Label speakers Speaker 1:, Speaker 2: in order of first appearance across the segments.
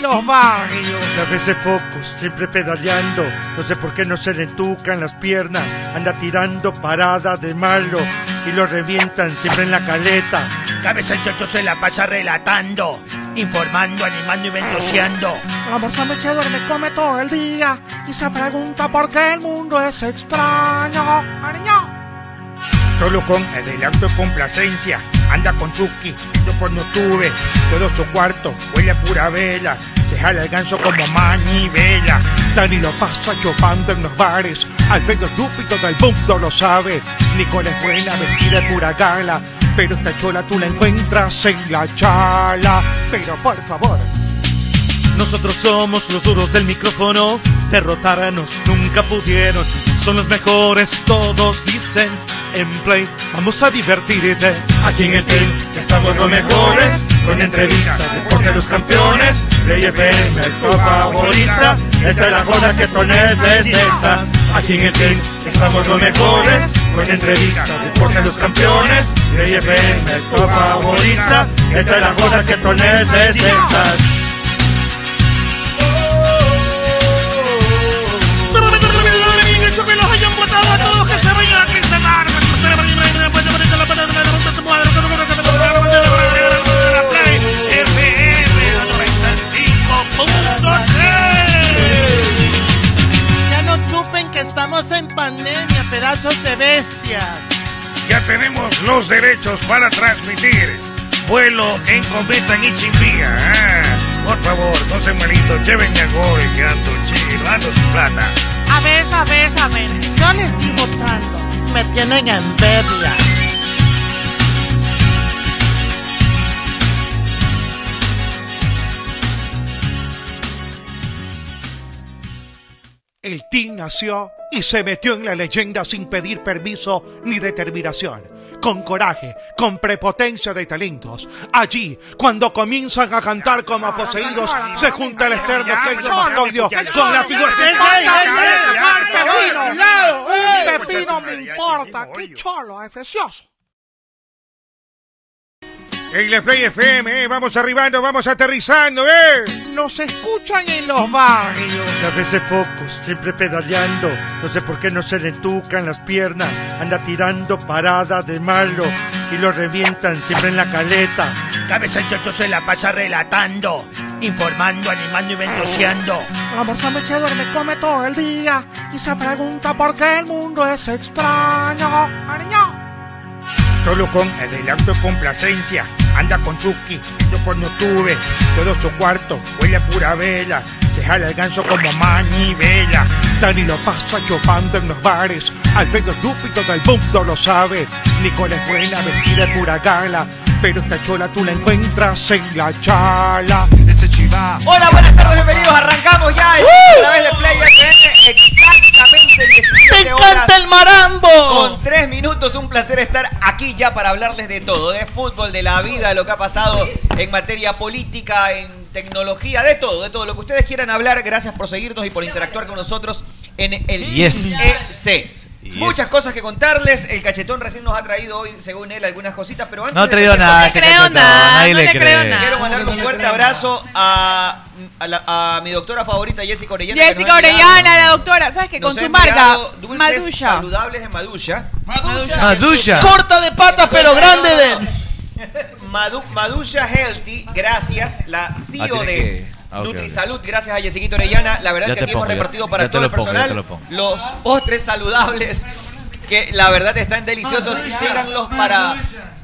Speaker 1: los barrios.
Speaker 2: Sabes de focus, siempre pedaleando. No sé por qué no se le entucan las piernas. Anda tirando parada de malo y lo revientan siempre en la caleta.
Speaker 3: Cabeza el chocho se la pasa relatando, informando, animando y ventoseando.
Speaker 1: La morsa me se duerme, come todo el día y se pregunta por qué el mundo es extraño. Ariño.
Speaker 4: Solo con adelanto y complacencia, anda con Chucky, yo por no tuve, todo su cuarto huele a pura vela, se jala el ganso como manivela.
Speaker 5: Dani lo pasa chupando en los bares, Alfredo estúpido del mundo lo sabe. Nicole es buena, vestida de pura gala, pero esta chola tú la encuentras en la chala. Pero por favor,
Speaker 6: nosotros somos los duros del micrófono, derrotarnos nunca pudieron. Son los mejores, todos dicen. En Play, vamos a divertirte.
Speaker 7: Aquí en el team estamos los mejores, con entrevistas, deporte de los campeones. Play FM, tu favorita, esta es la joda que tú necesitas. Aquí en el team estamos los mejores, con entrevistas, deporte de los campeones. Play FM, tu favorita, esta es la joda que tú necesitas.
Speaker 1: que los hayan votado a todos que se vayan a cristalar.
Speaker 8: Ya no chupen que estamos en pandemia, pedazos de bestias.
Speaker 3: Ya tenemos los derechos para transmitir vuelo en cometa en Ichimbía. Ah, por favor, no se malito, llévenme a gol, que ando chido, ando sin plata.
Speaker 8: A ver, a ver, a ver. Yo le estoy votando. Me tienen envidia.
Speaker 5: El team nació y se metió en la leyenda sin pedir permiso ni determinación. Con coraje, con prepotencia de talentos. Allí, cuando comienzan a cantar como poseídos, se junta el externo Sergio Macoglio con la figura.
Speaker 1: ¡Ey, ey, ey! lado! Pepino me importa. ¡Qué cholo, efecioso!
Speaker 4: El de Play FM, eh, vamos arribando, vamos aterrizando, eh.
Speaker 1: Nos escuchan en los barrios.
Speaker 2: Sabes de focus, siempre pedaleando. No sé por qué no se le entucan las piernas. Anda tirando parada de malo y lo revientan siempre en la caleta.
Speaker 3: Cabeza el chocho se la pasa relatando, informando, animando y ventoseando.
Speaker 1: La morsa me se duerme, come todo el día y se pregunta por qué el mundo es extraño. Ariño.
Speaker 4: Solo con adelanto y complacencia, anda con Chucky, yo por no tuve, todo su cuarto huele a pura vela, se jala el ganso como manivela.
Speaker 5: Dani lo pasa chupando en los bares, Alfredo estúpido del mundo lo sabe. Nicole es buena, vestida de pura gala, pero esta chola tú la encuentras en la chala.
Speaker 9: Hola, buenas tardes, bienvenidos. Arrancamos ya el, otra vez de Play FM. Exactamente 17
Speaker 8: ¡Me
Speaker 9: horas.
Speaker 8: encanta el marambo!
Speaker 9: Con tres minutos, un placer estar aquí ya para hablarles de todo, de fútbol, de la vida, de lo que ha pasado en materia política, en tecnología, de todo, de todo. Lo que ustedes quieran hablar, gracias por seguirnos y por interactuar con nosotros en el
Speaker 10: Yes.
Speaker 9: IEC. Muchas cosas que contarles. El cachetón recién nos ha traído hoy, según él, algunas cositas, pero antes
Speaker 10: No ha
Speaker 9: de
Speaker 10: traído
Speaker 9: cualquier
Speaker 10: nada.
Speaker 9: cosa,
Speaker 10: este cachetón, nadie le cree.
Speaker 9: Quiero mandarle un fuerte abrazo a, a la- a mi doctora favorita, Jessica Orellana. que nos
Speaker 11: Jessica
Speaker 9: ha enviado-
Speaker 11: Orellana, la doctora, ¿sabes qué? Con
Speaker 9: nos ha
Speaker 11: su marca,
Speaker 9: enviado dulces
Speaker 11: Madulla.
Speaker 9: saludables de Madulla.
Speaker 10: Madulla.
Speaker 8: Corta de patas, pero grande de.
Speaker 9: Madu- Madulla Healthy, gracias. La
Speaker 10: Ah,
Speaker 9: CEO
Speaker 10: tiene
Speaker 9: de
Speaker 10: que- ah, ok, ok.
Speaker 9: NutriSalud, gracias a Jessiquita Orellana. La verdad
Speaker 10: Ya
Speaker 9: que
Speaker 10: te
Speaker 9: aquí
Speaker 10: pongo,
Speaker 9: hemos
Speaker 10: ya-
Speaker 9: repartido
Speaker 10: ya
Speaker 9: para
Speaker 10: te
Speaker 9: todo
Speaker 10: lo
Speaker 9: el
Speaker 10: pongo, ya te
Speaker 9: personal
Speaker 10: lo pongo.
Speaker 9: los postres saludables que la verdad están deliciosos. Síganlos para...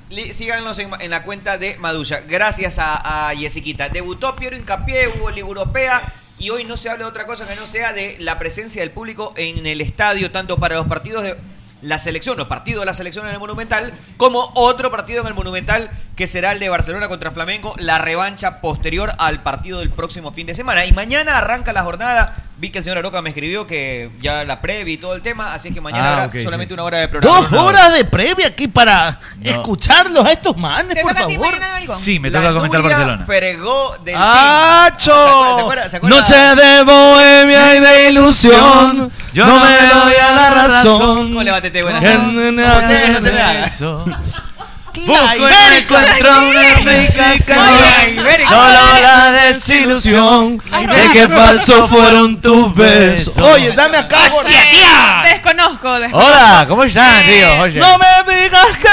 Speaker 9: li- Síganlos en, en la cuenta de Madulla. Gracias a, a Jessiquita. Debutó Piero Incapié, hubo Liga Europea y hoy no se habla de otra cosa que no sea de la presencia del público en el estadio, tanto para los partidos de la selección, los partidos de la selección en el Monumental, como otro partido en el Monumental que será el de Barcelona contra Flamengo, la revancha posterior al partido del próximo fin de semana. Y mañana arranca la jornada. Vi que el señor Aroca me escribió que ya la previa y todo el tema, así es que mañana
Speaker 10: Ah,
Speaker 9: habrá
Speaker 10: ok,
Speaker 9: solamente
Speaker 10: sí.
Speaker 9: una hora de programa.
Speaker 8: Dos horas de previa aquí para escucharlos a estos manes,
Speaker 11: ¿Te
Speaker 8: por
Speaker 11: toca a ti
Speaker 8: favor.
Speaker 11: mañana algo?
Speaker 10: Sí, me
Speaker 9: La
Speaker 10: toca comentar
Speaker 9: Nuria
Speaker 10: Barcelona.
Speaker 9: Fregó del
Speaker 8: Ah,
Speaker 9: ¿Se
Speaker 8: ¡Acho!
Speaker 9: acuerda? ¿Se acuerda?
Speaker 10: Noche de bohemia y de ilusión. Yo no me doy a la razón.
Speaker 9: ¿Cómo levántate, buenas
Speaker 10: En- en-
Speaker 9: Como ustedes no se me hagan.
Speaker 10: eso.
Speaker 1: La Ibérico entró una explicación. Solo la desilusión de que falsos fueron tus besos. Oye, dame acá.
Speaker 11: Desconozco, desconozco. Eh,
Speaker 1: Hola, ¿cómo están,
Speaker 9: Eh,
Speaker 1: tío? Oye.
Speaker 11: No
Speaker 1: me digas que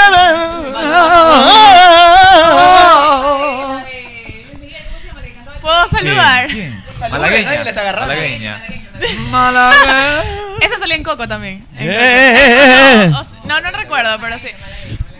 Speaker 11: ¿Puedo saludar?
Speaker 9: Malagueña. Nadie le está agarrando.
Speaker 11: Esa salía en Coco también. En
Speaker 1: Eh.
Speaker 11: Coco. No, no recuerdo, pero sí.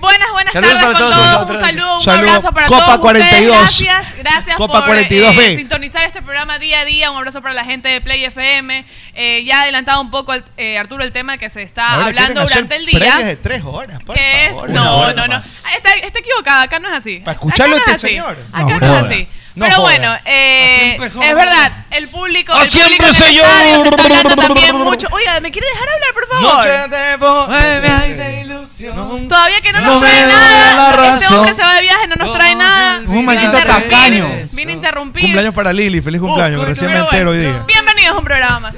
Speaker 11: Buenas, buenas
Speaker 1: Saludos
Speaker 11: tardes
Speaker 1: para
Speaker 11: con
Speaker 1: todos.
Speaker 11: todos. Un saludo, un
Speaker 1: Saludos.
Speaker 11: abrazo para
Speaker 1: Copa
Speaker 11: todos. ustedes.
Speaker 1: 42.
Speaker 11: Gracias, gracias
Speaker 1: Copa
Speaker 11: por
Speaker 1: 42,
Speaker 11: eh,
Speaker 1: ve.
Speaker 11: sintonizar este programa día a día. Un abrazo para la gente de Play FM. Eh, ya ha adelantado un poco, eh, Arturo, el tema que se está
Speaker 1: Ahora quieren
Speaker 11: hablando
Speaker 1: hacer
Speaker 11: durante el día.
Speaker 1: previas de tres horas. por
Speaker 11: que es-
Speaker 1: favor. Una
Speaker 11: No,
Speaker 1: hora
Speaker 11: no, no.
Speaker 1: más.
Speaker 11: Ah, Está, está equivocada, acá no es así. Para
Speaker 1: escucharlo
Speaker 11: acá no es
Speaker 1: este
Speaker 11: así.
Speaker 1: señor.
Speaker 11: Acá no,
Speaker 1: No
Speaker 11: es
Speaker 1: joda.
Speaker 11: así.
Speaker 1: No
Speaker 11: Pero
Speaker 1: joda.
Speaker 11: bueno, eh, es verdad, el público,
Speaker 1: A
Speaker 11: el
Speaker 1: siempre,
Speaker 11: público en el
Speaker 1: señor.
Speaker 11: estadio se está hablando también mucho. Oiga, ¿me quiere dejar hablar, por favor?
Speaker 1: Noche de bohemia
Speaker 11: Todavía que no,
Speaker 1: No
Speaker 11: nos trae
Speaker 1: me
Speaker 11: nada.
Speaker 1: duele la
Speaker 11: Este hombre se
Speaker 1: razón.
Speaker 11: va de viaje, no nos trae nada.
Speaker 1: Un
Speaker 11: Vino
Speaker 1: maldito
Speaker 11: a interrumpir,
Speaker 1: tacaño.
Speaker 11: Vino a interrumpir.
Speaker 1: Cumpleaños para Lili, feliz cumpleaños, que recién me
Speaker 11: Uh, Pero
Speaker 1: entero hoy
Speaker 11: bueno,
Speaker 1: día.
Speaker 11: Bienvenidos a un programa más.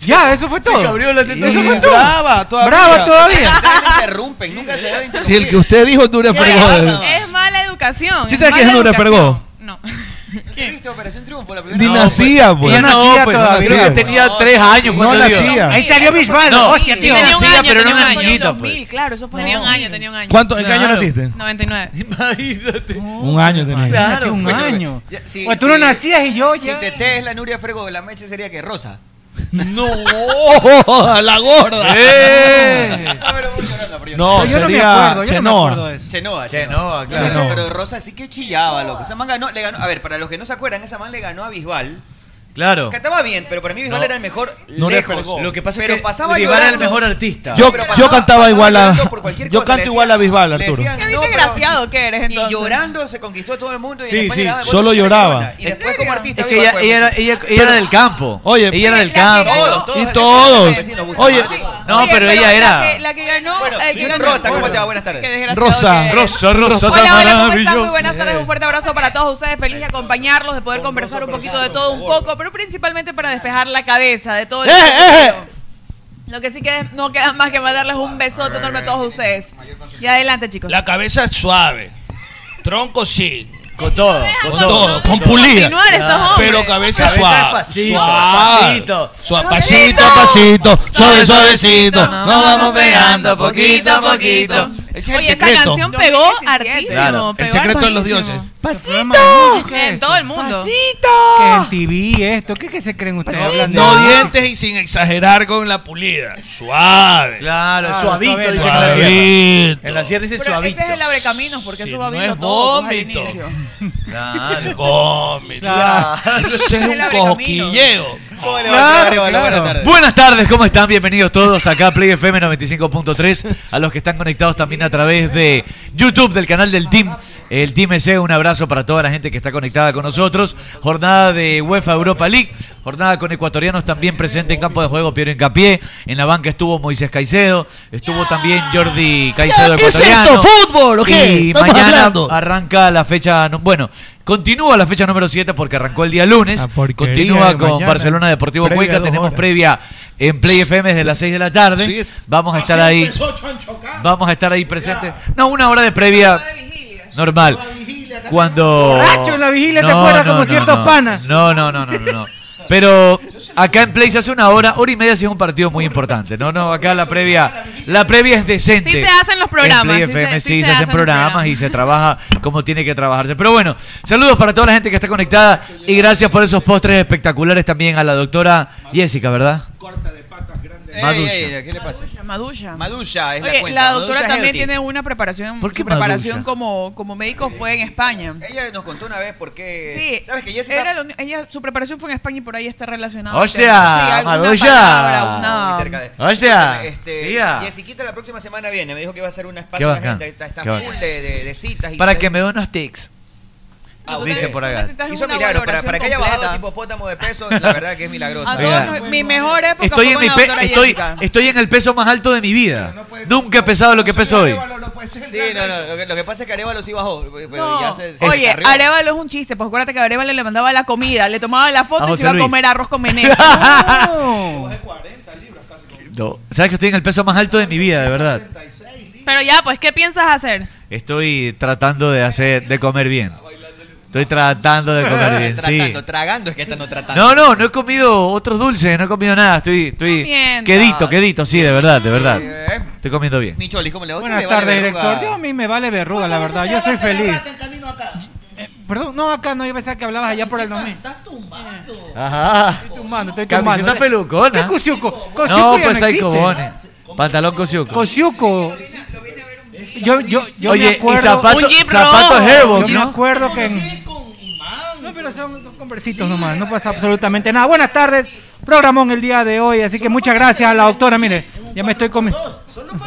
Speaker 10: Ya, eso fue todo.
Speaker 1: Eso fue todo.
Speaker 10: Brava todavía.
Speaker 1: Brava todavía.
Speaker 9: Ustedes no interrumpen, nunca se debe interrumpir.
Speaker 1: Si el que usted dijo es Nure Fergó.
Speaker 11: Es mala educación.
Speaker 1: ¿Sí sabes qué es
Speaker 11: mala
Speaker 1: Nure Fergó?
Speaker 9: ¿Quién? ¿Viste Operación Triunfo? La primera
Speaker 1: Ni nacía, pues.
Speaker 10: Ella
Speaker 1: No,
Speaker 10: nacía
Speaker 1: pues, no
Speaker 10: todavía.
Speaker 1: nacía.
Speaker 10: Creo que tenía tres años.
Speaker 1: No
Speaker 10: cuando
Speaker 1: nacía.
Speaker 10: dio.
Speaker 1: Ahí
Speaker 10: salió Bisbal.
Speaker 1: No,
Speaker 10: hostia, sí,
Speaker 11: tenía un
Speaker 10: nacía,
Speaker 11: año,
Speaker 10: pero era
Speaker 11: tenía
Speaker 10: una
Speaker 11: un año,
Speaker 10: niñita,
Speaker 11: 2000,
Speaker 10: pues.
Speaker 11: claro, eso fue Tenía un año, tenía un año.
Speaker 1: ¿Cuánto- en qué año naciste?
Speaker 11: 99.
Speaker 10: Imagínate.
Speaker 1: Un año tenía.
Speaker 10: Claro, un
Speaker 9: Coño,
Speaker 10: año.
Speaker 9: ya- si-
Speaker 10: Pues tú no
Speaker 9: si-
Speaker 10: nacías y yo ya.
Speaker 9: Si Tete es la Nuria Frego, la meche sería que Rosa.
Speaker 1: ¡No! ¡La gorda!
Speaker 10: Eh.
Speaker 9: Ah, pero vos llorando, pero yo
Speaker 1: No,
Speaker 10: Pero yo no me
Speaker 1: sería
Speaker 10: acuerdo, yo no me acuerdo de
Speaker 1: Chenoa.
Speaker 10: eso.
Speaker 9: Chenoa, Chenoa,
Speaker 1: Chenoa,
Speaker 9: claro.
Speaker 1: claro.
Speaker 9: Pero pero Rosa sí que chillaba, loco. Esa man ganó, le ganó. A ver, para los que no se acuerdan, esa man le ganó a Bisbal.
Speaker 10: Claro.
Speaker 9: Cantaba bien, pero para mí Bisbal
Speaker 10: No.
Speaker 9: era el mejor
Speaker 1: No le
Speaker 9: lejos.
Speaker 1: pegó.
Speaker 10: Lo que pasa
Speaker 9: pero
Speaker 10: es que
Speaker 9: pasaba
Speaker 10: Bisbal era el
Speaker 9: llorando.
Speaker 10: mejor artista.
Speaker 1: Yo,
Speaker 9: pero
Speaker 1: yo
Speaker 9: pasaba-
Speaker 1: cantaba
Speaker 9: pasaba
Speaker 1: igual
Speaker 9: llorando
Speaker 1: a.
Speaker 9: por cualquier
Speaker 1: Yo
Speaker 9: cosa, le
Speaker 1: canto igual
Speaker 9: decían-
Speaker 1: a Bisbal,
Speaker 9: le
Speaker 1: Arturo.
Speaker 9: decían,
Speaker 11: Qué
Speaker 9: "No, pero-"
Speaker 11: desgraciado que eres, entonces.
Speaker 9: Y llorando se conquistó a todo el mundo. Y
Speaker 10: Sí,
Speaker 9: después
Speaker 10: sí,
Speaker 9: llegaba-
Speaker 1: solo lloraba.
Speaker 9: Y después como artista.
Speaker 10: Es que
Speaker 9: Bisbal
Speaker 10: ella,
Speaker 9: fue
Speaker 10: ella era,
Speaker 9: mucho.
Speaker 10: ella, ella era del campo.
Speaker 1: Oye,
Speaker 10: ella era del campo.
Speaker 9: Todos,
Speaker 1: Y
Speaker 9: todos.
Speaker 1: todos. Oye,
Speaker 10: No, pero ella era-
Speaker 11: La que, la que ganó. eh,
Speaker 9: Bueno,
Speaker 11: el que
Speaker 9: sí,
Speaker 11: ganó-
Speaker 9: Rosa, ¿cómo te va? Buenas tardes.
Speaker 11: Qué desgraciado que
Speaker 1: Rosa.
Speaker 11: eres.
Speaker 1: Rosa,
Speaker 11: Hola,
Speaker 1: tan
Speaker 11: hola, ¿cómo están? Muy
Speaker 1: maravillosa.
Speaker 11: buenas tardes, un fuerte abrazo para todos ustedes, feliz de acompañarlos, de poder conversar un poquito de todo un poco, pero principalmente para despejar la cabeza de todo el...
Speaker 1: ¡Eh, eh, eh!
Speaker 11: Lo que sí que no queda más que mandarles un besote enorme a todos ustedes. Y adelante, chicos.
Speaker 12: La cabeza es suave. Tronco sí.
Speaker 10: Con todo.
Speaker 11: Deja
Speaker 12: Con todo.
Speaker 11: no
Speaker 12: Con
Speaker 11: dejan
Speaker 12: pulida.
Speaker 11: continuar estos hombres.
Speaker 12: Pero cabeza
Speaker 10: Cabeza
Speaker 12: suave.
Speaker 10: despacito,
Speaker 12: Suave.
Speaker 10: despacito.
Speaker 12: Suave.
Speaker 1: Pasito a pasito, suave, suavecito. Nos vamos pegando poquito a poquito. Ese es el
Speaker 11: Oye, esa
Speaker 1: secreto.
Speaker 11: canción pegó hartísimo.
Speaker 1: Claro, el
Speaker 11: pegó
Speaker 1: secreto de los
Speaker 11: hartísimo.
Speaker 1: dioses.
Speaker 10: ¡Pasito!
Speaker 11: En todo el mundo.
Speaker 10: ¿Qué en TV esto? ¿Qué, qué se creen ustedes? Hablan de-
Speaker 12: No dientes y sin exagerar con la pulida. Suave.
Speaker 10: Claro, suavito,
Speaker 12: suave,
Speaker 10: dicen en la sierra.
Speaker 12: suavito.
Speaker 10: En la sierra dice
Speaker 11: Pero
Speaker 10: suavito.
Speaker 11: ese es el abrecaminos, porque eso va
Speaker 12: no
Speaker 11: viendo
Speaker 12: es
Speaker 11: todo. pues, al
Speaker 12: vómito.
Speaker 11: inicio.
Speaker 10: Claro.
Speaker 12: Vómito.
Speaker 10: Claro.
Speaker 12: Eso es
Speaker 11: el
Speaker 12: un
Speaker 11: abrecamino.
Speaker 12: cosquilleo.
Speaker 9: ¿Cómo le va, Mario? Hola,
Speaker 10: Ah, claro.
Speaker 9: Buenas tardes.
Speaker 10: Buenas tardes, ¿cómo están? Bienvenidos todos acá a Play FM 95.3, a los que están conectados también a través de YouTube del canal del Team, el Team EC, un abrazo para toda la gente que está conectada con nosotros. Jornada de UEFA Europa League, jornada con ecuatorianos también presente en campo de juego Piero Incapié, en la banca estuvo Moisés Caicedo, estuvo también Jordi Caicedo
Speaker 1: ¿Qué es
Speaker 10: ecuatoriano.
Speaker 1: esto? ¿Fútbol o qué?
Speaker 10: Y
Speaker 1: Estamos
Speaker 10: mañana
Speaker 1: hablando.
Speaker 10: arranca la fecha, no- bueno, continúa la fecha número 7 porque arrancó el día lunes,
Speaker 1: La porquería
Speaker 10: continúa
Speaker 1: de
Speaker 10: con
Speaker 1: mañana.
Speaker 10: Barcelona Deportivo
Speaker 1: Previa
Speaker 10: Cuenca,
Speaker 1: dos
Speaker 10: tenemos
Speaker 1: horas.
Speaker 10: previa en Play FM desde las 6 de la tarde,
Speaker 1: Sí. pues,
Speaker 10: vamos a estar ahí, vamos a estar ahí presentes, no, una hora de previa normal, cuando... Borracho en la vigilia, ¿te acuerdas? Como ciertos panas. No, no, no, no, no, no. Pero acá en Play se hace una hora, hora y media si es un partido muy importante. No, no, acá la previa, la previa es decente.
Speaker 11: Sí se hacen los programas,
Speaker 10: En Play
Speaker 11: sí
Speaker 10: FM
Speaker 11: se-
Speaker 10: sí, se, hacen programas y se trabaja como tiene que trabajarse. Pero bueno, saludos para toda la gente que está conectada y gracias por esos postres espectaculares también a la doctora Jessica, ¿verdad?
Speaker 9: Ey,
Speaker 10: Maducha.
Speaker 9: ey, ¿Qué le pasa?
Speaker 11: Madulla.
Speaker 9: Maducha es la
Speaker 11: Oye,
Speaker 9: cuenta.
Speaker 11: la
Speaker 9: Maducha
Speaker 11: doctora también
Speaker 9: Herty.
Speaker 11: tiene una preparación,
Speaker 10: ¿Por qué
Speaker 11: su preparación
Speaker 10: Madulla?
Speaker 11: como, como médico fue en España.
Speaker 9: Ella nos contó una vez por qué.
Speaker 11: Sí,
Speaker 9: ¿Sabes que Jessica?
Speaker 11: era lo- ella, su preparación fue en España y por ahí está relacionada.
Speaker 10: ¡Hostia!
Speaker 11: Sí, alguna
Speaker 10: Madulla.
Speaker 11: palabra, una-
Speaker 9: Muy cerca de-
Speaker 10: Hostia,
Speaker 9: Este,
Speaker 10: tía.
Speaker 9: Jessiquita la próxima semana viene. Me dijo que va a hacer un
Speaker 10: Qué
Speaker 9: espacio. Una
Speaker 10: bacán,
Speaker 9: gente, está está
Speaker 10: qué
Speaker 9: full
Speaker 10: bacán.
Speaker 9: de, de- de citas. y-
Speaker 10: Para que me dé unos tics.
Speaker 9: Ah, ok.
Speaker 10: dicen por acá.
Speaker 11: Necesitas
Speaker 9: Hizo
Speaker 11: una
Speaker 9: milagro. Para, para que haya bajado
Speaker 11: completa.
Speaker 9: tipo pótamo de peso, la verdad que es milagroso.
Speaker 11: A
Speaker 10: Oiga.
Speaker 11: todos nos- mi mejor época
Speaker 10: Estoy
Speaker 11: fue
Speaker 10: en,
Speaker 11: con
Speaker 10: mi
Speaker 11: la
Speaker 10: pe-
Speaker 11: doctora
Speaker 10: estoy,
Speaker 11: Jessica.
Speaker 10: estoy en el peso más alto de mi vida. Nunca he pesado lo que peso hoy.
Speaker 9: Sí, no, no. Lo que, lo que pasa es que Arevalo sí bajó. Pero
Speaker 11: No.
Speaker 9: ya se, se
Speaker 11: Oye,
Speaker 9: descarrió.
Speaker 11: Arevalo es un chiste, pues acuérdate que Arevalo le mandaba la comida, le tomaba la
Speaker 10: A
Speaker 11: foto y
Speaker 10: José
Speaker 11: se iba a
Speaker 10: Luis.
Speaker 11: comer arroz con menestra.
Speaker 10: No, Sabes que estoy en el peso más alto de mi vida, de verdad.
Speaker 11: Pero ya, pues, ¿qué piensas hacer?
Speaker 10: Estoy tratando de hacer, de comer bien. Estoy tratando de comer bien, sí.
Speaker 9: Tratando, tragando, es que están no tratando.
Speaker 10: No, no, no he comido otros dulces, no he comido nada. Estoy, estoy
Speaker 9: Comiendo.
Speaker 10: quedito, quedito, sí, de verdad, de verdad. Estoy comiendo bien.
Speaker 9: Mi Choli, ¿cómo le va?
Speaker 13: Buenas tardes, director. Yo a mí me vale verruga, la verdad. Yo soy feliz. Eh, Perdón, no, acá no, yo pensaba que hablabas allá por el 2000. Estás tumbando.
Speaker 10: Ajá.
Speaker 13: Estoy tumbando, estoy tumbando.
Speaker 10: Camiseta
Speaker 13: ¿Qué
Speaker 10: pelucona.
Speaker 13: cosiuco?
Speaker 10: No,
Speaker 13: Cosiuco ya
Speaker 10: pues hay
Speaker 13: existe.
Speaker 10: cobones. Pantalón cosiuco.
Speaker 13: Cosiuco. Yo, yo, yo
Speaker 10: Oye,
Speaker 13: me
Speaker 10: y
Speaker 13: acuerdo.
Speaker 10: zapato- Un Jeep zapato rojo. Hellboy,
Speaker 13: Yo me
Speaker 10: ¿no?
Speaker 13: acuerdo que. en- No, pero son dos comprecitos nomás, no pasa absolutamente nada. Buenas tardes, programón el día de hoy, así que muchas gracias a la doctora. Mire, ya me estoy comiendo.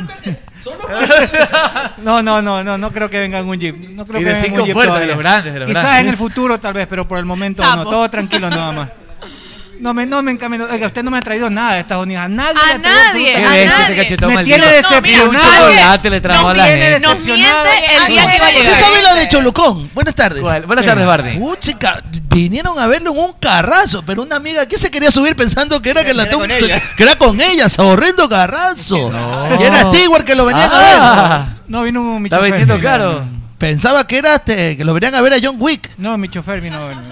Speaker 13: No, no, no, no, no creo que venga un jeep. No creo
Speaker 10: Y
Speaker 13: que
Speaker 10: de
Speaker 13: venga
Speaker 10: cinco
Speaker 13: un jeep
Speaker 10: puertas, de
Speaker 13: todavía.
Speaker 10: los grandes, de los
Speaker 13: Quizás
Speaker 10: grandes.
Speaker 13: en el futuro, tal vez, pero por el momento no.
Speaker 11: Sapo.
Speaker 13: Todo tranquilo nada más. No me, no me encamino. Oiga, usted no me ha traído nada de Estados Unidos. A nadie.
Speaker 11: A
Speaker 13: le ha traído absolutamente nada.
Speaker 11: nadie, a nadie. Este cachetón
Speaker 13: Me
Speaker 10: maldito.
Speaker 13: tiene
Speaker 10: No, mira,
Speaker 13: decepcionado.
Speaker 10: un chocolate le trajo a la
Speaker 13: Me tiene
Speaker 10: gente. Nos
Speaker 13: decepcionado.
Speaker 11: miente el día que iba a
Speaker 14: Yo
Speaker 11: llegar.
Speaker 14: sabía lo de Cholucón. Buenas tardes.
Speaker 10: Buenas tardes, Barney.
Speaker 14: Puchica, vinieron a verlo en un carrazo, pero una amiga que se quería subir pensando que era que la
Speaker 9: era
Speaker 14: tu-
Speaker 9: con ella.
Speaker 14: que era con ella, ese horrendo carrazo. Que era Stewart que lo venían a ver.
Speaker 13: No, vino un mi
Speaker 14: Ah, Está
Speaker 13: chofer,
Speaker 14: vendiendo
Speaker 13: mira.
Speaker 14: caro. Pensaba que era este, que lo venían a ver a John Wick.
Speaker 13: No, mi chofer vino a verme.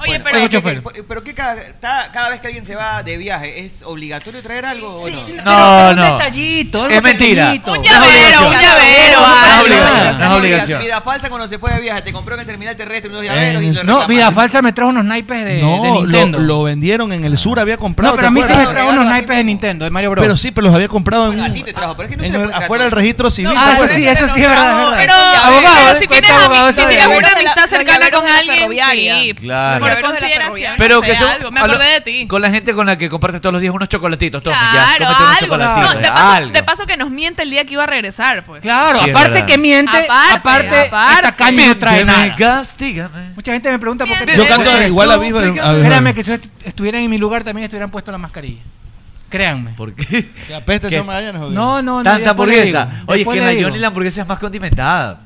Speaker 11: Oye,
Speaker 13: Oye,
Speaker 11: pero.
Speaker 13: chofer.
Speaker 9: Pero, pero que cada, ta- cada vez que alguien se va de viaje, ¿es obligatorio traer algo? o no?
Speaker 10: No,
Speaker 13: un
Speaker 10: no.
Speaker 13: detallito, algo
Speaker 10: Es mentira.
Speaker 13: pequeñito.
Speaker 10: No es obligación. No es obligación. No es
Speaker 9: Vida,
Speaker 10: obligación.
Speaker 9: vida falsa cuando se fue de viaje, te compró en el terminal terrestre unos llaveros y lo
Speaker 13: Eh, No, vida falsa me trajo unos naipes de, de
Speaker 14: No, lo,
Speaker 13: Nintendo.
Speaker 14: lo vendieron en el sur, había comprado.
Speaker 13: no, pero a
Speaker 14: ¿te
Speaker 13: mí sí me
Speaker 14: acuerdas?
Speaker 13: trajo unos naipes de Nintendo, de Mario Bros.
Speaker 14: Pero sí, pero los había comprado en, un- en el- afuera del registro civil. ¿te
Speaker 13: Ah, eso
Speaker 14: acuerdas?
Speaker 13: sí, eso sí es verdad. es verdad.
Speaker 11: Pero,
Speaker 13: Abogado,
Speaker 11: pero
Speaker 13: ¿eh?
Speaker 11: si
Speaker 13: Cuenta
Speaker 11: tienes, ami-
Speaker 13: abogado,
Speaker 11: si
Speaker 13: sabe.
Speaker 11: tienes una
Speaker 13: Los
Speaker 11: amistad cercana con alguien, sí.
Speaker 10: Claro.
Speaker 11: Por
Speaker 10: Llaveros
Speaker 11: consideración.
Speaker 10: Pero
Speaker 11: no
Speaker 10: que
Speaker 11: sé,
Speaker 10: son
Speaker 11: algo. Me
Speaker 10: a lo-
Speaker 11: acordé de ti.
Speaker 10: con la gente con la que compartes todos los días unos chocolatitos, toma ya, cómete
Speaker 11: Claro,
Speaker 10: unos
Speaker 11: algo.
Speaker 10: chocolatitos,
Speaker 11: No,
Speaker 10: ya,
Speaker 11: de, paso,
Speaker 10: algo.
Speaker 11: de paso que nos miente el día que iba a regresar, pues.
Speaker 13: Claro,
Speaker 10: Sí, es
Speaker 13: aparte
Speaker 10: verdad.
Speaker 13: que miente,
Speaker 11: Aparte,
Speaker 13: aparte,
Speaker 11: aparte.
Speaker 13: esta caña no trae
Speaker 10: Miénteme,
Speaker 13: nada. Mucha gente me pregunta por qué.
Speaker 14: Yo canto igual a Bieber, a Bieber.
Speaker 13: Espérame, que si est- estuvieran en mi lugar también estuvieran puesto la mascarilla. Créanme.
Speaker 10: ¿Por qué?
Speaker 14: Que apeste
Speaker 10: ¿Qué?
Speaker 14: son magallanes, ¿o qué?
Speaker 13: No, no, no.
Speaker 10: Tanta
Speaker 13: después le
Speaker 10: hamburguesa.
Speaker 13: digo,
Speaker 10: Oye, es
Speaker 13: después
Speaker 10: que en
Speaker 13: le
Speaker 10: la
Speaker 13: digo.
Speaker 10: Johnny la hamburguesa es más condimentada.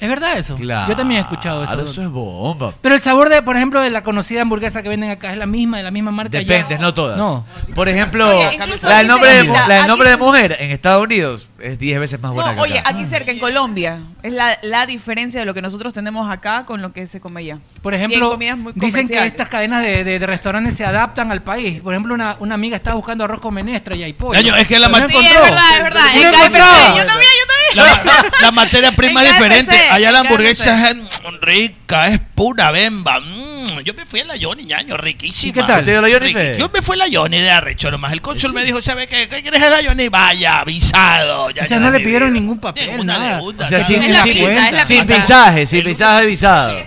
Speaker 13: Es verdad eso.
Speaker 10: Claro.
Speaker 13: Yo también he escuchado eso.
Speaker 10: Ahora eso es bomba.
Speaker 13: Pero el sabor de, por ejemplo, de la conocida hamburguesa que venden acá es la misma, de la misma marca. allá.
Speaker 10: Depende, no todas.
Speaker 13: No.
Speaker 10: Por ejemplo,
Speaker 11: Oye, incluso
Speaker 10: la
Speaker 11: aquí
Speaker 10: del nombre,
Speaker 11: se
Speaker 10: de,
Speaker 11: grita,
Speaker 10: mu- la del
Speaker 11: aquí
Speaker 10: nombre de
Speaker 11: se-
Speaker 10: mujer en Estados Unidos es 10 veces más buena
Speaker 11: No,
Speaker 10: que
Speaker 11: oye,
Speaker 10: acá.
Speaker 11: aquí cerca, en Colombia, es la, la diferencia de lo que nosotros tenemos acá con lo que se come allá.
Speaker 13: Por
Speaker 11: Y en
Speaker 13: ejemplo,
Speaker 11: comidas muy
Speaker 13: dicen que
Speaker 11: comerciales.
Speaker 13: estas cadenas de, de- de restaurantes se adaptan al país. Por ejemplo, una, una amiga estaba buscando arroz con menestra y hay pollo.
Speaker 14: Coño, es que la
Speaker 13: Pero no
Speaker 14: mat- Sí,
Speaker 11: Sí, es
Speaker 13: encontró.
Speaker 11: verdad, es verdad.
Speaker 13: No
Speaker 11: En este KFC,
Speaker 13: encontraba.
Speaker 11: yo también, yo también.
Speaker 14: La, la materia prima
Speaker 11: En
Speaker 14: es
Speaker 11: KFC,
Speaker 14: diferente. Allá la
Speaker 11: en
Speaker 14: hamburguesa es
Speaker 11: KFC.
Speaker 14: mm, rica, es pura bemba. Mm, yo me fui a la Johnny, ñaño, riquísima.
Speaker 10: ¿Y qué tal? ¿Te dio la Johnny,
Speaker 14: Riqui-
Speaker 10: Fede?
Speaker 14: Yo me fui a la Johnny de arrecho nomás. El cónsul me dijo, ¿sabe qué? ¿Qué quieres a la Johnny? Vaya, avisado. Ya,
Speaker 13: O sea,
Speaker 14: ya,
Speaker 13: no le
Speaker 14: mi
Speaker 13: pidieron
Speaker 14: vida.
Speaker 13: ningún papel,
Speaker 14: Ninguna
Speaker 13: nada.
Speaker 14: deuda,
Speaker 10: O sea,
Speaker 14: nada.
Speaker 10: sin,
Speaker 11: la
Speaker 10: sin,
Speaker 11: pinta, es la
Speaker 10: sin
Speaker 11: pinta.
Speaker 10: visaje, sin visaje de visado.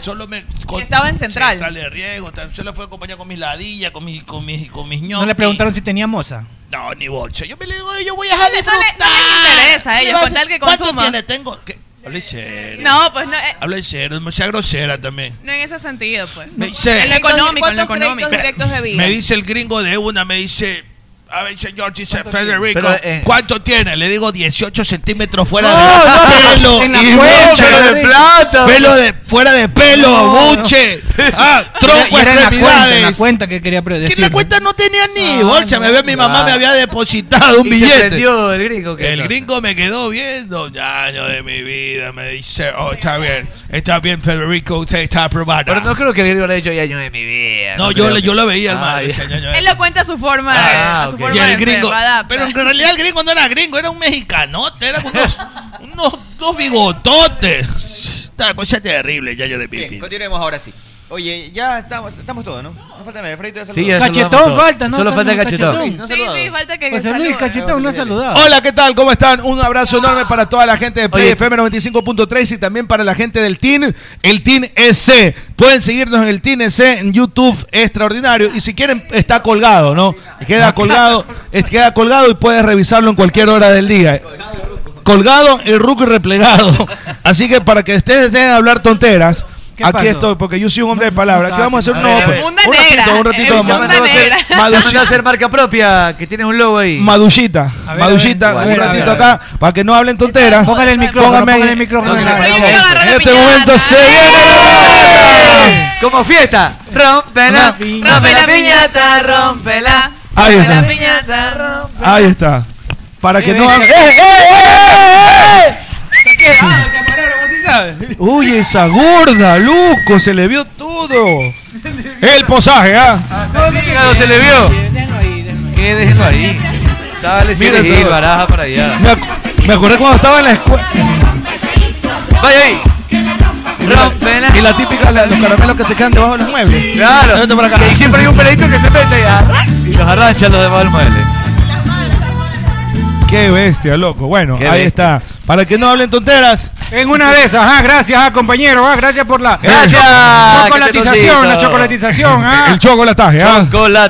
Speaker 14: Solo me con-
Speaker 11: Estaba en Central.
Speaker 14: de riego, tal- solo fue acompañado con mis ladillas, con mis, con mis, con mis
Speaker 13: No le
Speaker 14: ñoquis.
Speaker 13: preguntaron si tenía moza.
Speaker 14: No, ni bolso. Yo me le digo, yo voy a dejar de
Speaker 11: No le- no le interesa a ellos, con tal que
Speaker 14: ¿Cuánto
Speaker 11: consuma.
Speaker 14: tiene? Tengo. ¿Qué? Habla en serio.
Speaker 11: No, pues no, eh,
Speaker 14: Habla en serio, no sea grosera también.
Speaker 11: no en ese sentido, pues.
Speaker 14: Me dice-
Speaker 11: en lo económico, en lo
Speaker 14: ¿Cuántos
Speaker 11: económico.
Speaker 14: créditos directos
Speaker 11: de vida?
Speaker 14: Me dice el gringo de una, me dice. A ver, señor, dice Federico,
Speaker 10: Pero, eh,
Speaker 14: ¿cuánto tiene? Le digo 18 centímetros fuera
Speaker 10: No,
Speaker 14: de
Speaker 10: no,
Speaker 14: pelo.
Speaker 10: en la
Speaker 14: Y
Speaker 10: cuenta,
Speaker 14: buche,
Speaker 10: pelo de plata.
Speaker 14: Pelo de, fuera de pelo,
Speaker 13: No, no.
Speaker 14: buche. Ah, tronco,
Speaker 13: Era- era en la cuenta, en la
Speaker 14: extremidades.
Speaker 13: cuenta que quería pre-
Speaker 14: Que
Speaker 13: decir.
Speaker 14: en la cuenta no tenía ni bolsa. Me ve, mi mamá
Speaker 10: Ah.
Speaker 14: me había depositado un
Speaker 10: Y se
Speaker 14: billete.
Speaker 10: prendió el gringo. que
Speaker 14: El
Speaker 10: no.
Speaker 14: gringo me quedó viendo, año de mi vida, me dice, oh, está bien, está bien, Federico, usted está aprobado.
Speaker 10: Pero no creo que el gringo le haya dicho ya año de mi vida.
Speaker 14: No, yo,
Speaker 10: creo
Speaker 14: le-
Speaker 10: que-
Speaker 14: yo lo veía,
Speaker 10: Ah,
Speaker 14: hermano.
Speaker 10: ya.
Speaker 14: decía, ñoño,
Speaker 11: Él lo cuenta a su forma,
Speaker 10: Ah,
Speaker 11: a su
Speaker 10: ok.
Speaker 11: forma
Speaker 14: y
Speaker 11: de
Speaker 14: el gringo.
Speaker 11: ser, adapta.
Speaker 14: Pero en realidad el gringo no era gringo, era un mexicanote, era con unos, unos dos bigototes. Esta cosa es terrible, ya yo de
Speaker 9: Bien,
Speaker 14: pipi.
Speaker 9: continuemos ahora sí. Oye, ya estamos, estamos todos, ¿no? No falta nadie. Freddy, te
Speaker 10: Sí, ya
Speaker 13: Cachetón
Speaker 10: saludamos todos.
Speaker 13: falta, ¿no?
Speaker 10: Solo
Speaker 13: No,
Speaker 10: falta
Speaker 13: no,
Speaker 10: cachetón. Pues
Speaker 13: cachetón.
Speaker 9: no
Speaker 11: Sí, sí, falta que
Speaker 13: José Luis
Speaker 11: salude.
Speaker 13: Cachetón no ha saludado.
Speaker 1: Hola, ¿qué tal? ¿Cómo están? Un abrazo enorme para toda la gente de Play FM 95.3 y también para la gente del TIN, el TIN EC. Pueden seguirnos en el TIN EC en YouTube, extraordinario. Y si quieren, está colgado, ¿no? Queda colgado, es- queda colgado y puedes revisarlo en cualquier hora del día. Colgado, el ruco y replegado. Así que para que ustedes dejen de hablar tonteras.
Speaker 13: ¿Qué
Speaker 1: Aquí
Speaker 13: pasó?
Speaker 1: estoy, porque yo soy un hombre de palabras.
Speaker 13: no
Speaker 1: ¿Qué vamos a hacer?
Speaker 13: sabe.
Speaker 1: No,
Speaker 13: A ver, a
Speaker 1: pues,
Speaker 13: ver.
Speaker 1: un
Speaker 13: Bunda
Speaker 1: ratito,
Speaker 11: negra,
Speaker 1: un ratito.
Speaker 11: el
Speaker 1: más.
Speaker 11: Bunda negra.
Speaker 10: Se mandó a hacer marca propia, que tiene un logo ahí.
Speaker 1: Madullita,
Speaker 13: ver,
Speaker 1: Madullita,
Speaker 13: a ver, a
Speaker 1: un
Speaker 13: ver, a
Speaker 1: ratito
Speaker 13: ver, a
Speaker 1: acá para que no hablen tonteras.
Speaker 13: Póngale el micrófono,
Speaker 1: Póngame-
Speaker 13: póngale el micrófono.
Speaker 1: Entonces,
Speaker 13: Oye,
Speaker 1: en
Speaker 13: quiero
Speaker 11: agarrar la
Speaker 1: este
Speaker 11: piñata.
Speaker 1: momento se viene la piñata.
Speaker 10: Como fiesta. Rompela,
Speaker 13: Una piña.
Speaker 11: Rompe la piñata, rompela.
Speaker 1: Ahí
Speaker 11: Rompe
Speaker 1: está.
Speaker 11: la piñata, rompela.
Speaker 1: Ahí está. Para que no
Speaker 13: Ven, ven.
Speaker 1: hablen. ¡Eh, eh, eh, eh, eh!
Speaker 13: quedado el camarero, ¿sí sabes?
Speaker 1: Uy, esa gorda, loco, se le vio todo. El posaje, ¿ah?
Speaker 10: El hígado se le vio. ¿Qué? Déjenlo ahí. Sale sin
Speaker 1: Mira esa
Speaker 10: elegir,
Speaker 1: hora.
Speaker 10: baraja para allá.
Speaker 1: Me, ac- me acordé cuando estaba en la escuela.
Speaker 10: Vaya ahí.
Speaker 1: Y la típica, la- los caramelos que se quedan debajo de los muebles.
Speaker 10: Claro.
Speaker 1: Vente para acá.
Speaker 10: Y siempre hay un peladito que se mete y, arra- y los arrancha los demás del mueble.
Speaker 1: Qué bestia, loco. Bueno,
Speaker 10: Qué
Speaker 1: ahí
Speaker 10: bestia.
Speaker 1: está. Para que no hablen tonteras.
Speaker 13: En una de esas, ah, gracias, ah, compañero, ah, gracias por la chocolatización, la chocolatización, ah.
Speaker 1: El chocolataje, ¿ah?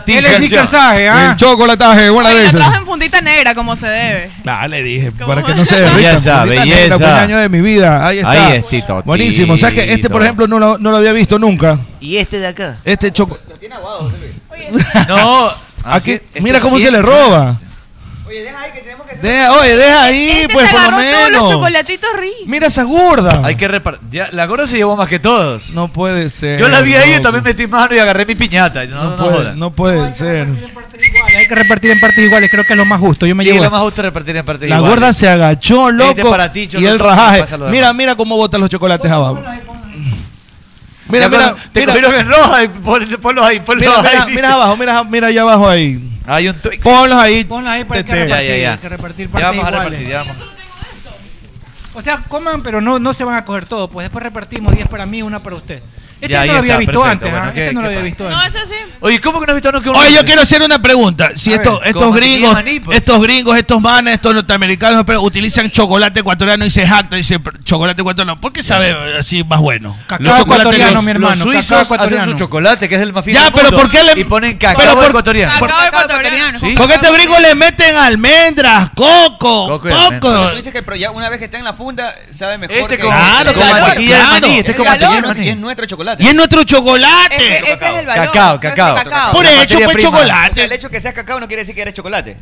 Speaker 13: El sneakersaje, ah.
Speaker 1: El chocolataje, buena
Speaker 11: Oye,
Speaker 1: de
Speaker 11: la
Speaker 1: esas.
Speaker 11: trajo en puntita negra, como se debe.
Speaker 1: Ah, le dije, para que no se derrita.
Speaker 10: Belleza, belleza.
Speaker 1: año de mi vida. Ahí está.
Speaker 10: Ahí es, Tito,
Speaker 1: Buenísimo. ¿Sabes que este, por
Speaker 10: Tito.
Speaker 1: ejemplo, no lo, no lo había visto nunca?
Speaker 15: ¿Y este de acá?
Speaker 1: Este choco.
Speaker 10: No.
Speaker 1: Aquí,
Speaker 10: este
Speaker 1: mira cómo
Speaker 10: sí
Speaker 1: se le
Speaker 10: es-
Speaker 1: roba. Deja- Oye, deja ahí,
Speaker 11: Este
Speaker 1: pues
Speaker 11: se
Speaker 1: por lo
Speaker 11: agarró todos los
Speaker 1: menos.
Speaker 11: chocolatitos ricos.
Speaker 1: Mira esa gorda.
Speaker 10: Hay que repartir. Ya, La gorda se llevó más que todos.
Speaker 1: No puede ser.
Speaker 10: Yo la vi ahí y
Speaker 1: loco.
Speaker 10: también metí mano y agarré mi piñata. No, no,
Speaker 1: No puede,
Speaker 10: jodan.
Speaker 1: no puede ser.
Speaker 13: Hay que repartir en partes iguales, creo que es lo más justo. Yo me
Speaker 10: Sí,
Speaker 13: llevo
Speaker 10: lo
Speaker 13: esto.
Speaker 10: más justo es repartir en parte
Speaker 1: La gorda se agachó, loco.
Speaker 10: Este es para ti, Cholo,
Speaker 1: y el
Speaker 10: todo,
Speaker 1: rajaje.
Speaker 10: pasa lo demás.
Speaker 1: Mira, mira cómo botan los chocolates abajo. Mira,
Speaker 10: Ya
Speaker 1: mira,
Speaker 10: cuando- te
Speaker 1: mira,
Speaker 10: comieron en roja. y pon- Ponlos ahí, ponlos
Speaker 1: mira, mira,
Speaker 10: ahí.
Speaker 1: mira abajo, mira, mira allá abajo ahí.
Speaker 10: Hay un Twix.
Speaker 1: Ponlos ahí.
Speaker 13: Ponla ahí para que
Speaker 14: Este.
Speaker 1: tete.
Speaker 13: repartir,
Speaker 10: Ya, ya, ya.
Speaker 13: hay que repartir
Speaker 10: Ya
Speaker 13: partes
Speaker 10: vamos a
Speaker 13: iguales.
Speaker 10: repartir, ya vamos.
Speaker 13: O sea, coman, pero no, no se van a coger todo. Pues después repartimos 10 para mí, una para usted. Este
Speaker 10: Ya,
Speaker 13: yo
Speaker 10: ahí
Speaker 13: no lo había
Speaker 10: está,
Speaker 13: visto
Speaker 10: perfecto.
Speaker 13: antes,
Speaker 10: Bueno,
Speaker 13: ¿ah?
Speaker 10: ¿qué-
Speaker 13: Este no
Speaker 10: qué
Speaker 13: lo había
Speaker 10: pasa?
Speaker 13: visto
Speaker 11: No,
Speaker 13: antes.
Speaker 11: eso sí.
Speaker 10: Oye, ¿cómo que no has visto no que uno-
Speaker 14: Oye, yo quiero hacer una pregunta. Si
Speaker 10: A
Speaker 14: estos,
Speaker 10: ver,
Speaker 14: estos
Speaker 10: con mantequilla
Speaker 14: gringos,
Speaker 10: de maní, pues.
Speaker 14: estos gringos, estos manes, estos norteamericanos pero utilizan chocolate ecuatoriano y se jactan y dicen "Pr- chocolate ecuatoriano, ¿por qué sabe así más bueno?
Speaker 13: Cacao
Speaker 14: Los chocolates
Speaker 13: ecuatoriano,
Speaker 14: los-
Speaker 13: mi hermano,
Speaker 14: los
Speaker 13: cacao
Speaker 14: suizos
Speaker 10: Suizos hacen
Speaker 13: ecuatoriano.
Speaker 10: su chocolate, que es el más fino
Speaker 14: Ya,
Speaker 10: del
Speaker 14: pero
Speaker 10: mundo,
Speaker 14: ¿por qué le-
Speaker 10: Y ponen
Speaker 14: pero
Speaker 10: cacao
Speaker 14: por-
Speaker 10: ecuatoriano.
Speaker 14: por-
Speaker 11: Cacao ecuatoriano.
Speaker 10: Sí.
Speaker 14: Porque a estos gringos le meten almendras, coco,
Speaker 10: Coco
Speaker 14: coco.
Speaker 10: y almendras.
Speaker 9: Tú dices que pero ya una vez que está en la funda, sabe mejor.
Speaker 10: Este
Speaker 9: que-
Speaker 10: con- Claro, con claro, mantequilla de claro. maní, este
Speaker 9: Es
Speaker 10: con
Speaker 9: calor,
Speaker 10: mantequilla de maní.
Speaker 9: Y es nuestro chocolate.
Speaker 14: Y es nuestro chocolate.
Speaker 11: Ese, ese es el valor.
Speaker 10: Cacao,
Speaker 11: nuestro
Speaker 10: cacao.
Speaker 14: Por
Speaker 10: La
Speaker 14: hecho,
Speaker 10: materia
Speaker 14: pues
Speaker 10: prima.
Speaker 14: chocolate.
Speaker 9: O sea, el hecho que sea cacao no quiere decir que eres chocolate.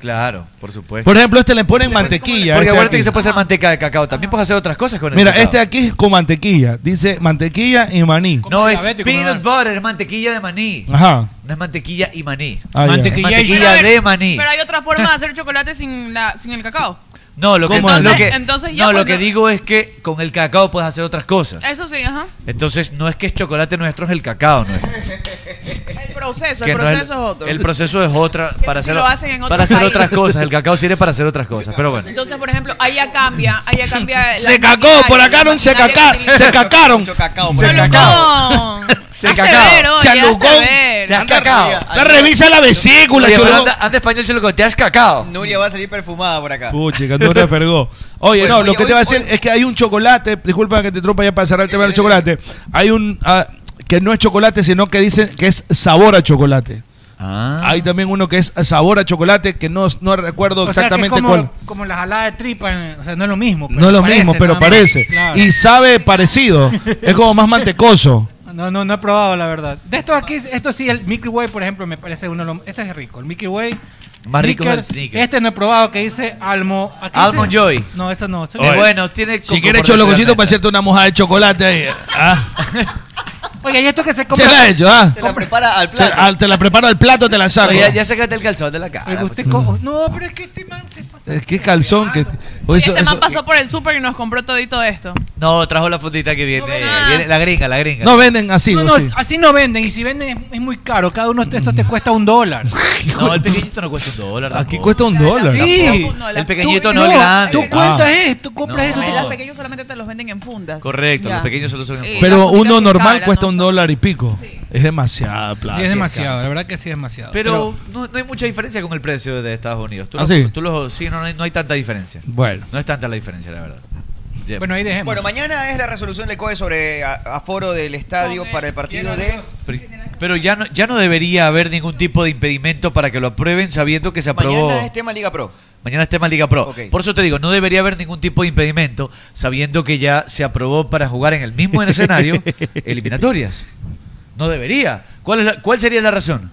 Speaker 10: Claro, por supuesto.
Speaker 1: Por ejemplo, este le ponen mantequilla.
Speaker 10: Porque
Speaker 1: este
Speaker 10: acuérdate
Speaker 1: aquí.
Speaker 10: que se puede hacer manteca de cacao. También puedes hacer otras cosas con el
Speaker 1: Mira,
Speaker 10: cacao.
Speaker 1: este aquí es con mantequilla. Dice mantequilla y maní.
Speaker 10: No es
Speaker 13: diabético,
Speaker 10: peanut butter, es mantequilla de maní.
Speaker 1: Ajá.
Speaker 10: No es mantequilla y maní.
Speaker 1: Ah, ya.
Speaker 10: mantequilla
Speaker 13: Mantequilla y-
Speaker 10: de maní.
Speaker 11: Pero hay otra forma de hacer chocolate sin, la, sin el cacao.
Speaker 10: No, lo que,
Speaker 11: ¿Cómo es?
Speaker 10: lo que-
Speaker 11: Entonces, ya
Speaker 10: no, lo
Speaker 11: cuando- Eh.
Speaker 10: que digo es que con el cacao puedes hacer otras cosas.
Speaker 11: Eso sí, ajá.
Speaker 10: Entonces, no es que es chocolate nuestro, es el cacao nuestro.
Speaker 11: El proceso,
Speaker 10: Que
Speaker 11: el
Speaker 10: no es-
Speaker 11: proceso es otro.
Speaker 10: El proceso es otra para
Speaker 11: sí
Speaker 10: hacer,
Speaker 11: lo hacen en
Speaker 10: para
Speaker 11: otros
Speaker 10: hacer otras
Speaker 11: países.
Speaker 10: cosas. El cacao sirve para hacer otras cosas, pero bueno.
Speaker 11: Entonces, por ejemplo, ahí ya cambia, ahí ya cambia.
Speaker 14: Se cacó, por acá no se
Speaker 11: cacao.
Speaker 14: cacaron. Se cacaron.
Speaker 11: Se cacao.
Speaker 10: Se cacao.
Speaker 14: Chalucón.
Speaker 10: Te has cacao.
Speaker 14: La revisa la vesícula,
Speaker 10: Oye, pero
Speaker 14: cholo.
Speaker 10: anda- anda español, cholo, te has cacao.
Speaker 9: Nuria va a salir perfumada por acá.
Speaker 1: Puchica, no le fergó. Oye,
Speaker 9: Oye,
Speaker 1: no,
Speaker 9: oye,
Speaker 1: lo que te
Speaker 9: oye,
Speaker 1: iba a decir es que hay un chocolate, disculpa que te trompa ya para cerrar el tema del chocolate. Hay un ah, que no es chocolate, sino que dicen que es sabor a chocolate. Hay también uno que es sabor a chocolate, que no, no recuerdo
Speaker 13: O sea, que es
Speaker 1: exactamente
Speaker 13: como,
Speaker 1: cuál.
Speaker 13: como la jalada de tripa, eh, o sea, no es lo mismo.
Speaker 1: No
Speaker 10: pues
Speaker 1: es lo mismo, pero
Speaker 13: nada más.
Speaker 1: parece.
Speaker 13: Claro.
Speaker 1: Y sabe parecido. Es como más mantecoso.
Speaker 13: No, no, no he probado, la verdad. De estos aquí, esto sí, el Mickey Way, por ejemplo, me parece uno de los... Este es rico, el Mickey Way.
Speaker 10: Más rico
Speaker 13: Snickers.
Speaker 10: es el Snickers.
Speaker 13: Este no he probado, que dice Almo... ¿a qué
Speaker 10: Almond
Speaker 13: dice?
Speaker 10: Joy.
Speaker 13: No, eso no. eso
Speaker 10: Es
Speaker 13: no.
Speaker 10: bueno, tiene
Speaker 14: Si quieres cholococito para hacerte una mojada de chocolate
Speaker 1: eh,
Speaker 14: ahí. ah.
Speaker 10: eh.
Speaker 13: Oye, y esto que se
Speaker 14: Se
Speaker 13: compra...
Speaker 14: la ha hecho, ah.
Speaker 9: Se la prepara al
Speaker 14: Se-
Speaker 9: plato.
Speaker 14: al- te la preparo al plato, te la saco.
Speaker 10: Oye, ya sácate el calzón de la cara. pues.
Speaker 13: Oiga, usted co- No, pero es que este man... se pasa.
Speaker 1: Eh, Qué calzón que. o
Speaker 11: Y
Speaker 10: Pues
Speaker 1: eso-
Speaker 11: este man
Speaker 1: eso-
Speaker 11: pasó por el súper y nos compró todito esto.
Speaker 10: No, trajo la fundita que viene.
Speaker 11: nada.
Speaker 10: viene la gringa, la gringa.
Speaker 1: No venden así.
Speaker 13: No,
Speaker 1: o
Speaker 13: no,
Speaker 1: sí.
Speaker 13: así no venden. Y si venden es- es muy caro. Cada uno de estos te cuesta un dólar.
Speaker 10: No, el pequeñito no cuesta un dólar.
Speaker 1: Aquí
Speaker 10: tampoco.
Speaker 1: cuesta un dólar.
Speaker 13: Sí.
Speaker 10: El pequeñito
Speaker 13: Tú-
Speaker 10: no, el grande.
Speaker 13: Tú cuentas esto, compras esto.
Speaker 11: Los
Speaker 13: todo.
Speaker 11: pequeños solamente te los venden en fundas.
Speaker 10: Correcto,
Speaker 11: Ya.
Speaker 10: los pequeños solo son en
Speaker 11: Eh,
Speaker 10: fútbol.
Speaker 1: Pero
Speaker 11: las fundas
Speaker 1: uno
Speaker 11: son
Speaker 1: normal
Speaker 11: caras,
Speaker 1: cuesta
Speaker 11: ¿no?
Speaker 1: un dólar y pico. Es demasiada plata.
Speaker 13: Sí, es demasiado, la verdad que sí es demasiado.
Speaker 10: Pero no, no hay mucha diferencia con el precio de Estados Unidos. Tú
Speaker 1: ¿Ah,
Speaker 10: los-
Speaker 1: sí?
Speaker 10: tú los- sí, no, no hay, no hay tanta diferencia.
Speaker 1: Bueno.
Speaker 10: No es tanta la diferencia, la verdad. Ya.
Speaker 13: Bueno, ahí dejemos.
Speaker 9: Bueno, mañana es la resolución del COE sobre a- aforo del estadio para el partido de...
Speaker 10: Pero, pero ya no ya no debería haber ningún tipo de impedimento para que lo aprueben sabiendo que se aprobó.
Speaker 9: Mañana es tema Liga Pro.
Speaker 10: Mañana es tema Liga Pro.
Speaker 9: Ok.
Speaker 10: Por eso te digo, no debería haber ningún tipo de impedimento sabiendo que ya se aprobó para jugar en el mismo escenario eliminatorias. No debería. ¿Cuál, es la- ¿Cuál sería la razón?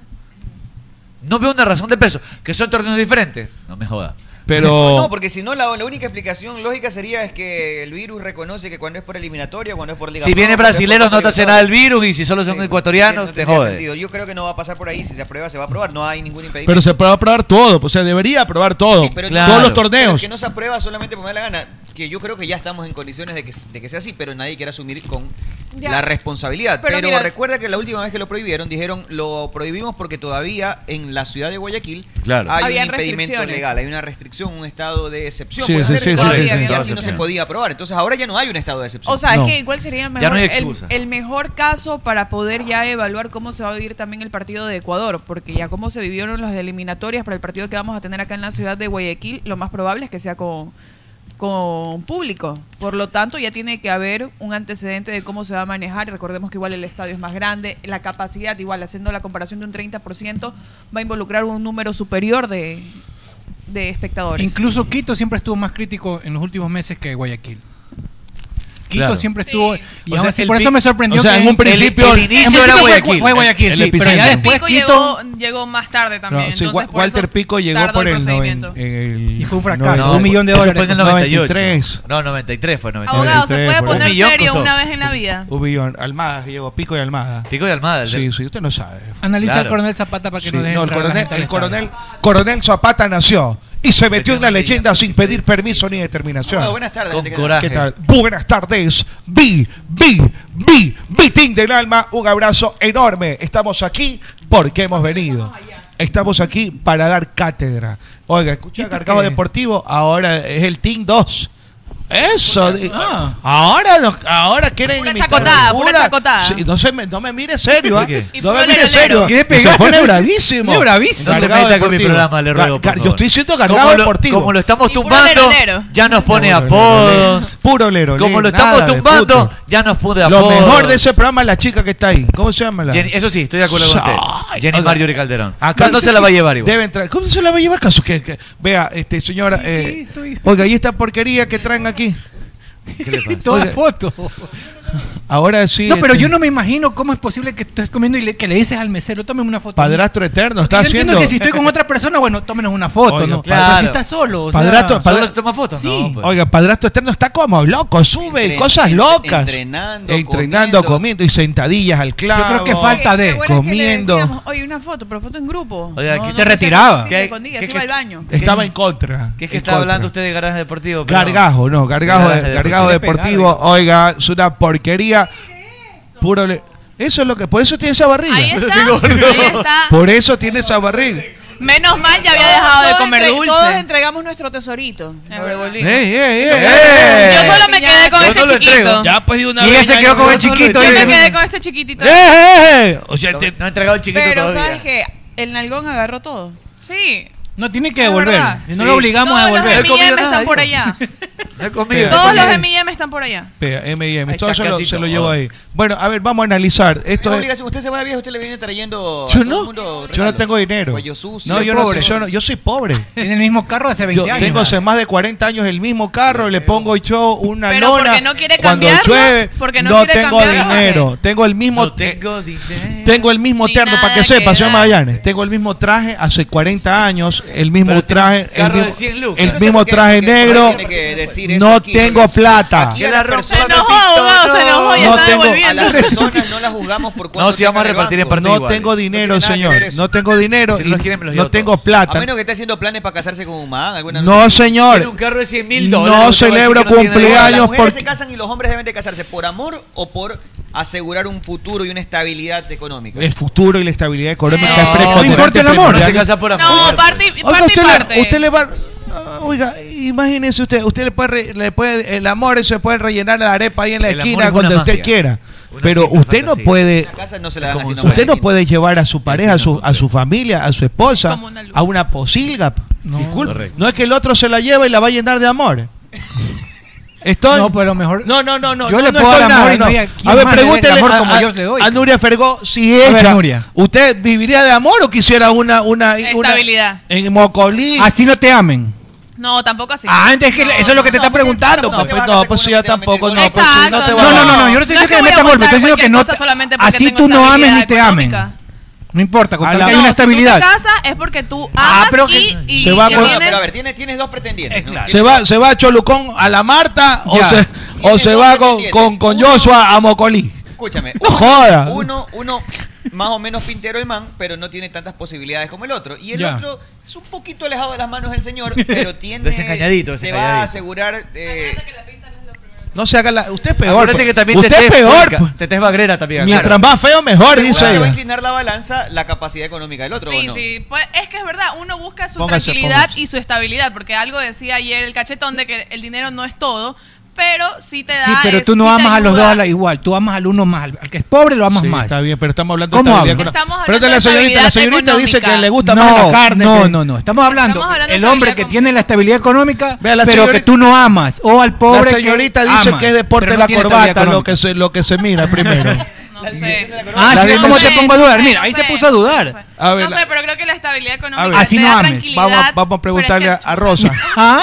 Speaker 10: No veo una razón de peso. Que son torneos diferentes. No me joda.
Speaker 9: No,
Speaker 1: Pero.
Speaker 9: porque si no, la, la única explicación lógica sería es que el virus reconoce que cuando es por eliminatoria, cuando es por Liga
Speaker 10: Si
Speaker 9: Pro,
Speaker 10: viene
Speaker 9: cuando es
Speaker 10: brasileros
Speaker 9: por
Speaker 10: no te hace
Speaker 9: Libertadores.
Speaker 10: nada el virus y si solo
Speaker 9: Sí,
Speaker 10: son
Speaker 9: no
Speaker 10: ecuatorianos
Speaker 9: tiene- no
Speaker 10: te
Speaker 9: tendría
Speaker 10: jode.
Speaker 9: sentido. Yo creo que no va a pasar por ahí. Si se aprueba, se va a aprobar. No hay ningún impedimento.
Speaker 1: pues. Pero se puede aprobar todo. O sea, debería aprobar todo.
Speaker 9: Sí, pero-
Speaker 1: Todos los
Speaker 9: Pero el
Speaker 1: torneos.
Speaker 9: que no se aprueba solamente porque me da la gana. que yo creo que ya estamos en condiciones de que, de que sea así, pero nadie quiere asumir con
Speaker 11: Ya.
Speaker 9: la responsabilidad.
Speaker 11: Pero
Speaker 9: Pero,
Speaker 11: mira-
Speaker 9: recuerda que la última vez que lo prohibieron, dijeron, lo prohibimos porque todavía en la ciudad de Guayaquil
Speaker 10: Claro.
Speaker 9: hay
Speaker 11: Habían
Speaker 9: un impedimento
Speaker 11: restricciones.
Speaker 9: legal, hay una restricción, un estado de excepción.
Speaker 10: Sí,
Speaker 9: puede
Speaker 10: sí,
Speaker 9: ser,
Speaker 10: sí, sí,
Speaker 9: todavía,
Speaker 10: sí, sí,
Speaker 9: y
Speaker 10: sí.
Speaker 9: así no se
Speaker 10: Sí.
Speaker 9: podía aprobar. Entonces ahora ya no hay un estado de excepción.
Speaker 11: O sea,
Speaker 10: No.
Speaker 11: es que igual sería el mejor,
Speaker 10: Ya no hay
Speaker 11: el-
Speaker 10: excusa.
Speaker 11: El, mejor caso para poder ya evaluar cómo se va a vivir también el partido de Ecuador, porque ya como se vivieron las eliminatorias para el partido que vamos a tener acá en la ciudad de Guayaquil, lo más probable es que sea con, con público. Por lo tanto, ya tiene que haber un antecedente de cómo se va a manejar. Recordemos que igual el estadio es más grande, la capacidad igual, haciendo la comparación de un 30%, va a involucrar un número superior de, de espectadores.
Speaker 13: Incluso Quito siempre estuvo más crítico en los últimos meses que Guayaquil. Quito
Speaker 12: Claro.
Speaker 13: siempre estuvo. Y
Speaker 12: O
Speaker 13: aún
Speaker 12: sea,
Speaker 13: así,
Speaker 12: el
Speaker 13: por eso
Speaker 12: pi-
Speaker 13: me sorprendió.
Speaker 12: o sea,
Speaker 13: que
Speaker 12: en un principio-
Speaker 13: en
Speaker 12: el inicio
Speaker 13: fue
Speaker 12: era
Speaker 13: Guaya-
Speaker 12: Guayaquil,
Speaker 13: fue Guayaquil,
Speaker 12: el
Speaker 13: sí, pero ya
Speaker 12: epicentro.
Speaker 13: después
Speaker 15: Pico
Speaker 13: Quito.
Speaker 15: llegó, llegó más tarde también.
Speaker 1: No, sí, Wa-
Speaker 15: entonces, por
Speaker 1: Walter
Speaker 15: eso
Speaker 1: Pico llegó
Speaker 15: tardó
Speaker 1: por
Speaker 15: el
Speaker 1: el, noven-
Speaker 15: procedimiento.
Speaker 1: el-
Speaker 13: Y fue un
Speaker 1: no,
Speaker 13: fracaso,
Speaker 1: no,
Speaker 13: un millón de
Speaker 1: eso
Speaker 13: dólares.
Speaker 1: fue en el
Speaker 10: 93. No, 93 fue 93.
Speaker 15: Abogado, ¿se puede
Speaker 1: por ahí.
Speaker 15: poner
Speaker 1: Un millón
Speaker 15: serio
Speaker 1: costó.
Speaker 15: una vez en la vida?
Speaker 1: Un millón. Almada llegó Pico y Almada.
Speaker 10: Pico y Almada. el de-
Speaker 1: Sí, sí, usted no sabe.
Speaker 13: Analiza
Speaker 10: Claro.
Speaker 13: al coronel Zapata para que
Speaker 1: Sí,
Speaker 13: no deje
Speaker 1: no, el
Speaker 13: entrar a la
Speaker 1: coronel,
Speaker 13: gente al
Speaker 1: el
Speaker 13: estadio.
Speaker 1: coronel, coronel Zapata nació y se metió en la leyenda sin pedir permiso ni determinación.
Speaker 9: Bueno, buenas tardes.
Speaker 1: ¿Qué
Speaker 9: gente, ¿qué tal?
Speaker 1: tal? Buenas tardes, vi, vi, vi, Vitín del Alma, un abrazo enorme. Estamos aquí porque hemos venido. Estamos aquí para dar cátedra. Oiga, escucha, Cargado Deportivo, ahora es el Team 2. Eso, di-
Speaker 13: Ah.
Speaker 1: ahora, nos- ahora quieren
Speaker 15: Pura
Speaker 1: imitar
Speaker 15: chacotada, pura
Speaker 1: figura.
Speaker 15: chacotada.
Speaker 1: Sí, no, se me, no me mire serio, ¿ah?
Speaker 10: ¿Por qué?
Speaker 15: Y
Speaker 1: no me
Speaker 15: fue
Speaker 1: mire
Speaker 15: el alero.
Speaker 1: serio.
Speaker 10: Quiere
Speaker 1: Se
Speaker 10: pegar.
Speaker 1: pone bravísimo.
Speaker 10: Pone bravísimo. No se
Speaker 1: Cargado
Speaker 10: meta con mi
Speaker 1: Deportivo.
Speaker 10: programa, le
Speaker 1: Gar-
Speaker 10: ruego, por
Speaker 1: gar- Yo
Speaker 10: favor.
Speaker 1: estoy diciendo cargado
Speaker 10: Como lo-
Speaker 1: deportivo.
Speaker 10: como lo estamos
Speaker 15: puro
Speaker 10: tumbando,
Speaker 15: lerolero.
Speaker 10: ya nos pone
Speaker 1: Puro
Speaker 10: apodos.
Speaker 1: lerolero. Puro lerolero,
Speaker 10: Como lo
Speaker 1: nada
Speaker 10: estamos
Speaker 1: de
Speaker 10: tumbando,
Speaker 1: fútbol.
Speaker 10: ya nos pone
Speaker 1: Lo
Speaker 10: apodos.
Speaker 1: mejor de ese programa es la chica que está ahí. ¿Cómo se llama la?
Speaker 10: Jenny- eso sí, estoy de acuerdo con usted.
Speaker 1: Ay,
Speaker 10: Jenny
Speaker 1: oiga.
Speaker 10: Marjorie Calderón.
Speaker 1: Acá-
Speaker 10: no se la va a llevar igual.
Speaker 1: Debe entrar. ¿Cómo se la va a llevar acaso? Que, que- vea, este señora, eh, oiga, ¿y esta porquería que traen aquí?
Speaker 10: ¿Qué le pasa?
Speaker 13: Toda
Speaker 1: Oiga,
Speaker 13: foto.
Speaker 1: Ahora sí.
Speaker 13: No, pero
Speaker 1: este,
Speaker 13: yo no me imagino cómo es posible que estés comiendo y le- que le dices al mesero, tómeme una foto.
Speaker 1: Padrastro eterno, está
Speaker 13: yo
Speaker 1: haciendo.
Speaker 13: entiendo que si estoy con otra persona, bueno, tómenos una foto,
Speaker 1: Oiga,
Speaker 13: ¿no?
Speaker 1: claro.
Speaker 13: Pero si estás solo, o sea,
Speaker 1: Padrastro- padra-
Speaker 10: ¿Solo toma fotos? No, pues.
Speaker 1: Oiga, padrastro eterno está como loco, sube
Speaker 9: Entren-
Speaker 1: cosas
Speaker 9: entre-
Speaker 1: locas.
Speaker 9: entrenando,
Speaker 1: Entrenando, comiendo y sentadillas al
Speaker 13: creo
Speaker 1: clavo.
Speaker 13: que falta
Speaker 11: ¿Te acuerdas que le
Speaker 1: comiendo.
Speaker 11: decíamos, Oye, una foto, pero foto en grupo.
Speaker 10: Oiga, que-
Speaker 13: Se retiraba.
Speaker 11: Sí,
Speaker 10: ¿Qué-
Speaker 11: se escondía,
Speaker 10: qué-
Speaker 11: se iba
Speaker 10: qué-
Speaker 11: al baño.
Speaker 1: Estaba en contra.
Speaker 10: ¿Qué es que
Speaker 1: en
Speaker 10: está
Speaker 1: contra.
Speaker 10: hablando usted de garaje deportivo? pero-
Speaker 1: Gargajo, no, gargajo,
Speaker 10: Garaje
Speaker 1: gargajo
Speaker 10: deportivo.
Speaker 1: deportivo. Oiga, es una porquería. Puro le- Eso es lo que. Por eso tiene esa barriga.
Speaker 15: Ahí está, ahí está.
Speaker 1: Por eso tiene esa barriga.
Speaker 15: Menos mal ya había dejado de
Speaker 11: Todos
Speaker 15: comer
Speaker 11: entre- Todos
Speaker 15: dulce.
Speaker 11: entregamos nuestro tesorito. Lo
Speaker 1: ¡Ey,
Speaker 11: devolvimos.
Speaker 1: ey, ey!
Speaker 15: Yo
Speaker 1: ey.
Speaker 15: solo me quedé con
Speaker 10: Yo
Speaker 15: este
Speaker 10: no lo
Speaker 15: chiquito.
Speaker 10: entrego.
Speaker 15: Yo
Speaker 14: Ya pues de una
Speaker 13: Y
Speaker 14: vez.
Speaker 13: ella se
Speaker 14: ya
Speaker 13: quedó
Speaker 14: no-
Speaker 13: con el
Speaker 14: no lo
Speaker 13: chiquito.
Speaker 14: entiendo.
Speaker 15: me quedé con este chiquitito.
Speaker 1: ¡Ey, ey, ey!
Speaker 14: O sea, te-
Speaker 10: No ha entregado el chiquito
Speaker 11: Pero
Speaker 10: todavía.
Speaker 11: ¿sabes qué? El nalgón agarró todo.
Speaker 15: Sí.
Speaker 13: No tiene que
Speaker 15: Es
Speaker 13: devolver.
Speaker 15: verdad.
Speaker 13: Si no
Speaker 10: Sí.
Speaker 13: lo obligamos a
Speaker 15: Todos los
Speaker 13: devolver.
Speaker 10: he comido
Speaker 15: M&M
Speaker 10: nada,
Speaker 15: están por
Speaker 10: hijo.
Speaker 15: allá.
Speaker 10: No he comido.
Speaker 15: Todos los M&M están por allá.
Speaker 1: Pega, M&M,
Speaker 10: Ahí
Speaker 1: todo
Speaker 10: está,
Speaker 1: se lo,
Speaker 10: casito.
Speaker 1: se lo llevo ahí. Bueno, a ver, vamos a analizar. Esto
Speaker 9: Es
Speaker 1: es-
Speaker 9: obligación. Usted se va de viaje, usted le viene trayendo. a
Speaker 1: yo
Speaker 9: todo el
Speaker 1: no,
Speaker 9: mundo
Speaker 1: yo no
Speaker 9: regalos.
Speaker 1: tengo dinero.
Speaker 9: Cuello sucio.
Speaker 1: No, yo no,
Speaker 13: pobre.
Speaker 1: yo no- yo soy pobre.
Speaker 13: Tiene el mismo carro hace 20
Speaker 1: Yo
Speaker 13: años.
Speaker 1: tengo hace más de 40 años el mismo carro, le pongo yo una
Speaker 15: Pero
Speaker 1: lona.
Speaker 15: porque no quiere
Speaker 1: cuando
Speaker 15: cambiarlo,
Speaker 1: llueve,
Speaker 15: porque no
Speaker 1: no
Speaker 15: quiere
Speaker 1: tengo
Speaker 15: cambiarlo,
Speaker 1: dinero. Tengo el mismo
Speaker 10: No tengo dinero.
Speaker 1: tengo el mismo
Speaker 15: Ni
Speaker 1: terno,
Speaker 15: nada
Speaker 1: para que
Speaker 15: que
Speaker 1: sepa,
Speaker 15: dar.
Speaker 1: señor Magallanes. Tengo el mismo traje hace 40 años, el mismo traje, el
Speaker 10: carro de
Speaker 1: mismo,
Speaker 10: 100 lucas.
Speaker 1: el
Speaker 10: Yo no
Speaker 9: sé
Speaker 1: mismo
Speaker 9: por qué-
Speaker 1: traje
Speaker 9: por qué
Speaker 1: negro.
Speaker 9: tiene que decir eso
Speaker 1: No
Speaker 9: aquí,
Speaker 1: tengo
Speaker 9: porque
Speaker 1: plata.
Speaker 9: aquí
Speaker 10: Que
Speaker 9: a
Speaker 10: la
Speaker 9: las
Speaker 10: rompa,
Speaker 9: personas-
Speaker 15: Se enojó, abogado, se enojó y
Speaker 1: No
Speaker 15: está
Speaker 1: tengo-
Speaker 9: A
Speaker 15: devolviendo.
Speaker 9: las personas no las juzgamos por cuánto
Speaker 10: No, si vamos a
Speaker 9: tengan el
Speaker 10: repartir en
Speaker 9: banco.
Speaker 10: partido.
Speaker 1: No
Speaker 10: iguales.
Speaker 1: tengo dinero,
Speaker 9: No tiene nada que
Speaker 1: señor.
Speaker 9: ver eso.
Speaker 1: No tengo dinero
Speaker 10: Si
Speaker 1: y
Speaker 10: los quieren, me los
Speaker 1: no
Speaker 10: llevo
Speaker 1: tengo
Speaker 10: todos.
Speaker 9: A
Speaker 1: plata.
Speaker 9: menos que esté haciendo planes para casarse con un man. alguna
Speaker 1: No,
Speaker 9: noche.
Speaker 10: Tiene
Speaker 1: señor.
Speaker 10: un carro de 100 mil
Speaker 1: No
Speaker 10: dólares.
Speaker 1: celebro
Speaker 9: Ahora,
Speaker 1: cumpleaños
Speaker 9: Las mujeres
Speaker 1: porque-
Speaker 9: se casan y los hombres deben de casarse por amor o por asegurar un futuro y una estabilidad económica.
Speaker 1: El futuro y la estabilidad económica
Speaker 15: No,
Speaker 1: es
Speaker 15: no
Speaker 1: preponderante.
Speaker 13: importa el amor,
Speaker 10: No se
Speaker 1: primordial.
Speaker 10: casa por amor.
Speaker 15: No, parte, y-
Speaker 1: Oiga,
Speaker 15: parte y
Speaker 1: usted,
Speaker 15: parte.
Speaker 1: Le, usted le va. ah, Oiga, imagínese usted, usted le puede, re- le puede, el amor se puede rellenar la arepa ahí en la
Speaker 10: El amor
Speaker 1: esquina
Speaker 10: es una
Speaker 1: cuando usted
Speaker 10: magia.
Speaker 1: quiera.
Speaker 10: Una
Speaker 1: Pero
Speaker 10: simple
Speaker 1: usted no
Speaker 10: fantasía.
Speaker 1: puede,
Speaker 9: Las casas no se la dan
Speaker 10: Como
Speaker 9: así
Speaker 10: un
Speaker 9: nomás.
Speaker 1: usted no puede llevar a su pareja, a su, a su familia, a su esposa,
Speaker 15: Como una luz.
Speaker 1: a una posilga.
Speaker 13: No.
Speaker 1: Disculpe,
Speaker 10: Correcto.
Speaker 1: no es que el otro se la lleva y la va a llenar de amor. Estoy,
Speaker 13: No, pero mejor-
Speaker 1: No, no, no, no.
Speaker 13: Yo
Speaker 1: no,
Speaker 13: le
Speaker 1: no
Speaker 13: puedo
Speaker 1: estoy
Speaker 13: dar
Speaker 1: nada,
Speaker 13: amor y no
Speaker 1: no.
Speaker 13: hay a quien
Speaker 1: A ver,
Speaker 13: más le dé el
Speaker 1: pregúntele
Speaker 13: amor
Speaker 1: a,
Speaker 13: como
Speaker 1: a-
Speaker 13: yo le doy.
Speaker 1: a Nuria Fergó si
Speaker 13: A ver,
Speaker 1: ella.
Speaker 13: Nuria.
Speaker 1: ¿Usted viviría de amor o quisiera una. una una-
Speaker 15: Estabilidad.
Speaker 1: en Mocolí.
Speaker 13: Así no te amen.
Speaker 15: No, tampoco así.
Speaker 13: Ah, entonces que eso es lo que te está preguntando.
Speaker 1: No,
Speaker 13: pues.
Speaker 1: pues no, pues ya tampoco, no, pues
Speaker 15: Exacto.
Speaker 1: sí, no te va
Speaker 13: No, no, no, no,
Speaker 1: a-
Speaker 13: yo no estoy
Speaker 15: No
Speaker 13: diciendo
Speaker 15: es que
Speaker 13: que me
Speaker 15: voy a
Speaker 13: metas gol,
Speaker 15: contar
Speaker 13: estoy diciendo que
Speaker 15: cualquier
Speaker 13: no.
Speaker 15: cosa solamente porque
Speaker 13: Así
Speaker 15: tengo
Speaker 13: tú no ames ni te
Speaker 15: estabilidad
Speaker 13: amen.
Speaker 15: económica.
Speaker 13: No importa, con
Speaker 1: A
Speaker 13: tal
Speaker 1: la-
Speaker 13: que hay
Speaker 1: No,
Speaker 13: una
Speaker 15: si tú te
Speaker 13: estabilidad.
Speaker 15: casas es porque tú
Speaker 1: Ah,
Speaker 15: amas
Speaker 1: pero que
Speaker 15: y, y-
Speaker 1: se va
Speaker 15: y
Speaker 1: con-
Speaker 9: Bueno,
Speaker 15: tienes-
Speaker 9: pero a ver, tienes, tienes dos pretendientes. ¿no?
Speaker 1: Se va, se va a Cholucón a la Marta o
Speaker 13: Ya.
Speaker 1: se, o
Speaker 9: Tiene
Speaker 1: se
Speaker 9: dos
Speaker 1: va con,
Speaker 9: pretendientes.
Speaker 1: con, con
Speaker 9: Uno-
Speaker 1: Joshua a Mocolí.
Speaker 9: Escúchame.
Speaker 1: No joda.
Speaker 9: Uno, uno más o menos pintero el man, pero no tiene tantas posibilidades como el otro. Y el
Speaker 10: Ya.
Speaker 9: otro es un poquito alejado de las manos del señor, pero tiene.
Speaker 10: Desengañadito,
Speaker 9: Te
Speaker 10: desengañadito.
Speaker 9: va a asegurar. eh,
Speaker 1: No se haga la. Usted es peor.
Speaker 10: Acuérdate
Speaker 1: pues.
Speaker 10: que también
Speaker 1: usted
Speaker 10: Tetés
Speaker 1: es peor.
Speaker 10: Cuenca,
Speaker 1: pues.
Speaker 10: Tetés Bagrera también.
Speaker 1: Mientras más feo, mejor,
Speaker 9: seguramente
Speaker 1: dice
Speaker 9: va a
Speaker 1: ella.
Speaker 9: inclinar la balanza la capacidad económica del otro, ¿o
Speaker 15: Sí,
Speaker 9: no?
Speaker 15: sí, pues, es que es verdad, uno busca su
Speaker 9: Póngase,
Speaker 15: tranquilidad
Speaker 9: póngase.
Speaker 15: y su estabilidad, porque algo decía ayer el cachetón de que el dinero no es todo, pero sí te da...
Speaker 13: Sí, pero
Speaker 15: es-
Speaker 13: tú no
Speaker 15: sí te
Speaker 13: amas a los dos
Speaker 15: ayuda.
Speaker 13: a la igual. Tú amas al uno más. Al al que es pobre lo amas
Speaker 1: Sí,
Speaker 13: más.
Speaker 1: Está bien, pero estamos hablando
Speaker 13: ¿Cómo
Speaker 1: de
Speaker 13: habla?
Speaker 1: económica.
Speaker 15: Estamos
Speaker 1: Pero de la
Speaker 15: hablando de
Speaker 1: señorita, la
Speaker 15: estabilidad
Speaker 1: señorita dice
Speaker 15: económica.
Speaker 1: que le gusta
Speaker 13: No,
Speaker 1: más la carne.
Speaker 13: no,
Speaker 1: que-
Speaker 13: no, no. Estamos hablando,
Speaker 15: Estamos hablando
Speaker 13: el
Speaker 15: de
Speaker 13: hombre que tiene la estabilidad económica,
Speaker 1: Vea, la
Speaker 13: pero que
Speaker 1: señorita-
Speaker 13: tú no amas. O al pobre
Speaker 1: La señorita
Speaker 13: que
Speaker 1: dice
Speaker 13: ama,
Speaker 1: que es
Speaker 13: pero
Speaker 1: deporte
Speaker 13: no
Speaker 1: la
Speaker 13: tiene
Speaker 1: corbata
Speaker 13: estabilidad
Speaker 1: lo que se, lo que se mira primero.
Speaker 13: Ah,
Speaker 1: La
Speaker 13: sí, ¿cómo
Speaker 1: dimensión-
Speaker 13: te pongo a dudar? Mira, ahí se puso a dudar.
Speaker 1: A ver,
Speaker 15: No sé, pero creo que la estabilidad económica
Speaker 1: a ver.
Speaker 15: te da
Speaker 1: Vamos,
Speaker 15: tranquilidad.
Speaker 1: vamos a preguntarle a, a Rosa.
Speaker 13: ¿Ah?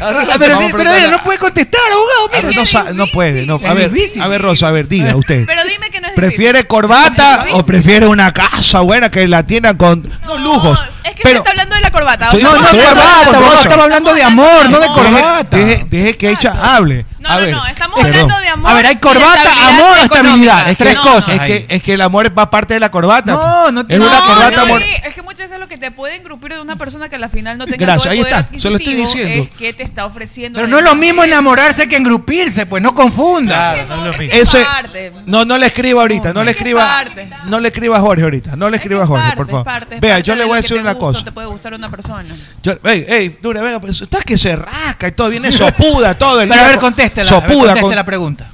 Speaker 1: Rosa,
Speaker 13: Pero,
Speaker 1: vamos a
Speaker 13: pero ella
Speaker 1: preguntarle
Speaker 13: no puede contestar, abogado.
Speaker 1: a- no, sa- no puede, no. A ver, a ver, Rosa, a ver, diga usted.
Speaker 15: Pero dime que no es difícil.
Speaker 1: ¿Prefiere corbata o prefiere una casa buena que la tienda con no lujos?
Speaker 15: Es que se
Speaker 1: Pero-
Speaker 15: está hablando de la corbata.
Speaker 1: Estoy-
Speaker 15: No, no,
Speaker 1: estoy
Speaker 15: no,
Speaker 1: hablando
Speaker 15: no,
Speaker 1: con
Speaker 15: no,
Speaker 1: Rosa.
Speaker 13: estaba hablando de amor, no de
Speaker 1: Deje-
Speaker 13: corbata.
Speaker 1: Deje, deje que ella hable.
Speaker 15: No,
Speaker 1: A
Speaker 15: no,
Speaker 1: ver,
Speaker 15: no, estamos
Speaker 1: perdón.
Speaker 15: hablando de amor.
Speaker 13: A ver, hay
Speaker 15: y
Speaker 13: corbata,
Speaker 15: estabilidad
Speaker 13: amor o
Speaker 15: económica.
Speaker 13: estabilidad. Es tres
Speaker 15: No,
Speaker 13: cosas.
Speaker 1: Es que, es que el amor va parte de la corbata.
Speaker 13: No,
Speaker 1: Es una
Speaker 11: No,
Speaker 1: corbata
Speaker 11: Ah, no,
Speaker 1: amor.
Speaker 11: y Es que muchas veces lo que te puede engrupir de una persona que a la final no tenga
Speaker 1: Gracias,
Speaker 11: todo
Speaker 1: ahí
Speaker 11: el poder
Speaker 1: está, se lo estoy
Speaker 11: adquisitivo
Speaker 1: diciendo.
Speaker 11: Es que te está ofreciendo.
Speaker 13: Pero
Speaker 11: de-
Speaker 13: no es lo mismo enamorarse que engrupirse, pues no confunda.
Speaker 1: Ese,
Speaker 11: parte.
Speaker 1: no, no le escriba ahorita, no le
Speaker 11: Es que
Speaker 1: escriba,
Speaker 11: parte.
Speaker 1: no le escriba a Jorge ahorita, no le escriba a Jorge, por favor.
Speaker 11: Parte, es
Speaker 1: Vea,
Speaker 11: parte
Speaker 1: yo le
Speaker 11: de
Speaker 1: voy a
Speaker 11: lo que
Speaker 1: decir
Speaker 11: te
Speaker 1: una
Speaker 11: gusta o
Speaker 1: cosa.
Speaker 11: te puede gustar una persona.
Speaker 1: Yo- ey, ey, Dura, venga, pues, estás que se rasca y todo, viene sopuda todo el
Speaker 13: Pero a
Speaker 1: día
Speaker 13: ver,
Speaker 1: con-
Speaker 13: contéstela. a ver,
Speaker 1: Sopuda
Speaker 13: conteste
Speaker 1: con-
Speaker 13: la pregunta.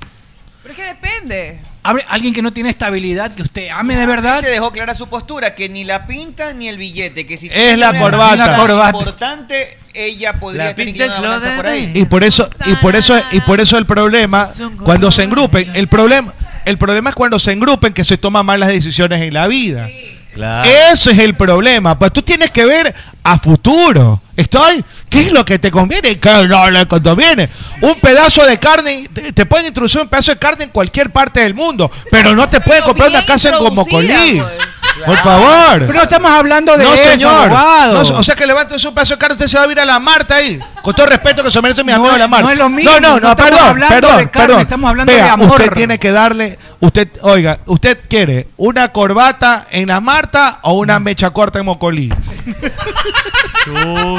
Speaker 11: Pero es que depende.
Speaker 13: Abre- Alguien que no tiene estabilidad, que usted ame de verdad.
Speaker 9: Se Ah, dejó clara su postura, que ni la pinta ni el billete, que si
Speaker 1: Es la corbata.
Speaker 9: tan
Speaker 1: La corbata.
Speaker 9: importante, ella podría
Speaker 1: La
Speaker 9: estar
Speaker 1: pinta
Speaker 9: inclinada
Speaker 1: es
Speaker 9: a
Speaker 1: lo
Speaker 9: la balanza
Speaker 1: de
Speaker 9: por ahí.
Speaker 1: y por eso y por eso y por eso el problema cuando se engrupen, el problema el problema es cuando se engrupen que se toman malas decisiones en la vida. Ese es el problema. Pues tú tienes que ver a futuro. ¿Estoy? ¿Qué es lo que te conviene? y ¿Qué no le conviene? Un pedazo de carne, te te pueden introducir un pedazo de carne en cualquier parte del mundo, pero no te pueden comprar una casa en Gomocolí. Por favor.
Speaker 13: Pero no estamos hablando de
Speaker 1: No,
Speaker 13: eso,
Speaker 1: señor.
Speaker 13: abogado.
Speaker 1: No, o sea que levantes un pedazo de carne, usted se va a ir a la Marta ahí. Con todo el respeto que se merece mi
Speaker 13: No
Speaker 1: amigo
Speaker 13: es-
Speaker 1: la Marta.
Speaker 13: no es lo mismo,
Speaker 1: No, no,
Speaker 13: no
Speaker 1: no,
Speaker 13: estamos
Speaker 1: perdón,
Speaker 13: hablando
Speaker 1: perdón,
Speaker 13: de carne,
Speaker 1: perdón.
Speaker 13: estamos hablando
Speaker 1: Vea,
Speaker 13: de amor.
Speaker 1: Usted tiene que darle, usted, oiga, usted quiere una corbata en la Marta o una mecha corta en Mocolí.
Speaker 11: Eh,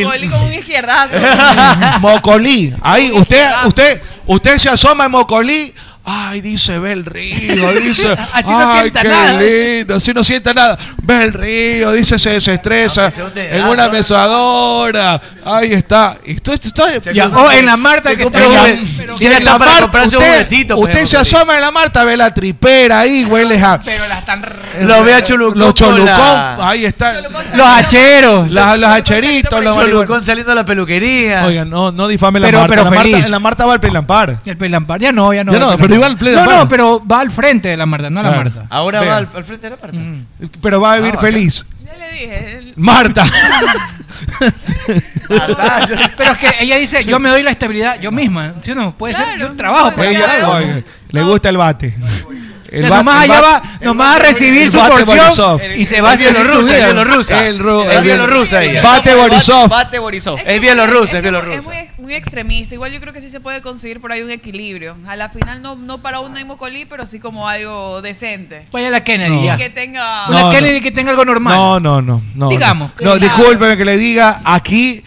Speaker 11: como el- como un izquierdazo.
Speaker 1: Mocolí. Ahí, usted, usted, usted se asoma en Mocolí. Ay, dice, ve el río, dice.
Speaker 7: Así no
Speaker 1: ay,
Speaker 7: sienta
Speaker 1: qué
Speaker 7: nada".
Speaker 1: lindo, así no sienta nada. Ve el río, dice, se desestresa en
Speaker 13: ¿eh?
Speaker 1: una mesadora. Ahí está. Y tú- tú- tú- y-
Speaker 13: o Oh, en la Marta que
Speaker 1: compra
Speaker 13: está-
Speaker 1: un-
Speaker 13: en la-
Speaker 1: pero-
Speaker 13: tiene
Speaker 1: en la
Speaker 13: hasta para
Speaker 1: Marta,
Speaker 13: comprarse un
Speaker 1: usted-
Speaker 13: juguetito, pues,
Speaker 1: Usted se
Speaker 13: Mocolí.
Speaker 1: asoma en la Marta, ve la tripera ahí, huele a...
Speaker 13: Lo ve a
Speaker 10: Cholucón
Speaker 1: Los
Speaker 10: con
Speaker 1: Cholucón,
Speaker 10: la-
Speaker 1: ahí están.
Speaker 13: Los hacheros.
Speaker 1: Las- los hacheritos, los
Speaker 10: Cholucón saliendo de la peluquería.
Speaker 1: Oigan, no, no difame la
Speaker 13: Pero-
Speaker 1: Marta.
Speaker 13: pero
Speaker 1: la Marta.
Speaker 13: feliz.
Speaker 1: En la Marta va el pelampar.
Speaker 13: El Pelampar, ya no, ya no.
Speaker 1: Ya no,
Speaker 13: el
Speaker 1: pero
Speaker 13: Pelampar.
Speaker 1: iba al Pelampar.
Speaker 13: No, no, pero va al frente de la Marta, no a la
Speaker 1: Claro.
Speaker 13: Marta.
Speaker 10: Ahora
Speaker 1: Vea.
Speaker 10: va al, al frente de la parte.
Speaker 1: Pero va a vivir
Speaker 10: Ah,
Speaker 1: feliz.
Speaker 11: Ya le dije. el-
Speaker 1: Marta.
Speaker 13: pero es que ella dice, yo me doy la estabilidad yo misma. ¿Sí o no? Puede ser de un trabajo. para
Speaker 1: Ella,
Speaker 13: ella, ¿no?
Speaker 1: oiga, le gusta el bate.
Speaker 13: O sea, nomás allá va- nomás a recibir su porción y se va a hacer su vida.
Speaker 1: El, ru-
Speaker 10: Es
Speaker 1: el-
Speaker 10: bielorrusa ella.
Speaker 1: Bate Borisov.
Speaker 9: Bate Borisov.
Speaker 10: Es bielorrusa, es
Speaker 11: Es
Speaker 10: bielorrusa.
Speaker 11: muy, muy extremista. Igual yo creo que sí se puede conseguir por ahí un equilibrio. A la final no, no para un Naimo Colí, pero sí como algo decente.
Speaker 13: Vaya la Kennedy,
Speaker 1: No.
Speaker 13: ya.
Speaker 11: Que tenga...
Speaker 13: Una
Speaker 1: No,
Speaker 13: Kennedy que tenga algo normal.
Speaker 1: No, no, no. no
Speaker 13: Digamos.
Speaker 1: No,
Speaker 13: Claro.
Speaker 1: no, discúlpeme que le diga, aquí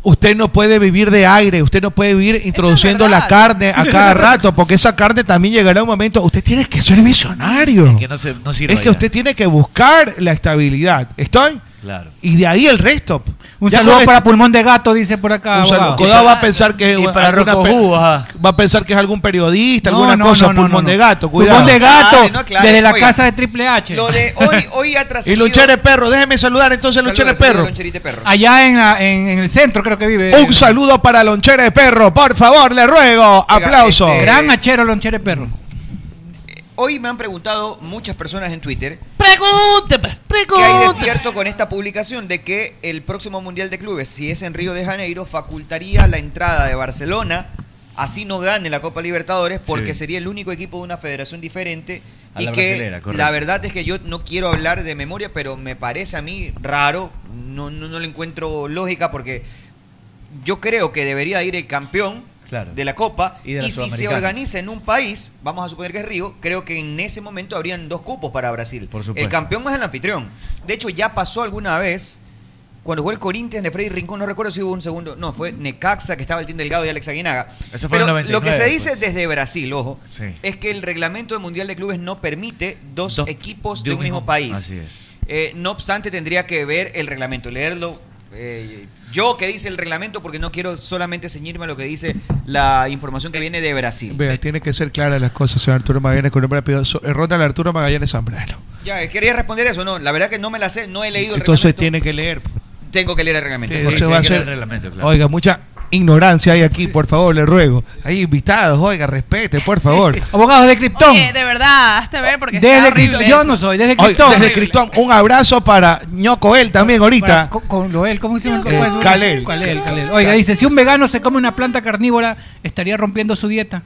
Speaker 1: usted no puede vivir de aire, usted no puede vivir introduciendo la carne a cada rato, porque esa carne también llegará un momento. Usted tiene que ser visionario.
Speaker 10: Es que no, se, no sirve.
Speaker 1: Es que
Speaker 10: ya.
Speaker 1: usted tiene que buscar la estabilidad. ¿Estoy?
Speaker 10: Claro.
Speaker 1: Y de ahí el resto.
Speaker 13: Un
Speaker 1: Ya
Speaker 13: saludo
Speaker 1: con
Speaker 13: para
Speaker 1: esto-
Speaker 13: Pulmón de Gato, dice por acá.
Speaker 1: un saludo.
Speaker 13: abogado.
Speaker 1: Codado va a pensar que
Speaker 10: Y para
Speaker 1: alguna
Speaker 10: Rocco
Speaker 1: pe-
Speaker 10: Hu,
Speaker 1: va a pensar que es algún periodista,
Speaker 13: No,
Speaker 1: alguna
Speaker 13: no,
Speaker 1: cosa,
Speaker 13: no, no,
Speaker 1: pulmón
Speaker 13: no,
Speaker 1: de
Speaker 13: no.
Speaker 1: gato,
Speaker 13: Pulmón
Speaker 1: cuidado.
Speaker 13: de gato,
Speaker 1: Aclare, no aclare,
Speaker 13: desde la
Speaker 1: oiga.
Speaker 13: casa de Triple H.
Speaker 1: Lo de
Speaker 9: hoy, hoy ha
Speaker 1: Y
Speaker 9: trascendido-
Speaker 1: Luchere Perro, déjeme saludar entonces
Speaker 9: Saluda,
Speaker 1: Luchere
Speaker 9: saluda,
Speaker 1: Perro.
Speaker 9: Loncherita Perro.
Speaker 13: Allá en, la- en- en el centro creo que vive.
Speaker 1: Un saludo para Lonchera de Perro, por favor, le ruego. Aplauso. Eh,
Speaker 9: este-
Speaker 13: Gran hachero, lonchere perro.
Speaker 9: Hoy me han preguntado muchas personas en Twitter
Speaker 14: Pregúnteme,
Speaker 9: qué hay de
Speaker 14: pregúnteme.
Speaker 9: cierto con esta publicación de que el próximo Mundial de Clubes, si es en Río de Janeiro, facultaría la entrada de Barcelona, así no gane la Copa Libertadores, porque
Speaker 10: Sí.
Speaker 9: sería el único equipo de una federación diferente.
Speaker 10: A
Speaker 9: y
Speaker 10: la
Speaker 9: que
Speaker 10: brasilera, correcto.
Speaker 9: la verdad es que yo no quiero hablar de memoria, pero me parece a mí raro, no, no, no le encuentro lógica, porque yo creo que debería ir el campeón
Speaker 10: Claro.
Speaker 9: de la Copa
Speaker 10: Y
Speaker 9: y,
Speaker 10: de la
Speaker 9: si se
Speaker 10: Sudamericana.
Speaker 9: organiza en un país, vamos a suponer que es Río, creo que en ese momento habrían dos cupos para Brasil.
Speaker 10: supuesto.
Speaker 9: El campeón es el anfitrión. De hecho, ya pasó alguna vez cuando jugó el Corinthians de Freddy Rincón, no recuerdo si hubo un segundo, no, fue Necaxa que estaba el Team Delgado y Alex Aguinaga.
Speaker 10: Ese fue
Speaker 9: Pero
Speaker 10: en el 99,
Speaker 9: lo que se
Speaker 10: pues.
Speaker 9: dice desde Brasil, ojo,
Speaker 10: Sí.
Speaker 9: es que el reglamento del Mundial de Clubes no permite dos, equipos de un mismo, país.
Speaker 10: Así es.
Speaker 9: Eh, no obstante, tendría que ver el reglamento, leerlo. eh, yo que dice el reglamento, porque no quiero solamente ceñirme a lo que dice la información que viene de Brasil.
Speaker 1: Vea, tiene que ser claras las cosas, señor Arturo Magallanes, con nombre y apellido. So- eh, Ronald Arturo Magallanes Zambrano.
Speaker 9: Ya, eh, quería responder eso, no. La verdad que no me la sé, no he leído el
Speaker 1: Entonces tiene que leer.
Speaker 9: reglamento. Tengo que leer el reglamento.
Speaker 1: No se va a hacer- Oiga, mucha ignorancia hay aquí, por favor, le ruego. Hay invitados, oiga, respete, por favor.
Speaker 13: Abogados de Krypton.
Speaker 15: Oye, de verdad, hazte ver porque está
Speaker 13: Desde
Speaker 15: horrible
Speaker 13: Krypton. Yo
Speaker 15: eso.
Speaker 13: no soy, desde
Speaker 1: Oiga,
Speaker 13: Krypton.
Speaker 1: desde Cristón, un abrazo para ñoco él también ahorita.
Speaker 13: Para- con, con Loel, ¿cómo se llama?
Speaker 1: Eh,
Speaker 13: ¿Cómo es?
Speaker 1: Kalel.
Speaker 13: Kalel, Kalel. Oiga, dice, si un vegano se come una planta carnívora, estaría rompiendo su dieta.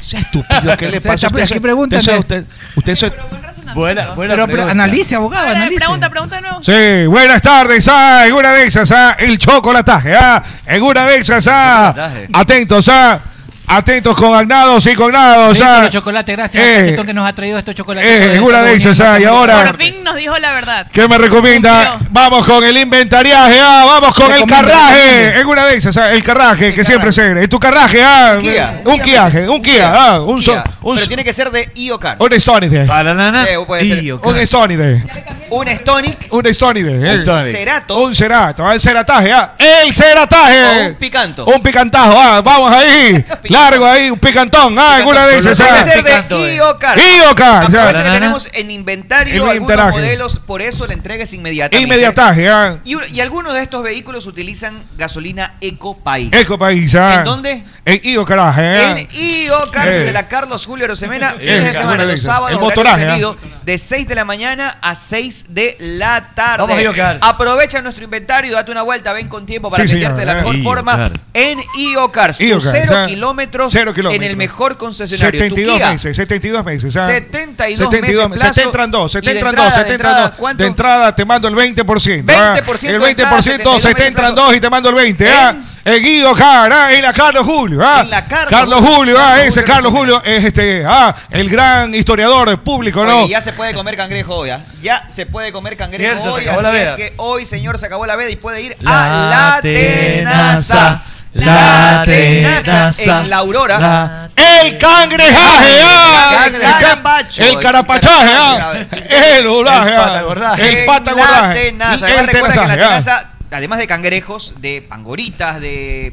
Speaker 1: Sea estúpido, ¿qué le pasa?
Speaker 13: Aquí
Speaker 1: Usted se-
Speaker 13: pregúntame.
Speaker 1: usted se- usted- usted se-
Speaker 13: Pero, pero analice, abogado,
Speaker 15: Ahora,
Speaker 13: analice.
Speaker 15: Pregunta, pregunta de nuevo.
Speaker 1: Sí, buenas tardes, ah, en una de esas, ah, el chocolataje, ah, en una de esas, ah,
Speaker 13: Chocolataje.
Speaker 1: atentos, ah, atentos con agnados y con agnados,
Speaker 13: Sí,
Speaker 1: ah,
Speaker 13: pero chocolate, gracias
Speaker 1: eh,
Speaker 13: al cachetón que nos ha traído estos chocolates.
Speaker 1: eh,
Speaker 13: Estos
Speaker 1: una de esas, ah, y ahora-
Speaker 15: Por fin nos dijo la verdad.
Speaker 1: ¿Qué me recomienda? Vamos con el inventariaje, ah, vamos con el
Speaker 15: Recomiendo,
Speaker 1: carraje.
Speaker 15: recomiendo.
Speaker 1: En una de esas, ah, el carraje, que siempre es alegre. Tu carraje, ah,
Speaker 9: Kia.
Speaker 1: un quiaje, un kia, ah, un so- un
Speaker 9: Pero
Speaker 1: so-
Speaker 9: tiene que ser de IO Cars.
Speaker 1: un estónide.
Speaker 9: Eh, puede ser.
Speaker 1: Un estónide.
Speaker 9: Un Stonic
Speaker 1: Un estónide. eh.
Speaker 9: Estónide. Cerato.
Speaker 1: Un cerato, ah, el cerataje, ah, el cerataje.
Speaker 9: O un picanto.
Speaker 1: Un picantajo, ah, vamos ahí. Largo ahí, un picantón, ah, en una de esas,
Speaker 9: Tiene que
Speaker 1: ah.
Speaker 9: ser de IO Cars.
Speaker 1: IO Cars, ya.
Speaker 9: Aprovecha que tenemos en inventario
Speaker 1: El
Speaker 9: algunos
Speaker 1: inventario.
Speaker 9: modelos, por eso la entrega es inmediata.
Speaker 1: Inmediataje, ah.
Speaker 9: Y, un- y algunos de estos vehículos utilizan gasolina Eco País.
Speaker 1: Eco país, ah.
Speaker 9: ¿En dónde?
Speaker 1: En IO Caraje, ah.
Speaker 9: En IO Cárcel
Speaker 1: Eh.
Speaker 9: de la Carlos Julio Rosemena,
Speaker 1: Eh,
Speaker 9: fines de
Speaker 1: buena
Speaker 9: semana, los
Speaker 1: lista.
Speaker 9: sábados,
Speaker 1: El
Speaker 9: horario
Speaker 1: motoraje,
Speaker 9: extendido, de 6 de la mañana a 6 de la tarde.
Speaker 10: Vamos a IO Cars.
Speaker 9: Aprovecha nuestro inventario, date una vuelta, ven con tiempo para
Speaker 10: Sí, señor,
Speaker 9: atenderte de la
Speaker 10: eh.
Speaker 9: mejor
Speaker 10: IO
Speaker 9: forma
Speaker 10: Cars.
Speaker 9: en IO Cars. Tu
Speaker 1: IO Cars,
Speaker 9: cero,
Speaker 1: ah.
Speaker 9: kilómetros
Speaker 1: Cero kilómetros.
Speaker 9: en el mejor concesionario. Tu
Speaker 1: 72
Speaker 9: Kia,
Speaker 1: meses, 72 meses. ¿ah?
Speaker 9: 72 meses
Speaker 1: Se
Speaker 9: plazo.
Speaker 1: te entran dos, se te
Speaker 9: Y de
Speaker 1: entran
Speaker 9: entrada,
Speaker 1: dos, se
Speaker 9: de
Speaker 1: te entran
Speaker 9: entrada,
Speaker 1: dos.
Speaker 9: ¿cuánto?
Speaker 1: De entrada te mando el 20%. ¿ah?
Speaker 9: 20%
Speaker 1: El
Speaker 9: de entrada,
Speaker 1: 20% se
Speaker 9: 72
Speaker 1: te
Speaker 9: meses
Speaker 1: entran
Speaker 9: plazo.
Speaker 1: dos y te mando el 20. ¿ah? En Guido Cara, en la Carlos Julio. ¿ah?
Speaker 9: Carlos
Speaker 1: Julio,
Speaker 9: Julio,
Speaker 1: ah,
Speaker 9: Carlos
Speaker 1: ese
Speaker 9: Julio
Speaker 1: Carlos Julio es este, ah, el gran historiador del público, ¿no?
Speaker 9: Oye, ya se puede comer cangrejo hoy, ¿ah? Ya se puede comer cangrejo
Speaker 1: Cierto, se
Speaker 9: hoy.
Speaker 1: acabó
Speaker 9: así
Speaker 1: la
Speaker 9: es
Speaker 1: veda.
Speaker 9: que hoy, señor, se acabó la veda y puede ir
Speaker 1: La
Speaker 9: a la tenaza.
Speaker 1: La
Speaker 9: En la aurora.
Speaker 1: El cangrejaje, ah, el, ca- el carapachaje, ah, el olaje, ah, el pata
Speaker 9: La
Speaker 1: gordaje,
Speaker 9: tenaza.
Speaker 1: el
Speaker 9: Además, recuerda que en la
Speaker 1: tenazaje, ah.
Speaker 9: tenaza, además de cangrejos, de pangoritas, de.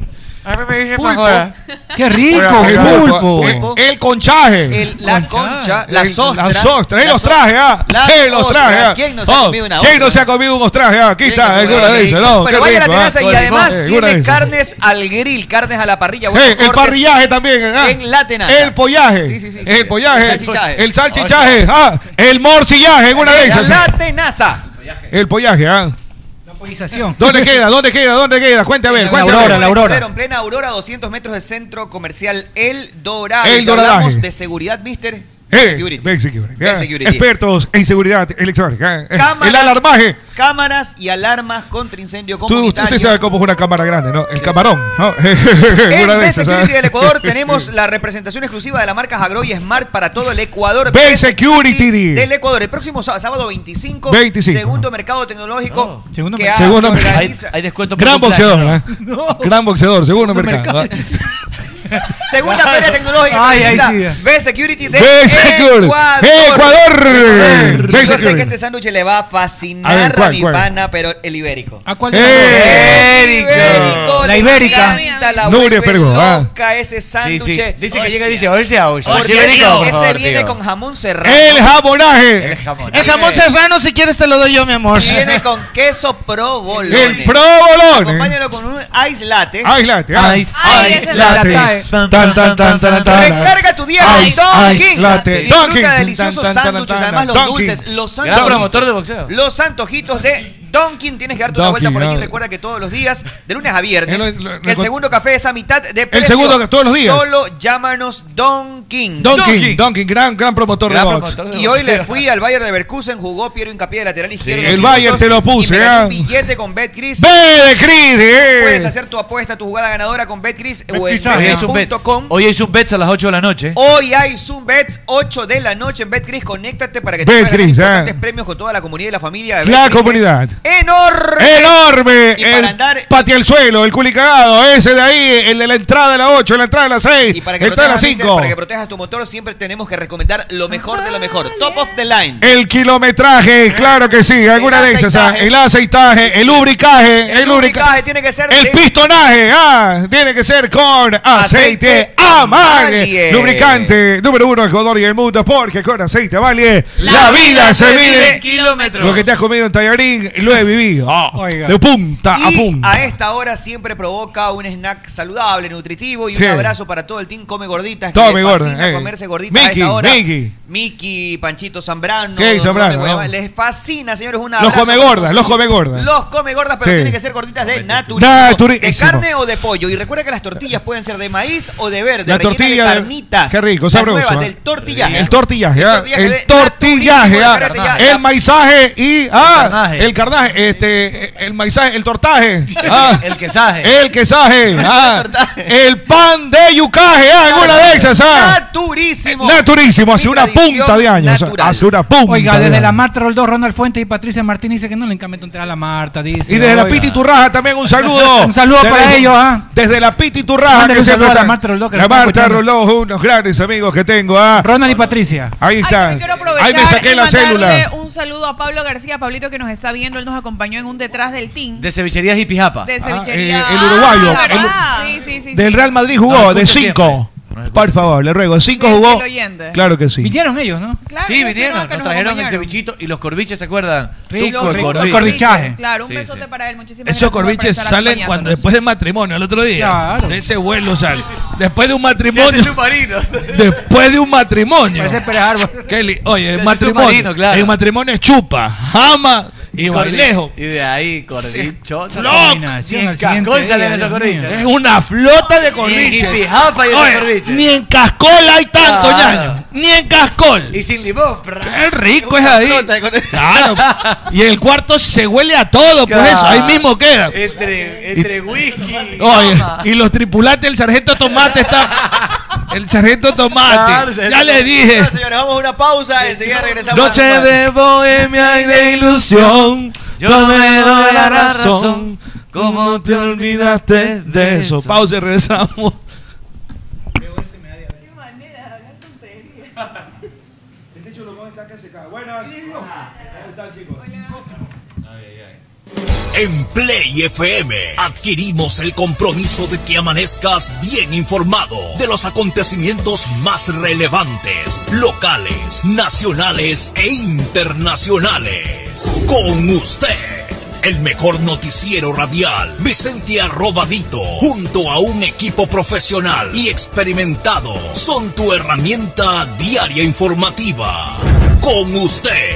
Speaker 9: pulpo,
Speaker 1: pangora.
Speaker 13: ¡Qué
Speaker 1: rico,
Speaker 9: el
Speaker 1: pulpo! El, conchaje.
Speaker 9: el- la concha, la
Speaker 1: El-
Speaker 9: sostra.
Speaker 1: La sostra, él
Speaker 9: la
Speaker 1: los
Speaker 9: so-
Speaker 1: traje, ah.
Speaker 9: las
Speaker 1: Él los traje,
Speaker 9: ostras.
Speaker 1: ah.
Speaker 9: ¿Quién no se ha
Speaker 1: Oh,
Speaker 9: comido una
Speaker 1: ¿Quién no
Speaker 9: ostra?
Speaker 1: se ha comido unos trajes? ah? Aquí está,
Speaker 9: Bueno,
Speaker 1: alguna de esas, ¿no?
Speaker 9: Pero
Speaker 1: Qué
Speaker 9: vaya a la
Speaker 1: rico, ah.
Speaker 9: tenaza y además
Speaker 1: Eh, alguna de
Speaker 9: tiene
Speaker 1: esas.
Speaker 9: carnes al grill, carnes a la parrilla.
Speaker 1: Sí,
Speaker 9: buenos
Speaker 1: el
Speaker 9: cortes
Speaker 1: parrillaje también. ah.
Speaker 9: En la tenaza.
Speaker 1: El pollaje.
Speaker 9: Sí, sí, sí.
Speaker 1: El pollaje.
Speaker 9: El salchichaje. Oh,
Speaker 1: El salchichaje. ah, el morcillaje. en Una de esas.
Speaker 9: La tenaza.
Speaker 1: El pollaje. ah.
Speaker 13: Polarización.
Speaker 1: ¿Dónde queda? ¿Dónde queda? ¿Dónde queda? Cuente a ver.
Speaker 13: La
Speaker 1: cuente a
Speaker 13: aurora,
Speaker 1: ver.
Speaker 13: la aurora.
Speaker 9: En plena Aurora, 200 metros de centro comercial El Dorado.
Speaker 1: El
Speaker 9: Si
Speaker 1: Doradaje.
Speaker 9: Hablamos de seguridad, mister.
Speaker 1: Eh, Ben Security, ah. Expertos en seguridad electrónica. ah.
Speaker 9: Cámaras,
Speaker 1: el alarmaje.
Speaker 9: Cámaras y alarmas contra incendio
Speaker 1: Tú- usted,
Speaker 9: comunitarios.
Speaker 1: sabe cómo es una cámara grande, ¿no? El camarón, ¿no?
Speaker 9: En
Speaker 1: Una
Speaker 9: B
Speaker 1: esas, ah.
Speaker 9: Security del Ecuador tenemos la representación exclusiva de la marca Agro y Smart para todo el Ecuador.
Speaker 1: Ben Security.
Speaker 9: del Ecuador. El próximo sá- sábado 25,
Speaker 1: 25.
Speaker 9: segundo mercado tecnológico
Speaker 1: Segundo
Speaker 9: que
Speaker 1: mercado.
Speaker 9: ha-
Speaker 1: Segundo
Speaker 9: que
Speaker 1: mercado.
Speaker 9: organiza-
Speaker 10: Oh, Hay descuento por
Speaker 1: Gran
Speaker 10: cumpleaños,
Speaker 1: boxeador, ¿eh?
Speaker 10: ¿no?
Speaker 1: Gran boxeador, segundo mercado. ah.
Speaker 9: Segunda
Speaker 10: Claro.
Speaker 9: feria tecnológica que
Speaker 1: Ay,
Speaker 9: organiza
Speaker 1: ay, sí.
Speaker 9: B Security de
Speaker 1: B Security.
Speaker 9: Ecuador.
Speaker 1: Ecuador. B
Speaker 9: Yo sé
Speaker 1: Security.
Speaker 9: que este sándwich le va a
Speaker 1: A ver,
Speaker 9: fascinar a,
Speaker 1: ¿cuál,
Speaker 9: mi
Speaker 1: cuál? Eh.
Speaker 9: pana, pero el ibérico.
Speaker 13: ¿A cuál?
Speaker 9: Ibérico.
Speaker 13: La
Speaker 9: le
Speaker 13: ibérica.
Speaker 9: encanta, La
Speaker 1: Nuria
Speaker 9: Nuria
Speaker 1: Fergó, ah.
Speaker 9: ese sándwich.
Speaker 10: Dice que llega y dice, oye, oye,
Speaker 9: Porque
Speaker 10: oye,
Speaker 9: ese,
Speaker 10: venga, por
Speaker 9: ese
Speaker 10: favor,
Speaker 9: viene
Speaker 10: tío.
Speaker 9: con jamón serrano.
Speaker 1: El jamonaje.
Speaker 14: El jamón serrano, si quieres, te lo doy yo, mi amor.
Speaker 9: Viene con queso provolone.
Speaker 1: El provolone.
Speaker 9: Acompáñalo con un ice latte.
Speaker 1: Ice latte, ah. Ice- Ay, ice ese latte. latte. Tan, tan, tan, tan, tan, tan.
Speaker 9: Recarga tu día con
Speaker 1: Ice- ice
Speaker 9: Dunkin'.
Speaker 1: latte.
Speaker 9: Disfruta
Speaker 1: Dunkin'.
Speaker 9: de deliciosos
Speaker 1: Tan, tan, tan,
Speaker 9: sándwiches,
Speaker 1: tan, tan,
Speaker 9: además los
Speaker 1: Dunkin'.
Speaker 9: dulces, los
Speaker 1: Gran
Speaker 9: antojitos-
Speaker 1: promotor de boxeo.
Speaker 9: Los antojitos de Don King, tienes que darte una
Speaker 1: Don
Speaker 9: vuelta
Speaker 1: King,
Speaker 9: por aquí.
Speaker 1: no. Eh,
Speaker 9: Recuerda que todos los días, de lunes a viernes,
Speaker 1: Es lo- lo-
Speaker 9: que el
Speaker 1: lo-
Speaker 9: segundo café es a mitad de precio.
Speaker 1: segundo, todos los días.
Speaker 9: Solo llámanos Don King.
Speaker 1: Don King, Don King, gran, gran promotor
Speaker 9: Gran
Speaker 1: de box.
Speaker 9: promotor de Y hoy le fui al Bayern de Leverkusen, jugó Piero Incapié de lateral izquierdo.
Speaker 1: el
Speaker 9: Dos
Speaker 1: Bayern
Speaker 9: minutos,
Speaker 1: te lo puse,
Speaker 9: y me ganó un
Speaker 1: ¿ah?
Speaker 9: billete con BetCris.
Speaker 1: BetCris, eh.
Speaker 9: Puedes hacer tu apuesta, tu jugada ganadora con BetCris o en
Speaker 10: Hoy hay Zoom Bets.
Speaker 9: betcris.com.
Speaker 10: Hoy hay Zoom Bets a las 8 de la noche.
Speaker 9: Hoy hay Zoom Bets, 8 de la noche en BetCris. Conéctate para que te
Speaker 1: Bet
Speaker 9: puedas ganar
Speaker 1: Cris, ah.
Speaker 9: importantes premios con toda la comunidad y la familia. de
Speaker 1: La
Speaker 9: Bet Cris.
Speaker 1: comunidad.
Speaker 9: ¡Enorme!
Speaker 1: Enorme.
Speaker 9: Y para
Speaker 1: el
Speaker 9: andar-
Speaker 1: patia el suelo, el culicagado, ese de ahí, el de la entrada a las 8, la entrada a las 6,
Speaker 9: Y para que,
Speaker 1: entrada a las
Speaker 9: protejas,
Speaker 1: 5.
Speaker 9: para que protejas tu motor, siempre tenemos que recomendar lo mejor de lo mejor. Top of the line.
Speaker 1: El kilometraje, claro que sí, alguna de esas. ah,
Speaker 9: aceitaje.
Speaker 1: El aceitaje, el lubricaje, el, lubrica-
Speaker 9: lubricaje tiene que ser
Speaker 1: El
Speaker 9: de-
Speaker 1: pistonaje, ah, tiene que ser con aceite,
Speaker 9: Aceite
Speaker 1: Amalie.
Speaker 9: Amalie.
Speaker 1: Lubricante número uno en Ecuador y el mundo, porque con aceite Amalie la, vida se vive en
Speaker 10: kilómetros.
Speaker 1: Lo que te has comido en tallarín lo he vivido. Ah,
Speaker 9: Oiga.
Speaker 1: de punta a
Speaker 9: y
Speaker 1: punta.
Speaker 9: a esta hora siempre provoca un snack saludable, nutritivo y
Speaker 1: Sí.
Speaker 9: un abrazo para todo el team Come Gorditas. que
Speaker 1: Tome
Speaker 9: le
Speaker 1: Gorda,
Speaker 9: fascina
Speaker 1: eh.
Speaker 9: comerse gorditas a
Speaker 1: Miki,
Speaker 9: esta hora.
Speaker 1: Miki.
Speaker 9: Miki, Panchito Zambrano.
Speaker 1: Sí,
Speaker 9: Don
Speaker 1: Zambrano,
Speaker 9: Romeo Hueva.
Speaker 1: ¿no?
Speaker 9: Les fascina, señores, un
Speaker 1: Los
Speaker 9: abrazo.
Speaker 1: come gordas, los come gordas.
Speaker 9: Los come gordas, pero
Speaker 1: Sí.
Speaker 9: tienen que ser gorditas de naturismo.
Speaker 1: Naturismo.
Speaker 9: De carne o de pollo. Y recuerda que las tortillas pueden ser de maíz o de verde.
Speaker 1: La
Speaker 9: rellenas
Speaker 1: tortilla
Speaker 9: de
Speaker 1: de-
Speaker 9: carnitas.
Speaker 1: qué rico,
Speaker 9: Las
Speaker 1: sabroso,
Speaker 9: nuevas
Speaker 1: ¿eh?
Speaker 9: del tortillaje.
Speaker 1: El tortillaje, ah,
Speaker 9: tortillaje de
Speaker 1: el tortillaje, ah,
Speaker 9: naturismo, espérate, ya, ya.
Speaker 1: el maizaje y ah,
Speaker 9: carnaje.
Speaker 1: el carnaje, este, el maizaje, el tortaje, ah,
Speaker 10: El quesaje.
Speaker 1: el quesaje, ah, el pan de yucaje, ah, alguna de esas, ah.
Speaker 9: Naturísimo.
Speaker 1: naturísimo, hace
Speaker 13: Mi
Speaker 1: una
Speaker 13: tradición
Speaker 1: punta de años, ¿ah? hace una punta.
Speaker 13: Oiga,
Speaker 1: de
Speaker 13: desde
Speaker 1: años.
Speaker 13: la Marta Roldó, Ronald Fuentes y Patricia Martín dice que no le encanta entrar a la Marta, dice.
Speaker 1: y desde la
Speaker 13: oiga.
Speaker 1: Piti Turraja también un saludo.
Speaker 13: Un saludo
Speaker 1: Desde-
Speaker 13: para ellos, ah.
Speaker 1: Desde la Piti Turraja
Speaker 13: Mándale
Speaker 1: que
Speaker 13: un
Speaker 1: siempre
Speaker 13: saludo a la
Speaker 1: están.
Speaker 13: Marta Roldó, que
Speaker 1: La
Speaker 13: nos está
Speaker 1: Marta
Speaker 13: escuchando.
Speaker 1: Roló, unos grandes amigos que tengo, ah.
Speaker 13: Ronald y Patricia.
Speaker 1: Ahí
Speaker 11: Yo
Speaker 1: están.
Speaker 11: quiero aprovechar
Speaker 1: Ahí me saqué
Speaker 11: y
Speaker 1: la
Speaker 11: mandarle
Speaker 1: célula.
Speaker 11: un saludo a Pablo García, Pablito que nos está viendo, él nos acompañó en un detrás del team
Speaker 10: De cevicherías y pijapa.
Speaker 11: de cevichería.
Speaker 1: eh, el uruguayo,
Speaker 11: Ah,
Speaker 1: el-
Speaker 11: ¿verdad? sí, sí, sí,
Speaker 1: Del
Speaker 11: sí.
Speaker 1: Real Madrid jugó,
Speaker 10: No,
Speaker 1: de
Speaker 10: escucho
Speaker 1: 5. Por favor, le ruego. 5 jugó.
Speaker 11: el oyente.
Speaker 1: Claro que sí.
Speaker 13: Vinieron ellos, ¿no?
Speaker 10: sí, vinieron, nos trajeron el
Speaker 11: acompañaron.
Speaker 10: cevichito y los corviches, ¿se acuerdan?
Speaker 13: Rico,
Speaker 10: Tuco,
Speaker 13: rico,
Speaker 10: corviche.
Speaker 13: corvichaje.
Speaker 11: Claro, un
Speaker 10: Sí,
Speaker 11: besote
Speaker 10: sí.
Speaker 11: para él, muchísimas
Speaker 14: Esos
Speaker 11: gracias por
Speaker 14: corviches
Speaker 11: estar
Speaker 14: salen cuando después del matrimonio, al otro día.
Speaker 13: Claro.
Speaker 14: De ese vuelo sale. Después de un matrimonio.
Speaker 10: chuparinos.
Speaker 14: después de un matrimonio.
Speaker 13: Parece Pérez Árbol.
Speaker 14: Qué li- Oye, el
Speaker 10: hace
Speaker 14: matrimonio.
Speaker 10: submarino, claro.
Speaker 14: El matrimonio es chupa, jama y bailejo.
Speaker 10: Y de ahí, corvichos.
Speaker 14: Loco.
Speaker 10: Bien cascol salen esos corviches.
Speaker 14: Es una flota de corviches.
Speaker 10: Y- y pijapa y esos
Speaker 14: Oye,
Speaker 10: corviches.
Speaker 14: Ni en cascol hay tanto,
Speaker 10: Claro.
Speaker 14: ñaño. Ni en cascol.
Speaker 10: Y sin limón.
Speaker 14: Qué rico es ahí. Claro. Y el cuarto se huele a todo, pues
Speaker 10: Claro.
Speaker 14: eso, ahí mismo queda.
Speaker 10: Entre, entre whisky.
Speaker 14: Oye,
Speaker 10: papa.
Speaker 14: y los tripulantes, el sargento Tomate está. El sargento Tomate. ya le dije.
Speaker 9: Bueno, señores, vamos a una pausa. Enseguida regresamos.
Speaker 14: Noche de bohemia y de ilusión. Yo me doy la razón. ¿Cómo te olvidaste de eso? Pausa y regresamos.
Speaker 16: En Play FM adquirimos el compromiso de que amanezcas bien informado de los acontecimientos más relevantes, locales, nacionales e internacionales. Con usted. El mejor noticiero radial, Vicente Arrobadito, junto a un equipo profesional y experimentado, son tu herramienta diaria informativa. Con usted,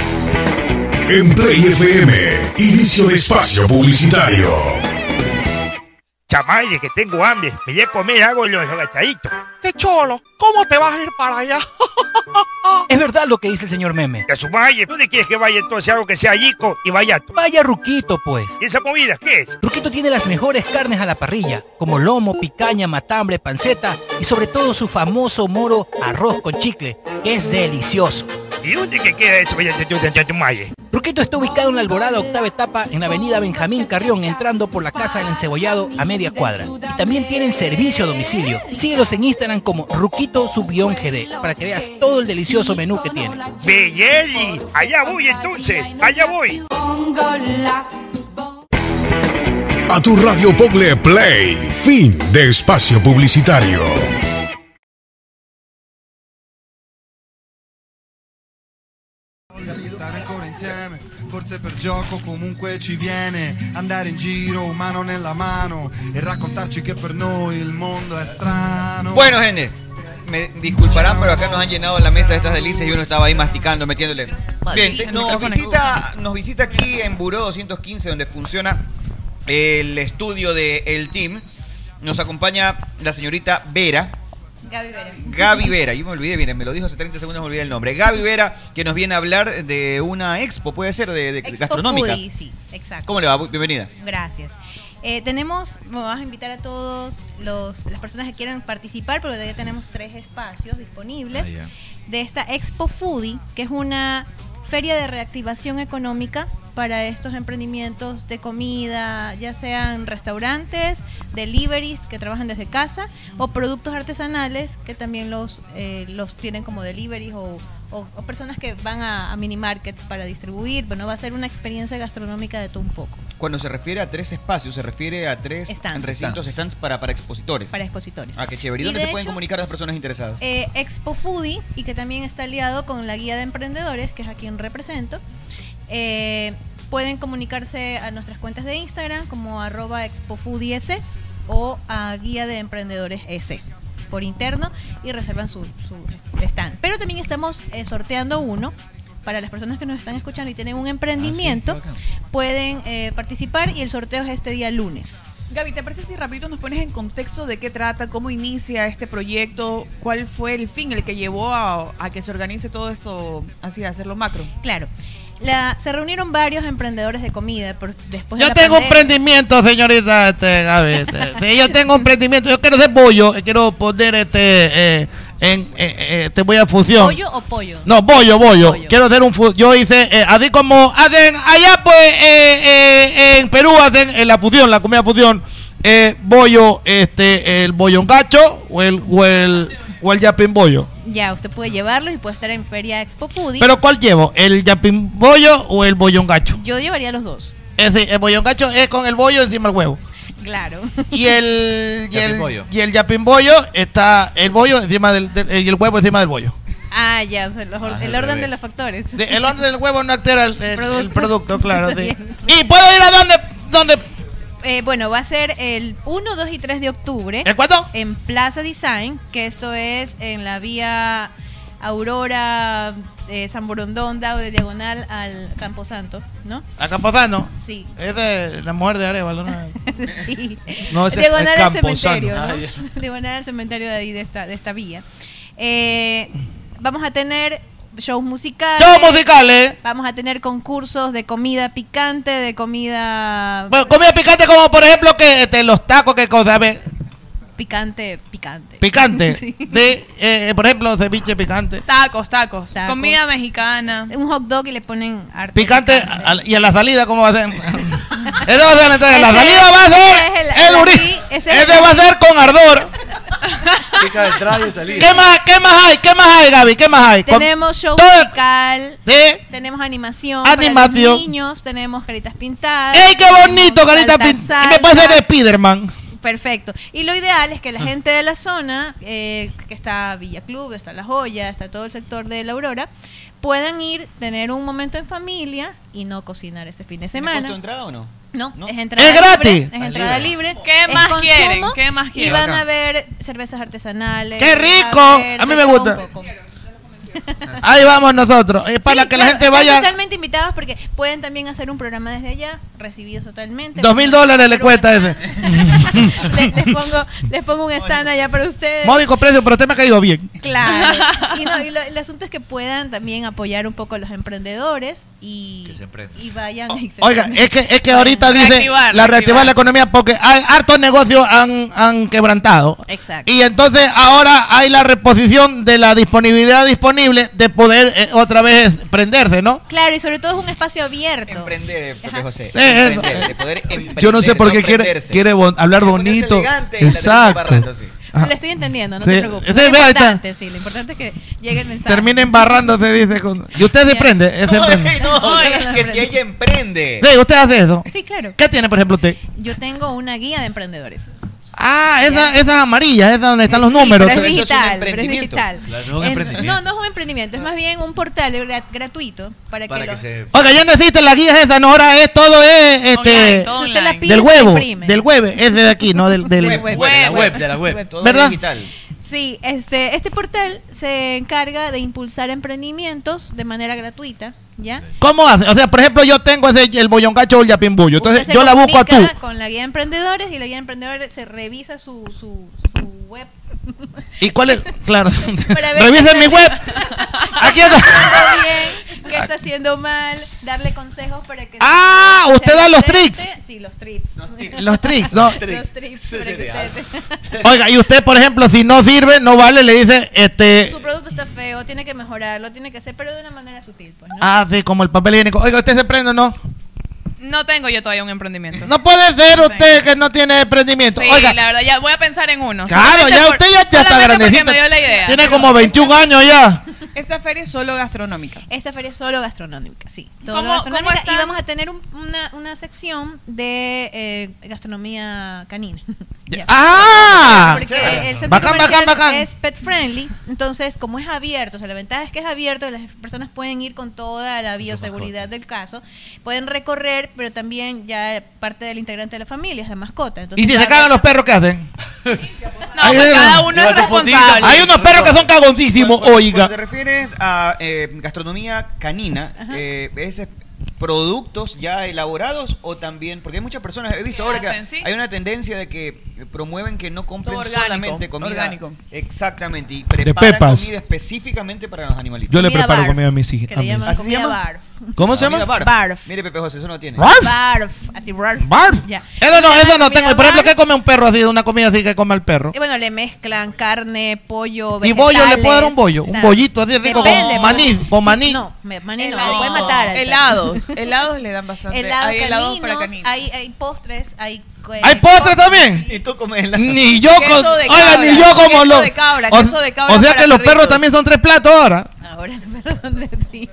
Speaker 17: En Play FM, inicio de espacio publicitario.
Speaker 5: Chamaye, que tengo hambre. Me voy a comer hago los agachaditos.
Speaker 18: ¡Qué cholo! ¿Cómo te vas a ir para allá?
Speaker 19: Es verdad lo que dice el señor Meme.
Speaker 5: A su valle, ¿dónde quieres que vaya entonces? Hago que sea yico y vaya tú.
Speaker 19: Vaya Ruquito, pues.
Speaker 5: ¿Y esa comida qué es?
Speaker 19: Ruquito tiene las mejores carnes a la parrilla, como lomo, picaña, matambre, panceta y sobre todo su famoso moro arroz con chicle, que es delicioso.
Speaker 5: ¿Y dónde que queda eso? Vaya, tu- tu- tu- tu- tu malle.
Speaker 19: Ruquito está ubicado en la Alborada Octava Etapa en la avenida Benjamín Carrión, entrando por la Casa del Encebollado a media cuadra. Y también tienen servicio a domicilio. Síguelos en Instagram como Ruquito Subión GD para que veas todo el delicioso menú que tiene.
Speaker 5: Belleli, allá voy entonces, allá voy.
Speaker 17: A tu radio Pogle Play, fin de espacio publicitario.
Speaker 20: Stare ancora insieme, forse per gioco comunque ci viene andare in giro mano nella mano e raccontarci che per noi il mondo è strano.
Speaker 9: Bueno, gente, me disculparán, pero acá nos han llenado la mesa de estas delicias y uno estaba ahí masticando, metiéndole. Bien,
Speaker 21: Maldita,
Speaker 9: nos
Speaker 21: micrófono.
Speaker 9: visita, nos visita aquí en Buró 215, donde funciona el estudio del team. Nos acompaña la señorita Vera. Gaby Vera, yo me olvidé, miren, me lo dijo hace 30 segundos, me olvidé el nombre. Gaby Vera, que nos viene a hablar de una expo, puede ser, de, de
Speaker 22: Expo
Speaker 9: gastronómica.
Speaker 22: Foodie, sí, exacto.
Speaker 9: ¿Cómo le va? Bienvenida.
Speaker 22: Gracias. Eh, tenemos, me vas a invitar a todos los, las personas que quieran participar, porque todavía tenemos tres espacios disponibles
Speaker 8: Ah, ya.
Speaker 22: de esta Expo Foodie, que es una feria de reactivación económica para estos emprendimientos de comida, ya sean restaurantes, deliveries que trabajan desde casa o productos artesanales que también los, eh, los tienen como deliveries o, o- o personas que van a, a mini markets para distribuir. Bueno, va a ser una experiencia gastronómica de todo un poco.
Speaker 9: Cuando se refiere a tres espacios, se refiere a tres
Speaker 22: Stands.
Speaker 9: recintos, stands para, para expositores.
Speaker 22: Para expositores.
Speaker 9: Ah, qué chévere. ¿Y
Speaker 22: Y
Speaker 9: dónde
Speaker 22: de
Speaker 9: se pueden
Speaker 22: hecho-
Speaker 9: comunicar las personas interesadas?
Speaker 22: Eh, Expo Foodie y que también está aliado con la guía de emprendedores, que es a quien represento. Eh, pueden comunicarse a nuestras cuentas de Instagram como arroba expofoodies o a guía de emprendedores S por interno y reservan su, su stand. Pero también estamos eh, sorteando uno. Para las personas que nos están escuchando y tienen un
Speaker 8: Ah,
Speaker 22: emprendimiento, pueden eh, participar y el sorteo es este día lunes.
Speaker 11: Gaby, ¿te parece si rapidito nos pones en contexto de qué trata, cómo inicia este proyecto, cuál fue el fin, el que llevó a, a que se organice todo esto, así, a hacerlo macro?
Speaker 22: Claro. La- se reunieron varios emprendedores de comida por- después de
Speaker 8: Yo
Speaker 22: la
Speaker 8: tengo un
Speaker 22: pandemia.
Speaker 8: emprendimiento, señorita este, Gaby. este, sí, yo tengo un emprendimiento. Yo quiero hacer pollo. eh, Quiero poner este. eh, en, eh, eh, te voy a fusión.
Speaker 22: ¿Pollo o pollo?
Speaker 8: No, bollo, bollo. Quiero hacer un. fu- Yo hice. eh, así como hacen allá, pues. eh, eh, en Perú hacen eh, la fusión, la comida fusión. Eh, bollo, este. El bollón gacho o el. O el, o el yapín bollo.
Speaker 22: Ya, usted puede llevarlo y puede estar en Feria Expo Foodie.
Speaker 8: ¿Pero cuál llevo? ¿El yapín bollo o el bollón gacho?
Speaker 22: Yo llevaría los dos.
Speaker 8: Es decir, el bollón gacho es con el bollo encima del huevo.
Speaker 22: Claro.
Speaker 8: Y el. Y
Speaker 22: Yapín
Speaker 8: el,
Speaker 22: bollo.
Speaker 8: y el yapín bollo está el bollo encima del, del- y el huevo encima del bollo.
Speaker 22: Ah, ya, o sea, los or-
Speaker 8: Ah,
Speaker 22: el
Speaker 8: al
Speaker 22: orden de
Speaker 8: revés.
Speaker 22: los factores.
Speaker 8: De- el orden del huevo no altera el, el- el producto. claro.
Speaker 22: Está
Speaker 8: sí.
Speaker 22: bien.
Speaker 8: Y puedo ir a donde. donde
Speaker 22: Eh, bueno, va a ser el 1, 2 y 3 de octubre.
Speaker 8: ¿En cuándo?
Speaker 22: En Plaza Design, que esto es en la vía Aurora, eh, San Borondonda o de Diagonal al Camposanto, ¿no?
Speaker 8: A Camposano.
Speaker 22: Sí.
Speaker 8: Es de la mujer de Arevalo. ¿no?
Speaker 22: Sí.
Speaker 8: No, ese es
Speaker 22: Diagonal al
Speaker 8: Camposano.
Speaker 22: cementerio.
Speaker 8: Ah,
Speaker 22: ¿no? Diagonal al cementerio de ahí, de esta, de esta villa. Eh, vamos a tener shows musicales.
Speaker 8: Shows musicales.
Speaker 22: Vamos a tener concursos de comida picante, de comida
Speaker 8: Bueno, comida picante como por ejemplo que este, los tacos que cosa, a ver,
Speaker 22: picante, picante.
Speaker 8: picante.
Speaker 22: Sí.
Speaker 8: De, eh, por ejemplo, ceviche picante.
Speaker 22: Tacos, tacos,
Speaker 15: Comida
Speaker 22: mexicana. Un hot dog y le ponen arte.
Speaker 8: Picante al- y a la salida, ¿cómo va a ser? Eso va a ser la entrada, La
Speaker 22: Ese-
Speaker 8: salida va a ser.
Speaker 22: ese es el-
Speaker 8: el
Speaker 22: el-
Speaker 8: uri-
Speaker 22: ese es-
Speaker 8: ese va a ser con ardor.
Speaker 10: Pica de entrada y salida.
Speaker 8: ah. ¿Qué más, ¿Qué más hay? ¿Qué más hay, Gaby? ¿Qué más hay? Con-
Speaker 22: Tenemos show
Speaker 8: todo-
Speaker 22: musical.
Speaker 8: Sí.
Speaker 22: Tenemos animación. para los
Speaker 8: Animación.
Speaker 22: niños, tenemos caritas pintadas.
Speaker 8: ¡Ey, qué bonito, carita! pin-
Speaker 22: pintada!
Speaker 8: Me puede ser de Ah. Spiderman.
Speaker 22: Perfecto. Y lo ideal es que la gente de la zona, eh, que está Villa Club, está La Joya, está todo el sector de La Aurora, puedan ir, tener un momento en familia y no cocinar ese fin de semana.
Speaker 9: costo entrada o no?
Speaker 22: No, es entrada
Speaker 9: ¡Es
Speaker 22: libre,
Speaker 9: gratis!
Speaker 22: es entrada
Speaker 15: libre.
Speaker 22: libre.
Speaker 15: ¿Qué
Speaker 22: es
Speaker 15: más
Speaker 22: consumo,
Speaker 15: quieren? ¿Qué más
Speaker 22: Y
Speaker 15: quieren?
Speaker 22: van
Speaker 15: Bacán.
Speaker 22: a ver cervezas artesanales.
Speaker 8: ¡Qué rico! A mí me gusta. Ahí vamos nosotros. Es para que la gente vaya.
Speaker 22: Totalmente invitados porque pueden también hacer un programa desde allá, recibidos totalmente.
Speaker 8: Dos mil dólares le cuesta ese.
Speaker 22: Les, les pongo, eh. les pongo un stand allá para ustedes.
Speaker 8: Módico precio, pero usted me ha caído bien.
Speaker 22: Claro. Y, no, y lo- el asunto es que puedan también apoyar un poco a los emprendedores y, y vayan. y se-
Speaker 8: Oh, Oiga, eh. es que, es que ahorita dice
Speaker 22: Reactivar,
Speaker 8: la reactivar
Speaker 22: reactivar.
Speaker 8: la economía porque hay hartos negocios han, han quebrantado.
Speaker 22: Exacto.
Speaker 8: Y entonces ahora hay la reposición de la disponibilidad disponible de poder eh, otra vez prenderse, ¿no?
Speaker 22: Claro, y sobre todo es un espacio abierto.
Speaker 9: Emprender, porque José.
Speaker 8: Eh, eso.
Speaker 9: emprender, de poder emprender,
Speaker 1: Yo no sé por qué
Speaker 9: no
Speaker 1: quiere,
Speaker 9: prenderse.
Speaker 1: quiere bon- hablar bonito.
Speaker 9: elegante y la
Speaker 1: Exacto. Ah,
Speaker 22: Lo estoy entendiendo, no
Speaker 1: Sí,
Speaker 22: se preocupe.
Speaker 8: sí,
Speaker 22: No es
Speaker 8: vea, ahí está.
Speaker 22: importante, sí, lo importante es que llegue el mensaje.
Speaker 8: Termina embarrándose, dice. con- Y usted se prende. ese prende.
Speaker 9: No, es que si ella emprende.
Speaker 8: Sí, usted hace eso.
Speaker 22: Sí, claro.
Speaker 8: ¿Qué tiene, por ejemplo, usted?
Speaker 22: Yo tengo una guía de emprendedores.
Speaker 8: Ah, esa, esa amarilla, esa donde están los
Speaker 22: Sí,
Speaker 8: números.
Speaker 22: Pero es digital, pero es digital.
Speaker 8: Claro, es un
Speaker 22: En-
Speaker 8: emprendimiento.
Speaker 22: no, no es un emprendimiento, es más bien un portal gra- gratuito para, que, los-
Speaker 8: Oiga, ya no existen las guías esas, no, ahora es todo es este
Speaker 22: todo Usted online. la pide
Speaker 8: del
Speaker 22: y
Speaker 8: huevo,
Speaker 22: imprime.
Speaker 8: del huevo, es de aquí, no del, del
Speaker 22: Web, web, Web, de la web, de la web. web. Todo
Speaker 8: ¿Verdad?
Speaker 22: digital. Sí, este, este portal se encarga de impulsar emprendimientos de manera gratuita, ¿ya?
Speaker 8: ¿Cómo hace? O sea, por ejemplo, yo tengo ese el boyongacho o el yapimbuyo. Entonces,
Speaker 22: Usted se
Speaker 8: yo la busco a tú.
Speaker 22: comunica Con la guía de emprendedores y la guía de emprendedores se revisa su, su, su web.
Speaker 8: ¿Y cuál es? Claro.
Speaker 22: Para ver
Speaker 8: Revisen mi
Speaker 22: qué
Speaker 8: web. Aquí está.
Speaker 22: haciendo bien, qué está haciendo mal, darle consejos para que
Speaker 8: Ah,
Speaker 22: se
Speaker 8: usted da los
Speaker 22: aprende.
Speaker 8: tricks.
Speaker 22: Sí, los trips. Los trips.
Speaker 8: Los tricks, ¿no?
Speaker 22: Los trips. para que usted-
Speaker 8: Oiga, y usted, por ejemplo, si no sirve, no vale, le dice este
Speaker 22: Su producto está feo, tiene que mejorarlo, tiene que hacer, pero de una manera sutil, pues.
Speaker 8: ah, sí, como el papel higiénico. Oiga, usted se prende o no?
Speaker 15: No tengo yo todavía un emprendimiento.
Speaker 8: No puede ser usted que no tiene emprendimiento.
Speaker 15: Sí,
Speaker 8: Oiga,
Speaker 15: la verdad, ya voy a pensar en uno.
Speaker 8: Claro,
Speaker 15: Solamente
Speaker 8: ya
Speaker 15: por-
Speaker 8: usted ya, ya está
Speaker 15: solamente porque
Speaker 8: grandecito.
Speaker 15: me dio la idea.
Speaker 8: Tiene como 21 años ya.
Speaker 22: Esta feria es solo gastronómica. Esta feria es solo gastronómica, sí. Todo
Speaker 15: ¿Cómo-
Speaker 22: lo gastronómica.
Speaker 15: cómo está?
Speaker 22: Y vamos a tener un- una, una sección de eh, gastronomía canina. Ya.
Speaker 8: ¡Ah!
Speaker 22: Porque
Speaker 8: Chévere.
Speaker 22: el centro
Speaker 8: Bacán,
Speaker 22: comercial
Speaker 8: bacán, bacán.
Speaker 22: es pet friendly, entonces como es abierto, o sea, la ventaja es que es abierto, las personas pueden ir con toda la bioseguridad del caso, pueden recorrer, pero también ya parte del integrante de la familia es la mascota. Entonces,
Speaker 8: Y si se
Speaker 22: cada-
Speaker 8: cagan los perros, ¿qué hacen?
Speaker 22: No, pues cada uno es Lleva tu fotito. responsable.
Speaker 8: Hay unos perros que son cagoncísimos,
Speaker 9: Cuando te
Speaker 8: oiga.
Speaker 9: refieres a eh, gastronomía canina, eh, ¿es productos ya elaborados o también, porque hay muchas personas, he visto
Speaker 22: ¿Qué
Speaker 9: ahora que
Speaker 22: hacen, sí?
Speaker 9: hay una tendencia de que eh, promueven que no compren
Speaker 22: Todo orgánico,
Speaker 9: solamente comida
Speaker 22: orgánico.
Speaker 9: exactamente y preparan
Speaker 1: pepas.
Speaker 9: comida específicamente para los animalitos.
Speaker 1: Yo le Comida preparo barf, comida a mis hij- que le a mis- llaman
Speaker 9: ¿Así se
Speaker 22: comida
Speaker 9: llama?
Speaker 22: barf.
Speaker 1: ¿Cómo se
Speaker 9: Comida
Speaker 1: llama?
Speaker 9: Barf.
Speaker 22: Barf.
Speaker 9: Mire Pepe José, eso no tiene.
Speaker 22: Barf, así barf.
Speaker 8: Barf.
Speaker 22: Ya.
Speaker 8: Eso no, eso no tengo. Y, Por ejemplo,
Speaker 22: Barf.
Speaker 8: ¿qué come un perro así? Una comida así que come el perro.
Speaker 22: Y bueno, le mezclan carne, pollo,
Speaker 8: Y
Speaker 22: vegetales.
Speaker 8: bollo, le puedo dar un bollo. Un
Speaker 22: tal.
Speaker 8: bollito así rico
Speaker 22: Depende,
Speaker 8: con maní.
Speaker 22: porque-
Speaker 8: Con
Speaker 22: sí,
Speaker 8: maní.
Speaker 22: No, me- maní no,
Speaker 15: Helado.
Speaker 22: lo puede matar. al perro.
Speaker 15: Helados, helados le dan bastante.
Speaker 22: Helados
Speaker 15: hay helados para
Speaker 22: caninos,
Speaker 15: caninos.
Speaker 22: hay, hay postres, hay... eh,
Speaker 8: ¿Hay postre también?
Speaker 9: Y tú comes
Speaker 8: Ni yo con.
Speaker 22: Queso de
Speaker 8: Oiga, ni
Speaker 22: cabra,
Speaker 8: yo como
Speaker 22: queso
Speaker 8: los.
Speaker 22: de cabra,
Speaker 8: o,
Speaker 22: queso de cabra
Speaker 8: o sea
Speaker 22: para
Speaker 8: que los perros
Speaker 22: perritos.
Speaker 8: también son tres platos ahora.
Speaker 22: Ahora, pero son de sí.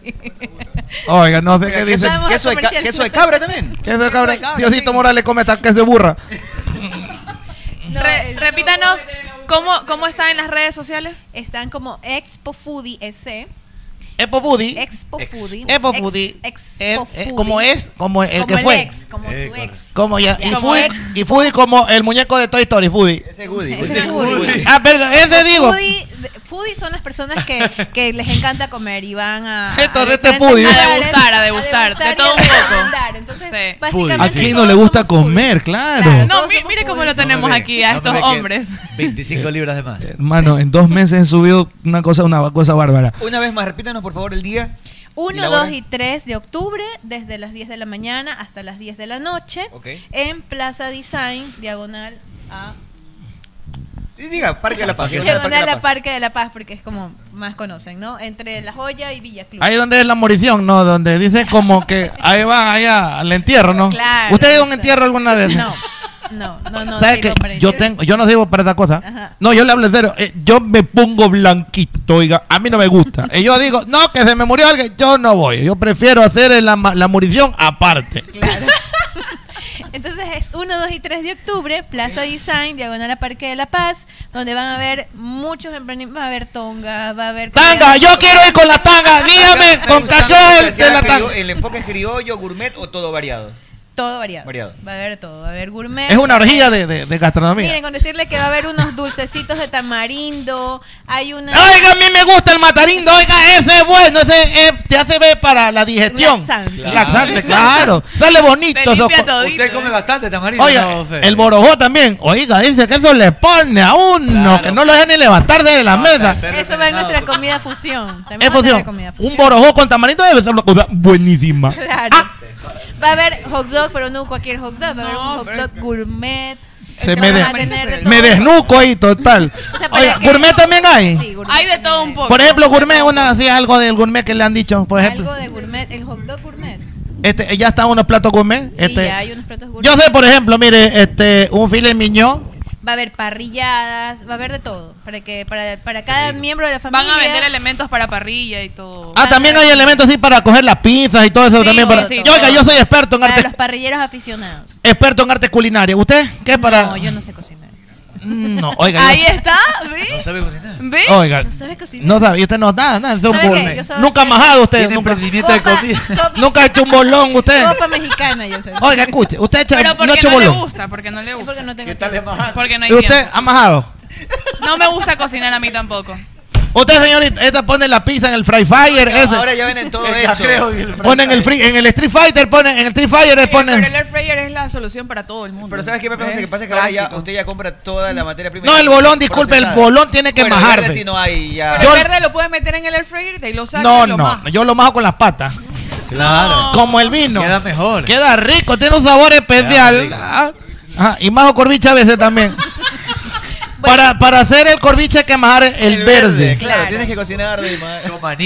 Speaker 8: Oiga, no sé qué
Speaker 22: Queso-
Speaker 8: dicen.
Speaker 22: queso de ca- queso de
Speaker 9: cabra también.
Speaker 8: Queso de cabra. Diosito Morales come tal queso de burra.
Speaker 15: Re- repítanos, ¿cómo, ¿cómo está en las redes sociales?
Speaker 22: Están como Expo Foodie SC.
Speaker 8: Expo Foodie.
Speaker 22: Expo
Speaker 8: Ex-
Speaker 22: Foodie.
Speaker 8: Expo Foodie.
Speaker 22: Ex-
Speaker 8: Eh,
Speaker 22: Expo
Speaker 8: eh,
Speaker 22: Foodie.
Speaker 8: como es, como el que
Speaker 22: Como
Speaker 8: fue.
Speaker 22: ex, como
Speaker 10: Eh,
Speaker 22: su ex.
Speaker 8: Como ya, y,
Speaker 22: Como
Speaker 8: Foodie,
Speaker 22: ex.
Speaker 8: y Foodie como el muñeco de Toy Story, Foodie.
Speaker 9: Ese es Woody.
Speaker 22: Ese es Woody.
Speaker 8: Ah, perdón, ese digo.
Speaker 22: Foodie, de- foodies son las personas que, que les encanta comer y van a.
Speaker 8: Entonces, este
Speaker 22: diferentes
Speaker 8: foodie.
Speaker 22: lugares,
Speaker 8: A degustar,
Speaker 15: a degustar, de
Speaker 22: y a
Speaker 15: todo un
Speaker 22: degustar.
Speaker 15: poco.
Speaker 22: Entonces,
Speaker 15: Sí.
Speaker 22: básicamente.
Speaker 1: ¿A quién no le gusta comer? Claro.
Speaker 15: No, mi- mire cómo lo tenemos aquí a estos hombres.
Speaker 10: 25 libras de más.
Speaker 1: Hermano, en dos meses he subido una cosa, una cosa bárbara.
Speaker 9: Una vez más, repítanos por favor el día.
Speaker 22: 1,
Speaker 9: ¿Y la
Speaker 22: 2
Speaker 9: hora?
Speaker 22: y 3 de octubre, desde las 10 de la mañana hasta las 10 de la noche, en Plaza Design, diagonal a.
Speaker 9: Diga, Parque de la Paz. diagonal Parque de
Speaker 22: Diagonal
Speaker 9: la
Speaker 22: a
Speaker 9: Paz.
Speaker 22: Parque de la Paz, porque es como más conocen, ¿no? Entre La Joya y Villa Club.
Speaker 8: Ahí donde es la morición, no, donde dice como que ahí van allá al entierro, ¿no?
Speaker 22: Claro.
Speaker 8: ¿Usted ha ido a un entierro alguna vez?
Speaker 22: No, no, no, no.
Speaker 8: ¿Sabe
Speaker 22: sí,
Speaker 8: qué?
Speaker 22: no, pero-
Speaker 8: yo tengo, yo no digo para esta cosa.
Speaker 22: Ajá.
Speaker 8: No, yo le hablo en serio. Eh, yo me pongo blanquito, oiga, a mí no me gusta. Y yo digo, no, que se me murió alguien, yo no voy. Yo prefiero hacer el- la, ma- la morición aparte.
Speaker 22: Entonces es 1, 2 y 3 de octubre, Plaza Design, diagonal a Parque de la Paz, donde van a haber muchos emprendimientos. Va a haber tonga, va a haber.
Speaker 8: Tanga, yo quiero ir con la tanga, dígame, con
Speaker 9: Usando
Speaker 8: cacao
Speaker 9: lo que
Speaker 8: de-
Speaker 9: sea,
Speaker 8: de la
Speaker 9: criollo-
Speaker 8: tanga.
Speaker 9: ¿El enfoque es criollo, gourmet o todo variado?
Speaker 22: Todo variado.
Speaker 9: Variado.
Speaker 22: Va a haber todo, va a haber gourmet.
Speaker 8: Es una
Speaker 22: va a haber-
Speaker 8: orgía de, de- de gastronomía.
Speaker 22: Miren, con decirle que va a haber unos dulcecitos de tamarindo, hay una...
Speaker 8: Oiga, a mí me gusta el matarindo, oiga, ese es bueno, ese es- te hace ver para la digestión.
Speaker 22: Laxante.
Speaker 8: Claro. Laxante, claro. Sale bonito. esos co-
Speaker 10: Ah. Usted come bastante tamarindo.
Speaker 8: Oiga,
Speaker 10: ¿no, Fede?
Speaker 8: el borojó también. Oiga, dice que eso le pone a uno, que no lo deja ni levantarse de la mesa.
Speaker 22: Eso va en nuestra comida fusión. También
Speaker 8: Es
Speaker 22: va a tener
Speaker 8: fusión.
Speaker 22: comida fusión.
Speaker 8: Un borojó con tamarindo debe ser una cosa buenísima.
Speaker 22: Claro.
Speaker 15: Ah.
Speaker 22: Va a haber hot dog, pero no cualquier hot dog. Va a haber un hot dog gourmet.
Speaker 8: Se
Speaker 22: Van
Speaker 8: me,
Speaker 22: a
Speaker 8: de-
Speaker 22: tener de
Speaker 8: me
Speaker 22: todo.
Speaker 8: desnuco ahí total.
Speaker 22: O sea, para
Speaker 8: Oiga,
Speaker 22: que-
Speaker 8: gourmet también hay.
Speaker 22: Hay
Speaker 15: de todo un poco.
Speaker 8: Por ejemplo, gourmet, una así algo del gourmet que le han dicho, por ejemplo.
Speaker 22: Algo de gourmet, el hot dog gourmet.
Speaker 8: Este, ya están unos platos gourmet.
Speaker 22: Sí,
Speaker 8: Este,
Speaker 22: ya hay unos platos gourmet.
Speaker 8: yo sé, por ejemplo, mire, este, un filet mignon.
Speaker 22: Va a haber parrilladas, va a haber de todo. Para que para, para cada miembro de la familia.
Speaker 15: Van a vender elementos para parrilla y todo.
Speaker 8: Ah, también hay elementos así para coger las pinzas y todo eso
Speaker 15: Sí,
Speaker 8: también.
Speaker 15: sí,
Speaker 8: para-
Speaker 15: sí.
Speaker 8: Yo, oiga, yo soy experto en
Speaker 22: para
Speaker 8: arte,
Speaker 22: los parrilleros aficionados.
Speaker 8: experto en artes culinarias. ¿Usted qué es para? Mm,
Speaker 22: No, yo no sé cocinar.
Speaker 8: No, oiga.
Speaker 22: Ahí
Speaker 8: yo-
Speaker 22: está, ¿ve?
Speaker 10: No sabe cocinar.
Speaker 22: ¿Ve?
Speaker 8: Oiga,
Speaker 22: No sabe cocinar.
Speaker 8: No sabe, y usted no nada, nada, es un
Speaker 22: ¿Sabe qué?
Speaker 8: gourmet.
Speaker 22: Yo solo
Speaker 8: Nunca ha
Speaker 22: sé-
Speaker 8: majado usted,
Speaker 22: Tiene
Speaker 8: nunca.
Speaker 22: emprendimiento de Copa- comida.
Speaker 8: Nunca ha hecho un bolón usted.
Speaker 22: Copa mexicana, yo sé.
Speaker 8: Oiga, escuche, usted ha hecho-
Speaker 15: Pero porque
Speaker 8: no ha hecho
Speaker 15: no, le
Speaker 8: bolón.
Speaker 15: gusta, porque no le gusta. Porque
Speaker 22: no tengo
Speaker 15: Porque no hay
Speaker 8: ¿Y usted
Speaker 15: tiempo.
Speaker 8: ha majado?
Speaker 15: No me gusta cocinar a mí tampoco.
Speaker 8: Usted, señorita, esta pone la pizza en el Fry Fire. ese.
Speaker 9: Ahora ya venden todo
Speaker 8: El
Speaker 9: hecho.
Speaker 8: cacreo Ponen el free, en el Street Fighter, ponen en el Street Fighter,
Speaker 15: Pero el
Speaker 8: ponen.
Speaker 15: air fryer es la solución para todo el mundo.
Speaker 9: Pero ¿sabes qué me pasa? Que pasa que ahora ya usted ya compra toda la materia prima.
Speaker 8: No, el bolón, disculpe, el
Speaker 9: procesada.
Speaker 8: bolón tiene que
Speaker 9: Bueno,
Speaker 8: majarse.
Speaker 9: verde sí no hay ya.
Speaker 15: Pero el verde lo puede meter en el air fryer y lo saca
Speaker 8: No,
Speaker 15: y lo
Speaker 8: no,
Speaker 15: maja.
Speaker 8: yo lo majo con las patas.
Speaker 10: Claro.
Speaker 8: Como el vino.
Speaker 10: Queda mejor.
Speaker 8: Queda rico, tiene un sabor especial. Ah, ajá, y majo corviche a veces también. para, para hacer el corviche hay que majar el, verde.
Speaker 9: Claro, tienes que cocinar de ma-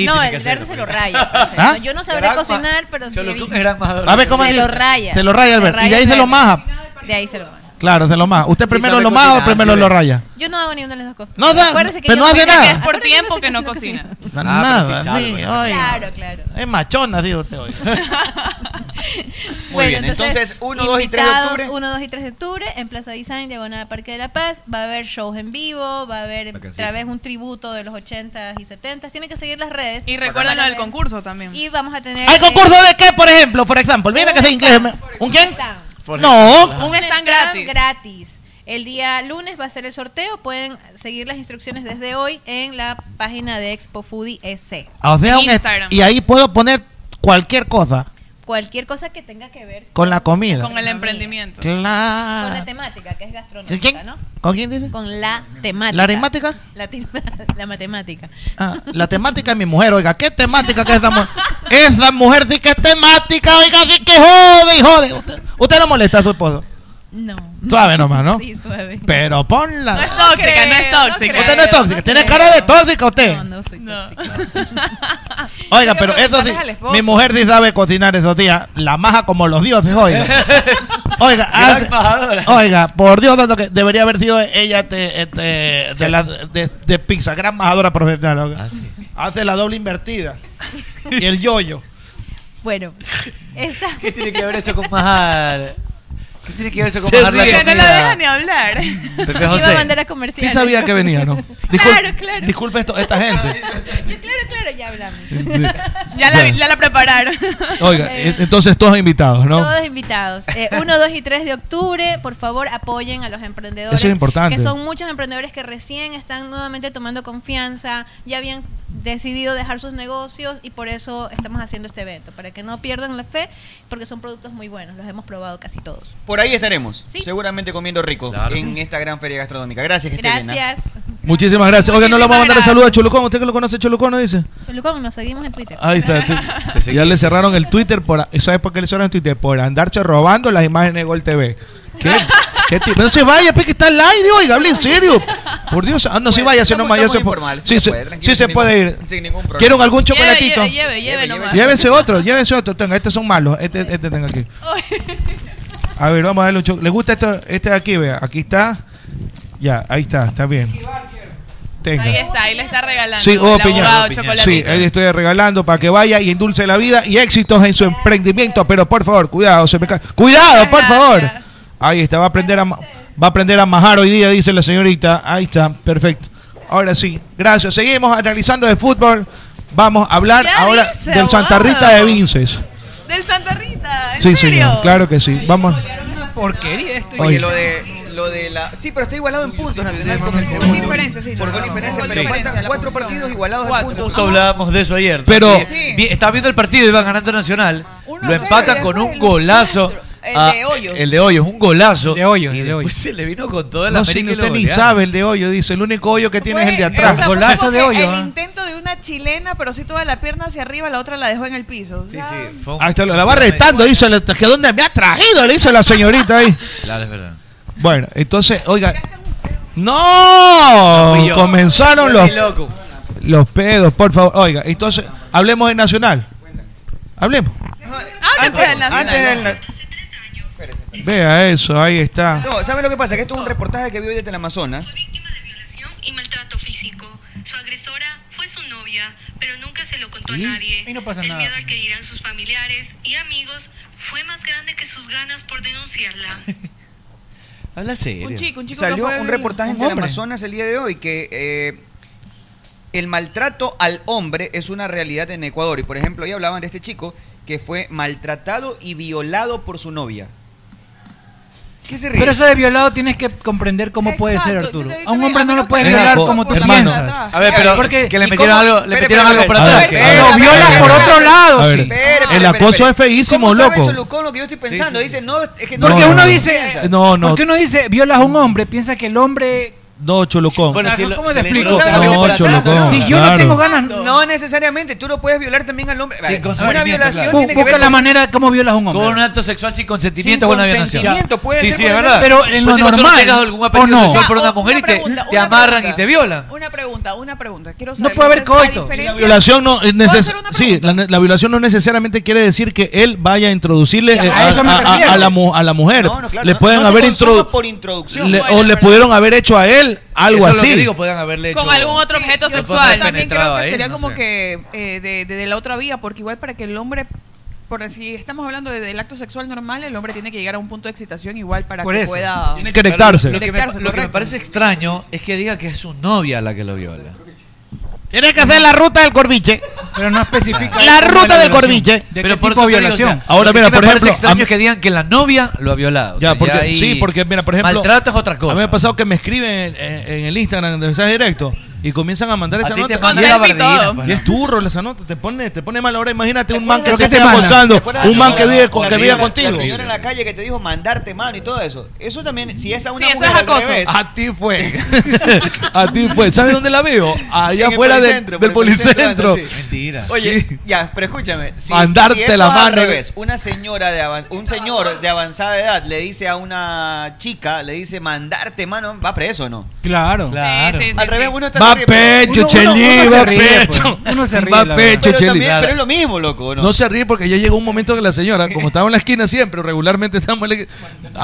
Speaker 22: No, el verde se lo raya. pues,
Speaker 8: ¿Ah?
Speaker 22: Yo no sabré
Speaker 9: Gran ma-
Speaker 22: cocinar, pero sí. he visto.
Speaker 8: A ver cómo
Speaker 22: se
Speaker 8: dice.
Speaker 22: lo raya.
Speaker 8: Se lo raya el
Speaker 22: Se
Speaker 8: verde. y
Speaker 22: raya
Speaker 8: de ahí
Speaker 22: el
Speaker 8: se lo
Speaker 22: verde.
Speaker 8: maja.
Speaker 22: De ahí se lo maja.
Speaker 8: Claro, se lo maja. ¿Usted primero
Speaker 22: sabe
Speaker 8: lo maja o
Speaker 22: cocinar,
Speaker 8: primero
Speaker 22: sí,
Speaker 8: lo
Speaker 22: ve.
Speaker 8: raya?
Speaker 22: Yo no hago ninguna de las dos cosas.
Speaker 8: No da-
Speaker 22: Acuérdese que
Speaker 8: pero
Speaker 22: yo
Speaker 8: no hace
Speaker 22: pienso
Speaker 8: nada.
Speaker 22: que
Speaker 15: Es por tiempo que no cocina.
Speaker 8: Nada,
Speaker 10: pero sí sabe,
Speaker 8: sí,
Speaker 10: bueno.
Speaker 8: oiga.
Speaker 22: Claro, claro.
Speaker 8: Es machona, digo usted hoy.
Speaker 9: Muy bien, entonces, 1, 2 y 3 de
Speaker 22: invitados,
Speaker 9: octubre.
Speaker 22: 1, 2 y 3 de octubre en Plaza Design, Diagonal Parque de la Paz. Va a haber shows en vivo, va a haber
Speaker 15: Bacán, sí,
Speaker 22: otra
Speaker 15: sí.
Speaker 22: vez un tributo de los 80s y 70s. Tienen que seguir las redes.
Speaker 15: Y recuerden
Speaker 22: Van
Speaker 15: lo
Speaker 22: a
Speaker 15: del
Speaker 22: ver-
Speaker 15: concurso también.
Speaker 22: Y vamos a tener. eh,
Speaker 8: ¿Hay concurso de qué, por ejemplo? Por ejemplo, mira que sea inglés. ¿Un quién? No.
Speaker 22: Un stand gratis. gratis. El día lunes va a ser el sorteo. Pueden seguir las instrucciones desde hoy en la página de Expo Foodie SC.
Speaker 8: Ah, O sea, un- y ahí puedo poner cualquier cosa
Speaker 22: Cualquier cosa que tenga que ver
Speaker 8: con la comida.
Speaker 22: Con el emprendimiento.
Speaker 8: Claro.
Speaker 22: Con la temática, que es
Speaker 8: ¿Con
Speaker 22: gastronómica,
Speaker 8: quién?
Speaker 22: ¿no?
Speaker 8: ¿Con quién dice?
Speaker 22: Con la temática.
Speaker 8: ¿La temática?
Speaker 22: La, tem- la matemática.
Speaker 8: Ah, la temática es mi mujer, oiga, ¿qué temática que es esa mujer? Esa mujer sí que es temática, oiga, sí que jode y jode. Usted, usted no molesta a su esposo.
Speaker 22: No.
Speaker 8: Suave nomás, ¿no?
Speaker 22: Sí, suave.
Speaker 8: Pero ponla.
Speaker 15: No es tóxica, no es tóxica.
Speaker 8: usted no es tóxica, tiene cara de tóxica usted. Oiga, pero eso sí,
Speaker 15: preguntarles al esposo.
Speaker 8: mi mujer sí sabe cocinar esos días, la maja como los dioses, oiga. Oiga,
Speaker 1: Ah,
Speaker 8: hace- oiga, por Dios, tanto que debería haber sido ella este, este, de, la, de, de pizza, gran majadora profesional. oiga. Hace la doble invertida y el yoyo.
Speaker 22: Bueno, esta.
Speaker 10: ¿Qué tiene que ver eso con majar? ¿Qué tiene que ver eso con
Speaker 8: Se
Speaker 10: majar la
Speaker 8: ríe.
Speaker 10: comida?
Speaker 22: no la deja ni hablar.
Speaker 10: Pepe
Speaker 22: Iba
Speaker 10: José.
Speaker 22: a mandar a comercial.
Speaker 1: Sí sabía que venía, ¿no? Discul-
Speaker 22: claro, claro.
Speaker 1: Disculpe esto, esta gente. Eh,
Speaker 22: Yo, claro, claro.
Speaker 15: pero ya hablamos. ya, la, vi- ya la prepararon.
Speaker 1: Oiga, e- entonces todos invitados, ¿no?
Speaker 22: Eh, Todos invitados. 1, 2 y 3 de octubre, por favor, apoyen a los emprendedores.
Speaker 1: Eso es importante.
Speaker 22: Que son muchos emprendedores que recién están nuevamente tomando confianza, ya habían decidido dejar sus negocios y por eso estamos haciendo este evento, para que no pierdan la fe, porque son productos muy buenos, los hemos probado casi todos.
Speaker 9: Por ahí estaremos, seguramente comiendo rico en esta gran feria gastronómica. Gracias, Estelena.
Speaker 22: Gracias.
Speaker 1: Muchísimas gracias. Oiga, no le vamos a mandar el saludo a Cholucón. ¿Usted que lo conoce, Cholucón, no dice?
Speaker 22: Cholucón, nos seguimos en Twitter.
Speaker 1: Ahí está. te- ya le cerraron el Twitter. Por, ¿Sabes por qué le cerraron el Twitter? Por andarse robando las imágenes de Gol TV. ¿Qué? ¿Qué tipo? No se vaya, pe, que está al aire, oiga, hable en serio. Por Dios, ah, no
Speaker 10: Pues,
Speaker 1: se vaya, se nomás. ya se puede. Sí, se, sí se puede ir. ¿Quieren algún chocolatito?
Speaker 15: Lleve, lleve, lleve, nomás.
Speaker 1: Llévense otro, llévense otro. Tenga, estos son malos. Este, este tenga aquí. A ver, vamos a darle un choque. ¿Le gusta esto, este de aquí? Vea, aquí está. Ya, ahí está, está bien. Tenga.
Speaker 15: Ahí está, ahí le está regalando.
Speaker 1: Sí,
Speaker 15: el
Speaker 1: Hugo Piña.
Speaker 15: abogado chocolatito.
Speaker 1: Sí, ahí le estoy regalando para que vaya y endulce la vida y éxitos en su emprendimiento. Pero por favor, cuidado, se me cae. ¡Cuidado, por favor! Ahí está, va a aprender a, ma- va a aprender a majar hoy día, dice la señorita. Ahí está, perfecto. Ahora sí, gracias. Seguimos analizando de fútbol. Vamos a hablar ahora
Speaker 15: dice,
Speaker 1: del Santa
Speaker 15: abogado?
Speaker 1: Rita de Vinces.
Speaker 15: Del Santa Rita. ¿En
Speaker 1: Sí,
Speaker 15: serio?
Speaker 1: señor, claro que sí. Vamos.
Speaker 15: Porquería esto.
Speaker 1: Oye.
Speaker 9: Oye, lo de, lo de la. Sí, pero está igualado en puntos Nacional con el segundo. diferencia, sí. Por gol diferencia, pero
Speaker 10: Sí.
Speaker 9: faltan cuatro partidos igualados en puntos.
Speaker 10: Justo hablábamos de eso ayer.
Speaker 1: Pero-
Speaker 10: Sí. Vi- estaba viendo el partido y iba ganando Nacional. Lo empatan con un golazo.
Speaker 15: El
Speaker 10: a-
Speaker 15: de Hoyos.
Speaker 10: El de Hoyos, un golazo. de Hoyos, el de Hoyos. se le vino con toda la
Speaker 1: No, sí,
Speaker 10: América y lo
Speaker 1: usted ni
Speaker 10: golearon.
Speaker 1: sabe el de hoyo, dice. El único hoyo que tiene es el de ¿ah?
Speaker 15: O
Speaker 1: atrás.
Speaker 15: sea, fue como que
Speaker 10: ¿eh?
Speaker 15: El intento de una chilena, pero sí toda la pierna hacia arriba, la otra la dejó en el piso. O sea,
Speaker 1: Hasta la va retando, dice. la- ¿Que dónde me ha traído? Le hizo la señorita ahí.
Speaker 10: Claro, es verdad.
Speaker 1: Bueno, entonces, oiga. ¡No!
Speaker 10: fui yo.
Speaker 1: Comenzaron
Speaker 10: Fue
Speaker 1: los,
Speaker 10: mi loco.
Speaker 1: los pedos, por favor. Oiga, entonces, hablemos de Nacional. Hablemos.
Speaker 23: Ah,
Speaker 9: Antes,
Speaker 15: pues, del Nacional.
Speaker 9: antes del na-
Speaker 1: Vea eso, ahí está.
Speaker 9: Ah. No, ¿saben lo que pasa? Que esto es un reportaje que vi hoy desde el Amazonas.
Speaker 23: y maltrato físico. Su agresora fue su novia, pero nunca se lo contó
Speaker 9: ¿Y?
Speaker 23: a nadie.
Speaker 9: Y no pasa
Speaker 23: el
Speaker 9: nada.
Speaker 23: miedo al que dirán sus familiares y amigos fue más grande que sus ganas por denunciarla.
Speaker 10: Habla serio.
Speaker 23: Un chico, un chico
Speaker 9: Salió
Speaker 23: que fue
Speaker 9: un
Speaker 23: el-
Speaker 9: reportaje
Speaker 23: un
Speaker 9: en el
Speaker 23: hombre.
Speaker 9: Amazonas el día de hoy que eh, el maltrato al hombre es una realidad en Ecuador. Y por ejemplo, ahí hablaban de este chico que fue maltratado y violado por su novia. ¿Qué se ríe?
Speaker 13: Pero eso de violado tienes que comprender cómo puede ser, Arturo. A un hombre no lo puedes
Speaker 10: Ven acá,
Speaker 13: violar como tú
Speaker 10: hermano.
Speaker 13: piensas.
Speaker 10: A ver, pero que le metieron algo, le metieron algo por
Speaker 1: A
Speaker 10: atrás.
Speaker 1: ver,
Speaker 10: ¿Qué?
Speaker 1: a ver,
Speaker 10: Lo
Speaker 1: a ver,
Speaker 10: violan
Speaker 1: a ver,
Speaker 10: por
Speaker 1: a ver,
Speaker 10: otro
Speaker 1: a ver,
Speaker 10: lado,
Speaker 1: a ver,
Speaker 10: sí. Espere,
Speaker 1: El
Speaker 10: espere,
Speaker 1: acoso
Speaker 10: espere.
Speaker 1: es feísimo,
Speaker 9: ¿Cómo sabe
Speaker 1: loco.
Speaker 9: Cholucón lo que yo estoy pensando? Dice, no, es que no.
Speaker 13: Porque
Speaker 1: No,
Speaker 13: uno
Speaker 1: no.
Speaker 13: dice,
Speaker 1: No, no.
Speaker 13: porque uno dice, violas a un hombre, piensa que el hombre
Speaker 1: No, Cholucón.
Speaker 13: Bueno, si lo-
Speaker 9: ¿Cómo
Speaker 13: se
Speaker 9: te
Speaker 13: le
Speaker 9: explico?
Speaker 13: entró-
Speaker 9: ¿Sabes lo que
Speaker 1: No,
Speaker 9: te pasa?
Speaker 1: Cholucón,
Speaker 9: No,
Speaker 1: Si yo no claro. tengo
Speaker 13: ganas-
Speaker 9: No necesariamente, tú lo puedes violar también al hombre. Vale, una
Speaker 10: consentimiento,
Speaker 9: violación
Speaker 10: claro.
Speaker 9: tiene que
Speaker 10: Busca
Speaker 9: ver
Speaker 10: la
Speaker 9: con-
Speaker 13: manera como violas a un
Speaker 10: Con un acto sexual sin consentimiento
Speaker 9: Sin
Speaker 10: con una violación.
Speaker 9: consentimiento, puede
Speaker 10: sí,
Speaker 9: ser
Speaker 10: sí,
Speaker 9: por
Speaker 10: es
Speaker 9: el-
Speaker 10: verdad. Pues
Speaker 9: Pero en
Speaker 10: Por
Speaker 9: lo
Speaker 10: eso cuando
Speaker 9: normal,
Speaker 10: tengas algún
Speaker 9: ¿o
Speaker 10: apetito
Speaker 13: no?
Speaker 10: sexual por
Speaker 13: Ah,
Speaker 10: una mujer y te,
Speaker 15: pregunta,
Speaker 10: te
Speaker 15: una
Speaker 10: amarran
Speaker 15: pregunta.
Speaker 10: y te violan.
Speaker 15: Una pregunta, una pregunta. Quiero
Speaker 1: No
Speaker 15: saber,
Speaker 1: puede haber
Speaker 15: entonces, la
Speaker 1: coito.
Speaker 15: diferencia-
Speaker 1: La violación no es
Speaker 15: ¿Puedo
Speaker 1: neces
Speaker 15: hacer una
Speaker 1: sí, la, ne- la violación no necesariamente quiere decir que él vaya a introducirle eh, a,
Speaker 9: a eso me
Speaker 1: a- a-
Speaker 9: refiero.
Speaker 1: a la, mu- a la mujer.
Speaker 9: No, no, claro,
Speaker 1: le
Speaker 9: no-
Speaker 1: pueden
Speaker 9: no se
Speaker 1: haber
Speaker 9: consuma
Speaker 1: introducido
Speaker 9: por introducción.
Speaker 1: o le pudieron haber hecho a él algo
Speaker 10: Eso es lo
Speaker 1: así.
Speaker 10: que digo, pues, podían haberle
Speaker 15: con
Speaker 10: hecho-
Speaker 15: algún otro
Speaker 10: Sí,
Speaker 15: objeto
Speaker 10: yo
Speaker 15: sexual.
Speaker 10: también
Speaker 15: También creo
Speaker 10: penetrado
Speaker 15: que
Speaker 10: ahí,
Speaker 15: sería
Speaker 10: no
Speaker 15: como
Speaker 10: sé.
Speaker 15: que eh, de, de- de la otra vía, porque igual para que el hombre, por si estamos hablando de- del acto sexual normal, el hombre tiene que llegar a un punto de excitación igual para
Speaker 10: Por
Speaker 15: que
Speaker 10: eso.
Speaker 15: pueda...
Speaker 10: Tiene
Speaker 1: que erectarse.
Speaker 10: Lo que, me,
Speaker 15: Erectarse,
Speaker 10: lo que me
Speaker 15: correcto.
Speaker 10: parece extraño es que diga que es su novia la que lo viola.
Speaker 1: Tiene que hacer la ruta del corviche.
Speaker 13: Pero no especifica.
Speaker 1: La ruta del corviche.
Speaker 10: corviche. Pero por eso te digo, o sea,
Speaker 1: Ahora
Speaker 10: lo que
Speaker 1: mira,
Speaker 10: sí me
Speaker 1: por
Speaker 10: parece
Speaker 1: ejemplo, a
Speaker 10: extraño
Speaker 1: mí-
Speaker 10: es que digan que la novia lo ha violado. O
Speaker 1: Ya,
Speaker 10: sea,
Speaker 1: porque,
Speaker 10: ahí-
Speaker 1: sí, porque mira, por ejemplo.
Speaker 10: Maltrato es otra cosa.
Speaker 1: A mí me ha pasado que me escriben en, en- en el Instagram, en el mensaje directo, y comienzan a mandar
Speaker 10: A
Speaker 1: esa
Speaker 10: ti te
Speaker 1: nota.
Speaker 10: mandó
Speaker 1: Y
Speaker 10: la
Speaker 1: es-
Speaker 10: bardina,
Speaker 1: y
Speaker 10: pues,
Speaker 1: es turro esa nota, te pone, te pone mal ahora. Imagínate un man que
Speaker 9: ¿Pero
Speaker 1: te
Speaker 9: qué te
Speaker 1: esté
Speaker 9: mandan? ¿Te
Speaker 1: abusando,
Speaker 9: acuerdas de
Speaker 1: un man
Speaker 9: la
Speaker 1: que
Speaker 9: señora-
Speaker 1: vive, con-
Speaker 9: la
Speaker 1: que vive
Speaker 9: señora-
Speaker 1: contigo.
Speaker 9: La señora en la calle que te dijo mandarte mano y todo eso. Eso también, si es a una
Speaker 15: Sí, eso es
Speaker 9: mujer al
Speaker 15: acoso.
Speaker 9: revés,
Speaker 1: A ti fue. a ti fue. ¿Sabes dónde la veo? Allá
Speaker 9: En el
Speaker 1: afuera del-
Speaker 9: policentro,
Speaker 1: del
Speaker 9: por el policentro,
Speaker 1: policentro.
Speaker 9: anda, sí.
Speaker 10: Mentira.
Speaker 9: Oye, ya, pero escúchame. Si,
Speaker 1: Mandarte
Speaker 9: si eso
Speaker 1: la
Speaker 9: es
Speaker 1: mano.
Speaker 9: Al revés, una señora de avan- un señor de avanzada edad le dice a una chica, le dice mandarte mano, va preso, ¿no?
Speaker 13: Claro.
Speaker 9: Al revés, uno está
Speaker 1: Va
Speaker 9: se ríe, pero-
Speaker 1: pecho,
Speaker 9: uno- uno-
Speaker 1: Chelí,
Speaker 9: uno se
Speaker 1: va
Speaker 9: ríe, pues.
Speaker 1: pecho.
Speaker 13: Uno se ríe,
Speaker 1: Va
Speaker 13: la
Speaker 1: pecho,
Speaker 9: Pero
Speaker 1: Chelí.
Speaker 9: también- pero es lo mismo, loco, ¿no?
Speaker 1: No se ríe porque ya llegó un momento que la señora, como estaba en la esquina siempre, regularmente estamos en la esquina,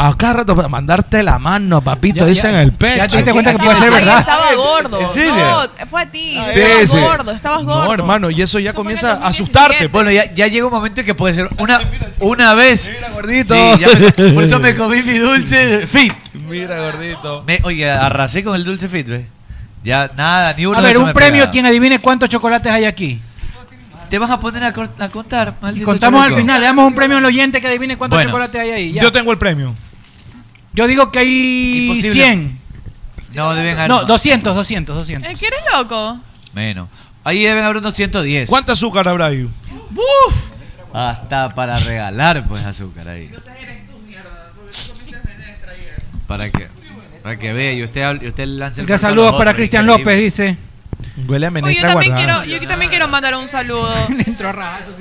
Speaker 1: a cada rato para mandarte la mano, papito, dicen el pecho.
Speaker 13: ya te diste cuenta que puede
Speaker 15: Ay,
Speaker 13: ser verdad.
Speaker 15: Estaba gordo.
Speaker 1: ¿En serio?
Speaker 15: No, fue a ti.
Speaker 1: Sí,
Speaker 15: estabas
Speaker 1: sí.
Speaker 15: gordo, estabas gordo.
Speaker 1: No, hermano, y eso ya comienza a asustarte.
Speaker 10: Bueno, ya, ya llega un momento que puede ser una, una vez. Mira,
Speaker 1: gordito.
Speaker 10: por eso me comí mi dulce fit.
Speaker 1: Mira, gordito.
Speaker 10: Me, oye, arrasé con el dulce fit, ¿ves? Ya nada, ni uno
Speaker 13: A
Speaker 10: de
Speaker 13: ver,
Speaker 10: esos
Speaker 13: un
Speaker 10: me
Speaker 13: premio
Speaker 10: pegaba.
Speaker 13: quien adivine cuántos chocolates hay aquí.
Speaker 10: Te vas a poner a, cor- a contar, maldito
Speaker 13: Contamos al
Speaker 10: churruco.
Speaker 13: final, le damos un premio al oyente que adivine cuánto
Speaker 10: Bueno.
Speaker 13: chocolate hay ahí. ya.
Speaker 1: Yo tengo el premio.
Speaker 13: Yo digo que hay
Speaker 10: Imposible.
Speaker 13: 100.
Speaker 10: No, deben haber
Speaker 13: No,
Speaker 10: más.
Speaker 13: 200, 200, 200.
Speaker 15: Es que eres Eh, loco.
Speaker 10: Menos. Ahí deben haber unos 110.
Speaker 1: ¿Cuánta azúcar habrá ahí?
Speaker 15: ¡Buf!
Speaker 10: Hasta para regalar, pues, azúcar ahí. Para que, para que vea y usted, hable- y usted lance el
Speaker 13: Acá
Speaker 10: cuento a los
Speaker 13: saludos para
Speaker 10: otros,
Speaker 13: Cristian
Speaker 10: increíble.
Speaker 13: López, dice.
Speaker 1: Huele a
Speaker 15: Oye, yo
Speaker 1: menestra
Speaker 15: también,
Speaker 1: guardada.
Speaker 15: quiero, yo también quiero mandar un saludo.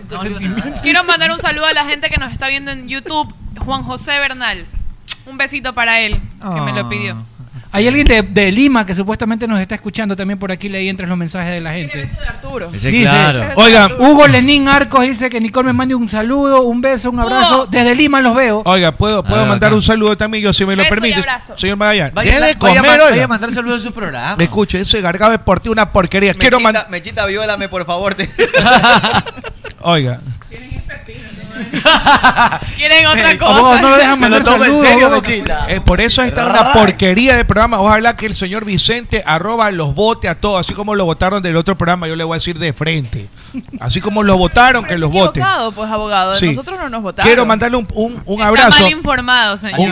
Speaker 13: No, sentimiento.
Speaker 15: Quiero mandar un saludo a la gente que nos está viendo en YouTube. Juan José Bernal. Un besito para él, que me
Speaker 1: Ah.
Speaker 15: lo pidió.
Speaker 13: Ah. Hay alguien de, de Lima que supuestamente nos está escuchando también por aquí. Leí entre los mensajes de la gente.
Speaker 15: Arturo.
Speaker 10: Ese, claro. Ese es
Speaker 1: Oigan,
Speaker 13: Hugo Lenín Arcos dice que Nicole me mande un saludo, un beso, un abrazo. Desde Lima los veo.
Speaker 1: Oiga, puedo, puedo
Speaker 13: Ah,
Speaker 1: mandar
Speaker 13: bacán.
Speaker 1: un saludo también yo, si me lo
Speaker 13: Beso y
Speaker 1: permite.
Speaker 13: abrazo.
Speaker 1: Señor Magallanes.
Speaker 10: Vaya,
Speaker 1: Dele
Speaker 10: vaya,
Speaker 1: comer,
Speaker 10: vaya
Speaker 1: oiga.
Speaker 10: a mandar saludos a su programa.
Speaker 1: Me escucho, ese gargado es por ti una porquería. Quiero mandar.
Speaker 9: Mechita, viólame, por favor. te-
Speaker 1: Oiga.
Speaker 15: Quieren otra cosa.
Speaker 1: Eh, por eso está una porquería de programa. Ojalá que el señor Vicente arroba los vote a todos, así como lo votaron del otro programa, yo le voy a decir de frente. Así como lo votaron, que los voten.
Speaker 15: Abogado, pues abogado.
Speaker 1: Sí.
Speaker 15: Nosotros no nos votamos.
Speaker 1: Quiero mandarle un, un- un
Speaker 15: Está
Speaker 1: abrazo.
Speaker 15: mal informado, señor.
Speaker 1: Un-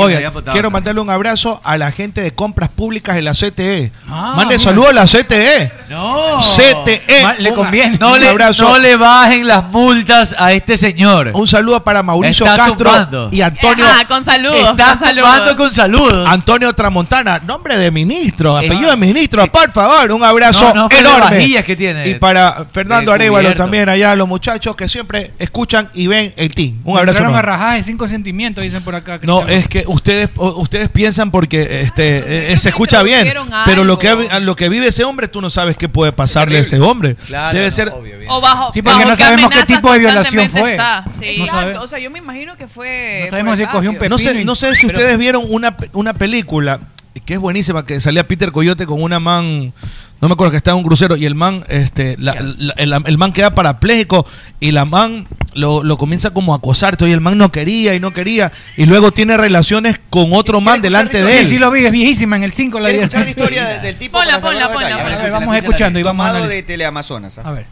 Speaker 1: Oiga,
Speaker 10: pues,
Speaker 1: quiero mandarle un abrazo a la gente de compras públicas de la CTE.
Speaker 10: Ah,
Speaker 1: Mande
Speaker 10: mira.
Speaker 1: saludos a la E. CTE.
Speaker 10: No.
Speaker 1: CTE.
Speaker 10: Ma- le
Speaker 1: Un-
Speaker 10: conviene.
Speaker 1: un
Speaker 10: No le-
Speaker 1: abrazo.
Speaker 10: no le bajen las multas a este señor.
Speaker 1: Un saludo para Mauricio
Speaker 10: Está
Speaker 1: Castro
Speaker 10: tumbando.
Speaker 1: y Antonio.
Speaker 15: Ajá, Ah, con saludos,
Speaker 1: Está
Speaker 15: con saludos.
Speaker 1: tumbando
Speaker 10: con saludos. Eh,
Speaker 1: Antonio Tramontana, nombre de ministro, apellido de ministro, por favor, un abrazo
Speaker 10: No, no, pero
Speaker 1: enorme.
Speaker 10: vajillas que tiene.
Speaker 1: Y para Fernando
Speaker 10: Eh,
Speaker 1: Arevalo
Speaker 10: cubierto.
Speaker 1: también, allá los muchachos que siempre escuchan y ven el team. Un abrazo.
Speaker 13: Entraron a
Speaker 1: enorme.
Speaker 13: rajadas de cinco sentimientos, dicen por acá.
Speaker 1: No,
Speaker 13: Cristian.
Speaker 1: es que ustedes o- ustedes piensan
Speaker 10: Ah,
Speaker 1: porque este eh, se escucha bien,
Speaker 15: introdujeron
Speaker 1: pero
Speaker 15: algo.
Speaker 1: lo que a lo que vive ese hombre tú no sabes qué puede pasarle a ese hombre.
Speaker 10: Claro,
Speaker 1: Debe
Speaker 10: no,
Speaker 1: ser
Speaker 15: O bajo,
Speaker 1: Sí, porque
Speaker 15: bajo
Speaker 1: no sabemos qué
Speaker 15: amenazas
Speaker 1: tipo de violación
Speaker 15: constantemente
Speaker 1: fue.
Speaker 15: está. Sí.
Speaker 1: No
Speaker 15: Exacto,
Speaker 1: sabe-
Speaker 15: O sea, yo me imagino que fue.
Speaker 13: No sabemos
Speaker 15: por el
Speaker 13: si cogió un
Speaker 15: patio.
Speaker 1: No sé, no sé si ustedes vieron una, una película que es buenísima, que salía Peter Coyote con una man, no me acuerdo que estaba en un crucero, y el man, este, la- la- el, el man queda parapléjico y la man lo, lo comienza como a acosar, y el man no quería y no quería, y luego tiene relaciones con otro man delante de
Speaker 13: Sí,
Speaker 1: él.
Speaker 13: sí lo vi, es viejísima en el 5 la
Speaker 9: ¿Quieres
Speaker 13: dieron.
Speaker 9: escuchar la historia de- del tipo?
Speaker 15: Ponla,
Speaker 9: para sacarlo
Speaker 15: ponla,
Speaker 9: de
Speaker 15: ponla,
Speaker 9: calle? A ver,
Speaker 13: ponla.
Speaker 9: escucha,
Speaker 13: Vamos
Speaker 9: escucha la
Speaker 13: escuchando y
Speaker 9: letra.
Speaker 13: vamos
Speaker 9: Tomado
Speaker 13: analizando.
Speaker 9: de Teleamazonas. ¿ah?
Speaker 13: A ver.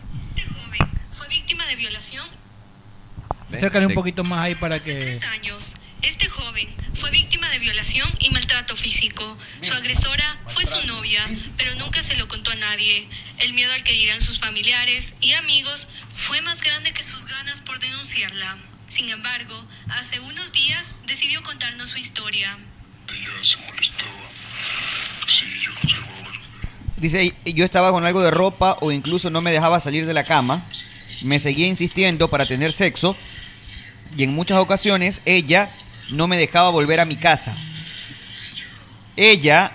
Speaker 13: Acércale
Speaker 10: este.
Speaker 13: un poquito más ahí para que.
Speaker 23: años, este joven fue víctima de violación y maltrato físico. Su agresora fue su novia, pero nunca se lo contó a nadie. El miedo al que dirán sus familiares y amigos fue más grande que sus ganas por denunciarla. Sin embargo, hace unos días decidió contarnos su historia.
Speaker 9: Dice, "Y- yo estaba con algo de ropa o incluso no me dejaba salir de la cama. Me seguía insistiendo para tener sexo. Y en muchas ocasiones ella no me dejaba volver a mi casa. Ella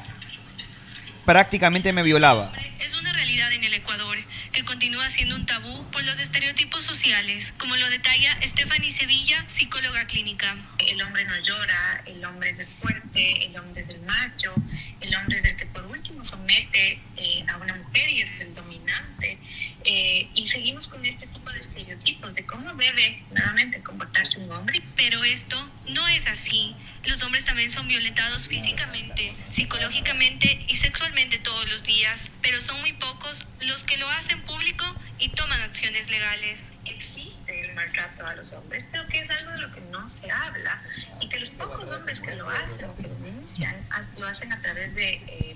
Speaker 9: prácticamente me violaba.
Speaker 23: Es una realidad en el Ecuador que continúa siendo un tabú por los estereotipos sociales, como lo detalla Stephanie Sevilla, psicóloga clínica.
Speaker 4: El hombre no llora, el hombre es el fuerte, el hombre es el macho, el hombre es el que por último somete eh, a una mujer y es el dominante. Eh, y seguimos con este tipo de estereotipos de cómo debe nuevamente comportarse un hombre.
Speaker 23: Pero esto no es así. Los hombres también son violentados físicamente, psicológicamente y sexualmente todos los días, pero son muy pocos los que lo hacen público y toman acciones legales.
Speaker 4: existe el maltrato a los hombres, pero que es algo de lo que no se habla y que los pocos hombres que lo hacen, que denuncian, ha- lo hacen a través de eh,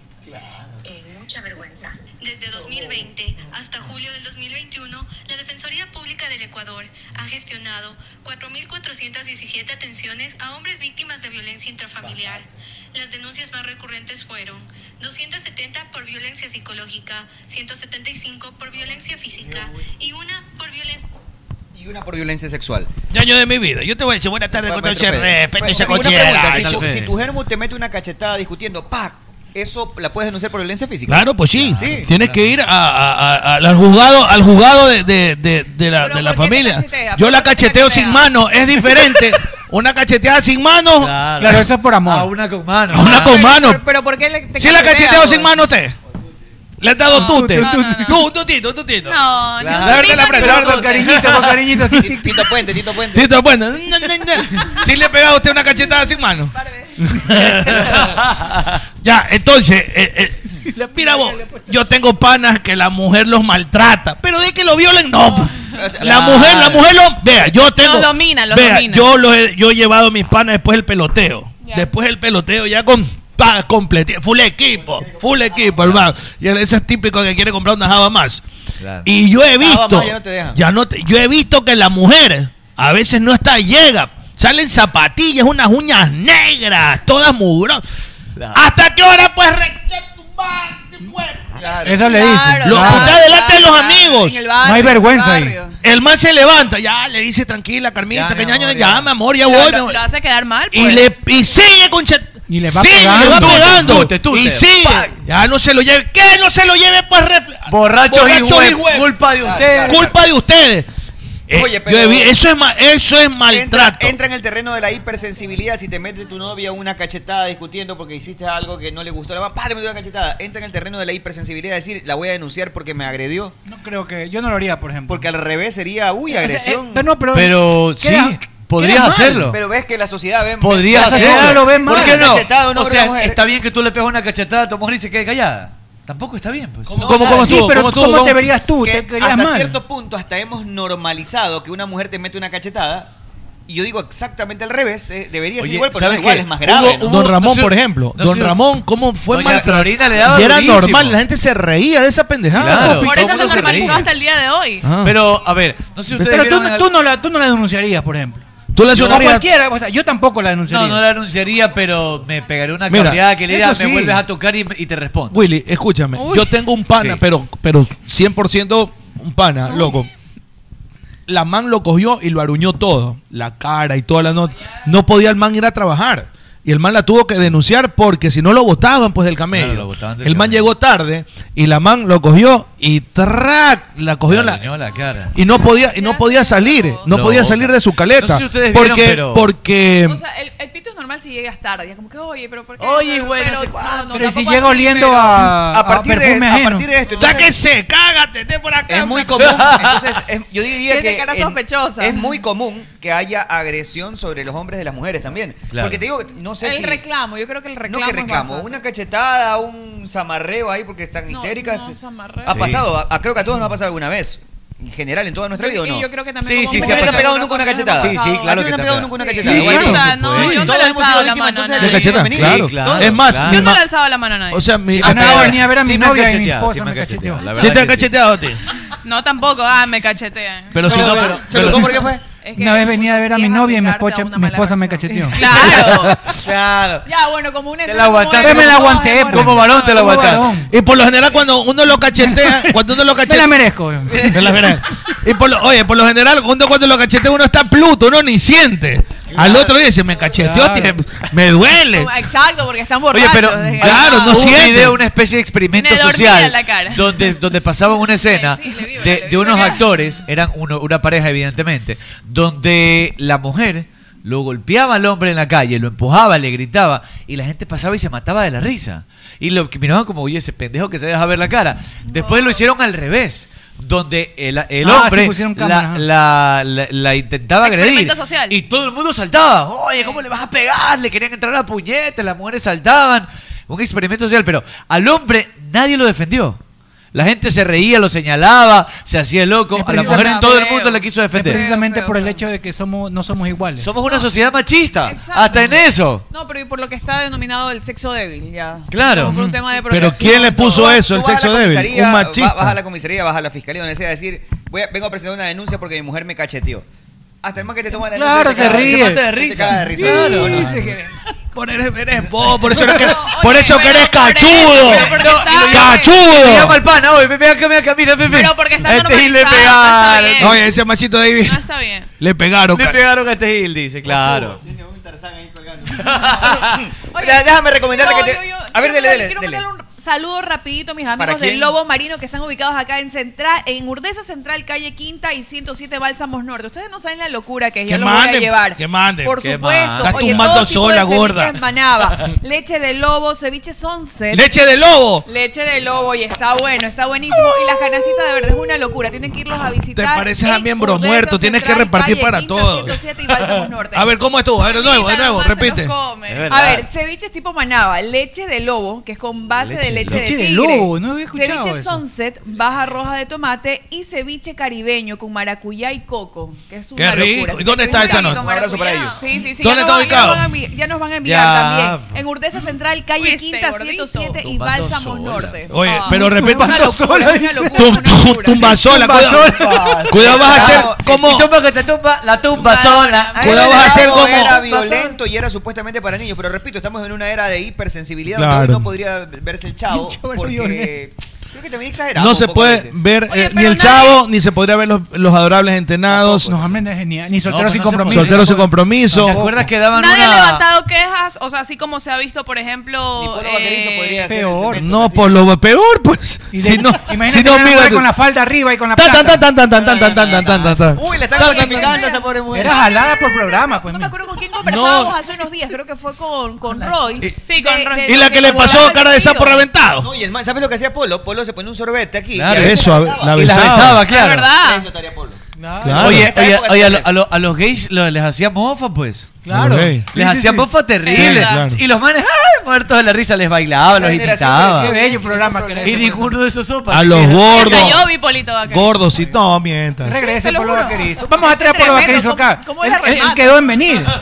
Speaker 4: eh, mucha vergüenza.
Speaker 23: Desde 2020 hasta julio del 2021, la Defensoría Pública del Ecuador ha gestionado 4.417 atenciones a hombres víctimas de violencia intrafamiliar. Las denuncias más recurrentes fueron 270 por violencia psicológica, 175 por violencia física y una por violencia...
Speaker 9: Y una por violencia sexual.
Speaker 1: Ñaño de mi vida, yo te voy a decir buenas tardes
Speaker 9: Bueno, pues,
Speaker 1: con todo ese
Speaker 9: Fede.
Speaker 1: respeto y
Speaker 9: Bueno,
Speaker 1: esa
Speaker 9: una
Speaker 1: cochera.
Speaker 9: pregunta,
Speaker 1: Ahí
Speaker 9: si,
Speaker 1: está
Speaker 9: su-
Speaker 1: el Fede.
Speaker 9: si tu germo te mete una cachetada discutiendo, ¡pac! ¿Eso la puedes denunciar por violencia física?
Speaker 1: Claro, pues sí.
Speaker 9: Sí.
Speaker 1: Tienes que ir a- a- a- al juzgado, al juzgado de, de- de- de la, de la familia.
Speaker 22: cachetea?
Speaker 1: Yo la cacheteo sin mano, es diferente. Una cacheteada sin mano. Claro,
Speaker 13: eso es por amor. A
Speaker 10: una con mano.
Speaker 1: A una con mano.
Speaker 15: Pero, pero ¿por qué le, te
Speaker 1: Si la
Speaker 15: cachetea,
Speaker 1: cacheteo
Speaker 15: pues?
Speaker 1: sin mano, te. Le has dado tú, te.
Speaker 15: no, no, no.
Speaker 1: Tú, tú, tito, tú, tito.
Speaker 15: No,
Speaker 1: Claro.
Speaker 15: no.
Speaker 1: Darte la
Speaker 15: ni
Speaker 1: frente,
Speaker 15: con
Speaker 1: darte
Speaker 15: tute.
Speaker 9: Tito Puente, Tito Puente.
Speaker 1: Tito, bueno. Si le he pegado a usted una cachetada sin mano. ya, entonces, eh, eh, Mira vos, yo tengo panas que la mujer los maltrata, pero de que lo violen, no. La mujer, la mujer lo. Vea, yo tengo.
Speaker 11: Los domina, los
Speaker 1: vea,
Speaker 11: domina.
Speaker 1: Yo, los he, yo he llevado mis panas después del peloteo. Después del peloteo, ya con. pa- completi- full equipo, full equipo, hermano. Y ese es típico que quiere comprar una java más. Y yo he
Speaker 9: Ah,
Speaker 1: visto.
Speaker 9: mamá, ya no te dejan.
Speaker 1: Ya no te- yo he visto que la mujer a veces no está llega. Salen zapatillas, unas uñas negras, todas mugrosas. ¿Hasta qué hora pues
Speaker 13: Eso le dice.
Speaker 1: Lo
Speaker 13: Claro.
Speaker 1: que está delante de los
Speaker 13: Claro,
Speaker 1: amigos.
Speaker 13: en el barrio, No hay vergüenza en el ahí.
Speaker 1: El man se levanta, ya le dice tranquila, Carmita, que ñaño, ya, mi amor, ya
Speaker 11: Lo-
Speaker 1: voy.
Speaker 11: lo-
Speaker 1: me voy".
Speaker 11: Lo hace quedar mal.
Speaker 1: Y
Speaker 11: pues.
Speaker 1: le y sigue con chat.
Speaker 13: Y le va
Speaker 1: sigue, le va
Speaker 13: pegando.
Speaker 1: pegando.
Speaker 13: Tute, tute.
Speaker 1: Y sigue. Ya no se lo lleve. ¿Qué? No se lo lleve pues ref-
Speaker 10: Borrachos y huevos.
Speaker 1: Culpa de
Speaker 9: ustedes.
Speaker 1: Culpa de ustedes. Eh,
Speaker 9: Oye,
Speaker 1: yo
Speaker 9: pero-
Speaker 1: he vi- eso es ma- eso es maltrato.
Speaker 9: Entra en el terreno de la hipersensibilidad si te mete tu novia una cachetada discutiendo porque hiciste algo que no le gustó. La mamá, ¡pá! Te metió una cachetada. Entra en el terreno de la hipersensibilidad es decir, la voy a denunciar porque me agredió.
Speaker 13: No creo que. Yo no lo haría, por ejemplo.
Speaker 9: Porque al revés sería, uy,
Speaker 13: O sea,
Speaker 9: agresión.
Speaker 13: eh, pero no, pero-
Speaker 10: Pero sí,
Speaker 13: queda-
Speaker 10: podrías
Speaker 9: mal.
Speaker 10: hacerlo.
Speaker 9: Pero ves que la sociedad ve.
Speaker 10: Podrías
Speaker 9: la sociedad
Speaker 10: hacerlo.
Speaker 9: lo ve mal.
Speaker 10: ¿Por qué no?
Speaker 9: Cachetado, no,
Speaker 10: o
Speaker 9: pero
Speaker 10: sea,
Speaker 9: la mujer-
Speaker 10: está bien que tú le pegas una cachetada a tu mujer y se quede callada. Tampoco está bien, pues.
Speaker 9: No, nada, sí, pero
Speaker 13: ¿cómo te verías tú? ¿Te
Speaker 9: que
Speaker 13: verías
Speaker 9: hasta
Speaker 13: mal?
Speaker 9: cierto punto, hasta hemos normalizado que una mujer te mete una cachetada. Y yo digo exactamente al revés. eh, debería ser
Speaker 1: Oye,
Speaker 9: igual, pero no
Speaker 1: ¿sabes
Speaker 9: igual,
Speaker 1: qué?
Speaker 9: es más grave.
Speaker 1: Hubo-
Speaker 9: ¿no?
Speaker 1: Don Ramón, por ejemplo.
Speaker 9: no
Speaker 1: don
Speaker 9: sé-
Speaker 1: Ramón, ¿cómo fue
Speaker 9: Doña
Speaker 1: maltratado?
Speaker 9: Florina le daba
Speaker 1: Y era
Speaker 10: durísimo.
Speaker 1: normal, la gente se reía de esa pendejada.
Speaker 10: Claro.
Speaker 11: Por eso se
Speaker 10: se
Speaker 11: normalizó
Speaker 10: ríe?
Speaker 11: hasta el día de hoy.
Speaker 10: Pero, a ver, no sé si ustedes
Speaker 13: Pero tú,
Speaker 10: vieron en
Speaker 13: tú no la, tú no la denunciarías, por ejemplo.
Speaker 1: Tú la
Speaker 10: denunciarías-
Speaker 13: cualquiera, o sea, yo tampoco la denunciaría.
Speaker 10: No, no la anunciaría, pero me pegaré una
Speaker 1: Mira,
Speaker 10: cambiada que le diga,
Speaker 1: eso
Speaker 10: me
Speaker 1: sí.
Speaker 10: vuelves a tocar y, y te respondo.
Speaker 1: Willy, escúchame.
Speaker 10: Uy.
Speaker 1: Yo tengo un pana,
Speaker 10: Sí.
Speaker 1: pero, pero 100% un pana, loco. La man lo cogió y lo aruñó todo. La cara y toda la nota. No podía el man ir a trabajar. Y el man la tuvo que denunciar porque si no lo botaban pues del camello.
Speaker 10: Claro, lo botaban del
Speaker 1: el man llegó tarde y la man lo cogió y ¡trac! la cogió en la,
Speaker 10: Dañó la cara.
Speaker 1: y no podía y no podía salir, no
Speaker 10: No.
Speaker 1: podía salir de su caleta.
Speaker 10: No sé si ustedes
Speaker 1: porque
Speaker 10: vieron, pero-
Speaker 1: porque
Speaker 11: O sea, el, el pito es normal si llegas tarde. Ya como que, oye, pero ¿por qué?
Speaker 10: Oye,
Speaker 11: Pero-
Speaker 10: bueno,
Speaker 11: pero-
Speaker 10: no sé
Speaker 11: no, no,
Speaker 13: Pero si
Speaker 11: tampoco
Speaker 13: llega
Speaker 11: así,
Speaker 13: oliendo
Speaker 11: pero-
Speaker 13: a,
Speaker 9: a partir de-
Speaker 13: ah, perfume
Speaker 9: a
Speaker 13: ajeno.
Speaker 9: partir de esto,
Speaker 1: ya que se cágate, esté por acá.
Speaker 9: Es muy
Speaker 1: una-
Speaker 9: común. Entonces, es- yo diría
Speaker 11: Tiene
Speaker 9: que
Speaker 11: cara
Speaker 9: en-
Speaker 11: sospechosa.
Speaker 9: es muy común que haya agresión sobre los hombres de las mujeres también.
Speaker 10: Claro.
Speaker 9: Porque te digo, no sé
Speaker 11: el
Speaker 9: si
Speaker 11: reclamo, yo creo que el reclamo.
Speaker 9: no que
Speaker 11: es
Speaker 9: reclamo,
Speaker 11: más-
Speaker 9: una cachetada, un zamarreo ahí porque están
Speaker 11: No,
Speaker 9: histéricas.
Speaker 11: no, zamarreo.
Speaker 9: ha
Speaker 11: Sí.
Speaker 9: pasado, a- a- creo que a todos nos ha pasado alguna vez. En general, en toda nuestra vida, ¿o
Speaker 11: Y
Speaker 9: no?
Speaker 11: yo creo que también
Speaker 9: Sí,
Speaker 11: como
Speaker 9: sí, sí.
Speaker 11: mujeres
Speaker 9: ¿Te ha pegado
Speaker 11: nosotros
Speaker 9: nunca una
Speaker 11: también
Speaker 9: cachetada?
Speaker 11: nos ha Sí, sí, pasado.
Speaker 10: claro
Speaker 9: ¿A ti
Speaker 10: que
Speaker 9: no
Speaker 10: te
Speaker 9: te ha
Speaker 10: ha
Speaker 9: pegado nunca una
Speaker 11: Sí,
Speaker 9: cachetada?
Speaker 11: sí,
Speaker 9: Igual.
Speaker 11: claro, Puta, no, yo no
Speaker 9: Todos
Speaker 11: le he
Speaker 9: hemos
Speaker 11: alzado
Speaker 9: sido
Speaker 11: la
Speaker 9: víctimas,
Speaker 11: mano a
Speaker 9: entonces,
Speaker 1: de
Speaker 9: de
Speaker 1: cachetada,
Speaker 9: feminicidio.
Speaker 1: claro.
Speaker 9: Todos.
Speaker 1: Es más, mi
Speaker 11: Yo no
Speaker 1: ma-
Speaker 11: le he alzado la mano a nadie.
Speaker 1: o sea, mi
Speaker 13: Ah, no, a venir a ver a
Speaker 10: Sí
Speaker 13: mi
Speaker 10: me han
Speaker 13: novia y mi
Speaker 10: cacheteado, sí
Speaker 13: esposa
Speaker 10: me
Speaker 13: me
Speaker 10: han cacheteado,
Speaker 13: cacheteó.
Speaker 10: la
Speaker 1: ¿Sí te
Speaker 10: verdad
Speaker 1: han
Speaker 10: que sí.
Speaker 1: cacheteado a ti?
Speaker 11: No, tampoco. Ah, me cachetean.
Speaker 1: Pero si no, pero- pero-
Speaker 9: ¿Cómo por qué fue?
Speaker 13: Una vez venía a ver a mi novia y mi esposa, mi esposa me cacheteó.
Speaker 11: Claro.
Speaker 10: Claro.
Speaker 11: Ya, bueno, como una
Speaker 10: Te
Speaker 11: escena
Speaker 10: la
Speaker 11: como
Speaker 10: aguantaste.
Speaker 11: de-
Speaker 10: Me la aguanté,
Speaker 1: eh,
Speaker 11: Todos
Speaker 1: pues.
Speaker 11: hemos
Speaker 10: como varón te la
Speaker 11: reclamado.
Speaker 10: aguantaste.
Speaker 1: Y por lo general cuando uno lo cachetea, cuando uno lo
Speaker 13: Me
Speaker 1: cachetea...
Speaker 13: la merezco. yo.
Speaker 1: Me la veré. Y por lo- oye, por lo general, uno cuando lo cachetea uno está pluto, uno ni siente. Al otro día dice, me cacheteó,
Speaker 13: Claro.
Speaker 1: tío, me duele.
Speaker 11: Como- Exacto, porque están
Speaker 10: Oye,
Speaker 11: borrachos.
Speaker 10: pero
Speaker 11: desgraciados.
Speaker 1: claro, no
Speaker 10: hubo un
Speaker 1: siente.
Speaker 10: video, una especie de experimento
Speaker 11: Tiene dormida
Speaker 10: social
Speaker 11: la cara.
Speaker 10: donde donde pasaban una escena
Speaker 11: Sí, sí, le vi, le
Speaker 10: de,
Speaker 11: vi.
Speaker 10: de unos actores, eran uno- una pareja evidentemente, donde la mujer lo golpeaba al hombre en la calle, lo empujaba, le gritaba y la gente pasaba y se mataba de la risa. Y lo que miraban como, oye, ese pendejo que se deja ver la cara. Después lo hicieron al revés, donde el, el
Speaker 13: Ah, sí,
Speaker 10: hombre
Speaker 13: pusieron cámara,
Speaker 10: la,
Speaker 13: ajá.
Speaker 10: la- la- la intentaba agredir.
Speaker 11: Experimento social.
Speaker 10: Y todo el mundo saltaba. Oye, ¿cómo le vas a pegar? Le querían entrar a puñetes, las mujeres saltaban. Un experimento social, pero al hombre nadie lo defendió. La gente se reía, lo señalaba, se hacía loco. A la mujer en todo el mundo la quiso
Speaker 13: Es
Speaker 10: defender.
Speaker 13: precisamente por el hecho de que somos, no somos iguales.
Speaker 10: Somos una sociedad machista.
Speaker 11: Exacto.
Speaker 10: Hasta en eso.
Speaker 11: No, pero y por lo que está denominado el sexo débil, ya.
Speaker 10: Claro.
Speaker 11: Como por un tema de
Speaker 1: Pero
Speaker 11: protección,
Speaker 1: ¿quién le puso eso,
Speaker 9: Tú
Speaker 1: el
Speaker 9: vas a la
Speaker 1: sexo débil?
Speaker 9: comisaría,
Speaker 1: Un
Speaker 9: va-
Speaker 1: machista.
Speaker 9: Vas a la comisaría, vas a la fiscalía, donde sea, a decir, voy a- vengo a presentar una denuncia porque mi mujer me cacheteó. Hasta el man que te toma la denuncia
Speaker 13: Claro,
Speaker 9: te
Speaker 13: se
Speaker 9: caga-
Speaker 13: ríe.
Speaker 9: se mata de
Speaker 10: Se
Speaker 9: risa.
Speaker 10: caga de
Speaker 9: Te
Speaker 10: risa.
Speaker 9: caga de
Speaker 10: Sí,
Speaker 9: risa.
Speaker 10: se
Speaker 1: Por eres, eres vos, por eso eres que,
Speaker 11: oye,
Speaker 1: por eso que
Speaker 11: pero
Speaker 1: eres
Speaker 11: por eso,
Speaker 1: cachudo.
Speaker 11: pero porque
Speaker 1: No,
Speaker 11: está-
Speaker 10: Me llama
Speaker 1: ¡Cachudo!
Speaker 10: el pana, oye, ven acá, ven acá, mira, ven, ven.
Speaker 11: Pero porque está
Speaker 10: A este Gil le
Speaker 11: normalizado, está
Speaker 10: pegaron.
Speaker 11: bien.
Speaker 10: No,
Speaker 1: Oye, ese machito David
Speaker 11: No está bien.
Speaker 1: le pegaron.
Speaker 10: Le
Speaker 1: ca-
Speaker 10: pegaron a este Gil, dice, claro.
Speaker 9: Mira, Déjame recomendarle
Speaker 11: No,
Speaker 9: que
Speaker 11: yo-
Speaker 9: te...
Speaker 11: yo
Speaker 9: A ver,
Speaker 11: quiero
Speaker 9: dele,
Speaker 11: mandar-
Speaker 9: dele.
Speaker 11: Quiero
Speaker 9: dele.
Speaker 11: mandar un saludo rapidito a mis
Speaker 9: ¿Para
Speaker 11: amigos
Speaker 9: quién?
Speaker 11: del Lobo Marino que están ubicados acá en Central, en Urdesa Central, calle Quinta y 107 Bálsamos Norte. Ustedes no saben la locura que es,
Speaker 1: Que
Speaker 11: yo los voy
Speaker 1: manden,
Speaker 11: a llevar.
Speaker 1: que manden.
Speaker 11: Por
Speaker 1: Que
Speaker 11: supuesto.
Speaker 1: manden.
Speaker 11: Oye,
Speaker 1: Estás tumbando
Speaker 11: todo tipo de
Speaker 1: sola,
Speaker 11: ceviches
Speaker 1: gorda.
Speaker 11: en Manaba, leche de lobo, ceviche sunset.
Speaker 1: Leche de lobo.
Speaker 11: Leche de lobo y está bueno, está buenísimo. Y las canastitas de verdad es una locura. Tienen que irlos a visitar.
Speaker 1: Te pareces a
Speaker 11: en
Speaker 1: miembro
Speaker 11: Urdesa
Speaker 1: muerto, tienes que
Speaker 11: Central,
Speaker 1: repartir
Speaker 11: calle
Speaker 1: para
Speaker 11: Quinta,
Speaker 1: todos.
Speaker 11: 107 y Bálsamos Norte.
Speaker 1: A ver, ¿cómo estuvo? A ver, de nuevo, de nuevo,
Speaker 11: Invítalo, más se los
Speaker 1: repite.
Speaker 11: come.
Speaker 10: Es
Speaker 11: A
Speaker 10: verdad.
Speaker 11: ver, ceviche tipo manaba, leche de lobo, que es con base
Speaker 10: Leche
Speaker 11: de leche de
Speaker 13: Leche de
Speaker 11: tigre.
Speaker 13: lobo, no había escuchado
Speaker 11: ceviche
Speaker 13: eso.
Speaker 11: sunset, baja roja de tomate y ceviche caribeño con maracuyá y coco, que es una
Speaker 1: Qué rico.
Speaker 11: locura.
Speaker 1: ¿Y dónde está esa nota?
Speaker 11: Un
Speaker 1: Un abrazo para ellos.
Speaker 11: Sí, sí, sí.
Speaker 1: ¿Dónde
Speaker 11: ya nos
Speaker 1: está
Speaker 11: van- Ya nos van
Speaker 1: ubicado?
Speaker 11: a envi- ya nos van a enviar
Speaker 1: Ya.
Speaker 11: también. En Urdesa Central, calle Quinta 107 y
Speaker 1: Tumbando
Speaker 11: Bálsamos Norte.
Speaker 1: Oye,
Speaker 11: Ah.
Speaker 1: pero repito,
Speaker 11: Una locura, es una locura.
Speaker 1: Tum- tum- tumba sola, cuidado, cuidado vas a ser como
Speaker 10: tumba que te tumba, la tumba sola.
Speaker 1: Cuidado, vas a ser como-
Speaker 9: Era violento y era supuestamente para niños, pero repito, estamos en una era de hipersensibilidad
Speaker 1: Claro.
Speaker 9: donde hoy no podría verse el chavo porque creo que también exageramos.
Speaker 1: no se
Speaker 9: un poco a
Speaker 1: puede
Speaker 9: veces.
Speaker 1: ver eh, ni el chavo ni se podría ver los, los adorables entrenados.
Speaker 13: No, amén, es genial. Ni solteros
Speaker 1: No,
Speaker 13: sin
Speaker 1: pues no se
Speaker 13: compromiso.
Speaker 1: puede. Solteros sin compromiso.
Speaker 13: ¿Te acuerdas
Speaker 10: que daban
Speaker 24: Nadie ha levantado quejas, o sea, así como se ha visto, por ejemplo. eh,
Speaker 1: Peor. No, por lo peor, pues. Si no, si no, mira.
Speaker 13: con la falda arriba y con la
Speaker 1: Tan, tan,
Speaker 13: plata.
Speaker 1: tan, tan, tan, tan, tan, tan, tan, tan, tan, tan.
Speaker 9: Uy, le están calificando a esa pobre mujer.
Speaker 13: Era jalada por programa, pues. mira.
Speaker 11: Con quién conversábamos hace unos días, creo que fue con, con Roy. Sí, con Roy.
Speaker 1: Y la que le pasó cara de sapo reventado.
Speaker 9: No, y el man, ¿sabes lo que hacía Polo? Polo se ponía un sorbete aquí.
Speaker 1: Claro,
Speaker 9: y a veces
Speaker 1: eso, a- la
Speaker 9: Y las
Speaker 1: besaba. Es
Speaker 10: verdad.
Speaker 9: Eso estaría Polo.
Speaker 1: Claro.
Speaker 10: Oye,
Speaker 1: Esta
Speaker 10: oye,
Speaker 1: época
Speaker 10: oye, a, lo- a lo- a los gays lo- les hacía mofa, pues.
Speaker 1: Claro. A los gays.
Speaker 10: Les
Speaker 1: Sí, sí,
Speaker 10: hacía
Speaker 1: sí.
Speaker 10: mofa
Speaker 1: Es
Speaker 10: terrible.
Speaker 1: verdad. Claro.
Speaker 10: Y los manes, ¡ay! muertos de la risa, les bailaba, Ah, los imitaba.
Speaker 13: Qué bello programa que pues.
Speaker 10: Y ninguno de esos sopas.
Speaker 1: A los gordos. Gordos
Speaker 10: Gordos
Speaker 1: y no, mientras.
Speaker 13: Regrese
Speaker 10: Te lo
Speaker 13: Polo
Speaker 10: juro.
Speaker 13: Vaquerizo. Vamos a traer a Polo
Speaker 10: Tremendo,
Speaker 13: Vaquerizo
Speaker 10: ¿cómo-
Speaker 13: acá.
Speaker 10: cómo la
Speaker 13: Él- él- él
Speaker 10: remata?
Speaker 13: quedó en venir.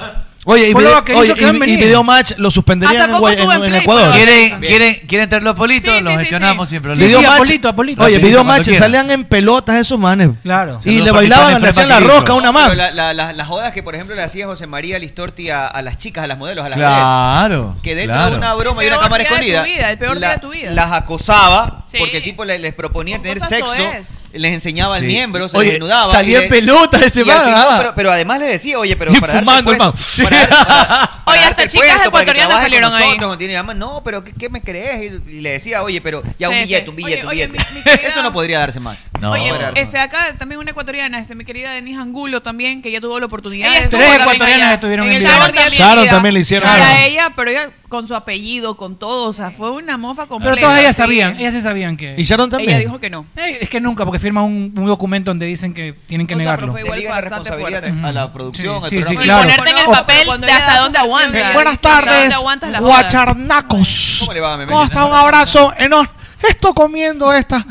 Speaker 1: Oye, y,
Speaker 13: Polo
Speaker 1: video,
Speaker 13: Vaquerizo
Speaker 1: oye,
Speaker 13: quedó en
Speaker 1: y- y
Speaker 13: venir.
Speaker 1: video match lo suspenderían
Speaker 13: Hace
Speaker 1: en,
Speaker 13: poco
Speaker 1: Gua-
Speaker 13: estuvo
Speaker 1: en-
Speaker 13: en
Speaker 1: en
Speaker 13: Play,
Speaker 1: Ecuador.
Speaker 10: ¿Quieren, quieren, quieren traerlo a Polito? los gestionamos sin problema.
Speaker 1: Video match, Oye,
Speaker 10: Rapidito,
Speaker 1: video
Speaker 10: cuando
Speaker 1: match,
Speaker 10: quieran.
Speaker 1: salían en pelotas esos manes.
Speaker 13: Claro.
Speaker 1: Y le bailaban, le hacían la rosca a una más.
Speaker 9: Pero la- la- la- Las jodas que, por ejemplo, le hacía José María Listorti a, a las chicas, a las modelos, a las
Speaker 10: Claro,
Speaker 9: vedettes, Que dentro
Speaker 10: claro.
Speaker 9: de una broma y
Speaker 10: El
Speaker 9: una
Speaker 10: peor
Speaker 9: cámara
Speaker 10: día de tu
Speaker 9: escondida.
Speaker 10: vida, el peor día de tu vida.
Speaker 9: Las acosaba
Speaker 10: Sí.
Speaker 9: porque el tipo le- les, proponía tener
Speaker 10: cosas
Speaker 9: sexo,
Speaker 10: soez.
Speaker 9: les enseñaba el
Speaker 10: Sí.
Speaker 9: miembro, se
Speaker 10: Oye,
Speaker 9: les desnudaba.
Speaker 10: salía
Speaker 9: y
Speaker 10: en pelota ese
Speaker 9: y al
Speaker 10: man,
Speaker 9: final,
Speaker 10: ah.
Speaker 9: pero, pero además le decía, oye, pero
Speaker 10: Y
Speaker 9: para darte
Speaker 10: fumando,
Speaker 9: el puesto, para dar- para- para
Speaker 24: hasta
Speaker 9: darte el
Speaker 24: chicas
Speaker 9: puesto, para que
Speaker 24: ecuatorianas
Speaker 9: trabajes con
Speaker 24: salieron ahí.
Speaker 9: nosotros, contigo, y además, no, pero ¿qué, qué me crees? Y, y le decía, oye, pero ya un
Speaker 11: Sí, sí.
Speaker 9: billete, un billete,
Speaker 11: Oye,
Speaker 9: un
Speaker 11: oye,
Speaker 9: billete.
Speaker 11: mi- mi querida-
Speaker 9: Eso no podría darse más. No,
Speaker 11: Oye,
Speaker 9: podría darse más.
Speaker 11: este, acá también una ecuatoriana, este, mi querida Denise Angulo también, que ya tuvo la oportunidad.
Speaker 24: Ella
Speaker 11: de-
Speaker 24: estuvo Tres también ecuatorianas allá. estuvieron
Speaker 11: En
Speaker 24: en
Speaker 11: el
Speaker 24: vivo.
Speaker 11: Sabor de la
Speaker 1: Sharon
Speaker 11: Vida.
Speaker 1: también le hicieron
Speaker 11: Para
Speaker 1: algo.
Speaker 11: ella, pero ella con su apellido, con todo, o sea, fue una mofa completa.
Speaker 13: Pero todas ellas
Speaker 11: sí.
Speaker 13: sabían, ellas sí sabían que.
Speaker 1: ¿Y Sharon también?
Speaker 11: Ella dijo que no.
Speaker 13: Eh, Es que nunca, porque firma un, un documento donde dicen que tienen que
Speaker 9: O sea,
Speaker 13: negarlo.
Speaker 9: pero fue igual Delegan la bastante responsabilidad fuerte. a la producción, al
Speaker 13: sí, sí,
Speaker 9: programa.
Speaker 13: claro.
Speaker 24: Ponerte en el papel de hasta dónde aguantas.
Speaker 8: Buenas
Speaker 24: Hasta dónde
Speaker 8: tardes,
Speaker 24: aguantas la joda.
Speaker 8: guacharnacos.
Speaker 9: ¿Cómo le va, Memeli?
Speaker 8: está? Un abrazo enorme. Esto comiendo esta.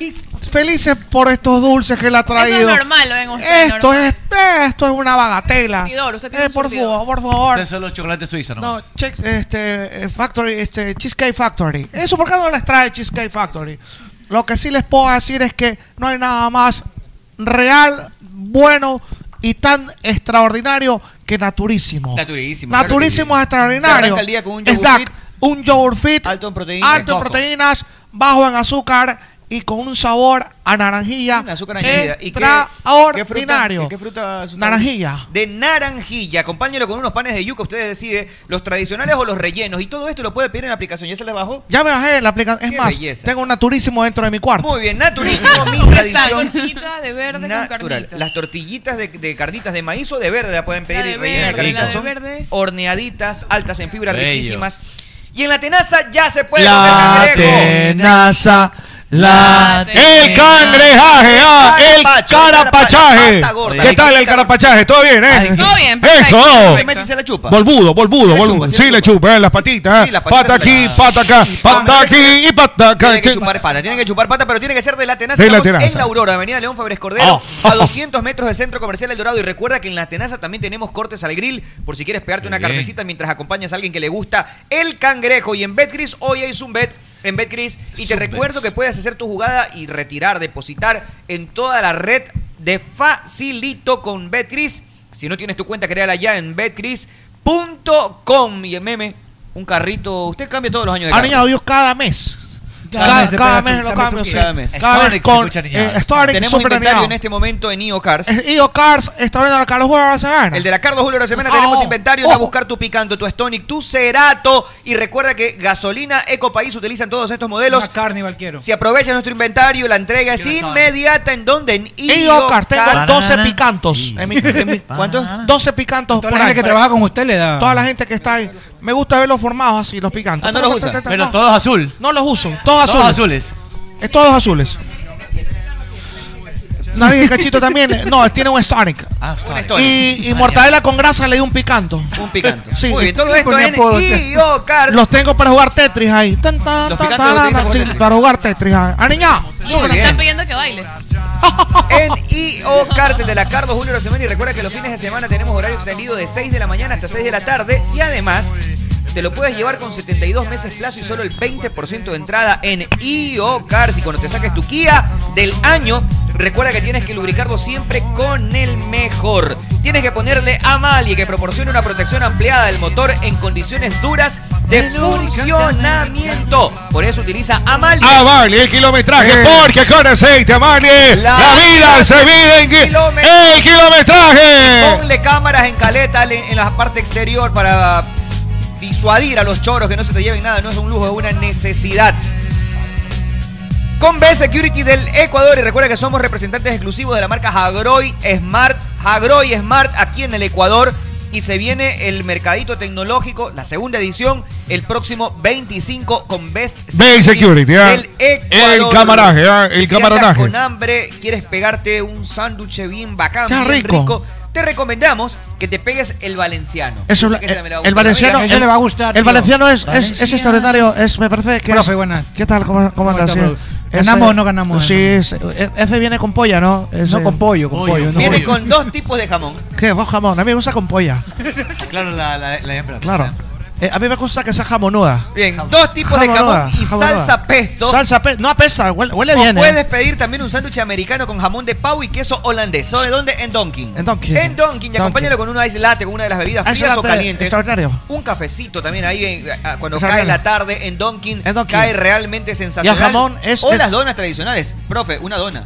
Speaker 8: es- felices por estos dulces que le ha traído.
Speaker 24: Eso es normal, lo ven ustedes.
Speaker 8: Esto
Speaker 24: normal.
Speaker 8: es, esto es una bagatela.
Speaker 24: Surtidor, usted tiene
Speaker 8: Eh,
Speaker 24: un
Speaker 8: por
Speaker 24: surtidor.
Speaker 8: favor, por favor.
Speaker 10: Ustedes son los chocolates suizos, ¿no?
Speaker 8: No, check, este, eh, Factory, este, Cheesecake Factory. Eso, ¿por qué no les trae Cheesecake Factory? Lo que sí les puedo decir es que no hay nada más real, bueno y tan extraordinario que naturísimo.
Speaker 9: Naturísimo.
Speaker 8: Naturísimo es
Speaker 9: Te
Speaker 8: extraordinario.
Speaker 9: arranca el día con un
Speaker 8: es
Speaker 9: yogur
Speaker 8: DAC,
Speaker 9: fit.
Speaker 8: un yogurt fit,
Speaker 9: Alto en proteínas.
Speaker 8: alto en proteínas, bajo en azúcar y con un sabor a naranjilla.
Speaker 9: Sin azúcar añadida. ¿Y qué- qué fruta,
Speaker 8: Extraordinario.
Speaker 9: qué fruta su-
Speaker 8: Naranjilla.
Speaker 9: De naranjilla. Acompáñelo con unos panes de yuca. Usted decide los tradicionales o los rellenos. Y todo esto lo puede pedir en la aplicación. ¿Ya se les bajó?
Speaker 8: Ya me bajé la aplicación. Es
Speaker 9: Qué
Speaker 8: más,
Speaker 9: belleza.
Speaker 8: tengo un naturísimo dentro de mi cuarto.
Speaker 9: Muy bien, naturísimo, mi tradición.
Speaker 11: de verde
Speaker 9: Natural. Las tortillitas de, de carnitas de maíz o de verde la pueden pedir
Speaker 11: de
Speaker 9: y rellenas
Speaker 11: verde,
Speaker 9: de
Speaker 11: la
Speaker 9: carnitas.
Speaker 11: de
Speaker 9: Son
Speaker 11: verde es-
Speaker 9: horneaditas, altas en fibra,
Speaker 1: Bello.
Speaker 9: riquísimas. Y en la tenaza ya se puede
Speaker 1: La
Speaker 9: comer cangrejo.
Speaker 1: tenaza, la
Speaker 9: El
Speaker 1: el cangrejaje, ah, el carapachaje. ¿Qué tal el carapachaje? ¿Todo bien, eh?
Speaker 24: Todo bien, perfecto,
Speaker 1: Eso.
Speaker 24: perfecto. Métese
Speaker 9: la chupa.
Speaker 1: Volbudo, volbudo, volbudo. Sí, le chupa, eh, las patitas, eh. Pata aquí, pata acá, pata aquí y pata acá.
Speaker 9: Tiene que chupar pata, tiene que chupar pata, pero tiene que ser de la tenaza.
Speaker 1: De la
Speaker 9: Estamos En
Speaker 1: Tenaza.
Speaker 9: la Aurora, Avenida León Fabres Cordero,
Speaker 1: Oh, oh,
Speaker 9: a
Speaker 1: oh.
Speaker 9: 200 metros del Centro Comercial El Dorado. Y recuerda que en la tenaza también tenemos cortes al grill, por si quieres pegarte una
Speaker 1: bien.
Speaker 9: carnecita mientras acompañas a alguien que le gusta el cangrejo. Y en Betcris, hoy hay Zumbet en Betcris. Y te
Speaker 1: Zumbet.
Speaker 9: recuerdo que puedes hacer tu jugada y retirar, depositar en toda la red de facilito con Betcris. Si no tienes tu cuenta, créala ya en betcris.com. Y en meme, un carrito. Usted cambia todos los años de carro.
Speaker 8: Ariñado yo cada mes.
Speaker 9: Cada
Speaker 8: Cada,
Speaker 9: mes se
Speaker 8: cada,
Speaker 9: pega su-
Speaker 8: mes lo
Speaker 9: cambia
Speaker 8: cambio.
Speaker 9: su
Speaker 8: sí.
Speaker 9: kit. Cada mes.
Speaker 8: Cada
Speaker 9: Starix,
Speaker 8: vez con
Speaker 9: escucha, niñadas.
Speaker 8: eh, Starix
Speaker 9: Tenemos
Speaker 8: super
Speaker 9: inventario
Speaker 8: alineado.
Speaker 9: en este momento en IO Cars.
Speaker 8: Eh, IO Cars está viendo la Carlos Julio de la semana.
Speaker 9: El de la Carlos Julio de la semana
Speaker 8: Ah,
Speaker 9: tenemos
Speaker 8: oh,
Speaker 9: inventario. Va a buscar tu picante, tu Stonic, tu Cerato. Y recuerda que gasolina Eco País utilizan todos estos modelos.
Speaker 13: Carnival quiero.
Speaker 9: Si aprovechas nuestro inventario, la entrega es inmediata. ¿En donde En
Speaker 8: IO Cars, tengo
Speaker 9: Cars.
Speaker 8: 12 picantos. en mi- en mi-
Speaker 9: ¿Cuántos?
Speaker 8: 12 picantos
Speaker 13: Toda
Speaker 8: por
Speaker 13: la
Speaker 8: ahí.
Speaker 13: gente que trabaja con usted le da.
Speaker 8: Toda la gente que está ahí. Me gusta verlos formados así, los picantes.
Speaker 9: Ah, no los usa.
Speaker 8: No.
Speaker 10: azul.
Speaker 8: No los uso, todos azules.
Speaker 10: Todos azules.
Speaker 8: Es todos azules.
Speaker 10: Nariz de cachito también. eh, No, tiene un Stonic.
Speaker 9: Ah,
Speaker 10: Y, y mortadela con grasa le di un picanto.
Speaker 9: Un picanto.
Speaker 10: Sí.
Speaker 9: Muy bien, todo
Speaker 10: Le
Speaker 9: esto
Speaker 10: ponía
Speaker 9: en
Speaker 10: apodo.
Speaker 9: Io Cars.
Speaker 10: Los tengo para jugar Tetris ahí. Tan, tan,
Speaker 9: Los
Speaker 10: tan,
Speaker 9: picantes los
Speaker 10: tan,
Speaker 9: utilizas
Speaker 10: tan,
Speaker 9: por
Speaker 10: sí,
Speaker 9: Tetris.
Speaker 10: para jugar Tetris. ah. Ah, niña,
Speaker 9: Muy
Speaker 11: Nos están
Speaker 9: bien.
Speaker 11: pidiendo que baile.
Speaker 9: En IO Cárcel de la Carlos Julio Rosemary. Y recuerda que los fines de semana tenemos horario extendido de 6 de la mañana hasta 6 de la tarde. Y además, te lo puedes llevar con 72 meses plazo y solo el 20% de entrada en IO Cars. Y cuando te saques tu Kia del año, recuerda que tienes que lubricarlo siempre con el mejor. Tienes que ponerle Amalie que proporcione una protección ampliada del motor en condiciones duras de funcionamiento. Por eso utiliza Amalie.
Speaker 20: A Marley el kilometraje, porque con aceite, Marley, la,
Speaker 9: La-
Speaker 20: vida se mide en ki-
Speaker 9: Kilómetro.
Speaker 20: el kilometraje.
Speaker 9: Ponle cámaras en caleta le- en la parte exterior para disuadir a los choros que no se te lleven nada. No es un lujo, es una necesidad. Con B Security del Ecuador y recuerda que somos representantes exclusivos de la marca Hagroy Smart. Hagroy Smart aquí en el Ecuador. Y se viene el mercadito tecnológico, la segunda edición, el próximo 25 con Best
Speaker 20: Best Security, ah.
Speaker 9: del Ecuador.
Speaker 20: El camaraje, ah, el
Speaker 9: Si andas
Speaker 20: camaronaje.
Speaker 9: con hambre, quieres pegarte un sándwich bien bacán,
Speaker 10: Está
Speaker 9: bien
Speaker 10: rico.
Speaker 9: te recomendamos que te pegues el valenciano.
Speaker 10: Eso
Speaker 9: Yo
Speaker 10: es
Speaker 9: sé que esa me la va a
Speaker 10: el
Speaker 9: gustar.
Speaker 10: valenciano.
Speaker 9: Amiga,
Speaker 10: el- El valenciano es, es, es extraordinario. Es, me parece que.
Speaker 13: Profe,
Speaker 10: es-
Speaker 13: buenas.
Speaker 10: ¿Qué tal? ¿Cómo, cómo andas?
Speaker 13: está,
Speaker 10: Sí.
Speaker 13: profe? ¿Ganamos
Speaker 10: Ese-
Speaker 13: o no ganamos?
Speaker 10: Sí, es- e- ese viene con polla, ¿no?
Speaker 13: No, con pollo, con Pollo, pollo, no.
Speaker 9: Viene con dos tipos de jamón.
Speaker 10: ¿Qué? Dos jamón. A mí me gusta con polla.
Speaker 9: Claro, la, la, hembra.
Speaker 10: Claro. Eh, a mí me gusta que sea jamonuda.
Speaker 9: Bien, dos tipos de
Speaker 10: Jamonuda,
Speaker 9: jamón y
Speaker 10: jamonuda.
Speaker 9: salsa pesto.
Speaker 10: Salsa pesto. No apesta, huele, huele
Speaker 9: O
Speaker 10: bien. eh.
Speaker 9: puedes pedir también un sándwich americano con jamón de pavo y queso holandés. ¿Sabe dónde? En Donkin. En
Speaker 10: Dunkin'.
Speaker 9: En Donkin. Y
Speaker 10: Dunkin'.
Speaker 9: acompáñalo con una ice latte, con una de las bebidas
Speaker 10: Ice
Speaker 9: frías o
Speaker 10: Ah, latte,
Speaker 9: calientes.
Speaker 10: extraordinario.
Speaker 9: Un cafecito también ahí en- a- cuando cae
Speaker 10: Extraordinario.
Speaker 9: la tarde en Donkin.
Speaker 10: En Dunkin'.
Speaker 9: Cae realmente sensacional.
Speaker 10: jamón es- eh,
Speaker 9: O
Speaker 10: es-
Speaker 9: las donas tradicionales. Profe, una dona.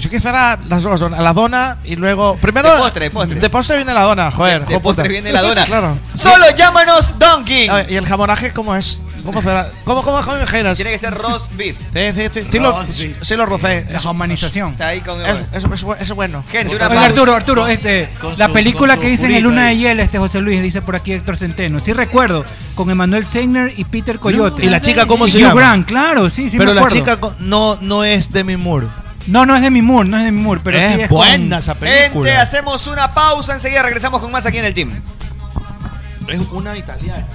Speaker 10: Yo quisiera las dos, don- la dona y luego. Primero.
Speaker 9: De postre, de postre.
Speaker 10: viene la dona, joder.
Speaker 9: De
Speaker 10: hijo
Speaker 9: postre
Speaker 10: puta.
Speaker 9: viene la dona.
Speaker 10: Claro.
Speaker 9: Solo llámanos Donkin.
Speaker 10: A ver, ¿Y el jamonaje cómo es? ¿Cómo será? ¿Cómo, cómo, cómo imaginas?
Speaker 9: Tiene que ser roast beef.
Speaker 10: Sí, sí, sí, sí lo, sí, sí lo rocé.
Speaker 13: La humanización.
Speaker 9: O sea, ahí con-
Speaker 10: Eso, eso, eso- eso es bueno.
Speaker 9: Gente, una
Speaker 13: Oiga,
Speaker 9: pausa.
Speaker 13: Arturo, Arturo, este,
Speaker 9: Con
Speaker 13: la
Speaker 9: su-
Speaker 13: película
Speaker 9: con su
Speaker 13: que dicen en
Speaker 9: curita
Speaker 13: Luna de
Speaker 9: ahí.
Speaker 13: Hiel, este José Luis, dice por aquí Héctor Centeno. Sí recuerdo, con Emanuel Segner y Peter Coyote.
Speaker 10: ¿Y la chica cómo se
Speaker 13: Hugh
Speaker 10: llama?
Speaker 13: Grant, claro, sí, sí
Speaker 10: Pero
Speaker 13: me
Speaker 10: la
Speaker 13: acuerdo.
Speaker 10: chica co- no, no es de mi muro.
Speaker 13: No, no es de mi Moore, no es de mi Moore, pero
Speaker 10: Es
Speaker 13: sí es
Speaker 10: buena esa
Speaker 9: Gente, hacemos una pausa. Enseguida regresamos con más aquí en el team.
Speaker 10: Es una italiana.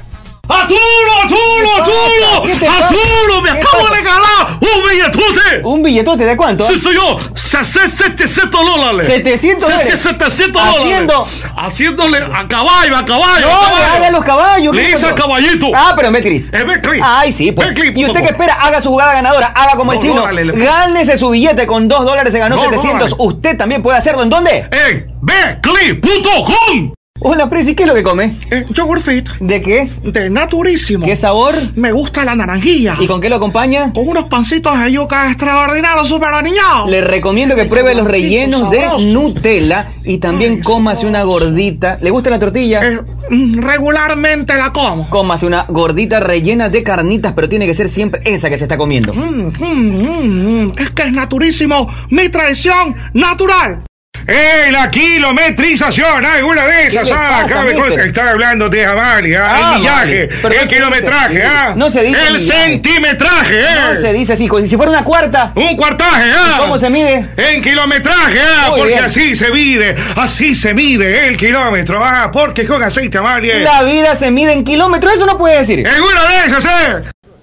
Speaker 1: ¡Arturo, Arturo,
Speaker 9: ¿Qué
Speaker 1: Arturo!
Speaker 9: te pasa?
Speaker 1: ¡Arturo, me
Speaker 9: ¿Qué
Speaker 1: acabo
Speaker 9: pasa?
Speaker 1: de ganar un billetote!
Speaker 5: ¿Un billetote de cuánto?
Speaker 1: Sí, soy yo. Se- se- 700 dólares.
Speaker 5: 700
Speaker 1: Se- se-
Speaker 5: dólares.
Speaker 1: 700 dólares.
Speaker 5: Haciendo-
Speaker 1: Haciéndole a caballo, a caballo. a
Speaker 5: No,
Speaker 1: caballo.
Speaker 5: le haga los caballos.
Speaker 1: Le
Speaker 5: ¿qué
Speaker 1: hice
Speaker 5: pasó?
Speaker 1: a caballito.
Speaker 5: Ah, pero en Betcris.
Speaker 1: En Betcris.
Speaker 5: Ay, sí, pues.
Speaker 1: Betcris
Speaker 5: y
Speaker 1: punto
Speaker 5: usted
Speaker 1: com.
Speaker 5: que espera, haga su jugada ganadora, haga como el
Speaker 1: No,
Speaker 5: chino.
Speaker 1: no, dale, le-
Speaker 5: Gánese su billete con 2 dólares, se ganó
Speaker 1: No, no,
Speaker 5: 700. usted también puede hacerlo. ¿En dónde?
Speaker 1: En Betcris.com.
Speaker 5: Hola, Prezi, ¿qué es lo que come?
Speaker 1: Yogurt fit.
Speaker 5: ¿De qué?
Speaker 1: De naturísimo.
Speaker 5: ¿Qué sabor?
Speaker 1: Me gusta la naranjilla.
Speaker 5: ¿Y con qué lo acompaña?
Speaker 1: Con unos pancitos de yuca extraordinarios, super aniñados.
Speaker 5: Le recomiendo que pruebe los rellenos de Nutella y también cómase una gordita. ¿Le gusta la tortilla?
Speaker 1: Eh, mm, Regularmente la como.
Speaker 5: Cómase una gordita rellena de carnitas, pero tiene que ser siempre esa que se está comiendo.
Speaker 1: Mm, mm, mm, es que es naturísimo. Mi tradición natural. ¡Ey, la kilometrización! ¡Hay una de
Speaker 5: esas, ah, cabe con-
Speaker 1: Están hablando de Amalia,
Speaker 5: ah, el millaje, el kilometraje, ah, el
Speaker 1: centimetraje, eh.
Speaker 5: No se dice así, como si fuera una cuarta.
Speaker 1: Un cuartaje, ah.
Speaker 5: ¿Y ¿Cómo se mide?
Speaker 1: En kilometraje, ah,
Speaker 5: Muy
Speaker 1: porque
Speaker 5: bien.
Speaker 1: así se mide, así se mide el kilómetro, ah, porque con aceite amarillo.
Speaker 5: La vida se mide en kilómetros, eso no puede decir.
Speaker 1: En una de esas, eh.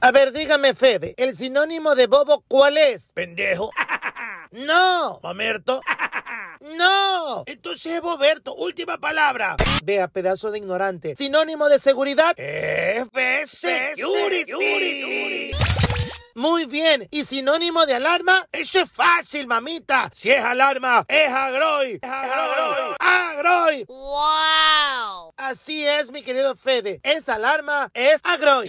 Speaker 8: A ver, dígame, Fede, ¿el sinónimo de bobo cuál es? Pendejo. No. Mamerto. No. Entonces es boberto. Última palabra. Vea, pedazo de ignorante. Sinónimo de seguridad. Security. Muy bien. ¿Y sinónimo de alarma? Eso es fácil, mamita. Si es alarma, es agroy. Es agroy. Agroy. ¡Wow! Así es, mi querido Fede. Es alarma, es agroy.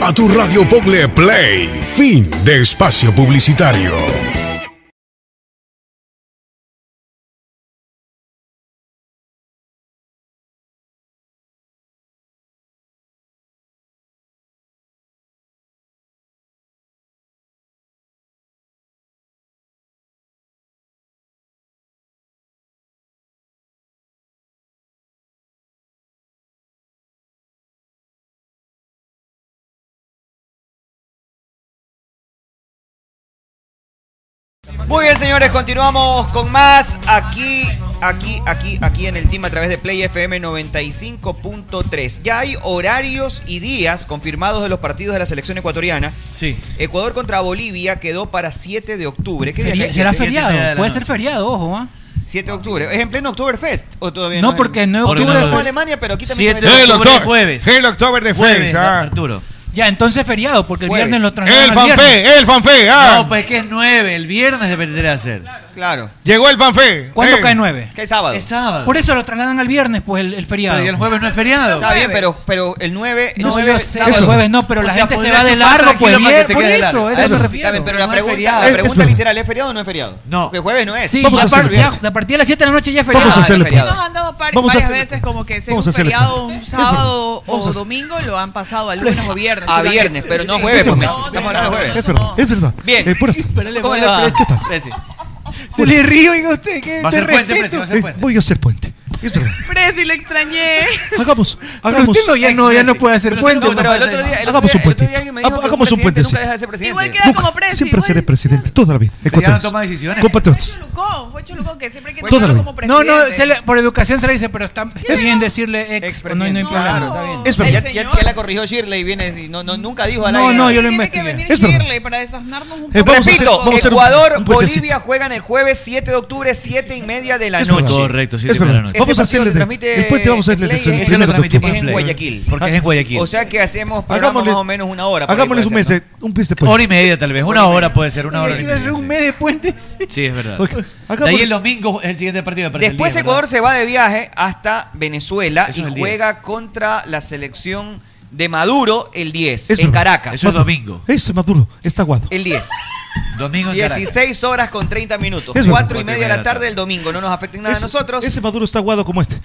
Speaker 17: A tu radio Pogle Play, fin de espacio publicitario.
Speaker 9: Muy bien, señores, continuamos con más aquí, aquí, aquí, aquí en el team a través de Play FM 95.3. Ya hay horarios y días confirmados de los partidos de la selección ecuatoriana.
Speaker 10: Sí.
Speaker 9: Ecuador contra Bolivia quedó para 7 de octubre. ¿Qué día
Speaker 13: Sería-
Speaker 9: es?
Speaker 13: será
Speaker 9: Siete y media de la
Speaker 13: feriado, puede ser
Speaker 9: noche.
Speaker 13: feriado, ojo, ¿ah?
Speaker 9: 7 de octubre. ¿Es en pleno Oktoberfest? ¿O todavía
Speaker 13: No,
Speaker 9: es?
Speaker 13: porque no es Porque
Speaker 9: Octubre
Speaker 13: no es.
Speaker 9: fue Alemania, pero aquí también
Speaker 13: 7
Speaker 9: se metió-
Speaker 13: de octubre es
Speaker 10: jueves.
Speaker 25: El October de
Speaker 10: Jueves,
Speaker 25: Félix, ah.
Speaker 10: Arturo.
Speaker 13: Ya, entonces feriado, porque el
Speaker 10: Jueves.
Speaker 13: viernes lo trasladaron
Speaker 25: El
Speaker 13: al viernes.
Speaker 25: fanfe, el fanfe, ah.
Speaker 10: No, pues que es 9, el viernes debería ser.
Speaker 9: Claro.
Speaker 25: Llegó el fanfe.
Speaker 13: ¿Cuándo cae nueve?
Speaker 9: Que es Eh, sábado.
Speaker 10: Es sábado.
Speaker 13: Por eso lo trasladan al viernes, pues el, el feriado.
Speaker 10: Pero ¿y el jueves no es feriado?
Speaker 9: Está bien, pero, pero el 9,
Speaker 13: No,
Speaker 9: el
Speaker 13: yo
Speaker 9: 9
Speaker 13: sé, el jueves no, pero la gente se va de largo, pues, bien, por eso, eso me refiero.
Speaker 9: Pero la
Speaker 13: No es
Speaker 9: pregunta,
Speaker 13: feriado.
Speaker 9: la
Speaker 13: Es-
Speaker 9: pregunta literal, ¿es feriado o no es feriado? No. Porque jueves no es.
Speaker 13: Sí, ya par- ya, a partir de las 7 de la noche ya es feriado.
Speaker 9: Vamos a hacerle-
Speaker 13: feriado.
Speaker 11: Nos han dado par-
Speaker 13: Vamos a
Speaker 11: varias
Speaker 13: hacerle-
Speaker 11: veces como que si es
Speaker 13: vamos
Speaker 11: un
Speaker 13: a hacerle-
Speaker 11: feriado un sábado
Speaker 13: Vamos a
Speaker 11: o
Speaker 13: hacer-
Speaker 11: domingo lo han pasado al lunes o viernes.
Speaker 9: A
Speaker 11: Sí,
Speaker 9: viernes, pero no
Speaker 11: sí.
Speaker 9: jueves, pues,
Speaker 11: No,
Speaker 9: Mechi. Estamos hablando de jueves.
Speaker 20: Es verdad, es verdad.
Speaker 9: Bien.
Speaker 20: Eh, buenas-
Speaker 9: ¿Cómo le va? Presi?
Speaker 20: Se le río, oiga usted,
Speaker 11: que
Speaker 10: Va a
Speaker 20: te
Speaker 10: ser puente,
Speaker 20: respeto.
Speaker 10: Presi, va a ser
Speaker 20: Eh,
Speaker 10: puente.
Speaker 20: Voy a ser puente. Es verdad.
Speaker 11: Presi, lo extrañé.
Speaker 20: Hagamos, hagamos. Eh,
Speaker 13: usted no, ya no- ya no puede hacer
Speaker 20: Pero
Speaker 13: puente,
Speaker 20: no,
Speaker 13: no
Speaker 20: pero
Speaker 13: puede
Speaker 20: el otro
Speaker 13: hacer-
Speaker 20: día- el
Speaker 13: Hagamos
Speaker 20: otro
Speaker 13: un
Speaker 20: día-
Speaker 13: puente.
Speaker 20: el otro día alguien me Ha- dijo que hagamos un presidente puente,
Speaker 9: nunca
Speaker 20: sí.
Speaker 9: deja de ser presidente. Igual
Speaker 11: queda como Presi,
Speaker 20: Siempre seré presidente, toda la vida.
Speaker 10: Feriado
Speaker 20: Ecuatorianos.
Speaker 10: toma decisiones.
Speaker 20: Compatriotas.
Speaker 11: Fue Cholucón, fue Cholucón, que siempre hay que
Speaker 20: Toda la
Speaker 11: tenerlo
Speaker 20: vida.
Speaker 11: como
Speaker 13: No,
Speaker 11: presidente.
Speaker 13: no, se le- por educación se le dice, pero está, está bien decirle ex. No, no, hay problema.
Speaker 9: Es
Speaker 20: verdad.
Speaker 9: verdad. Ya, ya, ya la corrigió Shirley y viene y no, no, nunca dijo a la
Speaker 13: No, no, yo lo
Speaker 11: Tiene que
Speaker 13: investigué.
Speaker 11: venir Shirley para desasnarnos un
Speaker 20: Eh,
Speaker 11: poco.
Speaker 20: vamos a hacer-
Speaker 9: Repito,
Speaker 20: vamos a hacer un-
Speaker 9: Ecuador,
Speaker 20: un puentecito.
Speaker 9: Bolivia juegan el jueves 7 de octubre, 7 y media de la
Speaker 20: Es verdad.
Speaker 9: noche.
Speaker 10: Correcto, siete
Speaker 20: Es
Speaker 10: de la
Speaker 20: verdad.
Speaker 10: noche.
Speaker 20: Vamos
Speaker 9: Ese
Speaker 20: a hacerle
Speaker 9: partido se
Speaker 20: de-
Speaker 9: transmite
Speaker 20: el puente, vamos a hacerle
Speaker 9: en Play,
Speaker 20: desde el
Speaker 9: ese lo
Speaker 20: primero de
Speaker 9: transmitimos
Speaker 20: octubre.
Speaker 9: en Guayaquil.
Speaker 10: Porque es en Guayaquil.
Speaker 9: O sea que hacemos programa
Speaker 20: Hagámosle-
Speaker 9: más o menos una hora. por ahí
Speaker 20: Hagámosles
Speaker 9: puede
Speaker 20: un
Speaker 9: ser,
Speaker 20: mes,
Speaker 9: ¿no?
Speaker 20: de- un mes de puente.
Speaker 10: Hora y media tal vez, una hora puede ser, una hora y media.
Speaker 13: Un mes de puentes.
Speaker 10: Sí, es verdad.
Speaker 20: Ok,
Speaker 10: De ahí
Speaker 20: hagamos-
Speaker 10: el domingo es el siguiente partido. me parece, el
Speaker 9: Después
Speaker 10: día,
Speaker 9: Ecuador
Speaker 10: ¿verdad?
Speaker 9: se va de viaje hasta Venezuela
Speaker 10: Eso
Speaker 9: y
Speaker 10: es el
Speaker 9: juega contra la selección de Maduro el 10
Speaker 20: Es
Speaker 9: en
Speaker 20: verdad.
Speaker 9: Caracas.
Speaker 20: Ese Maduro está aguado.
Speaker 9: El 10.
Speaker 10: Domingo en Caracas.
Speaker 9: 16 horas con 30 minutos.
Speaker 20: Es verdad.
Speaker 9: 4 y media de la tarde el domingo. No nos afecten nada a
Speaker 20: Ese-
Speaker 9: nosotros.
Speaker 20: Ese Maduro está aguado como este.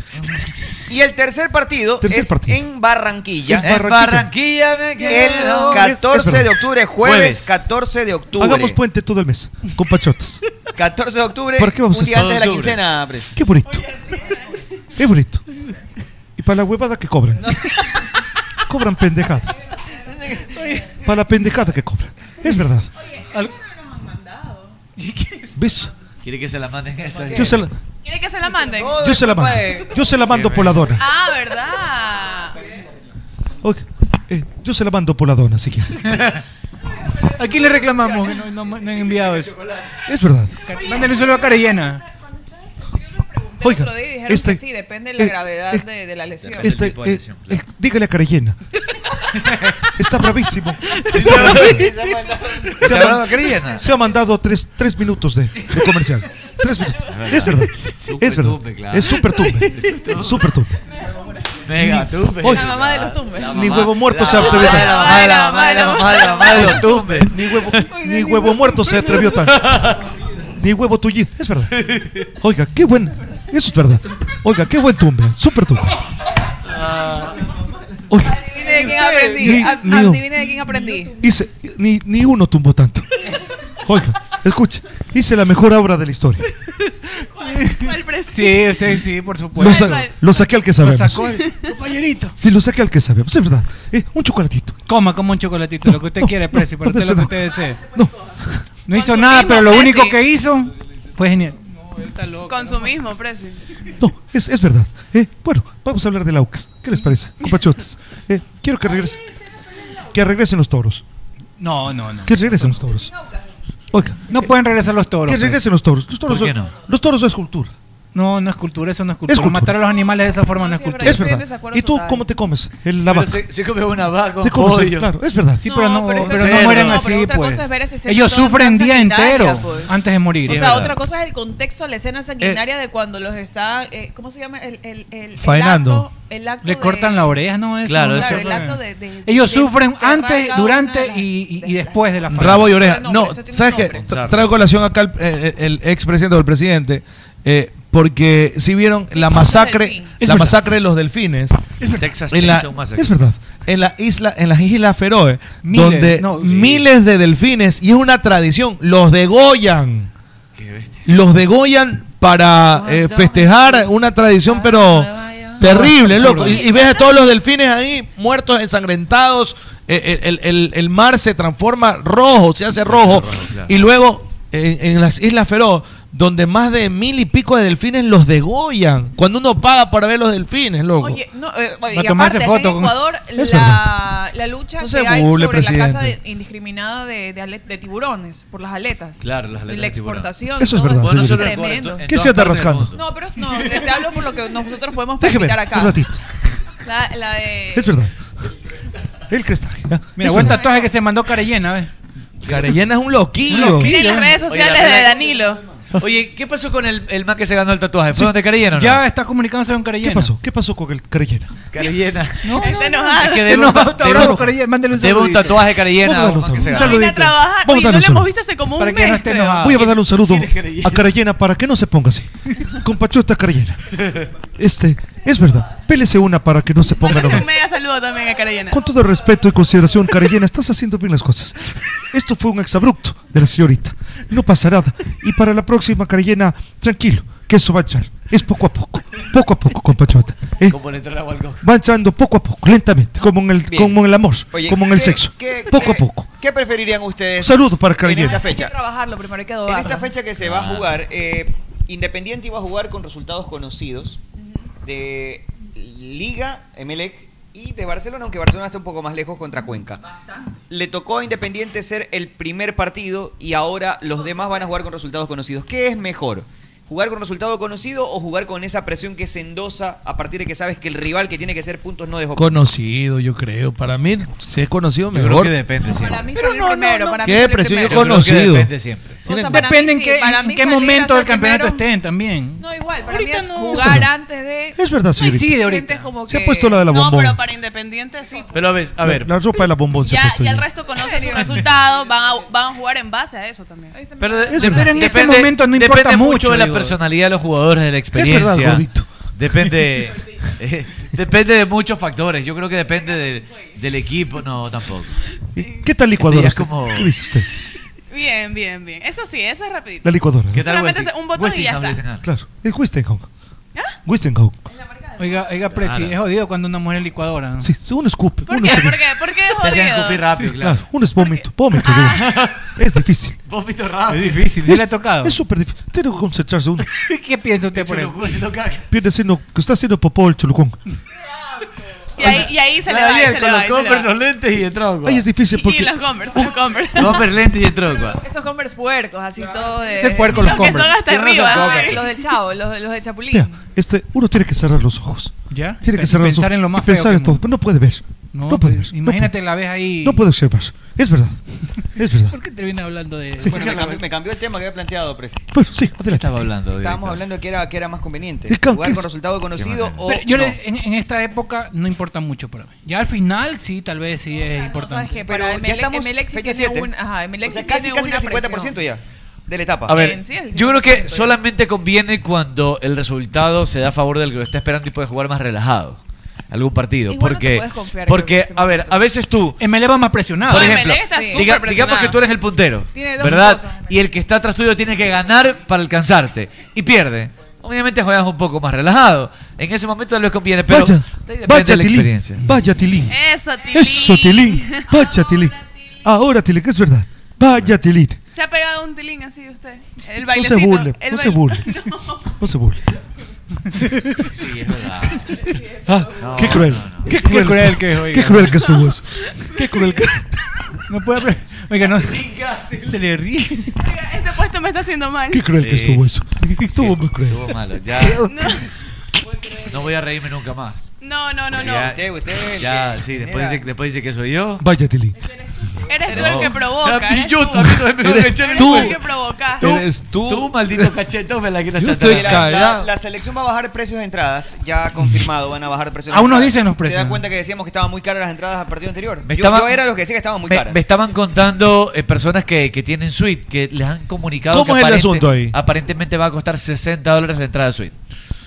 Speaker 9: Y el tercer partido
Speaker 20: Tercer
Speaker 9: es
Speaker 20: partido.
Speaker 9: en Barranquilla.
Speaker 20: En En Barranquilla.
Speaker 10: me quedo.
Speaker 9: El 14 de octubre,
Speaker 20: Jueves.
Speaker 9: jueves 14 de octubre.
Speaker 20: Hagamos puente todo el mes, con pachotas.
Speaker 9: 14 de octubre,
Speaker 20: ¿Por qué vamos
Speaker 9: un
Speaker 20: a
Speaker 9: día
Speaker 20: hacer-
Speaker 9: antes de la
Speaker 20: Octubre.
Speaker 9: quincena, pres.
Speaker 20: Qué bonito. Qué bonito. Y para la huevada que cobran. Cobran pendejadas. Para la pendejada que cobran. Es verdad. ¿Ves?
Speaker 10: Quiere que se la manden a esta
Speaker 20: Yo se la,
Speaker 11: ¿Quiere que se la manden?
Speaker 20: yo se la mando. Yo se la mando por la dona.
Speaker 11: Ah, ¿verdad?
Speaker 20: Ok, eh, yo se la mando por la dona si quieres.
Speaker 13: ¿A quién le reclamamos que no, no- no han enviado eso?
Speaker 20: Es verdad.
Speaker 13: Mándale un saludo a Carellena.
Speaker 20: Oiga,
Speaker 11: Otro día dijeron
Speaker 20: este-
Speaker 11: que sí, depende de la
Speaker 20: eh,
Speaker 11: gravedad
Speaker 20: eh,
Speaker 11: de, de la lesión.
Speaker 20: Este, eh, eh, dígale a Carellena. Está bravísimo. Está Se ha,
Speaker 10: Está
Speaker 20: man-
Speaker 10: bravo Carellena.
Speaker 20: se ha mandado tres, tres minutos de, de comercial. Tres minutos.
Speaker 10: verdad.
Speaker 20: Es verdad.
Speaker 10: Súper
Speaker 20: Es verdad.
Speaker 10: tumbe, claro.
Speaker 20: Es súper
Speaker 10: Es
Speaker 20: tumbe.
Speaker 10: tumbe.
Speaker 20: Súper tumbe.
Speaker 10: Mega tumbes.
Speaker 20: Oye,
Speaker 11: La mamá de los tumbes.
Speaker 20: Ni huevo muerto se
Speaker 10: La mamá
Speaker 20: atrevió
Speaker 10: de la mamá de la mamá de la mamá de la mamá de los tumbes.
Speaker 20: Ni huevo, ni huevo muerto se atrevió tanto. Ni huevo tullido. Es verdad. Oiga, qué buen. Eso es verdad. Oiga, qué buen tumbe. Súper tumbe.
Speaker 10: Ah,
Speaker 20: Oiga,
Speaker 11: Adivine de quién aprendí.
Speaker 20: Ni-
Speaker 11: a-
Speaker 20: ni-
Speaker 11: Adivine de quién aprendí.
Speaker 20: hice, ni, ni uno tumbó tanto. Oiga, escuche. Hice la mejor obra de la historia.
Speaker 11: ¿Cuál presidente?
Speaker 13: Sí, usted sí, por
Speaker 20: Lo,
Speaker 13: supuesto.
Speaker 20: sa- lo saqué al que sabemos.
Speaker 13: sacó el- compañerito.
Speaker 20: Sí, lo saqué al que
Speaker 1: pues
Speaker 20: sabemos. Es verdad. Eh, un chocolatito.
Speaker 13: Coma, como un chocolatito, lo que usted quiere, Presi, para
Speaker 20: no
Speaker 13: usted lo que
Speaker 20: deseo.
Speaker 13: usted desee. No. hizo nada, pero lo
Speaker 20: Presi.
Speaker 13: único que hizo Pues genial.
Speaker 24: Con su mismo precio.
Speaker 1: No, es, es verdad. Eh, bueno, vamos a hablar del AUCAS. ¿Qué les parece, compachotes? Eh, quiero que regresen. Que regresen los toros.
Speaker 13: No, no, no.
Speaker 1: Que regresen los toros. Oiga,
Speaker 13: No pueden regresar los toros. pues.
Speaker 1: que regresen los toros. Los toros, son, los toros son escultura.
Speaker 13: No, no es cultura, eso no es cultura.
Speaker 1: Es cultura.
Speaker 13: Matar a los animales de esa forma no, es cultura.
Speaker 1: Es verdad. ¿Y tú cómo te comes el, la
Speaker 10: Pero
Speaker 1: vaca?
Speaker 10: se,
Speaker 11: Pues
Speaker 10: se come una vaca, un
Speaker 1: Te comes el-
Speaker 10: pollo.
Speaker 1: claro, es verdad.
Speaker 13: Sí, pero no, pero no
Speaker 10: cerdo.
Speaker 13: mueren
Speaker 10: No, pero
Speaker 13: así,
Speaker 10: otra
Speaker 13: pues.
Speaker 10: cosa es ver ese cerdo
Speaker 13: Ellos
Speaker 10: todo en
Speaker 13: sufren
Speaker 10: plaza
Speaker 13: día
Speaker 10: sanitaria,
Speaker 13: entero
Speaker 10: pues.
Speaker 13: antes de morir.
Speaker 10: Sí,
Speaker 11: o
Speaker 10: es
Speaker 11: sea,
Speaker 10: verdad.
Speaker 11: otra cosa es el contexto de la escena
Speaker 1: Eh,
Speaker 11: sanguinaria de cuando los está, eh, ¿cómo se llama? El, el, el, el
Speaker 13: Faenando.
Speaker 11: acto- el acto
Speaker 13: Le
Speaker 11: de-
Speaker 13: cortan la oreja, ¿no? Eso
Speaker 11: Claro,
Speaker 13: no
Speaker 11: eso-
Speaker 13: es-
Speaker 11: el acto de- de-
Speaker 13: Ellos
Speaker 11: de-
Speaker 13: sufren
Speaker 11: te
Speaker 13: antes,
Speaker 11: arranca
Speaker 13: durante y, y- y después de la faena.
Speaker 1: Rabo y oreja. No, ¿sabes qué? Tra- Traigo colación acá el, el, expresidente o el presidente, eh, porque si vieron la masacre,
Speaker 10: Es
Speaker 1: la
Speaker 10: verdad.
Speaker 1: masacre de los delfines
Speaker 10: Texas
Speaker 1: en la-
Speaker 10: Chainsaw Massacre.
Speaker 1: es verdad. En la isla, en las islas Feroe,
Speaker 10: Miles,
Speaker 1: donde
Speaker 10: no, sí.
Speaker 1: miles de delfines, y es una tradición, los degollan. Los degollan para eh, festejar una tradición, pero terrible, loco. Y, y ves a todos los delfines ahí muertos, ensangrentados. eh, El, el- el mar se transforma rojo, se hace rojo.
Speaker 10: claro.
Speaker 1: Y luego eh, en, las Islas Feroz, donde más de mil y pico de delfines los degollan. Cuando uno paga para ver los delfines, loco.
Speaker 11: Oye, no, eh, oye,
Speaker 1: Va a
Speaker 11: y
Speaker 1: tomarse
Speaker 11: aparte, acá
Speaker 1: foto
Speaker 11: en
Speaker 1: con-
Speaker 11: Ecuador,
Speaker 1: Es
Speaker 11: la, la lucha
Speaker 1: No
Speaker 11: que
Speaker 1: se
Speaker 11: hay
Speaker 1: burle,
Speaker 11: sobre la caza
Speaker 1: presidente.
Speaker 11: de- indiscriminada de, de, ale- de tiburones, por las aletas.
Speaker 10: Claro, las aletas
Speaker 11: Y la
Speaker 10: de tiburón.
Speaker 11: exportación.
Speaker 1: Eso
Speaker 11: todo
Speaker 1: es verdad,
Speaker 11: esto
Speaker 1: sí,
Speaker 11: es
Speaker 1: sí.
Speaker 11: tremendo.
Speaker 1: ¿Qué se anda rascando?
Speaker 11: No, pero no, le- te hablo por lo que nosotros podemos
Speaker 1: Déjeme,
Speaker 11: practicar acá.
Speaker 1: un ratito.
Speaker 11: La, la de...
Speaker 1: Es verdad. El crestaje. ¿ah?
Speaker 13: Mira,
Speaker 1: Es
Speaker 13: buen
Speaker 1: verdad.
Speaker 13: tatuaje que se mandó Carellena, ¿ves?
Speaker 1: Carellena es un loquillo.
Speaker 24: Miren las redes sociales
Speaker 10: Oye, la-
Speaker 24: de Danilo.
Speaker 10: Oye, ¿qué pasó con el, el man que se ganó el tatuaje? ¿Fue donde Carellena o no?
Speaker 13: Ya está comunicándose con Carellena.
Speaker 10: ¿Qué pasó?
Speaker 1: ¿Qué pasó con el Carellena?
Speaker 10: Carellena.
Speaker 13: No, no,
Speaker 24: Está
Speaker 13: no.
Speaker 24: enojado.
Speaker 10: Es que debe un,
Speaker 13: No,
Speaker 10: ta-
Speaker 13: está
Speaker 10: debe
Speaker 13: bravo,
Speaker 10: un-
Speaker 13: Carellena, mándale un
Speaker 10: debe un
Speaker 13: saludito.
Speaker 10: tatuaje Carellena.
Speaker 1: Vamos
Speaker 10: o
Speaker 1: a darle un
Speaker 10: man que se
Speaker 1: saludo.
Speaker 10: gana.
Speaker 1: Un
Speaker 24: Vine a trabajar
Speaker 1: Vamos
Speaker 24: y
Speaker 1: a
Speaker 24: no
Speaker 1: darle
Speaker 24: lo
Speaker 1: un saludo.
Speaker 24: hemos visto hace como un mes. creo.
Speaker 1: Voy a mandarle un saludo a Carellena para que no se ponga así. Compachota Carellena. Este, es verdad. Pélese una para que no se ponga
Speaker 24: Mándese
Speaker 1: nomás.
Speaker 24: un mega saludo también a Carellena.
Speaker 1: Con todo respeto y consideración, Carellena, estás haciendo bien las cosas. Esto fue un exabrupto de la señorita. No pasa nada. Y para la próxima, Carellena, tranquilo, que eso va a echar. Es poco a poco. Poco a poco, compachota. ¿eh?
Speaker 10: Como le entra el agua al coco.
Speaker 1: Va echando poco a poco, lentamente, como en el,
Speaker 9: Bien.
Speaker 1: como en el amor,
Speaker 9: Oye,
Speaker 1: como en el
Speaker 9: ¿qué-
Speaker 1: sexo.
Speaker 9: qué-
Speaker 1: poco a
Speaker 9: qué-
Speaker 1: poco.
Speaker 9: ¿Qué preferirían ustedes?
Speaker 1: Saludos para
Speaker 9: En
Speaker 1: Carellena.
Speaker 9: esta fecha.
Speaker 11: Trabajarlo primero, hay que
Speaker 9: En
Speaker 11: adobarlo.
Speaker 9: esta fecha que se va a jugar, eh, Independiente iba a jugar con resultados conocidos de Liga, Emelec y de Barcelona, aunque Barcelona está un poco más lejos contra Cuenca. Le tocó a Independiente ser el primer partido y ahora los demás van a jugar con resultados conocidos. ¿Qué es mejor? ¿Jugar con resultado conocido o jugar con esa presión que se endosa a partir de que sabes que el rival que tiene que hacer puntos no dejó puntos?
Speaker 1: Conocido, yo creo. Para mí, si es conocido,
Speaker 10: Yo
Speaker 1: mejor.
Speaker 10: creo que depende siempre.
Speaker 11: Para mí salir primero, para mí
Speaker 1: Qué
Speaker 11: salir
Speaker 1: presión, yo
Speaker 10: Yo
Speaker 11: primero.
Speaker 10: creo
Speaker 1: conocido.
Speaker 10: que depende siempre.
Speaker 11: O sea, para
Speaker 13: Depende
Speaker 11: mí
Speaker 13: en
Speaker 11: sí,
Speaker 13: qué,
Speaker 11: para
Speaker 13: en
Speaker 11: mí
Speaker 13: qué
Speaker 11: salir a
Speaker 13: momento
Speaker 11: hacer
Speaker 13: del campeonato
Speaker 11: primero-
Speaker 13: estén también.
Speaker 11: No, igual, para mí es
Speaker 1: Es
Speaker 11: jugar
Speaker 1: verdad.
Speaker 11: antes de...
Speaker 1: Es verdad,
Speaker 11: sí,
Speaker 1: señorita.
Speaker 11: sientes como que...
Speaker 1: Se ha puesto la de la
Speaker 18: No,
Speaker 1: bombón. pues,
Speaker 18: pero para Independiente sí.
Speaker 10: Pero a ver, a ver.
Speaker 1: La ropa de la bombón se ha
Speaker 18: Ya,
Speaker 1: puesto
Speaker 18: ya el
Speaker 1: hoy.
Speaker 18: resto conoce su resultado, van a, van a jugar en base a eso también.
Speaker 10: Pero, de-
Speaker 18: Es
Speaker 10: de-
Speaker 13: verdad. en este
Speaker 10: depende-
Speaker 13: momento no importa
Speaker 10: depende
Speaker 13: mucho,
Speaker 10: de la
Speaker 13: digo.
Speaker 10: personalidad de los jugadores, de la experiencia.
Speaker 1: gordito.
Speaker 10: Depende, eh, depende de muchos factores. Yo creo que depende de- del equipo. No, tampoco.
Speaker 1: ¿Qué
Speaker 9: Este
Speaker 1: tal licuadora?
Speaker 10: Es como-
Speaker 1: ¿Qué dice usted?
Speaker 18: Bien, bien, bien. Eso sí, eso es rapidito.
Speaker 1: La licuadora.
Speaker 10: ¿Qué tal
Speaker 18: Solamente
Speaker 10: Westing-
Speaker 18: un botón y ya
Speaker 10: Westinghouse
Speaker 18: está.
Speaker 10: le dicen, ah.
Speaker 1: Claro, es Wistenhoe. Wistenhoe.
Speaker 13: Oiga, oiga, Presi, es jodido cuando una mujer es licuadora. ¿no?
Speaker 1: Sí, uno escupe.
Speaker 18: ¿Por
Speaker 1: uno
Speaker 18: qué?
Speaker 1: se-
Speaker 18: ¿Por qué? ¿Por qué es
Speaker 10: Te hacían
Speaker 18: jodido?
Speaker 10: escupir rápido,
Speaker 1: Sí,
Speaker 10: claro.
Speaker 1: claro. Uno es vómito, vómito. de una. Es difícil.
Speaker 10: Vómito rápido.
Speaker 13: Es difícil, ya le ha tocado.
Speaker 1: Es súper difícil. Tiene que concentrarse uno.
Speaker 13: ¿Qué piensa usted por él?
Speaker 10: Cholucú haciendo caca.
Speaker 1: Pierde sino, que está haciendo popó el cholucón.
Speaker 18: Y ahí, y ahí se le
Speaker 10: La
Speaker 18: va,
Speaker 10: de
Speaker 18: y
Speaker 10: ayer,
Speaker 18: se le
Speaker 10: Ah,
Speaker 18: va, y se le
Speaker 10: con los
Speaker 18: va.
Speaker 10: Converse, los lentes y el tronco.
Speaker 1: Ay, es difícil
Speaker 18: Y
Speaker 1: porque.
Speaker 18: los Converse, los Converse.
Speaker 10: Converse, lentes y el tronco.
Speaker 11: Esos Converse puercos, así todo de...
Speaker 13: Ese puerco los
Speaker 11: Los que son
Speaker 13: Converse.
Speaker 11: hasta
Speaker 10: Sí, no son
Speaker 11: arriba,
Speaker 10: Converse.
Speaker 11: ¿no? los de Chavo, los, de- los de Chapulín.
Speaker 1: Vea, este, uno tiene que cerrar los ojos.
Speaker 13: ¿Ya?
Speaker 1: Tiene que
Speaker 13: Pe-
Speaker 1: cerrar los
Speaker 13: pensar
Speaker 1: ojos
Speaker 13: en lo más
Speaker 1: y pensar
Speaker 13: feo
Speaker 1: en
Speaker 13: que
Speaker 1: todo.
Speaker 13: no-
Speaker 1: pero No puede ver. No,
Speaker 13: No,
Speaker 1: puede
Speaker 13: pues,
Speaker 1: ver.
Speaker 13: imagínate
Speaker 1: no
Speaker 13: la vez ahí.
Speaker 1: puede, no puede observar. Es verdad. Es verdad.
Speaker 13: ¿Por qué te viene hablando de.?
Speaker 1: Sí.
Speaker 13: Bueno,
Speaker 9: Me cambió, me cambió el tema que había planteado, Presi.
Speaker 1: Bueno, sí, adelante.
Speaker 10: Estaba hablando.
Speaker 9: Estábamos hablando que era, que era más conveniente.
Speaker 1: Es que-
Speaker 9: Jugar
Speaker 1: que-
Speaker 9: con resultado conocido o
Speaker 13: pero yo
Speaker 9: no.
Speaker 13: le- en, en esta época no importa mucho para mí. Ya al final sí, tal vez sí es importante.
Speaker 11: ¿Sabes qué?
Speaker 9: Pero
Speaker 11: Para
Speaker 9: ya
Speaker 11: Emelec,
Speaker 9: estamos
Speaker 11: Emelec sí
Speaker 9: fecha
Speaker 11: tiene
Speaker 9: siete.
Speaker 11: un... Ajá, Emelec
Speaker 9: O sea,
Speaker 11: sí
Speaker 9: casi,
Speaker 11: tiene
Speaker 9: casi
Speaker 11: una
Speaker 9: el 50%
Speaker 11: presión.
Speaker 9: ya de la etapa.
Speaker 10: A ver,
Speaker 11: Sí, el
Speaker 10: yo creo que solamente conviene cuando el resultado se da a favor del que lo está esperando y puede jugar más relajado algún partido.
Speaker 11: Igual no te
Speaker 10: porque,
Speaker 11: puedes confiar, creo
Speaker 10: porque
Speaker 11: que en este ese
Speaker 10: a ver, a veces tú,
Speaker 13: MLE va más presionado.
Speaker 10: por ejemplo,
Speaker 18: Dembélé está
Speaker 10: diga-
Speaker 18: súper
Speaker 10: digamos
Speaker 18: presionado.
Speaker 10: que tú eres el puntero,
Speaker 11: Tiene dos
Speaker 10: ¿verdad?
Speaker 11: cosas,
Speaker 10: y el que está atrás tuyo tiene que ganar para alcanzarte y pierde. Obviamente juegas un poco más relajado. En ese momento les conviene, pero de
Speaker 1: Vaya,
Speaker 10: ahí depende
Speaker 1: vaya
Speaker 10: de la
Speaker 1: Tilín.
Speaker 10: experiencia.
Speaker 1: Vaya Tilín.
Speaker 18: Eso, Tilín.
Speaker 1: Eso, Tilín. Vaya Tilín. Ahora Tilín, que es verdad. Vaya Tilín.
Speaker 26: Se ha pegado un tilín así usted. El
Speaker 20: No se
Speaker 26: bailecito.
Speaker 20: burle,
Speaker 26: el
Speaker 20: no se
Speaker 26: baile-
Speaker 20: burle. No se burle.
Speaker 10: Sí, es verdad.
Speaker 20: Ah,
Speaker 10: No,
Speaker 20: qué cruel.
Speaker 10: no, no.
Speaker 20: Qué cruel,
Speaker 13: que es, oiga.
Speaker 20: Qué cruel que estuvo eso. Qué cruel que.
Speaker 13: No puede. pre- Oiga, no. Se le ríe.
Speaker 26: Oiga, este puesto me está haciendo mal.
Speaker 20: Qué cruel que
Speaker 10: Sí.
Speaker 20: estuvo eso. Estuvo muy cruel.
Speaker 10: Estuvo malo. Ya. No voy a reírme nunca más.
Speaker 26: No, no, no, no.
Speaker 10: Ya,
Speaker 26: Usted, usted es el
Speaker 10: ya,
Speaker 26: que-
Speaker 10: sí, después dice, después dice que soy yo.
Speaker 20: Vaya, Tilly.
Speaker 26: Eres tú el que provoca.
Speaker 10: Ya,
Speaker 26: eres
Speaker 10: yo
Speaker 26: tú.
Speaker 10: también me tengo que
Speaker 26: Eres
Speaker 10: echar el
Speaker 26: tú el
Speaker 10: cuento.
Speaker 26: que provoca.
Speaker 10: Tú,
Speaker 20: Eres
Speaker 10: tú, maldito cachetón, me la quieres
Speaker 20: Yo
Speaker 10: chatar.
Speaker 20: estoy
Speaker 27: La, la-
Speaker 20: callado.
Speaker 27: la selección va a bajar precios de entradas, ya confirmado, van a bajar precios. de
Speaker 10: Aún no
Speaker 27: entradas.
Speaker 10: dicen los precios.
Speaker 27: Se da cuenta que decíamos que estaban muy caras las entradas al partido anterior.
Speaker 10: Me
Speaker 27: Yo,
Speaker 10: estaban-
Speaker 27: yo era los que decía que estaban muy
Speaker 10: me,
Speaker 27: caras.
Speaker 10: me estaban contando eh, personas que, que tienen suite, que les han comunicado
Speaker 20: ¿Cómo
Speaker 10: que
Speaker 20: es el
Speaker 10: aparente-
Speaker 20: asunto ahí?
Speaker 10: aparentemente va a costar 60 dólares la entrada de suite.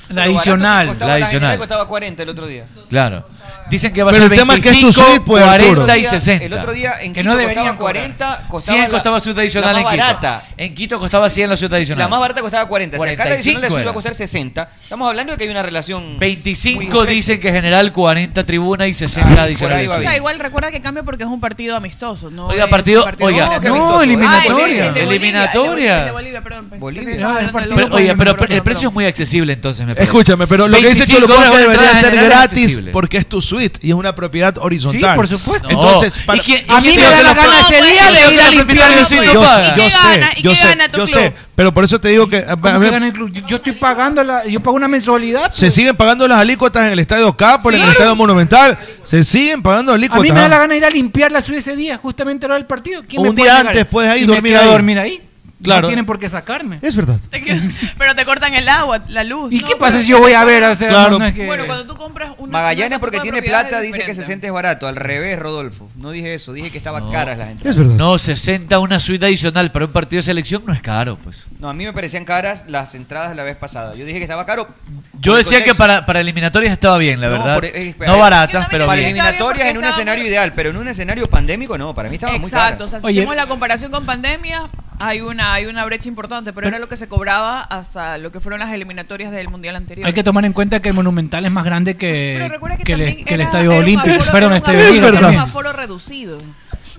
Speaker 13: La adicional.
Speaker 27: Costaba-
Speaker 10: La
Speaker 27: general
Speaker 10: adicional,
Speaker 27: costaba 40 el otro día.
Speaker 10: claro. Dicen que va a
Speaker 13: Pero
Speaker 10: ser
Speaker 13: el tema es que es tu
Speaker 10: 25,
Speaker 13: suite, pues, Arturo.
Speaker 10: 40 y
Speaker 13: El otro día-
Speaker 10: 60.
Speaker 27: El otro día en
Speaker 13: Que
Speaker 27: que
Speaker 13: no
Speaker 27: no
Speaker 13: deberían
Speaker 27: costaba
Speaker 13: cobrar.
Speaker 27: 40, costaba
Speaker 10: 100
Speaker 27: la-
Speaker 10: costaba suite
Speaker 27: la
Speaker 10: adicional
Speaker 27: más
Speaker 10: en Quito.
Speaker 27: barata.
Speaker 10: En Quito costaba 100 la suite adicional.
Speaker 27: La más barata costaba 40. Si acá la adicional de
Speaker 10: 45
Speaker 27: Azul va
Speaker 10: era.
Speaker 27: a costar 60. Estamos hablando de que hay una relación.
Speaker 10: 25 dicen que general, 40 tribuna y 60 adicional.
Speaker 11: O sea, igual recuerda que cambia porque es un partido amistoso. No
Speaker 10: Oiga,
Speaker 11: es
Speaker 10: partido-
Speaker 11: un
Speaker 10: oiga.
Speaker 11: no,
Speaker 10: No, eliminatoria.
Speaker 11: ¿eh? el de Bolivia, el de Bolivia,
Speaker 10: Eliminatorias.
Speaker 11: el de Bolivia, perdón, pensé que estábamos
Speaker 10: Ah, el
Speaker 11: hablando del
Speaker 10: partido-
Speaker 11: otro.
Speaker 10: Pero, oye, pero el precio es muy accesible entonces, me parece.
Speaker 20: Escúchame, pero lo que dice
Speaker 10: 25
Speaker 20: Cholo Costa
Speaker 10: dólares
Speaker 20: debería
Speaker 10: entrada
Speaker 20: ser
Speaker 10: general es
Speaker 20: gratis
Speaker 10: accesible.
Speaker 20: porque es tu suite y es una propiedad horizontal.
Speaker 10: por supuesto.
Speaker 20: Entonces,
Speaker 10: No.
Speaker 20: para-
Speaker 10: ¿Y quién-
Speaker 20: a mí
Speaker 10: quién
Speaker 20: me
Speaker 10: te
Speaker 20: da
Speaker 10: lo
Speaker 20: la gana
Speaker 10: propone?
Speaker 20: ese día
Speaker 10: ¿Quién te
Speaker 20: de ir
Speaker 10: lo
Speaker 20: a
Speaker 10: propone?
Speaker 20: limpiar
Speaker 10: ¿Quién
Speaker 20: el
Speaker 10: te
Speaker 20: sitio.
Speaker 10: lo
Speaker 20: Yo sé,
Speaker 10: propone?
Speaker 20: yo
Speaker 10: ¿Y qué
Speaker 20: sé,
Speaker 10: gana? ¿Y
Speaker 20: yo
Speaker 10: qué
Speaker 20: sé,
Speaker 10: gana tu
Speaker 20: yo
Speaker 10: club?
Speaker 20: sé. Pero por eso te digo que... a- a-
Speaker 13: ¿Cómo
Speaker 20: a mí-
Speaker 13: que gana el club? Yo- Yo estoy pagando la. Yo pago una mensualidad.
Speaker 20: se siguen pagando las alícuotas en el Estadio Capol, en el
Speaker 13: Sí.
Speaker 20: Estadio Monumental. Se siguen pagando
Speaker 13: A
Speaker 20: alícuotas.
Speaker 13: mí me da la
Speaker 20: ¿ah?
Speaker 13: gana ir a limpiar la suya ese día, justamente a la hora del partido. ¿Quién
Speaker 20: Un
Speaker 13: me puede
Speaker 20: día
Speaker 13: sacar?
Speaker 20: antes puedes ahí
Speaker 13: Y me
Speaker 20: dormir
Speaker 13: quedo
Speaker 20: ahí.
Speaker 13: a dormir ahí.
Speaker 20: Claro.
Speaker 13: No tienen por qué sacarme.
Speaker 20: Es verdad.
Speaker 26: Pero te cortan el agua, la luz.
Speaker 13: ¿Y
Speaker 26: ¿no?
Speaker 13: qué pasa
Speaker 26: Pero-
Speaker 13: si yo voy a ver? O sea,
Speaker 20: Claro.
Speaker 13: no, no es que...
Speaker 27: Bueno,
Speaker 26: Cuando tú compras una.
Speaker 27: Magallanes
Speaker 26: una
Speaker 27: porque
Speaker 26: capa de
Speaker 27: tiene
Speaker 26: propiedades
Speaker 27: plata dice que
Speaker 26: diferentes.
Speaker 27: 60 es barato. Al revés, Rodolfo. No dije eso. Dije que estaba caras las entradas.
Speaker 10: No, 60 una suite adicional para un partido de selección no es caro, pues.
Speaker 27: No, a mí me parecían caras las entradas la vez pasada. Yo dije que estaba caro.
Speaker 10: Yo
Speaker 27: Por el
Speaker 10: decía que
Speaker 27: contexto.
Speaker 10: para, para eliminatorias estaba bien, la
Speaker 27: No,
Speaker 10: verdad.
Speaker 27: por- eh, espera,
Speaker 10: No
Speaker 27: eh,
Speaker 10: baratas, pero
Speaker 27: Para
Speaker 10: bien.
Speaker 27: eliminatorias en un escenario ideal, pero en un escenario pandémico no. Para mí estaban muy caras.
Speaker 11: Exacto,
Speaker 26: o sea,
Speaker 11: Si hacemos la comparación con pandemia, hay una, hay una brecha importante, pero, era lo que se cobraba hasta lo que fueron las eliminatorias del Mundial anterior.
Speaker 13: Hay que tomar en cuenta que el Monumental es más grande que, que, el, que el
Speaker 11: Era-
Speaker 13: Estadio
Speaker 11: era un
Speaker 13: Olímpico.
Speaker 11: aforo-
Speaker 13: Perdón,
Speaker 11: era un
Speaker 13: Estadio
Speaker 11: aforo-
Speaker 13: Olímpico
Speaker 11: Era un
Speaker 13: también.
Speaker 11: aforo reducido.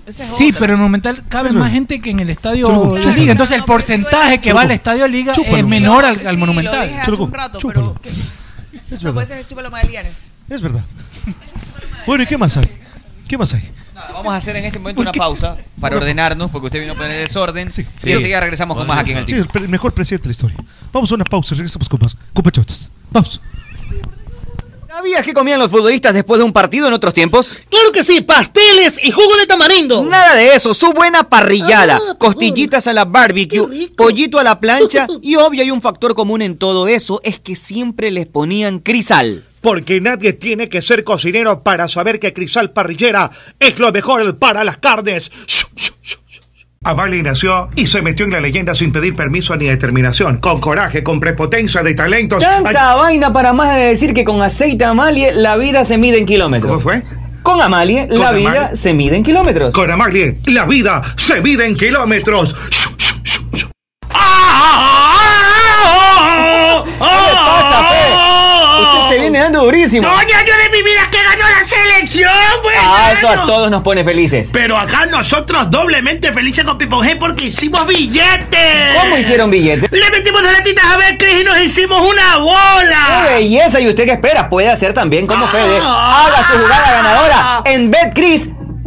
Speaker 11: Esa es
Speaker 13: Sí,
Speaker 11: otra.
Speaker 13: pero en el Monumental cabe más gente que en el Estadio
Speaker 11: Chulo, chulo.
Speaker 13: Liga. Entonces el porcentaje que va al
Speaker 11: Chúpalo.
Speaker 13: Estadio Liga es
Speaker 11: Chúpalo.
Speaker 13: menor al, al
Speaker 11: Sí, Lo
Speaker 13: Monumental.
Speaker 11: dije hace un rato, pero. que-
Speaker 20: Es
Speaker 11: No puede
Speaker 20: verdad.
Speaker 11: ser Chúpalo Magallanes.
Speaker 20: Es verdad. Bueno, ¿y qué más hay? ¿Qué más hay?
Speaker 27: Nada, Vamos a hacer en este momento una pausa para ordenarnos, porque usted vino a poner desorden.
Speaker 20: Sí.
Speaker 27: Y enseguida regresamos con más aquí en el
Speaker 20: Sí,
Speaker 27: tiempo.
Speaker 20: pre- mejor presidente de la historia. Vamos a una pausa, regresamos con más. Cupachotas. Vamos.
Speaker 9: ¿Sabías que comían los futbolistas después de un partido en otros tiempos?
Speaker 1: Claro que sí, pasteles y jugo de tamarindo.
Speaker 9: Nada de eso, su buena parrillada,
Speaker 1: Ah,
Speaker 9: costillitas a la barbecue, pollito a la plancha y obvio hay un factor común en todo eso, es que siempre les ponían crisal.
Speaker 1: Porque nadie tiene que ser cocinero para saber que Crisal Parrillera es lo mejor para las carnes.
Speaker 5: Amalie nació
Speaker 1: y se metió en la leyenda sin pedir permiso ni determinación, con coraje, con prepotencia de talentos.
Speaker 9: Tanta vaina para más de decir que con aceite Amalie la vida se mide en kilómetros. ¿Cómo fue? Con Amalie
Speaker 1: Con
Speaker 9: la
Speaker 1: Amalie.
Speaker 9: vida se mide en kilómetros.
Speaker 1: Con Amalie, la vida se mide en kilómetros. Ah,
Speaker 9: Usted se viene dando durísimo.
Speaker 1: año de mi vida que ganó la selección, bueno.
Speaker 9: Ah, eso a todos nos pone felices.
Speaker 1: Pero acá nosotros doblemente felices con Pipo G porque hicimos billetes.
Speaker 9: ¿Cómo hicieron billetes?
Speaker 1: Le metimos las latitas a ver, Cris, y nos hicimos una bola.
Speaker 9: ¡Qué belleza! ¿Y usted qué espera? Puede hacer también como
Speaker 1: Ah.
Speaker 9: Fede. Haga su jugada ganadora en BetCris.com.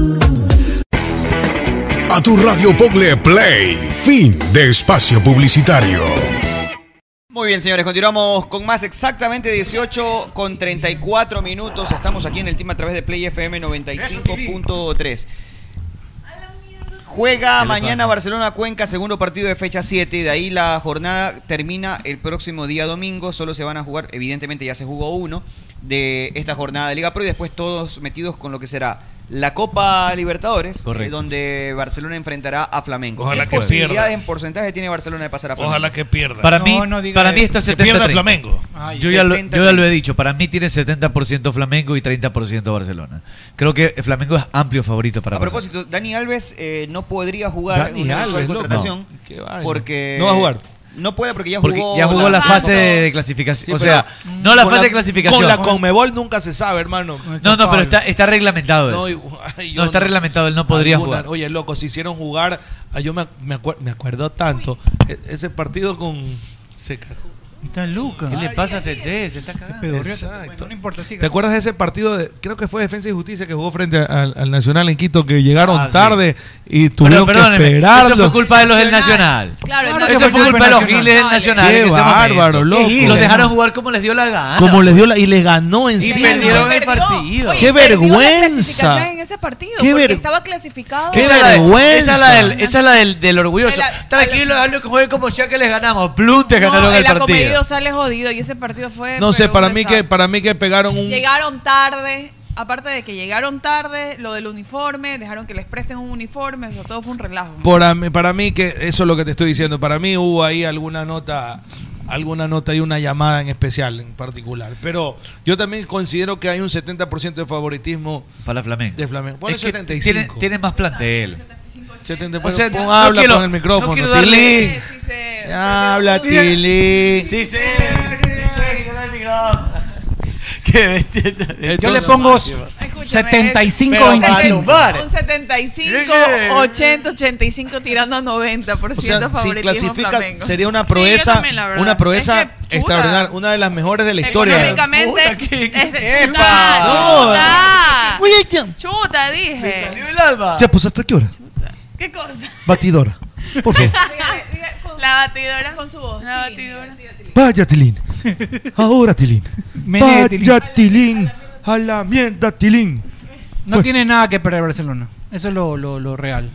Speaker 17: A tu radio Pogle Play. Fin de espacio publicitario.
Speaker 9: Muy bien, señores, continuamos con más exactamente 18 con 34 minutos. Estamos aquí en el team a través de Play FM 95.3. Juega mañana Barcelona-Cuenca, segundo partido de fecha 7. De ahí la jornada termina el próximo día domingo. Solo se van a jugar, evidentemente ya se jugó uno de esta jornada de Liga Pro y después todos metidos con lo que será la Copa Libertadores, eh, donde Barcelona enfrentará a Flamengo.
Speaker 4: Ojalá
Speaker 9: ¿Qué
Speaker 4: que
Speaker 9: posibilidades
Speaker 4: pierda.
Speaker 9: en porcentaje tiene Barcelona de pasar a Flamengo?
Speaker 4: Ojalá que pierda.
Speaker 10: Para mí, para mí está 70-30.
Speaker 9: Ay,
Speaker 10: Yo, ya lo, yo
Speaker 9: 70-30.
Speaker 10: ya lo he dicho, para mí tiene 70% Flamengo y 30% Barcelona. Creo que Flamengo es amplio favorito para
Speaker 9: A
Speaker 10: pasar.
Speaker 9: propósito, Dani Alves eh, no podría jugar
Speaker 10: Dani
Speaker 9: en una
Speaker 10: Alves,
Speaker 9: actual
Speaker 10: loco.
Speaker 9: contratación
Speaker 10: No. Qué vaina.
Speaker 9: porque
Speaker 10: No va a jugar.
Speaker 9: No puede porque ya jugó,
Speaker 10: Porque ya jugó la fase de
Speaker 9: Sí,
Speaker 10: clasificación. O
Speaker 9: pero-
Speaker 10: sea, no la
Speaker 9: Con
Speaker 10: fase
Speaker 9: la-
Speaker 10: de clasificación.
Speaker 9: con la
Speaker 1: Conmebol nunca se sabe, hermano.
Speaker 10: No, no, pero está, está reglamentado
Speaker 1: No,
Speaker 10: eso.
Speaker 1: y- ay,
Speaker 10: No,
Speaker 1: yo
Speaker 10: está
Speaker 1: no.
Speaker 10: reglamentado, él no podría
Speaker 1: Alguna-
Speaker 10: jugar.
Speaker 1: Oye, loco, se hicieron jugar. ah, Yo me, me, acuer- me acuerdo tanto. e- ese partido con. Se cagó.
Speaker 13: Está Luca.
Speaker 10: ¿Qué le pasa a Tete? Se está cagando.
Speaker 1: Exacto.
Speaker 13: No importa, siga.
Speaker 1: ¿Te acuerdas de ese partido? de- creo que fue Defensa y Justicia que jugó frente al, al Nacional en Quito, que llegaron
Speaker 10: Ah, sí.
Speaker 1: tarde y tuvieron que
Speaker 10: perdóneme,
Speaker 1: esperarlo.
Speaker 10: Eso fue culpa de los del Nacional.
Speaker 11: Claro,
Speaker 10: Eso
Speaker 11: el
Speaker 10: fue
Speaker 11: Nacional.
Speaker 10: culpa de los
Speaker 1: Nacional.
Speaker 10: giles del Nacional.
Speaker 1: Qué
Speaker 10: en ese
Speaker 1: bárbaro,
Speaker 10: momento.
Speaker 1: loco.
Speaker 10: Qué giles. Los dejaron jugar como les dio la gana.
Speaker 1: Como les dio la. Y les ganó
Speaker 10: Y
Speaker 1: encima.
Speaker 10: perdieron el partido.
Speaker 1: ¡Qué vergüenza!
Speaker 11: clasificación Ah, en ese partido
Speaker 1: Qué
Speaker 11: porque
Speaker 1: ver-
Speaker 11: estaba clasificado.
Speaker 1: ¡Qué
Speaker 10: Esa es la de-
Speaker 1: vergüenza!
Speaker 10: Esa es la del, esa es la del, del orgulloso.
Speaker 11: De la-
Speaker 10: Tranquilo, hazlo que juegue como sea que les ganamos. Plum, te
Speaker 11: No,
Speaker 10: ganaron el
Speaker 11: el
Speaker 10: partido.
Speaker 11: acomedido sale jodido y ese partido fue.
Speaker 1: No sé,
Speaker 11: pero
Speaker 1: para
Speaker 11: un
Speaker 1: mí, que, para mí que pegaron un.
Speaker 11: Llegaron tarde, aparte de que llegaron tarde, lo del uniforme, dejaron que les presten un uniforme, o sea, todo fue un relajo.
Speaker 1: Por a mí- para mí, que eso es lo que te estoy diciendo. Para mí hubo ahí alguna nota, alguna nota y una llamada en especial, en particular. Pero yo también considero que hay un 70% de favoritismo
Speaker 10: Para Flamengo.
Speaker 1: de Flamengo. Bueno,
Speaker 10: Es que
Speaker 1: 75.
Speaker 10: tiene- tiene más plantel.
Speaker 1: 70,
Speaker 10: O sea,
Speaker 1: pon-
Speaker 10: no
Speaker 1: habla
Speaker 10: quiero-
Speaker 1: con el micrófono.
Speaker 10: no quiero darle-
Speaker 1: Tilín. habla, Tilín.
Speaker 10: Sí, sí. Qué bestia.
Speaker 13: Yo le pongo 75 25.
Speaker 11: Un 75, 80, 85 tirando a 90 por
Speaker 1: O sea,
Speaker 11: ciento
Speaker 1: si
Speaker 11: favoritismo
Speaker 1: clasifica
Speaker 11: Flamengo.
Speaker 1: sería una
Speaker 11: Sí, yo
Speaker 1: proeza,
Speaker 11: también, la verdad.
Speaker 1: una proeza extraordinaria, una de las mejores de la historia.
Speaker 11: Económicamente, es-
Speaker 1: No.
Speaker 11: chuta,
Speaker 1: William.
Speaker 18: Chuta, dije.
Speaker 10: el alba.
Speaker 1: Ya, pues hasta qué hora?
Speaker 18: ¿Qué cosa?
Speaker 1: Batidora. Por favor.
Speaker 18: La batidora. Con su voz. La batidora.
Speaker 8: Vaya, Tilín. Ahora, Tilín.
Speaker 13: Menea, Tilín.
Speaker 8: Vaya, Tilín. A la mierda, Tilín.
Speaker 13: No tiene nada que perder Barcelona. Eso es lo, lo, lo real.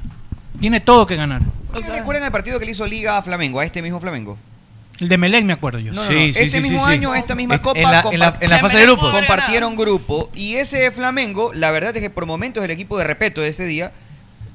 Speaker 13: Tiene todo que ganar.
Speaker 9: ¿Recuerdan el partido que le hizo Liga a Flamengo, a este mismo Flamengo?
Speaker 13: El de Melec me acuerdo yo.
Speaker 9: No, no, no. este mismo año, esta misma
Speaker 13: Este,
Speaker 9: copa,
Speaker 13: en la- en la-
Speaker 9: compa-
Speaker 13: en la fase de grupos.
Speaker 9: compartieron grupo y ese Flamengo, la verdad es que por momentos el equipo de Repeto de ese día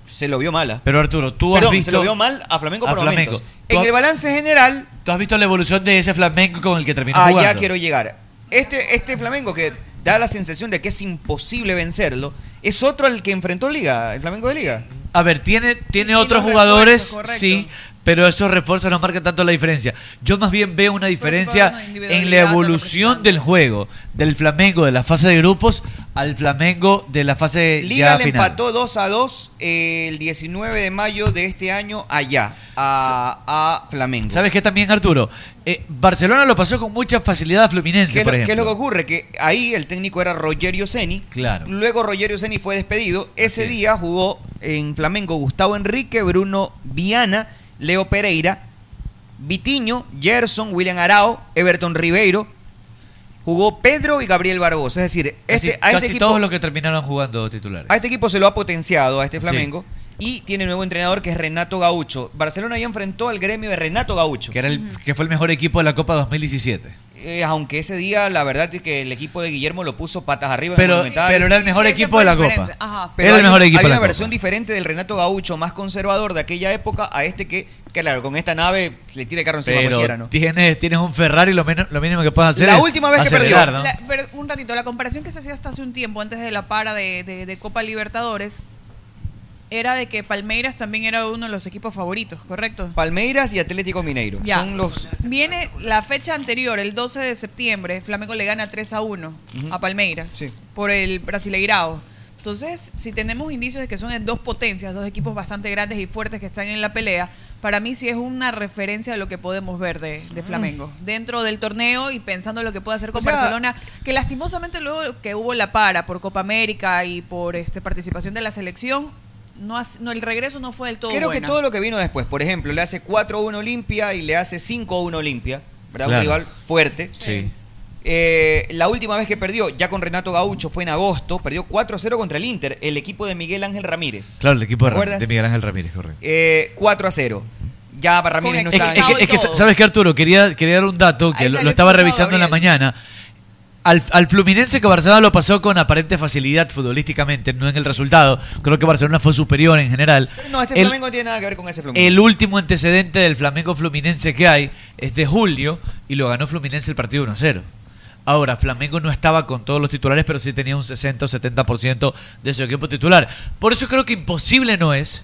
Speaker 9: se lo vio mala.
Speaker 10: Pero Arturo, tú
Speaker 9: Perdón,
Speaker 10: has visto.
Speaker 9: se lo vio mal a Flamengo
Speaker 10: a
Speaker 9: por
Speaker 10: Flamengo.
Speaker 9: momentos.
Speaker 10: Tú
Speaker 9: En
Speaker 10: has-
Speaker 9: el balance general,
Speaker 10: Tú has visto la evolución de ese Flamengo con el que terminó
Speaker 9: allá
Speaker 10: jugando.
Speaker 9: Ah, quiero llegar. Este, este Flamengo que da la sensación de que es imposible vencerlo, es otro al que enfrentó Liga, el Flamengo de Liga.
Speaker 10: A ver, tiene, tiene otros jugadores, sí, pero esos refuerzos no marcan tanto la diferencia. Yo más bien veo una diferencia en la evolución del juego, del Flamengo de la fase de grupos al Flamengo de la fase
Speaker 9: Liga
Speaker 10: ya
Speaker 9: le
Speaker 10: final.
Speaker 9: empató 2 a 2 el 19 de mayo de este año allá, a, a Flamengo.
Speaker 10: ¿Sabes qué también, Arturo? Eh, Barcelona lo pasó con mucha facilidad a Fluminense,
Speaker 9: ¿Qué es,
Speaker 10: por
Speaker 9: lo, qué es
Speaker 10: ejemplo.
Speaker 9: lo que ocurre? Que ahí el técnico era Rogerio Ceni.
Speaker 10: Claro.
Speaker 9: Luego Rogerio Ceni fue despedido. Ese día jugó en Flamengo Gustavo Enrique, Bruno Viana, Leo Pereira, Vitiño, Gerson, William Arao, Everton Ribeiro. Jugó Pedro y Gabriel Barbosa. Es decir,
Speaker 10: Casi-
Speaker 9: este, a,
Speaker 10: casi
Speaker 9: este equipo,
Speaker 10: todos los que terminaron jugando titulares.
Speaker 9: a este equipo se lo ha potenciado, a este
Speaker 10: Sí.
Speaker 9: Flamengo. Y tiene nuevo entrenador que es Renato Gaucho. Barcelona ya enfrentó al gremio de Renato Gaucho.
Speaker 10: Que, era el, que fue el mejor equipo de la Copa 2017.
Speaker 9: Eh, aunque ese día la verdad es que el equipo de Guillermo lo puso patas arriba en el
Speaker 10: Pero,
Speaker 9: Monumental.
Speaker 10: pero era el mejor
Speaker 9: Sí,
Speaker 10: equipo de la Copa.
Speaker 9: diferente. Ajá.
Speaker 10: Era el
Speaker 9: hay
Speaker 10: mejor
Speaker 9: un-
Speaker 10: equipo
Speaker 9: Hay
Speaker 10: de la
Speaker 9: una
Speaker 10: Copa.
Speaker 9: versión diferente del Renato Gaucho, más conservador de aquella época, a este que, claro, con esta nave le tira el carro encima a cualquiera,
Speaker 10: Pero
Speaker 9: ¿no?
Speaker 10: tienes, tienes un Ferrari, lo, menos- lo mínimo que puedes hacer
Speaker 9: La
Speaker 10: es
Speaker 9: última vez que
Speaker 10: acelerar, ¿no?
Speaker 11: La- pero un ratito, la comparación que se hacía hasta hace un tiempo, antes de la para de, de- de Copa Libertadores, era de que Palmeiras también era uno de los equipos favoritos, ¿correcto?
Speaker 9: Palmeiras y Atlético Mineiro.
Speaker 11: Ya.
Speaker 9: Son los.
Speaker 11: Viene la fecha anterior, el 12 de septiembre, Flamengo le gana 3 a 1
Speaker 9: Ujú.
Speaker 11: a Palmeiras por el Brasileirao. Entonces, si tenemos indicios de que son en dos potencias, dos equipos bastante grandes y fuertes que están en la pelea, para mí sí es una referencia de lo que podemos ver de, de Flamengo. Dentro del torneo y pensando lo que puede hacer con
Speaker 9: Mm. O sea-
Speaker 11: Barcelona, que lastimosamente luego que hubo la para por Copa América y por este participación de la selección, no, has- no, el regreso no fue del todo
Speaker 9: Creo que
Speaker 11: buena.
Speaker 9: todo lo que vino después, por ejemplo, le hace 4-1 Olimpia y le hace 5-1 Olimpia, ¿verdad?
Speaker 10: Claro.
Speaker 9: Un rival fuerte.
Speaker 10: Sí.
Speaker 9: Eh, la última vez que perdió, ya con Renato Gaucho, fue en agosto, perdió 4-0 contra el Inter, el equipo de Miguel Ángel Ramírez.
Speaker 10: Claro, el equipo de, Ram-
Speaker 9: ¿Recuerdas?
Speaker 10: de Miguel Ángel Ramírez, correcto.
Speaker 9: Eh, 4-0. Ya Ramírez no
Speaker 10: Es que,
Speaker 9: estaba
Speaker 10: es que- es que, ¿sabes que Arturo? Quería, quería dar un dato que lo, lo estaba revisando en la mañana. Al, al Fluminense que Barcelona lo pasó con aparente facilidad futbolísticamente, no en el resultado. Creo que Barcelona fue superior en general.
Speaker 9: No, este
Speaker 10: El-
Speaker 9: Flamengo no tiene nada que ver con ese Flamengo.
Speaker 10: El último antecedente del Flamengo Fluminense que hay es de julio y lo ganó Fluminense el partido 1 0. Ahora, Flamengo no estaba con todos los titulares, pero sí tenía un 60 o 70% de su equipo titular. Por eso creo que imposible no es.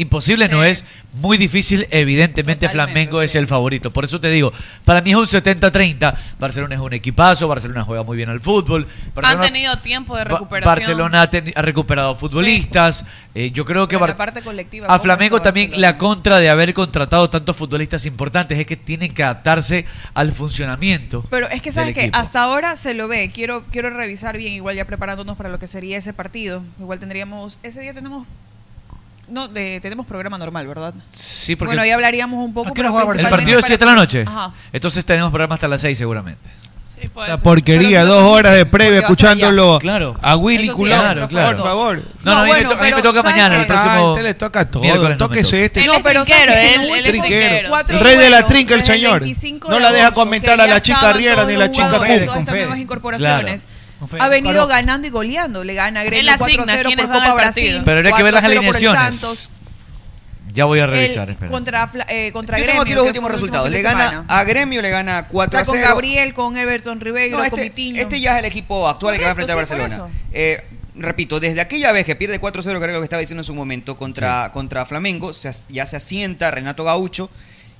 Speaker 10: Imposible no es. Muy difícil, evidentemente, Flamengo es el favorito. Por eso te digo, para mí es un 70-30. Barcelona es un equipazo, Barcelona juega muy bien al fútbol.
Speaker 18: Han
Speaker 10: Barcelona,
Speaker 18: tenido tiempo de
Speaker 10: Ba-
Speaker 18: recuperación.
Speaker 10: Barcelona ha, teni- ha recuperado futbolistas. Eh, yo creo que Bar-
Speaker 11: parte colectiva,
Speaker 10: a
Speaker 11: ¿cómo
Speaker 10: Flamengo
Speaker 11: está
Speaker 10: también la contra de haber contratado tantos futbolistas importantes es que tienen que adaptarse al funcionamiento.
Speaker 11: Pero es que
Speaker 10: del
Speaker 11: sabes que
Speaker 10: equipo.
Speaker 11: hasta ahora se lo ve. Quiero quiero revisar bien, igual ya preparándonos para lo que sería ese partido. Igual tendríamos ese día tenemos no de- tenemos programa normal, ¿verdad?
Speaker 10: Sí, porque-
Speaker 11: bueno, ya hablaríamos un poco. pero
Speaker 10: el partido es 7 de la
Speaker 11: principalmente
Speaker 10: noche.
Speaker 11: para- Ajá.
Speaker 10: Entonces tenemos programa hasta las 6 seguramente.
Speaker 11: La
Speaker 1: porquería, dos horas de
Speaker 10: Porque vas
Speaker 1: previa escuchándolo
Speaker 10: allá. Claro.
Speaker 1: a Willy
Speaker 10: Eso sí,
Speaker 1: Culón.
Speaker 10: claro,
Speaker 1: por
Speaker 10: claro.
Speaker 1: favor.
Speaker 10: No, no, a mí me to- a mí me toca mañana, el
Speaker 1: Ah,
Speaker 10: próximo
Speaker 1: este le toca todo.
Speaker 10: miércoles no me toca.
Speaker 1: Tóquese este.
Speaker 11: No, pero
Speaker 18: trinquero,
Speaker 11: ¿sabes qué?
Speaker 18: él- él es
Speaker 11: Trinquero.
Speaker 18: trinquero.
Speaker 11: Cuatro
Speaker 1: El rey de la
Speaker 11: juegos
Speaker 1: trinca, el
Speaker 11: desde
Speaker 1: señor.
Speaker 11: 25
Speaker 1: No
Speaker 11: de
Speaker 1: la deja
Speaker 11: agosto,
Speaker 1: comentar
Speaker 11: que
Speaker 1: a
Speaker 11: ya
Speaker 1: la chica
Speaker 11: estaban
Speaker 1: Riera
Speaker 11: todos
Speaker 1: ni
Speaker 11: los
Speaker 1: la chica
Speaker 11: jugadores,
Speaker 1: Cuca.
Speaker 11: Todas estas
Speaker 1: Confede.
Speaker 11: nuevas incorporaciones.
Speaker 1: Claro.
Speaker 11: Ha venido
Speaker 1: Confede.
Speaker 11: ganando y goleando. Le gana a Grêmio
Speaker 18: Él asigna
Speaker 11: 4-0
Speaker 18: quiénes
Speaker 11: por
Speaker 18: van al
Speaker 11: Copa Brasil.
Speaker 18: partido.
Speaker 10: Pero habría que ver las
Speaker 11: 4-0 por el
Speaker 10: alineaciones.
Speaker 11: Santos.
Speaker 10: Ya voy a
Speaker 11: El-
Speaker 10: revisar, espera.
Speaker 11: Contra, Fla- eh, contra
Speaker 9: Yo
Speaker 11: Gremio.
Speaker 9: tengo aquí los últimos resultados. Le gana a Gremio, le gana 4
Speaker 11: Está
Speaker 9: a 0.
Speaker 11: con Gabriel, con Everton Ribeiro,
Speaker 9: No,
Speaker 11: con
Speaker 9: este,
Speaker 11: Vitinho.
Speaker 9: este ya es el equipo actual que va a enfrentar
Speaker 11: Correcto, sí,
Speaker 9: Barcelona.
Speaker 11: por
Speaker 9: Eh, repito, desde aquella vez que pierde 4-0, creo que estaba diciendo en su momento, contra, contra Flamengo, se as- ya se asienta Renato Gaucho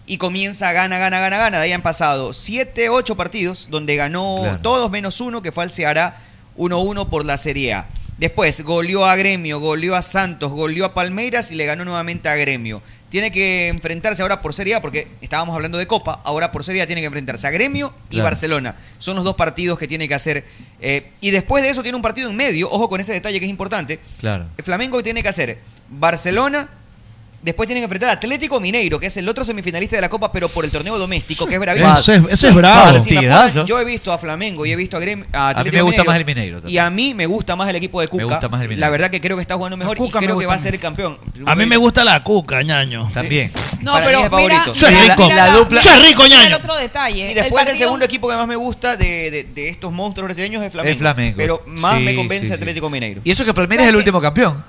Speaker 9: y comienza gana, gana, gana, gana. De ahí han pasado 7, 8 partidos donde ganó
Speaker 10: Claro.
Speaker 9: todos menos uno, que fue al Ceará 1-1 por la Serie A. Después goleó a Gremio, goleó a Santos, goleó a Palmeiras y le ganó nuevamente a Gremio. Tiene que enfrentarse ahora por Serie A, porque estábamos hablando de Copa, ahora por Serie A tiene que enfrentarse a Gremio y
Speaker 10: Claro.
Speaker 9: Barcelona. Son los dos partidos que tiene que hacer. eh, y después de eso tiene un partido en medio, ojo con ese detalle que es importante.
Speaker 10: Claro.
Speaker 9: El Flamengo tiene que hacer Barcelona, después tiene que enfrentar a Atlético Mineiro, que es el otro semifinalista de la Copa, pero por el torneo doméstico, que es bravísimo.
Speaker 1: Eso es- eso es bravo.
Speaker 9: Si la ponen,
Speaker 1: Partidazo.
Speaker 9: yo he visto a Flamengo y he visto a Gremio. A,
Speaker 10: A mí
Speaker 9: Atlético
Speaker 10: me gusta
Speaker 9: Mineiro.
Speaker 10: más el Mineiro.
Speaker 9: Y a mí me gusta más el equipo de Cuca.
Speaker 10: gusta más el Mineiro.
Speaker 9: La verdad que creo que está jugando mejor y
Speaker 10: Cuca me
Speaker 9: creo que
Speaker 10: gusta
Speaker 9: va a
Speaker 10: más.
Speaker 9: ser el campeón.
Speaker 8: A mí me gusta la cuca, ñaño.
Speaker 10: También.
Speaker 11: No,
Speaker 9: Para
Speaker 11: pero
Speaker 9: mí es
Speaker 11: mira,
Speaker 9: favorito.
Speaker 8: Eso es
Speaker 9: Mira,
Speaker 8: rico.
Speaker 9: mira la dupla.
Speaker 8: Eso es rico,
Speaker 11: mira el
Speaker 8: ñaño.
Speaker 11: otro detalle.
Speaker 9: Y después el,
Speaker 11: partido-
Speaker 9: segundo equipo que más me gusta de, de- de estos monstruos brasileños es Flamengo.
Speaker 10: Es Flamengo.
Speaker 9: Pero más
Speaker 10: Sí,
Speaker 9: me convence
Speaker 10: sí, sí,
Speaker 9: Atlético Mineiro.
Speaker 10: Y eso que Palmeiras es el último campeón.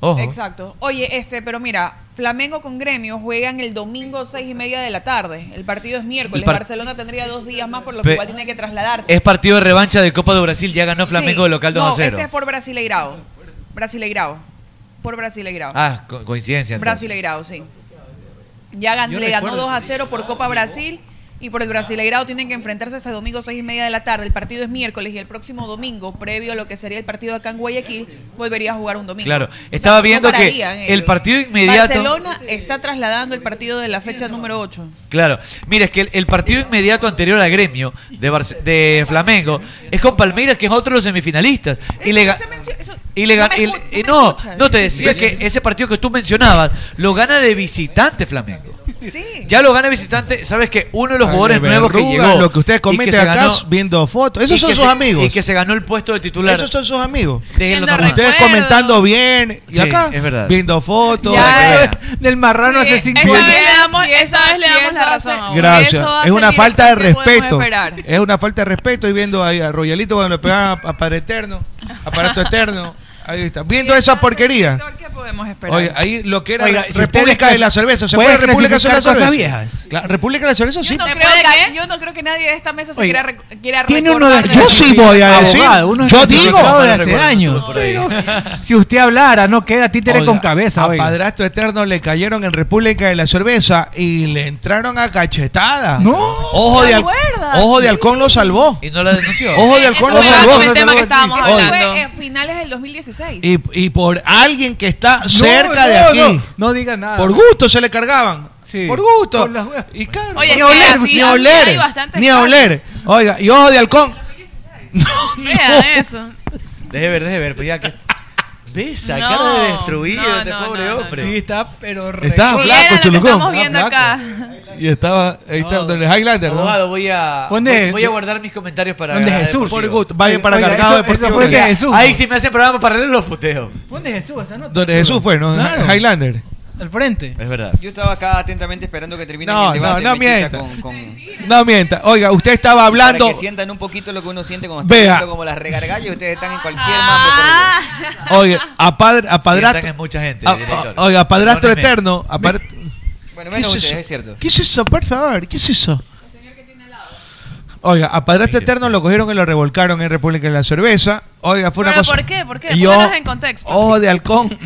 Speaker 10: Ojo.
Speaker 11: Exacto. Oye, este, pero mira, Flamengo con Gremio juegan el domingo seis y media de la tarde. El partido es miércoles.
Speaker 10: El par-
Speaker 11: Barcelona tendría dos días más, por lo
Speaker 10: Pe-
Speaker 11: que igual tiene que trasladarse.
Speaker 10: Es partido de revancha de Copa de Brasil. Ya ganó Flamengo
Speaker 11: Sí.
Speaker 10: de local 2
Speaker 11: no,
Speaker 10: 0.
Speaker 11: Este es por Brasileirao. Brasileirao. Por Brasileirao.
Speaker 10: Ah, co- coincidencia. entonces.
Speaker 11: Brasileirao, sí. Ya gan-
Speaker 10: Yo
Speaker 11: le ganó
Speaker 10: recuerdo-
Speaker 11: 2 a 0 por Copa Brasil y por el Brasileirao tienen que enfrentarse hasta domingo 6 y media de la tarde. El partido es miércoles y el próximo domingo, previo a lo que sería el partido acá en Guayaquil, volvería a jugar un domingo.
Speaker 10: Claro.
Speaker 11: O sea,
Speaker 10: Estaba
Speaker 11: no
Speaker 10: viendo que
Speaker 11: pararían ellos.
Speaker 10: el partido inmediato.
Speaker 11: Barcelona está trasladando el partido de la fecha número 8.
Speaker 10: Claro. Mira, es que el, el partido inmediato anterior a gremio de, Barce- de Flamengo es con Palmeiras, que es otro de los semifinalistas. Y le, ga- y le ga- y le- y no,
Speaker 11: eh.
Speaker 10: no, te decía que ese partido que tú mencionabas lo gana de visitante Flamengo. Ya lo gana de visitante. Sabes que uno de los
Speaker 1: Ay,
Speaker 10: jugadores
Speaker 1: me
Speaker 10: nuevos que
Speaker 1: verrugan
Speaker 10: llegó.
Speaker 1: Lo que
Speaker 10: y
Speaker 1: ustedes cometen
Speaker 10: se
Speaker 1: acá
Speaker 10: ganó-
Speaker 1: viendo fotos. Esos
Speaker 10: y
Speaker 1: son
Speaker 10: que
Speaker 1: sus
Speaker 10: se-
Speaker 1: amigos.
Speaker 10: Y que se ganó el puesto de titular.
Speaker 1: Esos son sus amigos.
Speaker 10: Desde lo normal.
Speaker 1: Ustedes comentando bien. Y
Speaker 10: Sí,
Speaker 1: acá,
Speaker 10: es verdad.
Speaker 1: viendo fotos.
Speaker 13: Del marrano hace cinco
Speaker 18: Esa vez
Speaker 13: años.
Speaker 18: le damos, esa vez le
Speaker 11: si
Speaker 18: damos
Speaker 11: eso
Speaker 18: la
Speaker 11: hace-
Speaker 18: razón. a vos.
Speaker 1: Gracias.
Speaker 18: Eso hace
Speaker 1: Es una
Speaker 18: tiempo
Speaker 1: falta de
Speaker 18: que podemos
Speaker 1: respeto.
Speaker 18: esperar.
Speaker 1: Es una falta de respeto. Y viendo ahí a Royalito cuando le pegaban a, a Para Eterno, aparato eterno. Ahí está. Viendo esa porquería.
Speaker 11: podemos esperar?
Speaker 1: Oye, ahí lo que era
Speaker 11: Oiga,
Speaker 1: la
Speaker 11: si
Speaker 1: República
Speaker 11: ustedes
Speaker 1: de la Cerveza. ¿Se
Speaker 11: pueden
Speaker 1: puede República de la
Speaker 11: clasificar
Speaker 1: Cerveza?
Speaker 11: cosas viejas.
Speaker 1: Claro, República de la Cerveza, sí.
Speaker 11: Yo no, creo que, yo no creo que nadie de esta mesa se
Speaker 1: Oye,
Speaker 11: quiera, rec- quiera
Speaker 13: Tiene uno
Speaker 11: recordar
Speaker 13: de
Speaker 1: Yo sí voy a decir.
Speaker 13: Abogado, uno de
Speaker 1: Yo
Speaker 13: los
Speaker 1: digo.
Speaker 13: abogados de hace años. Si usted hablara, no queda títere
Speaker 1: Oiga,
Speaker 13: con cabeza.
Speaker 1: A
Speaker 13: oiga.
Speaker 1: Padrastro Eterno le cayeron en República de la Cerveza y le entraron a cachetada. No. Ojo de,
Speaker 11: ¿Te
Speaker 1: al-
Speaker 11: acuerdas?
Speaker 1: Ojo de halcón lo salvó.
Speaker 10: Y no la denunció.
Speaker 1: Ojo de halcón lo salvó. Oye,
Speaker 11: Fue en finales del 2016.
Speaker 1: Y, y por alguien que está
Speaker 11: No,
Speaker 1: cerca
Speaker 11: no,
Speaker 1: de aquí.
Speaker 11: no,
Speaker 13: no diga nada.
Speaker 1: Por gusto se le cargaban. Por gusto. y claro,
Speaker 11: Oye,
Speaker 1: ni
Speaker 11: es que
Speaker 1: oler,
Speaker 11: así-
Speaker 1: ni
Speaker 11: así
Speaker 1: oler,
Speaker 11: hay bastantes
Speaker 1: ni oler. Oiga, y ojo de halcón.
Speaker 11: Vean eso.
Speaker 10: Deje ver, deje ver, pues ya que. ¿Ves? Esa
Speaker 11: No,
Speaker 10: cara de destruido,
Speaker 11: no,
Speaker 10: este
Speaker 11: no,
Speaker 10: pobre
Speaker 11: no,
Speaker 10: hombre.
Speaker 1: no. Sí,
Speaker 13: está, pero.
Speaker 1: Estaba
Speaker 10: Mira
Speaker 1: flaco,
Speaker 10: lo que
Speaker 1: Chulucón.
Speaker 10: estamos viendo
Speaker 1: Estaba flaco. Y estaba, ahí está, donde el Highlander, ¿no?
Speaker 10: Abogado, voy a,
Speaker 1: ¿Dónde
Speaker 10: Ah, voy,
Speaker 1: es?
Speaker 10: voy a guardar mis comentarios para.
Speaker 1: ¿Dónde es
Speaker 10: Granada
Speaker 1: Jesús?
Speaker 10: Deportiva.
Speaker 1: Por gusto. Vaya para Oiga, Cargado eso- Deportivo. eso fue que Jesús,
Speaker 10: Ahí
Speaker 1: ¿no?
Speaker 10: sí me hace programa paralelo los puteos.
Speaker 13: ¿Dónde es Jesús? Esa nota?
Speaker 1: Donde Jesús fue, ¿no?
Speaker 13: Claro.
Speaker 1: Highlander.
Speaker 13: Al frente.
Speaker 10: Es verdad.
Speaker 9: Yo estaba acá atentamente esperando que termine
Speaker 1: No,
Speaker 9: el
Speaker 1: no,
Speaker 9: debate.
Speaker 1: no
Speaker 9: Mechita,
Speaker 1: mienta.
Speaker 9: con- con-
Speaker 1: No mienta. Oiga, usted estaba hablando.
Speaker 9: Para que sientan un poquito lo que uno siente cuando
Speaker 1: Vea.
Speaker 9: está viendo como las regargallas y ustedes están en cualquier mambo. por ahí.
Speaker 1: Oiga, a, padre, a
Speaker 9: Sientan
Speaker 1: padrastro.
Speaker 9: en mucha gente,
Speaker 1: a-
Speaker 9: director.
Speaker 1: a- oiga, a padrastro
Speaker 9: Perdóneme.
Speaker 1: eterno. a pad-
Speaker 9: Bueno,
Speaker 1: ¿Qué
Speaker 9: menos
Speaker 1: es
Speaker 9: ustedes,
Speaker 1: eso?
Speaker 9: es cierto.
Speaker 1: ¿Qué es eso? Por favor, ¿qué es eso? Oiga, a Padrastro Eterno lo cogieron y lo revolcaron en República de la Cerveza. Oiga, fue una
Speaker 11: ¿Pero
Speaker 1: cosa.
Speaker 11: por qué? ¿Por qué?
Speaker 1: Yo-
Speaker 11: Pónganos en contexto.
Speaker 1: Ojo de halcón.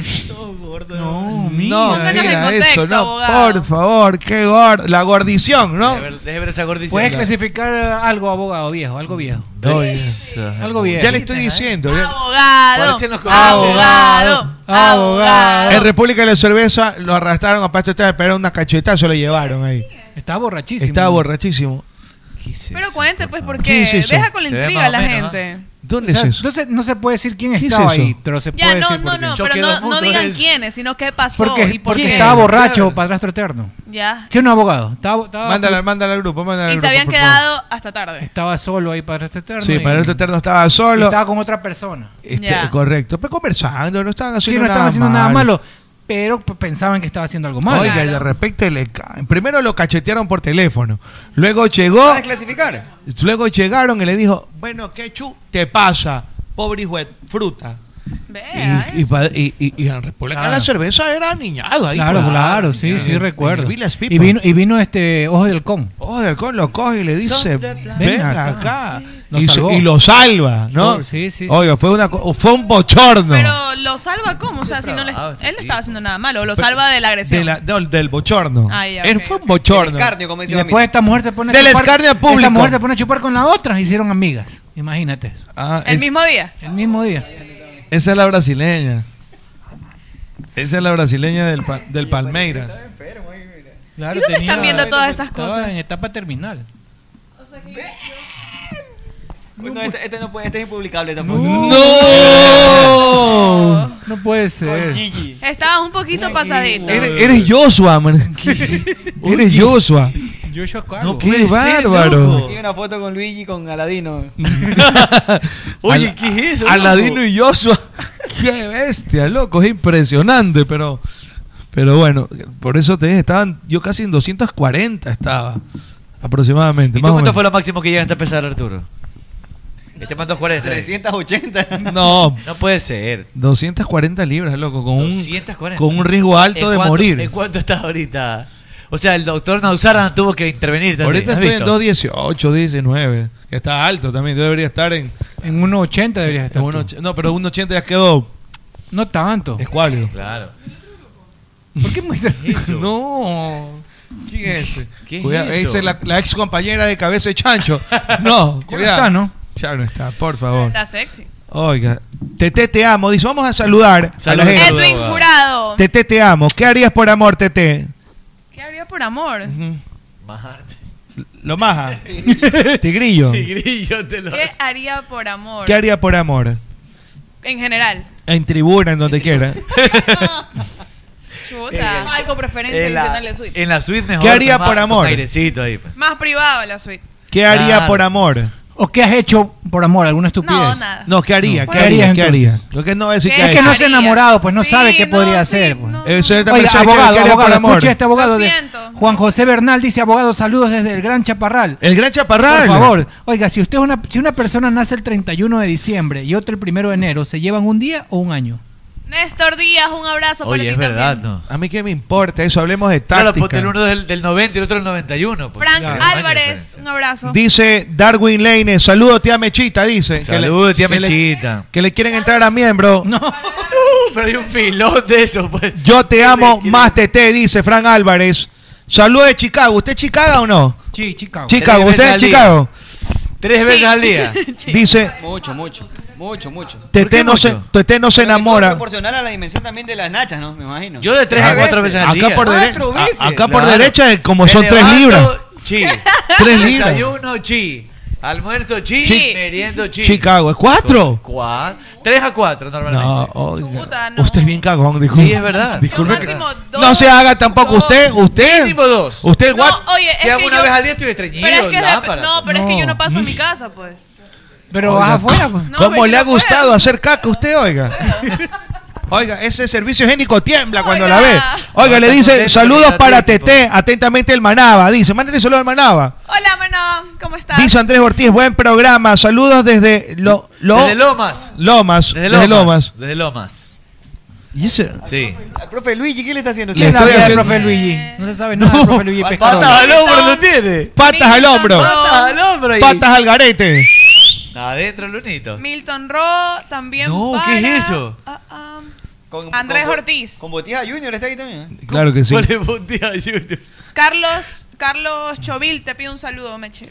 Speaker 13: No,
Speaker 1: No,
Speaker 11: Pónganos en
Speaker 1: mira
Speaker 11: contexto,
Speaker 1: eso, no.
Speaker 11: abogado.
Speaker 1: Por favor, qué gordo. La gordición, ¿no?
Speaker 10: Deje ver esa gordicia.
Speaker 13: Puedes
Speaker 10: Claro.
Speaker 13: clasificar algo, abogado viejo, algo viejo.
Speaker 10: Eso.
Speaker 13: Algo viejo.
Speaker 1: Ya le estoy diciendo. ya-
Speaker 11: Abogado.
Speaker 10: Aparecen los
Speaker 11: Abogado. Abogado.
Speaker 1: En República de la Cerveza lo arrastraron a Padrastro Eterno, pero una cachetazo le llevaron ahí.
Speaker 13: Estaba borrachísimo.
Speaker 1: Estaba borrachísimo.
Speaker 11: Pero cuente, pues,
Speaker 1: ¿Qué
Speaker 11: porque
Speaker 1: es eso?
Speaker 11: deja con la
Speaker 1: Se ve
Speaker 11: intriga
Speaker 1: más
Speaker 11: a
Speaker 1: o
Speaker 11: la
Speaker 1: menos, ¿ah?
Speaker 11: gente.
Speaker 1: ¿Dónde
Speaker 13: O sea,
Speaker 1: es eso?
Speaker 13: Entonces no se puede decir quién
Speaker 1: es
Speaker 13: estaba
Speaker 1: eso?
Speaker 13: ahí, pero se
Speaker 11: Ya,
Speaker 13: puede
Speaker 11: no,
Speaker 13: decir
Speaker 11: no,
Speaker 13: por
Speaker 11: no,
Speaker 13: qué.
Speaker 11: pero no, no digan quiénes, sino qué pasó
Speaker 13: Porque,
Speaker 11: y por
Speaker 13: porque
Speaker 11: qué.
Speaker 13: estaba borracho, padrastro eterno.
Speaker 11: Ya.
Speaker 13: Sí, un abogado. Estaba, estaba-
Speaker 1: Mándala, mándala al grupo, mándala al
Speaker 11: Y se
Speaker 1: grupo,
Speaker 11: habían
Speaker 1: por favor.
Speaker 11: quedado hasta tarde.
Speaker 13: Estaba solo ahí, padrastro eterno.
Speaker 1: Sí,
Speaker 13: y-
Speaker 1: Padrastro Eterno estaba
Speaker 13: y
Speaker 1: solo.
Speaker 13: Estaba con otra persona.
Speaker 1: Este,
Speaker 13: Ya.
Speaker 1: Correcto, pero conversando, no estaban
Speaker 13: Sí,
Speaker 1: haciendo,
Speaker 13: no
Speaker 1: nada,
Speaker 13: estaban haciendo
Speaker 1: malo.
Speaker 13: nada malo, pero p- pensaban que estaba haciendo algo malo.
Speaker 1: Oiga, y de repente le caen. Primero lo cachetearon por teléfono. Luego llegó,
Speaker 9: ¿Sabes clasificar?
Speaker 1: luego llegaron y le dijo, bueno, ¿qué chu te pasa? Pobre hijo de fruta. Y, y, pa- y, y- y en República
Speaker 13: Claro.
Speaker 1: la cerveza era niñado ahí.
Speaker 13: Claro,
Speaker 1: pues.
Speaker 13: claro, sí,
Speaker 1: en-
Speaker 13: sí,
Speaker 1: en
Speaker 13: recuerdo.
Speaker 1: Village People.
Speaker 13: Y vino, y vino este Ojo del Con.
Speaker 1: Ojo de halcón lo coge y le dice,
Speaker 13: Son de
Speaker 1: ven,
Speaker 13: plan- Ven acá".
Speaker 1: acá.
Speaker 13: Lo
Speaker 1: Y, se-
Speaker 13: salvó.
Speaker 1: y lo salva, ¿no?
Speaker 13: Sí, sí, sí.
Speaker 1: Oiga, fue, una, co- fue un bochorno.
Speaker 11: Pero lo salva cómo? O sea, si no le, él no estaba haciendo nada malo, lo salva de la agresión.
Speaker 1: este De la- no, del bochorno.
Speaker 11: Ah, ya,
Speaker 1: Él
Speaker 11: ok,
Speaker 1: fue un bochorno.
Speaker 13: Y después esta mujer se pone
Speaker 1: Del
Speaker 13: chupar-
Speaker 1: escarnio público.
Speaker 13: Esa mujer se pone a chupar con la otra. Hicieron amigas. Imagínate eso.
Speaker 1: Ah,
Speaker 11: El
Speaker 1: es-
Speaker 11: mismo día.
Speaker 13: El mismo día.
Speaker 1: Esa es la brasileña. Esa es la brasileña del, pa- del Palmeiras.
Speaker 13: Claro,
Speaker 11: ¿Y dónde están viendo todas esas
Speaker 13: estaba
Speaker 11: cosas?
Speaker 13: en etapa terminal.
Speaker 9: Bueno, este, este no puede, este es impublicable tampoco.
Speaker 11: Oh.
Speaker 13: ¡No! No puede ser.
Speaker 11: Estaba un poquito pasadito.
Speaker 1: Eres, eres Joshua, man. eres Joshua.
Speaker 13: Joshua
Speaker 1: No puede ser, bárbaro.
Speaker 9: Tiene una foto con Luigi y con Aladino.
Speaker 1: Oye,
Speaker 9: ¿qué es eso,
Speaker 1: Aladino
Speaker 9: loco?
Speaker 1: y Joshua. Qué bestia, loco. Es impresionante, pero. Pero bueno, por eso te dije, estaban. Yo casi en 240 estaba. Aproximadamente.
Speaker 10: ¿Y
Speaker 1: más
Speaker 10: tú
Speaker 1: o
Speaker 10: cuánto
Speaker 1: menos.
Speaker 10: fue lo máximo que llegaste a pesar, Arturo? Este más 240.
Speaker 9: 380.
Speaker 1: No.
Speaker 10: No puede ser.
Speaker 1: 240 libras, loco. Con, un-
Speaker 10: 240.
Speaker 1: con un riesgo alto
Speaker 10: ¿En
Speaker 1: de
Speaker 10: cuánto-
Speaker 1: morir.
Speaker 10: ¿En cuánto estás ahorita? O sea, el doctor Nausaran tuvo que intervenir también.
Speaker 1: Ahorita
Speaker 10: ¿has
Speaker 1: estoy en
Speaker 10: visto?
Speaker 1: 218, 19. que Está alto también. Yo debería estar en.
Speaker 13: En 1.80 deberías estar.
Speaker 1: en 1.80. no, pero 1.80 ya quedó.
Speaker 13: No tanto.
Speaker 1: Escuálido.
Speaker 10: Claro.
Speaker 13: ¿Por qué muestra eso?
Speaker 1: No. ¿Quién es ese?
Speaker 10: ¿Qué es
Speaker 1: Cuidado,
Speaker 10: eso?
Speaker 1: esa es la, la ex compañera de cabeza de chancho.
Speaker 13: Ya
Speaker 1: No,
Speaker 13: no
Speaker 1: cuidado.
Speaker 13: está, ¿no?
Speaker 1: Ya no está, por favor.
Speaker 11: Está sexy.
Speaker 1: Oiga, Tete te amo. Dice, vamos a saludar
Speaker 10: Saludos,
Speaker 1: a la gente.
Speaker 11: Edwin Jurado.
Speaker 1: Tete te amo. ¿Qué harías por amor, Tete?
Speaker 11: ¿Qué haría por amor?
Speaker 10: Bajarte.
Speaker 1: Lo maja. Tigrillo.
Speaker 10: Tigrillo te lo.
Speaker 11: ¿Qué haría por amor?
Speaker 1: ¿Qué haría por amor?
Speaker 11: En general.
Speaker 1: En tribuna, en donde quiera. Eh,
Speaker 11: Chuta. Algo preferencia
Speaker 10: En la,
Speaker 11: adicional de suite.
Speaker 10: en la suite mejor.
Speaker 1: ¿Qué haría
Speaker 10: toma-
Speaker 1: por
Speaker 10: toma
Speaker 1: amor?
Speaker 10: Airecito ahí. pues.
Speaker 11: Más privado la suite.
Speaker 1: ¿Qué haría
Speaker 10: Claro.
Speaker 1: por amor?
Speaker 13: ¿O qué has hecho por amor? ¿Alguna estupidez?
Speaker 11: No, nada.
Speaker 1: No, ¿qué haría?
Speaker 13: No.
Speaker 1: ¿Qué
Speaker 13: ¿Qué
Speaker 1: haría?
Speaker 13: harías
Speaker 1: ¿Qué
Speaker 13: entonces?
Speaker 1: haría? Lo que no es
Speaker 13: Es que no se ha enamorado, pues no sabe qué podría hacer. pues.
Speaker 1: Eso es
Speaker 13: Oiga, abogado,
Speaker 1: ¿qué haría por
Speaker 13: abogado,
Speaker 1: amor?
Speaker 13: escuche a este abogado. de- Juan José Bernal dice, abogado, saludos desde el Gran Chaparral.
Speaker 1: El Gran Chaparral.
Speaker 13: Por favor, oiga, si usted es una, si una persona nace el 31 de diciembre y otra el 1 de enero, ¿se llevan un día o un año?
Speaker 18: Néstor Díaz, un abrazo para ti también.
Speaker 10: ¿no?
Speaker 1: A mí qué me importa eso, hablemos de
Speaker 10: Claro,
Speaker 1: táctica.
Speaker 10: ponte el uno del, del 90 y el otro del 91. pues.
Speaker 18: Frank
Speaker 10: Claro.
Speaker 18: Álvarez, un abrazo.
Speaker 1: Dice Darwin Lane, saludo tía Mechita, dice.
Speaker 10: Saludo, tía
Speaker 1: que le-
Speaker 10: Mechita.
Speaker 1: que le quieren entrar a miembro. No.
Speaker 10: Uh, Pero hay un filón de eso, pues.
Speaker 1: Yo te amo más TT, dice Frank Álvarez. Saludo de Chicago. ¿Usted es Chicago o no?
Speaker 13: Sí, Chicago.
Speaker 1: Chicago,
Speaker 13: Tres
Speaker 1: ¿usted es
Speaker 13: veces al
Speaker 1: Chicago?
Speaker 10: Tres veces al día.
Speaker 1: Dice,
Speaker 9: Mucho, mucho. Mucho, mucho.
Speaker 1: TT no, se, TT no se
Speaker 9: Es
Speaker 1: enamora.
Speaker 9: proporcional a la dimensión también de las nachas, ¿no? Me imagino.
Speaker 10: Yo de tres
Speaker 1: Ah,
Speaker 10: a cuatro veces al
Speaker 1: Acá
Speaker 10: día.
Speaker 1: por, dere-
Speaker 9: Cuatro
Speaker 1: a-
Speaker 9: veces.
Speaker 1: acá por
Speaker 10: Claro.
Speaker 1: derecha, como
Speaker 10: Me
Speaker 1: son tres
Speaker 10: levanto,
Speaker 1: libras.
Speaker 10: Chi.
Speaker 1: Tres libras.
Speaker 10: Desayuno, chi. Almuerzo, chi.
Speaker 1: Chi.
Speaker 10: Meriendo, chi.
Speaker 1: Chicago, ¿es cuatro?
Speaker 10: Cua- Tres a cuatro, normalmente.
Speaker 1: No, oiga. Usted es bien cagón, disculpe.
Speaker 10: Sí, es verdad.
Speaker 1: Disculpe.
Speaker 10: Yo
Speaker 1: que-
Speaker 10: máximo
Speaker 1: no se haga tampoco usted, usted.
Speaker 10: Mínimo dos.
Speaker 1: Usted, what?
Speaker 18: Oye, es
Speaker 10: Si hago
Speaker 18: que
Speaker 10: una
Speaker 18: yo-
Speaker 10: vez al día estoy estreñido.
Speaker 18: Pero es que, de-
Speaker 10: lámpara.
Speaker 18: no, pero es que yo no paso a mi casa, pues.
Speaker 13: Pero
Speaker 1: Oiga,
Speaker 13: vas afuera, pues.
Speaker 18: No,
Speaker 1: ¿Cómo
Speaker 18: pero
Speaker 1: le
Speaker 18: yo
Speaker 1: ha
Speaker 18: no
Speaker 1: gustado hacer caca a usted, oiga? Oiga, ese servicio higiénico tiembla cuando la ve. Oiga, le dice, saludos para Tete, atentamente el Manaba. Dice, mándale saludos al Manaba.
Speaker 18: Hola, mano, ¿cómo estás?
Speaker 1: Dice Andrés Ortiz, buen programa. Saludos desde lo, lo-
Speaker 10: Desde Lomas.
Speaker 1: Lomas.
Speaker 10: Desde Lomas.
Speaker 1: Desde Lomas.
Speaker 10: Desde Lomas.
Speaker 1: ¿Y ese?
Speaker 10: Sí.
Speaker 9: Al profe Luigi, ¿qué le está haciendo?
Speaker 1: Le estoy
Speaker 13: Habla del
Speaker 1: haciendo-
Speaker 13: profe Luigi.
Speaker 10: Ah,
Speaker 13: No se sabe nada del profe Luigi Pescador.
Speaker 10: Patas al hombro lo tiene.
Speaker 1: Patas al hombro.
Speaker 10: Patas al hombro. ahí.
Speaker 1: Patas al garete.
Speaker 10: Adentro, Lunito.
Speaker 18: Milton Ro, también
Speaker 10: No,
Speaker 18: para...
Speaker 10: ¿qué es eso?
Speaker 18: Ah, ah. Andrés Ortiz.
Speaker 9: Con Botija Junior está ahí también. ¿eh?
Speaker 1: Claro que sí.
Speaker 10: ¿Cuál es Botija Junior?
Speaker 18: Carlos, Carlos Chovil, te pido un saludo, Meche.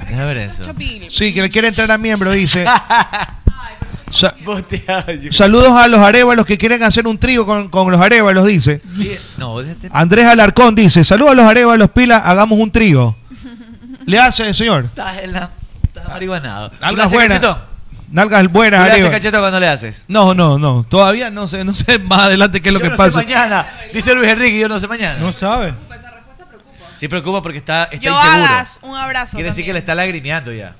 Speaker 10: A ver eso.
Speaker 18: Chovil.
Speaker 1: Sí, que le quiere entrar a miembro, dice. Sa-
Speaker 10: Botija Junior.
Speaker 1: Saludos a los arévalos que quieren hacer un trío con, con los arévalos, dice.
Speaker 10: No, déjate.
Speaker 1: Andrés Alarcón dice, saludos a los arévalos, pila, hagamos un trío. Le hace, señor.
Speaker 10: Estás en la. Estás
Speaker 1: Ah.
Speaker 10: marihuanado.
Speaker 1: Nalgas
Speaker 10: ¿Tú le haces
Speaker 1: buenas.
Speaker 10: cachetón?
Speaker 1: Nalgas
Speaker 10: ¿Tú le
Speaker 1: buenas,
Speaker 10: haces
Speaker 1: arévalos.
Speaker 10: cachetón cuando le haces?
Speaker 1: No, no, no. Todavía no sé, no sé más adelante qué es lo
Speaker 10: Yo
Speaker 1: que
Speaker 10: no sé
Speaker 1: pasa.
Speaker 10: mañana. Dice Luis Enrique, yo no sé mañana. No
Speaker 13: sabe.
Speaker 10: Sí preocupa porque está, está
Speaker 18: Yo
Speaker 10: inseguro.
Speaker 18: hagas un abrazo.
Speaker 10: Quiere decir que
Speaker 18: también.
Speaker 10: le está lagrimeando ya.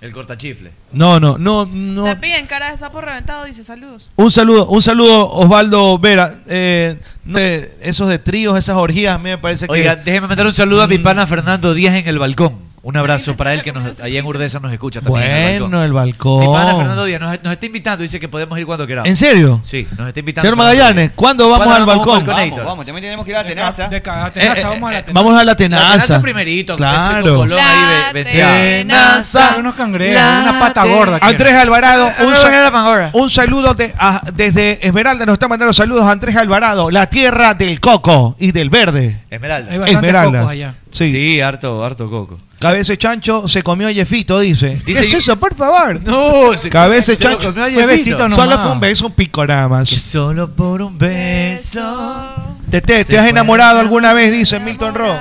Speaker 10: El cortachifle.
Speaker 1: No, no, no, no.
Speaker 18: Te piden cara de sapo reventado, dice saludos.
Speaker 1: Un saludo, un saludo Osvaldo Vera. Eh, no, eh, esos de tríos, esas orgías, a mí me parece que. Mm.
Speaker 10: Oiga, déjeme mandar un saludo a mi pana Fernando Díaz en el balcón. Un abrazo para él que nos, allá en Urdesa nos escucha también. en el balcón.
Speaker 1: bueno, el
Speaker 10: Mi pana Fernando
Speaker 1: balcón.
Speaker 10: Díaz nos, nos está invitando, dice que podemos ir cuando queramos.
Speaker 1: ¿En serio?
Speaker 10: Sí, nos está invitando.
Speaker 1: Señor
Speaker 10: Fernando
Speaker 1: Magallanes,
Speaker 10: Díaz.
Speaker 1: ¿cuándo vamos al balcón?
Speaker 9: Vamos, vamos, también tenemos que ir a la tenaza.
Speaker 1: Eh, eh, Vamos a la tenaza.
Speaker 10: primerito,
Speaker 1: Claro.
Speaker 10: pues, Colón ahí ve- vestido.
Speaker 1: Tenaza.
Speaker 13: Unos cangrejos, una pata gorda. quiero.
Speaker 1: Eh, Andrés Alvarado, un, sa-
Speaker 10: Era Pandora.
Speaker 1: un saludo de- a- desde Esmeralda. Nos está mandando saludos a Andrés Alvarado, la tierra del coco y del verde.
Speaker 10: Esmeralda.
Speaker 1: Hay bastantes Esmeralda. cocos allá.
Speaker 10: Sí.
Speaker 1: Sí.
Speaker 10: harto, harto coco.
Speaker 1: Cabeza Chancho se comió a Jefito, dice.
Speaker 10: Dice
Speaker 1: ¿Qué es
Speaker 10: yo-
Speaker 1: eso, por favor?
Speaker 10: No, se-
Speaker 1: Cabeza
Speaker 10: se lo
Speaker 1: Chancho.
Speaker 10: comió a Jefito. Bebecito nomás.
Speaker 1: Solo fue un beso, un pico nada más.
Speaker 10: solo por un beso.
Speaker 1: Tete,
Speaker 10: Se
Speaker 1: ¿te has
Speaker 10: fue.
Speaker 1: enamorado alguna vez? Dice Milton Ro.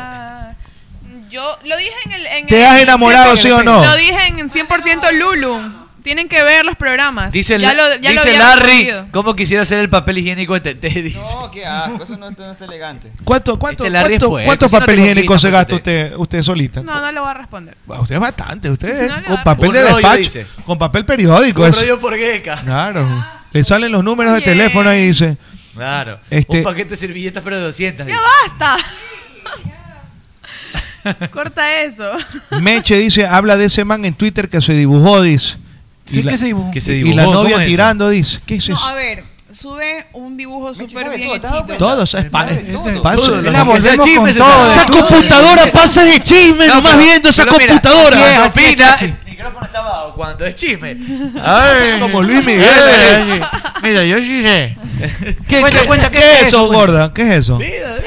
Speaker 18: Yo lo dije en el. en
Speaker 1: ¿Te
Speaker 18: el-
Speaker 1: has enamorado, sí o no?
Speaker 18: Lo dije en 100% Lulu. Tienen que ver los programas.
Speaker 10: Dice,
Speaker 18: Ah, Ya
Speaker 10: la-
Speaker 18: lo- ya lo
Speaker 10: dice
Speaker 18: había
Speaker 10: Larry,
Speaker 18: respondido.
Speaker 10: ¿cómo quisiera hacer el papel higiénico de Tete? Dice.
Speaker 9: No, qué asco, eso no, no está elegante.
Speaker 1: ¿Cuánto, cuánto,
Speaker 10: Este la
Speaker 1: cuánto,
Speaker 10: respuesta,
Speaker 1: cuánto
Speaker 10: si no
Speaker 1: papel
Speaker 10: te
Speaker 1: higiénico se
Speaker 10: conquistan,
Speaker 1: gasta usted, usted solita?
Speaker 18: No, no lo voy a responder.
Speaker 1: Ah, Usted es bastante, usted
Speaker 18: No, no,
Speaker 1: con papel
Speaker 10: Un
Speaker 1: de
Speaker 10: rollo,
Speaker 1: despacho,
Speaker 10: dice.
Speaker 1: con papel periódico.
Speaker 10: Un
Speaker 1: eso.
Speaker 10: rollo por Geka.
Speaker 1: Claro. Le salen los números de teléfono y dice,
Speaker 10: Claro.
Speaker 1: Este-
Speaker 10: Un paquete de servilletas, pero de 200.
Speaker 18: ¡Ya
Speaker 10: dice.
Speaker 18: basta! Corta eso.
Speaker 1: Meche dice, habla de ese man en Twitter que se dibujó, dice.
Speaker 13: Sí, que se dibujó.
Speaker 1: y
Speaker 13: Que se
Speaker 1: Y
Speaker 13: dibujó,
Speaker 1: la
Speaker 13: ¿cómo
Speaker 1: novia
Speaker 13: es eso?
Speaker 1: tirando, dice, ¿qué es
Speaker 11: No,
Speaker 1: eso?
Speaker 11: a ver, sube un dibujo súper bien hechito.
Speaker 1: Todo, ¿sabes? Pa- pasa-
Speaker 10: Todo, lo
Speaker 1: la
Speaker 10: que sea
Speaker 1: volvemos
Speaker 10: chisme
Speaker 1: con
Speaker 10: se
Speaker 1: todo.
Speaker 10: sabe.
Speaker 1: Esa computadora pasa de chisme,
Speaker 10: No,
Speaker 1: nomás
Speaker 10: pero-
Speaker 1: viendo esa
Speaker 10: pero mira, así
Speaker 1: computadora.
Speaker 10: es,
Speaker 1: No
Speaker 10: así es,
Speaker 1: opina.
Speaker 10: Chachi. El micrófono está abajo cuando es chisme.
Speaker 1: Ay. Como Luis Miguel. eh.
Speaker 10: Mira, yo sí sé.
Speaker 1: ¿Qué,
Speaker 10: Cuenta,
Speaker 1: qué-
Speaker 10: cuenta,
Speaker 1: qué
Speaker 10: ¿qué
Speaker 1: es
Speaker 10: es
Speaker 1: eso,
Speaker 10: eso?
Speaker 1: gorda? ¿Qué es eso?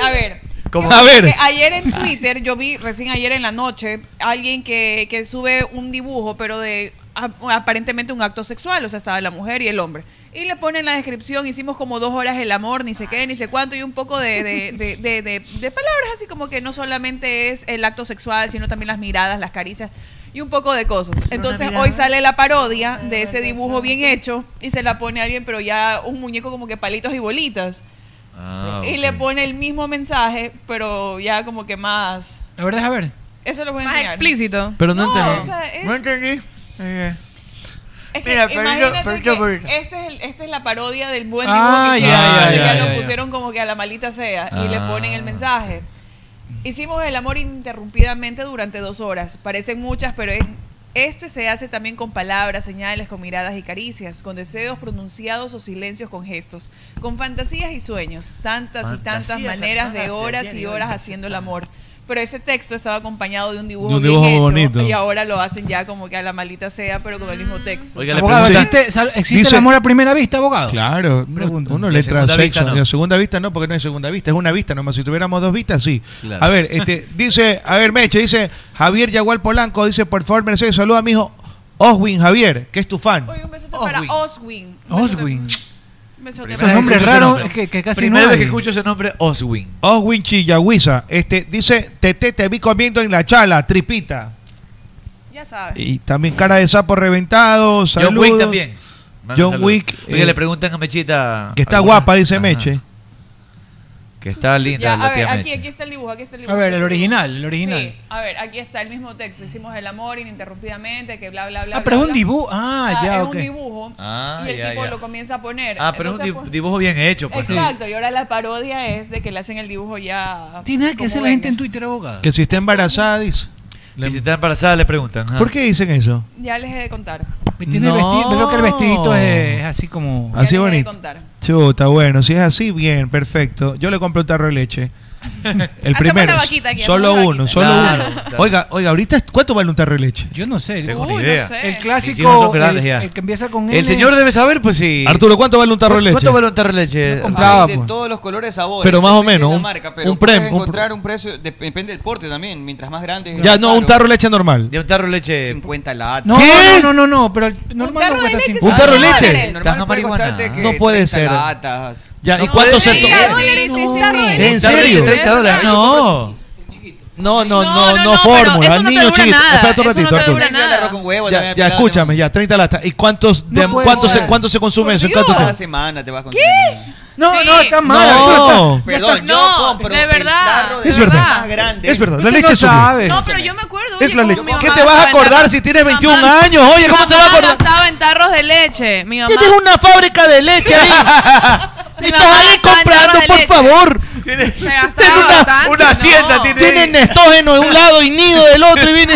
Speaker 11: A ver.
Speaker 1: Como-
Speaker 11: yo
Speaker 1: A ver.
Speaker 11: creo que Ayer en Twitter, yo vi recién ayer en la noche, alguien que, que sube un dibujo, pero de a- aparentemente un acto sexual, o sea, estaba la mujer y el hombre. Y le pone en la descripción, hicimos como dos horas el amor, ni sé qué, ni sé cuánto, y un poco de, de- de- de- de- de palabras así como que no solamente es el acto sexual, sino también las miradas, las caricias y un poco de cosas. Entonces hoy sale la parodia de ese dibujo bien hecho y se la pone a alguien, pero ya un muñeco como que palitos y bolitas.
Speaker 1: Ah,
Speaker 11: Y le pone el mismo mensaje, pero ya como que más.
Speaker 13: La verdad es a ver.
Speaker 11: Eso lo voy a
Speaker 18: Más
Speaker 11: enseñar.
Speaker 18: explícito.
Speaker 1: Pero no
Speaker 11: o
Speaker 1: entendí.
Speaker 11: sea, es- es que
Speaker 10: Mira, pero
Speaker 11: imagínate
Speaker 10: yo- pero yo-
Speaker 11: que
Speaker 10: pero-
Speaker 11: este es el- esta es la parodia del buen dibujo
Speaker 13: Ah,
Speaker 11: que
Speaker 13: ya,
Speaker 11: hicieron,
Speaker 13: ya,
Speaker 11: así
Speaker 13: ya,
Speaker 11: que
Speaker 13: ya,
Speaker 11: lo
Speaker 13: ya.
Speaker 11: pusieron como que a la malita sea y le
Speaker 10: Ah.
Speaker 11: ponen el mensaje. Hicimos el amor ininterrumpidamente durante dos horas. Parecen muchas, pero es, Este se hace también con palabras, señales, con miradas y caricias, con deseos pronunciados o silencios con gestos, con fantasías y sueños, tantas y tantas
Speaker 24: Fantasías
Speaker 11: maneras de
Speaker 24: armadas de
Speaker 11: horas
Speaker 24: ayer
Speaker 11: y
Speaker 24: y hoy.
Speaker 11: horas haciendo el amor. Pero ese texto estaba acompañado de un dibujo,
Speaker 1: De un
Speaker 11: bien
Speaker 1: dibujo
Speaker 11: hecho,
Speaker 1: bonito.
Speaker 11: y ahora lo hacen ya como que a la malita sea, pero con el mismo texto.
Speaker 10: Oiga,
Speaker 13: Abogado,
Speaker 1: pregunta-
Speaker 13: ¿existe, sal- existe
Speaker 1: Dice-
Speaker 13: el amor a primera vista, abogado?
Speaker 1: Claro, uno- uno
Speaker 13: Y a
Speaker 1: le entra
Speaker 13: segunda
Speaker 1: sexo.
Speaker 13: vista no.
Speaker 1: Y a segunda vista no, porque no hay segunda vista, es una vista nomás. Si tuviéramos dos vistas, sí.
Speaker 10: Claro.
Speaker 1: A ver, este, dice, a ver, Meche, dice Javier Yagual Polanco, dice, por favor, Mercedes, saluda a mi hijo Oswin Javier, que es tu fan.
Speaker 11: Oye, un besote para Oswin.
Speaker 1: Oswin.
Speaker 11: Un besote
Speaker 1: Esos nombres raros que- que casi
Speaker 10: Primera
Speaker 1: no
Speaker 10: vez que
Speaker 1: hay.
Speaker 10: escucho ese nombre, Oswin.
Speaker 1: Oswin Chillahuiza. Este, dice, Tete, te vi comiendo en la chala, tripita.
Speaker 11: Ya sabes.
Speaker 1: Y también cara de sapo reventado,
Speaker 10: John
Speaker 1: saludos.
Speaker 10: Wick también. Manda
Speaker 1: John
Speaker 10: saludos.
Speaker 1: Wick,
Speaker 10: Oiga,
Speaker 1: eh,
Speaker 10: le preguntan a Mechita.
Speaker 1: Que está
Speaker 10: alguna-
Speaker 1: guapa, dice
Speaker 10: Ajá.
Speaker 1: Meche.
Speaker 10: Que está linda
Speaker 11: Ya,
Speaker 10: la
Speaker 11: a ver,
Speaker 10: tía
Speaker 11: aquí,
Speaker 10: Meche.
Speaker 11: aquí está el dibujo, aquí está el dibujo.
Speaker 13: A ver,
Speaker 11: aquí
Speaker 13: el
Speaker 11: está dibujo.
Speaker 13: original, el original.
Speaker 11: Sí, a ver, aquí está el mismo texto. Hicimos el amor ininterrumpidamente, que bla, bla, bla.
Speaker 13: Ah,
Speaker 11: bla,
Speaker 13: pero es un
Speaker 11: bla.
Speaker 13: dibujo. Ah, ya,
Speaker 11: es
Speaker 13: ok.
Speaker 11: un dibujo.
Speaker 10: Ah,
Speaker 11: y el
Speaker 10: ya,
Speaker 11: tipo
Speaker 10: ya.
Speaker 11: lo comienza a poner.
Speaker 10: Ah, pero es un
Speaker 11: Entonces,
Speaker 10: di-
Speaker 11: pues,
Speaker 10: dibujo bien hecho, pues.
Speaker 11: Exacto, y ahora la parodia es de que le hacen el dibujo ya.
Speaker 13: Tiene nada que
Speaker 11: como
Speaker 13: hacer la
Speaker 11: venga.
Speaker 13: gente en Twitter, abogado.
Speaker 1: Que si está embarazada, dice.
Speaker 10: Y si está embarazada, le preguntan. ajá.
Speaker 1: ¿Por qué dicen eso?
Speaker 11: Ya les he de contar.
Speaker 13: Tiene el vesti- creo que el vestidito es, es así como...
Speaker 1: Así bonito. Chuta, bueno, si es así, bien, perfecto. Yo le compro un tarro de leche. El
Speaker 13: Hacemos
Speaker 1: primero.
Speaker 13: una vaquita aquí,
Speaker 1: solo
Speaker 13: hacemos una
Speaker 1: uno,
Speaker 13: vaquita.
Speaker 1: solo
Speaker 13: Claro,
Speaker 1: uno.
Speaker 13: claro.
Speaker 1: Oiga, oiga, ahorita ¿cuánto vale un tarro de leche?
Speaker 13: Yo no sé.
Speaker 10: Tengo ni Uy, no idea. sé.
Speaker 13: El
Speaker 10: Mis hijos son
Speaker 13: clásico,
Speaker 10: grandes
Speaker 13: el,
Speaker 10: ya.
Speaker 13: el que empieza con L.
Speaker 10: El señor debe saber, pues sí.
Speaker 1: Arturo, ¿cuánto vale un tarro de leche?
Speaker 10: ¿Cuánto vale un tarro de leche?
Speaker 1: compraba,
Speaker 9: Hay ah, de
Speaker 1: pues.
Speaker 9: todos los colores, sabores.
Speaker 1: Pero más o
Speaker 9: depende de
Speaker 1: menos,
Speaker 9: la
Speaker 1: un-
Speaker 9: marca, pero
Speaker 1: un
Speaker 9: puedes
Speaker 1: prem- un
Speaker 9: encontrar un precio, de- depende del porte también. Mientras más grande. es el
Speaker 1: Ya, no, un
Speaker 9: tarro.
Speaker 1: tarro de leche normal.
Speaker 10: De un tarro de leche.
Speaker 9: 50 latas.
Speaker 13: No, no, no, no, no, pero el normal no cuesta
Speaker 1: ¿Un tarro de leche?
Speaker 9: Normal puede costarte que
Speaker 1: No puede
Speaker 9: 30
Speaker 1: ser.
Speaker 9: latas.
Speaker 1: Ya, ¿y
Speaker 9: No
Speaker 1: cuánto
Speaker 9: puede
Speaker 1: se
Speaker 9: ser.
Speaker 1: to-
Speaker 9: dólares,
Speaker 11: Sí,
Speaker 9: un
Speaker 11: sí,
Speaker 9: tarro
Speaker 11: sí.
Speaker 9: de
Speaker 1: ¿En serio?
Speaker 10: 30 dólares. No. No,
Speaker 1: No, no, no,
Speaker 10: no,
Speaker 1: no,
Speaker 10: no, pero
Speaker 1: fórmula.
Speaker 10: eso no te
Speaker 1: niño
Speaker 10: dura
Speaker 1: chiquito.
Speaker 10: nada,
Speaker 1: Espérate
Speaker 10: eso
Speaker 1: un
Speaker 10: no
Speaker 1: ratito,
Speaker 10: te
Speaker 1: Arturo.
Speaker 10: dura nada.
Speaker 9: arroz con huevo,
Speaker 1: Ya,
Speaker 9: también
Speaker 1: ya,
Speaker 9: pelado,
Speaker 1: escúchame, ya, 30 latas. ¿Y cuántos, de-
Speaker 9: puedo
Speaker 1: cuánto, se,
Speaker 9: joder.
Speaker 1: cuánto se consume eso? ¿En
Speaker 9: Pues Dios.
Speaker 1: cuánto
Speaker 9: Cada
Speaker 1: tiempo?
Speaker 9: semana te vas con
Speaker 13: No, no, está mal.
Speaker 1: No.
Speaker 13: Ya está-
Speaker 9: Perdón, yo compro
Speaker 24: de verdad.
Speaker 9: tarro de
Speaker 1: Es
Speaker 9: verdad.
Speaker 1: verdad.
Speaker 9: más grande.
Speaker 1: Es verdad, la
Speaker 9: Usted
Speaker 1: leche
Speaker 9: no
Speaker 1: es un-
Speaker 9: sabe.
Speaker 24: No, pero yo me acuerdo.
Speaker 1: Es la leche.
Speaker 24: mi
Speaker 1: ¿Qué
Speaker 24: mamá
Speaker 1: te vas a
Speaker 24: estaba en
Speaker 1: acordar
Speaker 24: tarros-
Speaker 1: si tienes
Speaker 24: mi
Speaker 1: 21
Speaker 24: mamá-
Speaker 1: años? Oye, ¿cómo
Speaker 24: mi
Speaker 1: se va a
Speaker 24: mamá
Speaker 1: acordar?
Speaker 24: gastaba en tarros de leche. Mi mamá.
Speaker 1: Tienes una fábrica de leche.
Speaker 24: Mi
Speaker 1: Estás
Speaker 24: mamá
Speaker 1: ahí
Speaker 24: gastaba en
Speaker 1: comprando,
Speaker 24: tarros de
Speaker 1: por
Speaker 24: leche.
Speaker 1: favor.
Speaker 24: Se gastaba bastante.
Speaker 10: Una hacienda tiene.
Speaker 1: Tienen estógeno de un lado y nido del otro y viene.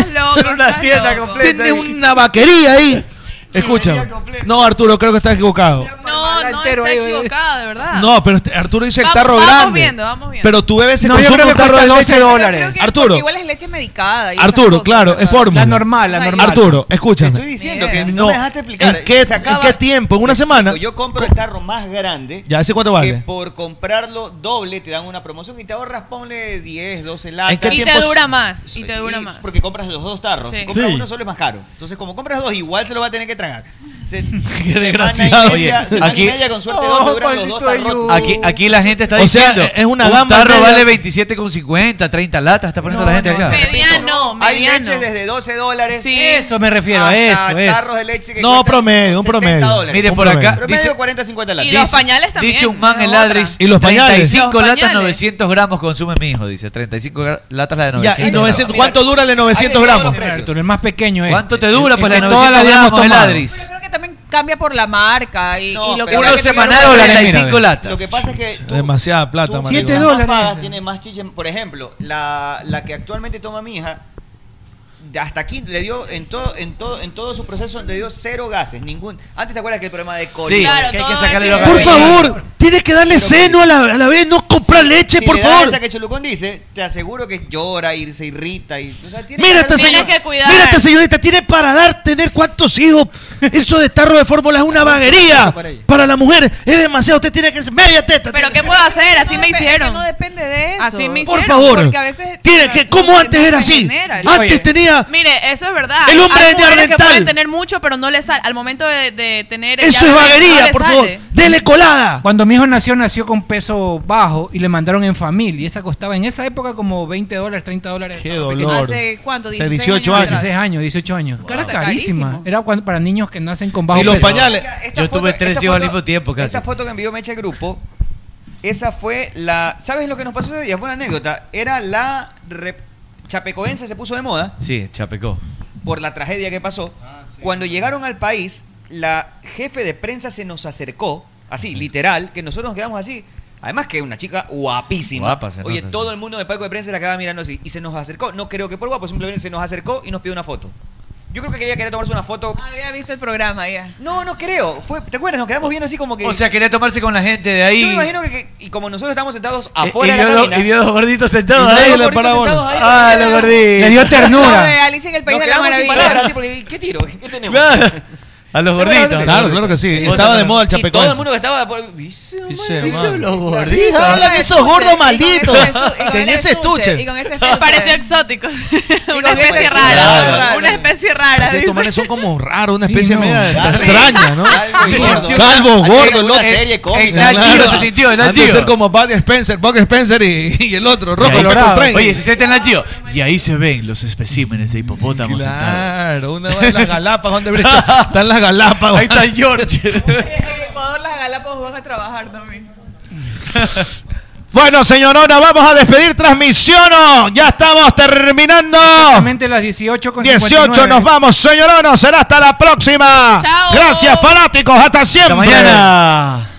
Speaker 10: Una hacienda completa.
Speaker 1: Tiene
Speaker 10: ahí.
Speaker 1: una vaquería ahí. Escúchame. No, Arturo, creo que estás equivocado.
Speaker 24: No, no, está
Speaker 1: eh.
Speaker 24: equivocada, de verdad.
Speaker 1: No, pero este- Arturo dice el
Speaker 24: Vamos-
Speaker 1: tarro
Speaker 24: vamos
Speaker 1: grande.
Speaker 24: viendo, vamos viendo.
Speaker 1: Pero tu bebé se
Speaker 13: No, yo
Speaker 1: consume
Speaker 13: creo
Speaker 1: un
Speaker 13: que
Speaker 1: tarro de
Speaker 13: cuesta
Speaker 1: leche
Speaker 13: 12 dólares.
Speaker 11: Creo que- porque
Speaker 1: Arturo,
Speaker 11: Igual es leche medicada. y esas
Speaker 1: Arturo,
Speaker 11: cosas,
Speaker 1: claro, es fórmula.
Speaker 13: La normal, la
Speaker 11: Ay,
Speaker 13: normal.
Speaker 1: Arturo, escúchame.
Speaker 9: Estoy diciendo que no,
Speaker 1: No,
Speaker 9: me dejaste explicar.
Speaker 1: ¿En qué,
Speaker 9: Se
Speaker 1: en
Speaker 9: acaba-
Speaker 1: qué tiempo? ¿En una semana?
Speaker 9: Yo compro el tarro más grande.
Speaker 1: ¿Ya ese cuánto
Speaker 9: Que
Speaker 1: vale?
Speaker 9: por comprarlo doble te dan una promoción y te ahorras, ponle 10, 12 latas.
Speaker 1: ¿En qué
Speaker 24: Y te dura más. Y te dura
Speaker 9: Y
Speaker 24: más.
Speaker 9: Porque compras los dos tarros.
Speaker 24: Sí.
Speaker 9: Si compras
Speaker 24: Sí.
Speaker 9: uno solo es más caro. Entonces, como compras dos, igual se lo va a tener que tragar. Se, Qué
Speaker 10: desgraciado.
Speaker 9: Semana y media,
Speaker 10: Oye,
Speaker 9: semana
Speaker 10: aquí-
Speaker 9: y media, con suerte,
Speaker 10: Oh,
Speaker 9: dos, te duran los dos
Speaker 10: maldito
Speaker 9: tarros.
Speaker 10: Aquí, aquí la gente está
Speaker 1: O sea,
Speaker 10: diciendo.
Speaker 1: es una
Speaker 10: un
Speaker 1: gama
Speaker 10: tarro
Speaker 1: media.
Speaker 10: vale 27,50, 30 latas. Está poniendo la gente acá.
Speaker 24: Mediano,
Speaker 9: Hay
Speaker 24: mediano.
Speaker 9: leches desde 12 dólares.
Speaker 24: Sí.
Speaker 13: Eso me refiero,
Speaker 9: hasta
Speaker 13: eso, eso.
Speaker 9: tarros de leche que
Speaker 1: No,
Speaker 9: cuestan
Speaker 1: promedio, un
Speaker 9: 70
Speaker 1: promedio.
Speaker 9: dólares.
Speaker 1: Mire,
Speaker 9: Un
Speaker 1: por acá
Speaker 9: Promedio
Speaker 10: dice-
Speaker 9: 40, 50 latas.
Speaker 24: Y los pañales también.
Speaker 10: Dice un man
Speaker 24: es
Speaker 10: en
Speaker 24: otra.
Speaker 10: Ladris.
Speaker 1: ¿Y los pañales?
Speaker 10: 35
Speaker 24: Los
Speaker 10: latas,
Speaker 24: pañales.
Speaker 10: 900 gramos consume mi hijo, dice. 35 gra- latas la de
Speaker 1: Ya,
Speaker 10: 900.
Speaker 1: y 900
Speaker 10: gramos.
Speaker 1: ¿Cuánto dura el de 900 gramos?
Speaker 13: Arturo, el más pequeño es. este.
Speaker 10: ¿Cuánto te dura
Speaker 13: El
Speaker 10: pues
Speaker 13: que
Speaker 10: la de
Speaker 13: todas
Speaker 10: 900
Speaker 13: las habíamos
Speaker 10: gramos el
Speaker 13: tomado.
Speaker 10: Adris?
Speaker 11: Creo que también cambia por la marca y, y lo que sea
Speaker 9: pero-
Speaker 10: Uno
Speaker 11: que te
Speaker 10: semanal
Speaker 11: quiero
Speaker 10: o la
Speaker 11: poner.
Speaker 10: de 35
Speaker 9: Lo
Speaker 10: latas.
Speaker 9: que pasa es que tú,
Speaker 1: Demasiada plata,
Speaker 9: tú
Speaker 1: marico.
Speaker 9: mientras más pagas, tiene más chiche. Por ejemplo, la, la que actualmente toma mi hija, hasta aquí le dio, en todo, en todo, en todo su proceso, le dio cero gases, ningún. Antes te acuerdas que el problema de cólera.
Speaker 10: Sí, Claro, que hay que todo sacarle eso. los
Speaker 1: Por
Speaker 10: gases.
Speaker 1: favor, tienes que darle seno a la, a la vez, no comprar leche,
Speaker 9: Si
Speaker 1: por
Speaker 9: le das
Speaker 1: favor.
Speaker 9: esa que Cholucón dice, te aseguro que llora y se irrita. Y, o sea, tiene
Speaker 1: Mira
Speaker 9: que
Speaker 1: esta,
Speaker 9: hacer-
Speaker 1: señora, mira este esta señorita, tiene para dar, tener cuántos hijos. Eso de tarro de fórmula es una vaguería. Para la mujer es demasiado, usted tiene que media teta.
Speaker 24: Pero ¿qué puedo hacer? Así me hicieron.
Speaker 11: No depende de eso.
Speaker 24: Así me
Speaker 1: Por
Speaker 24: hicieron.
Speaker 1: favor,
Speaker 11: porque a veces-
Speaker 1: tiene que, como antes era así.
Speaker 24: genera,
Speaker 11: el-
Speaker 1: Antes tenía
Speaker 24: Mire, eso es verdad.
Speaker 1: El hombre
Speaker 24: Hay mujeres que
Speaker 1: neandertal.
Speaker 24: pueden tener mucho, pero no les sale. Al momento de, de tener.
Speaker 1: Eso es
Speaker 24: ya no les- no
Speaker 1: vaguería,
Speaker 24: les
Speaker 1: por
Speaker 24: sale.
Speaker 1: favor. Dele colada.
Speaker 13: Cuando mi hijo nació, nació con peso bajo y le mandaron en familia. Y esa costaba en esa época como 20 dólares, 30 dólares.
Speaker 1: Qué
Speaker 13: Estaba
Speaker 1: dolor.
Speaker 13: pequeño.
Speaker 11: ¿Hace cuánto?
Speaker 1: Hace
Speaker 11: 16
Speaker 1: 18
Speaker 11: años.
Speaker 1: años.
Speaker 13: 16 años, 18 años. Cara
Speaker 11: está
Speaker 13: carísima.
Speaker 11: carísimo.
Speaker 13: Era cuando- para niños que nacen con bajo peso.
Speaker 9: Esta
Speaker 10: Yo
Speaker 9: foto-
Speaker 10: tuve
Speaker 9: esta
Speaker 10: tres hijos al
Speaker 9: foto-
Speaker 10: mismo tiempo casi.
Speaker 9: Esa foto que envió Mecha al grupo, esa fue la. ¿Sabes lo que nos pasó ese día? Fue una anécdota. Era la. rep- Chapecoense se puso de moda
Speaker 10: Sí, chapecó.
Speaker 9: por la tragedia que pasó.
Speaker 10: Ah,
Speaker 9: Cuando llegaron al país, la jefe de prensa se nos acercó, así, literal, que nosotros nos quedamos así. Además que una chica guapísima.
Speaker 10: Guapa, se
Speaker 9: Oye,
Speaker 10: nota,
Speaker 9: todo el mundo en el palco de prensa la acaba mirando así. Y se nos acercó. No creo que por guapo, simplemente se nos acercó y nos pidió una foto. Yo creo que ella quería tomarse una foto.
Speaker 11: Había visto el Este programa ya.
Speaker 9: No, no creo. Fue, ¿Te acuerdas? Nos quedamos viendo así como que.
Speaker 10: O sea, quería tomarse con la gente de
Speaker 9: Yo me
Speaker 10: ahí.
Speaker 9: imagino que, que- y como nosotros estamos sentados
Speaker 10: Eh,
Speaker 9: afuera
Speaker 10: y,
Speaker 9: de la
Speaker 10: vio dos,
Speaker 9: cabina,
Speaker 10: y vio dos gorditos sentados
Speaker 9: Y vio
Speaker 10: ahí
Speaker 9: dos
Speaker 10: en la
Speaker 9: gorditos
Speaker 10: parábola.
Speaker 9: sentados ahí.
Speaker 10: Ah, los gorditos.
Speaker 9: Le dio ternura.
Speaker 11: de Alicia en el País
Speaker 9: nos
Speaker 11: de la
Speaker 9: quedamos sin
Speaker 11: Maravilla.
Speaker 9: palabras, así, porque ¿qué tiro? ¿Qué tenemos?
Speaker 10: A los
Speaker 9: gorditos.
Speaker 1: Claro, claro que sí.
Speaker 9: Y
Speaker 1: Estaba de moda el
Speaker 9: Y todo el
Speaker 1: chapecón.
Speaker 9: mundo que estaba por... Dice,
Speaker 1: Dice,
Speaker 9: dice,
Speaker 1: los gorditos.
Speaker 9: Sí, habla que esos gordos malditos.
Speaker 1: Que en ese estuche.
Speaker 18: Pareció exótico. una
Speaker 11: ese
Speaker 18: especie
Speaker 11: estuche.
Speaker 18: rara.
Speaker 1: Claro.
Speaker 18: Una especie rara.
Speaker 1: Estos
Speaker 18: dice.
Speaker 1: manes son como raros, una especie media
Speaker 8: Claro.
Speaker 1: extraña, ¿no?
Speaker 8: Calvo y gordo.
Speaker 1: Calvo,
Speaker 8: Aquí
Speaker 1: gordo,
Speaker 8: una
Speaker 1: loco.
Speaker 8: serie
Speaker 1: Eh,
Speaker 8: cómica.
Speaker 1: claro.
Speaker 8: El tío se sintió, el
Speaker 1: Han de
Speaker 8: tío.
Speaker 1: ser como Bud Spencer, Bud Spencer y, y el otro,
Speaker 10: Y
Speaker 1: Rocco
Speaker 10: ahí se-
Speaker 1: Colorado.
Speaker 10: Oye, si se te la tío. Y ahí se ven los especímenes de hipopótamo sentados.
Speaker 1: Claro, una de las Galápagos, ¿dónde brecha? están las Galápagos?
Speaker 10: Ahí está George.
Speaker 11: En Ecuador las Galápagos van a trabajar también.
Speaker 8: Bueno, señorona, vamos a despedir transmisión. Oh, Ya estamos terminando.
Speaker 13: Exactamente las 18 con
Speaker 8: 18 nos vamos, señorona. Será hasta la próxima. Gracias, fanáticos. Hasta siempre.
Speaker 10: mañana.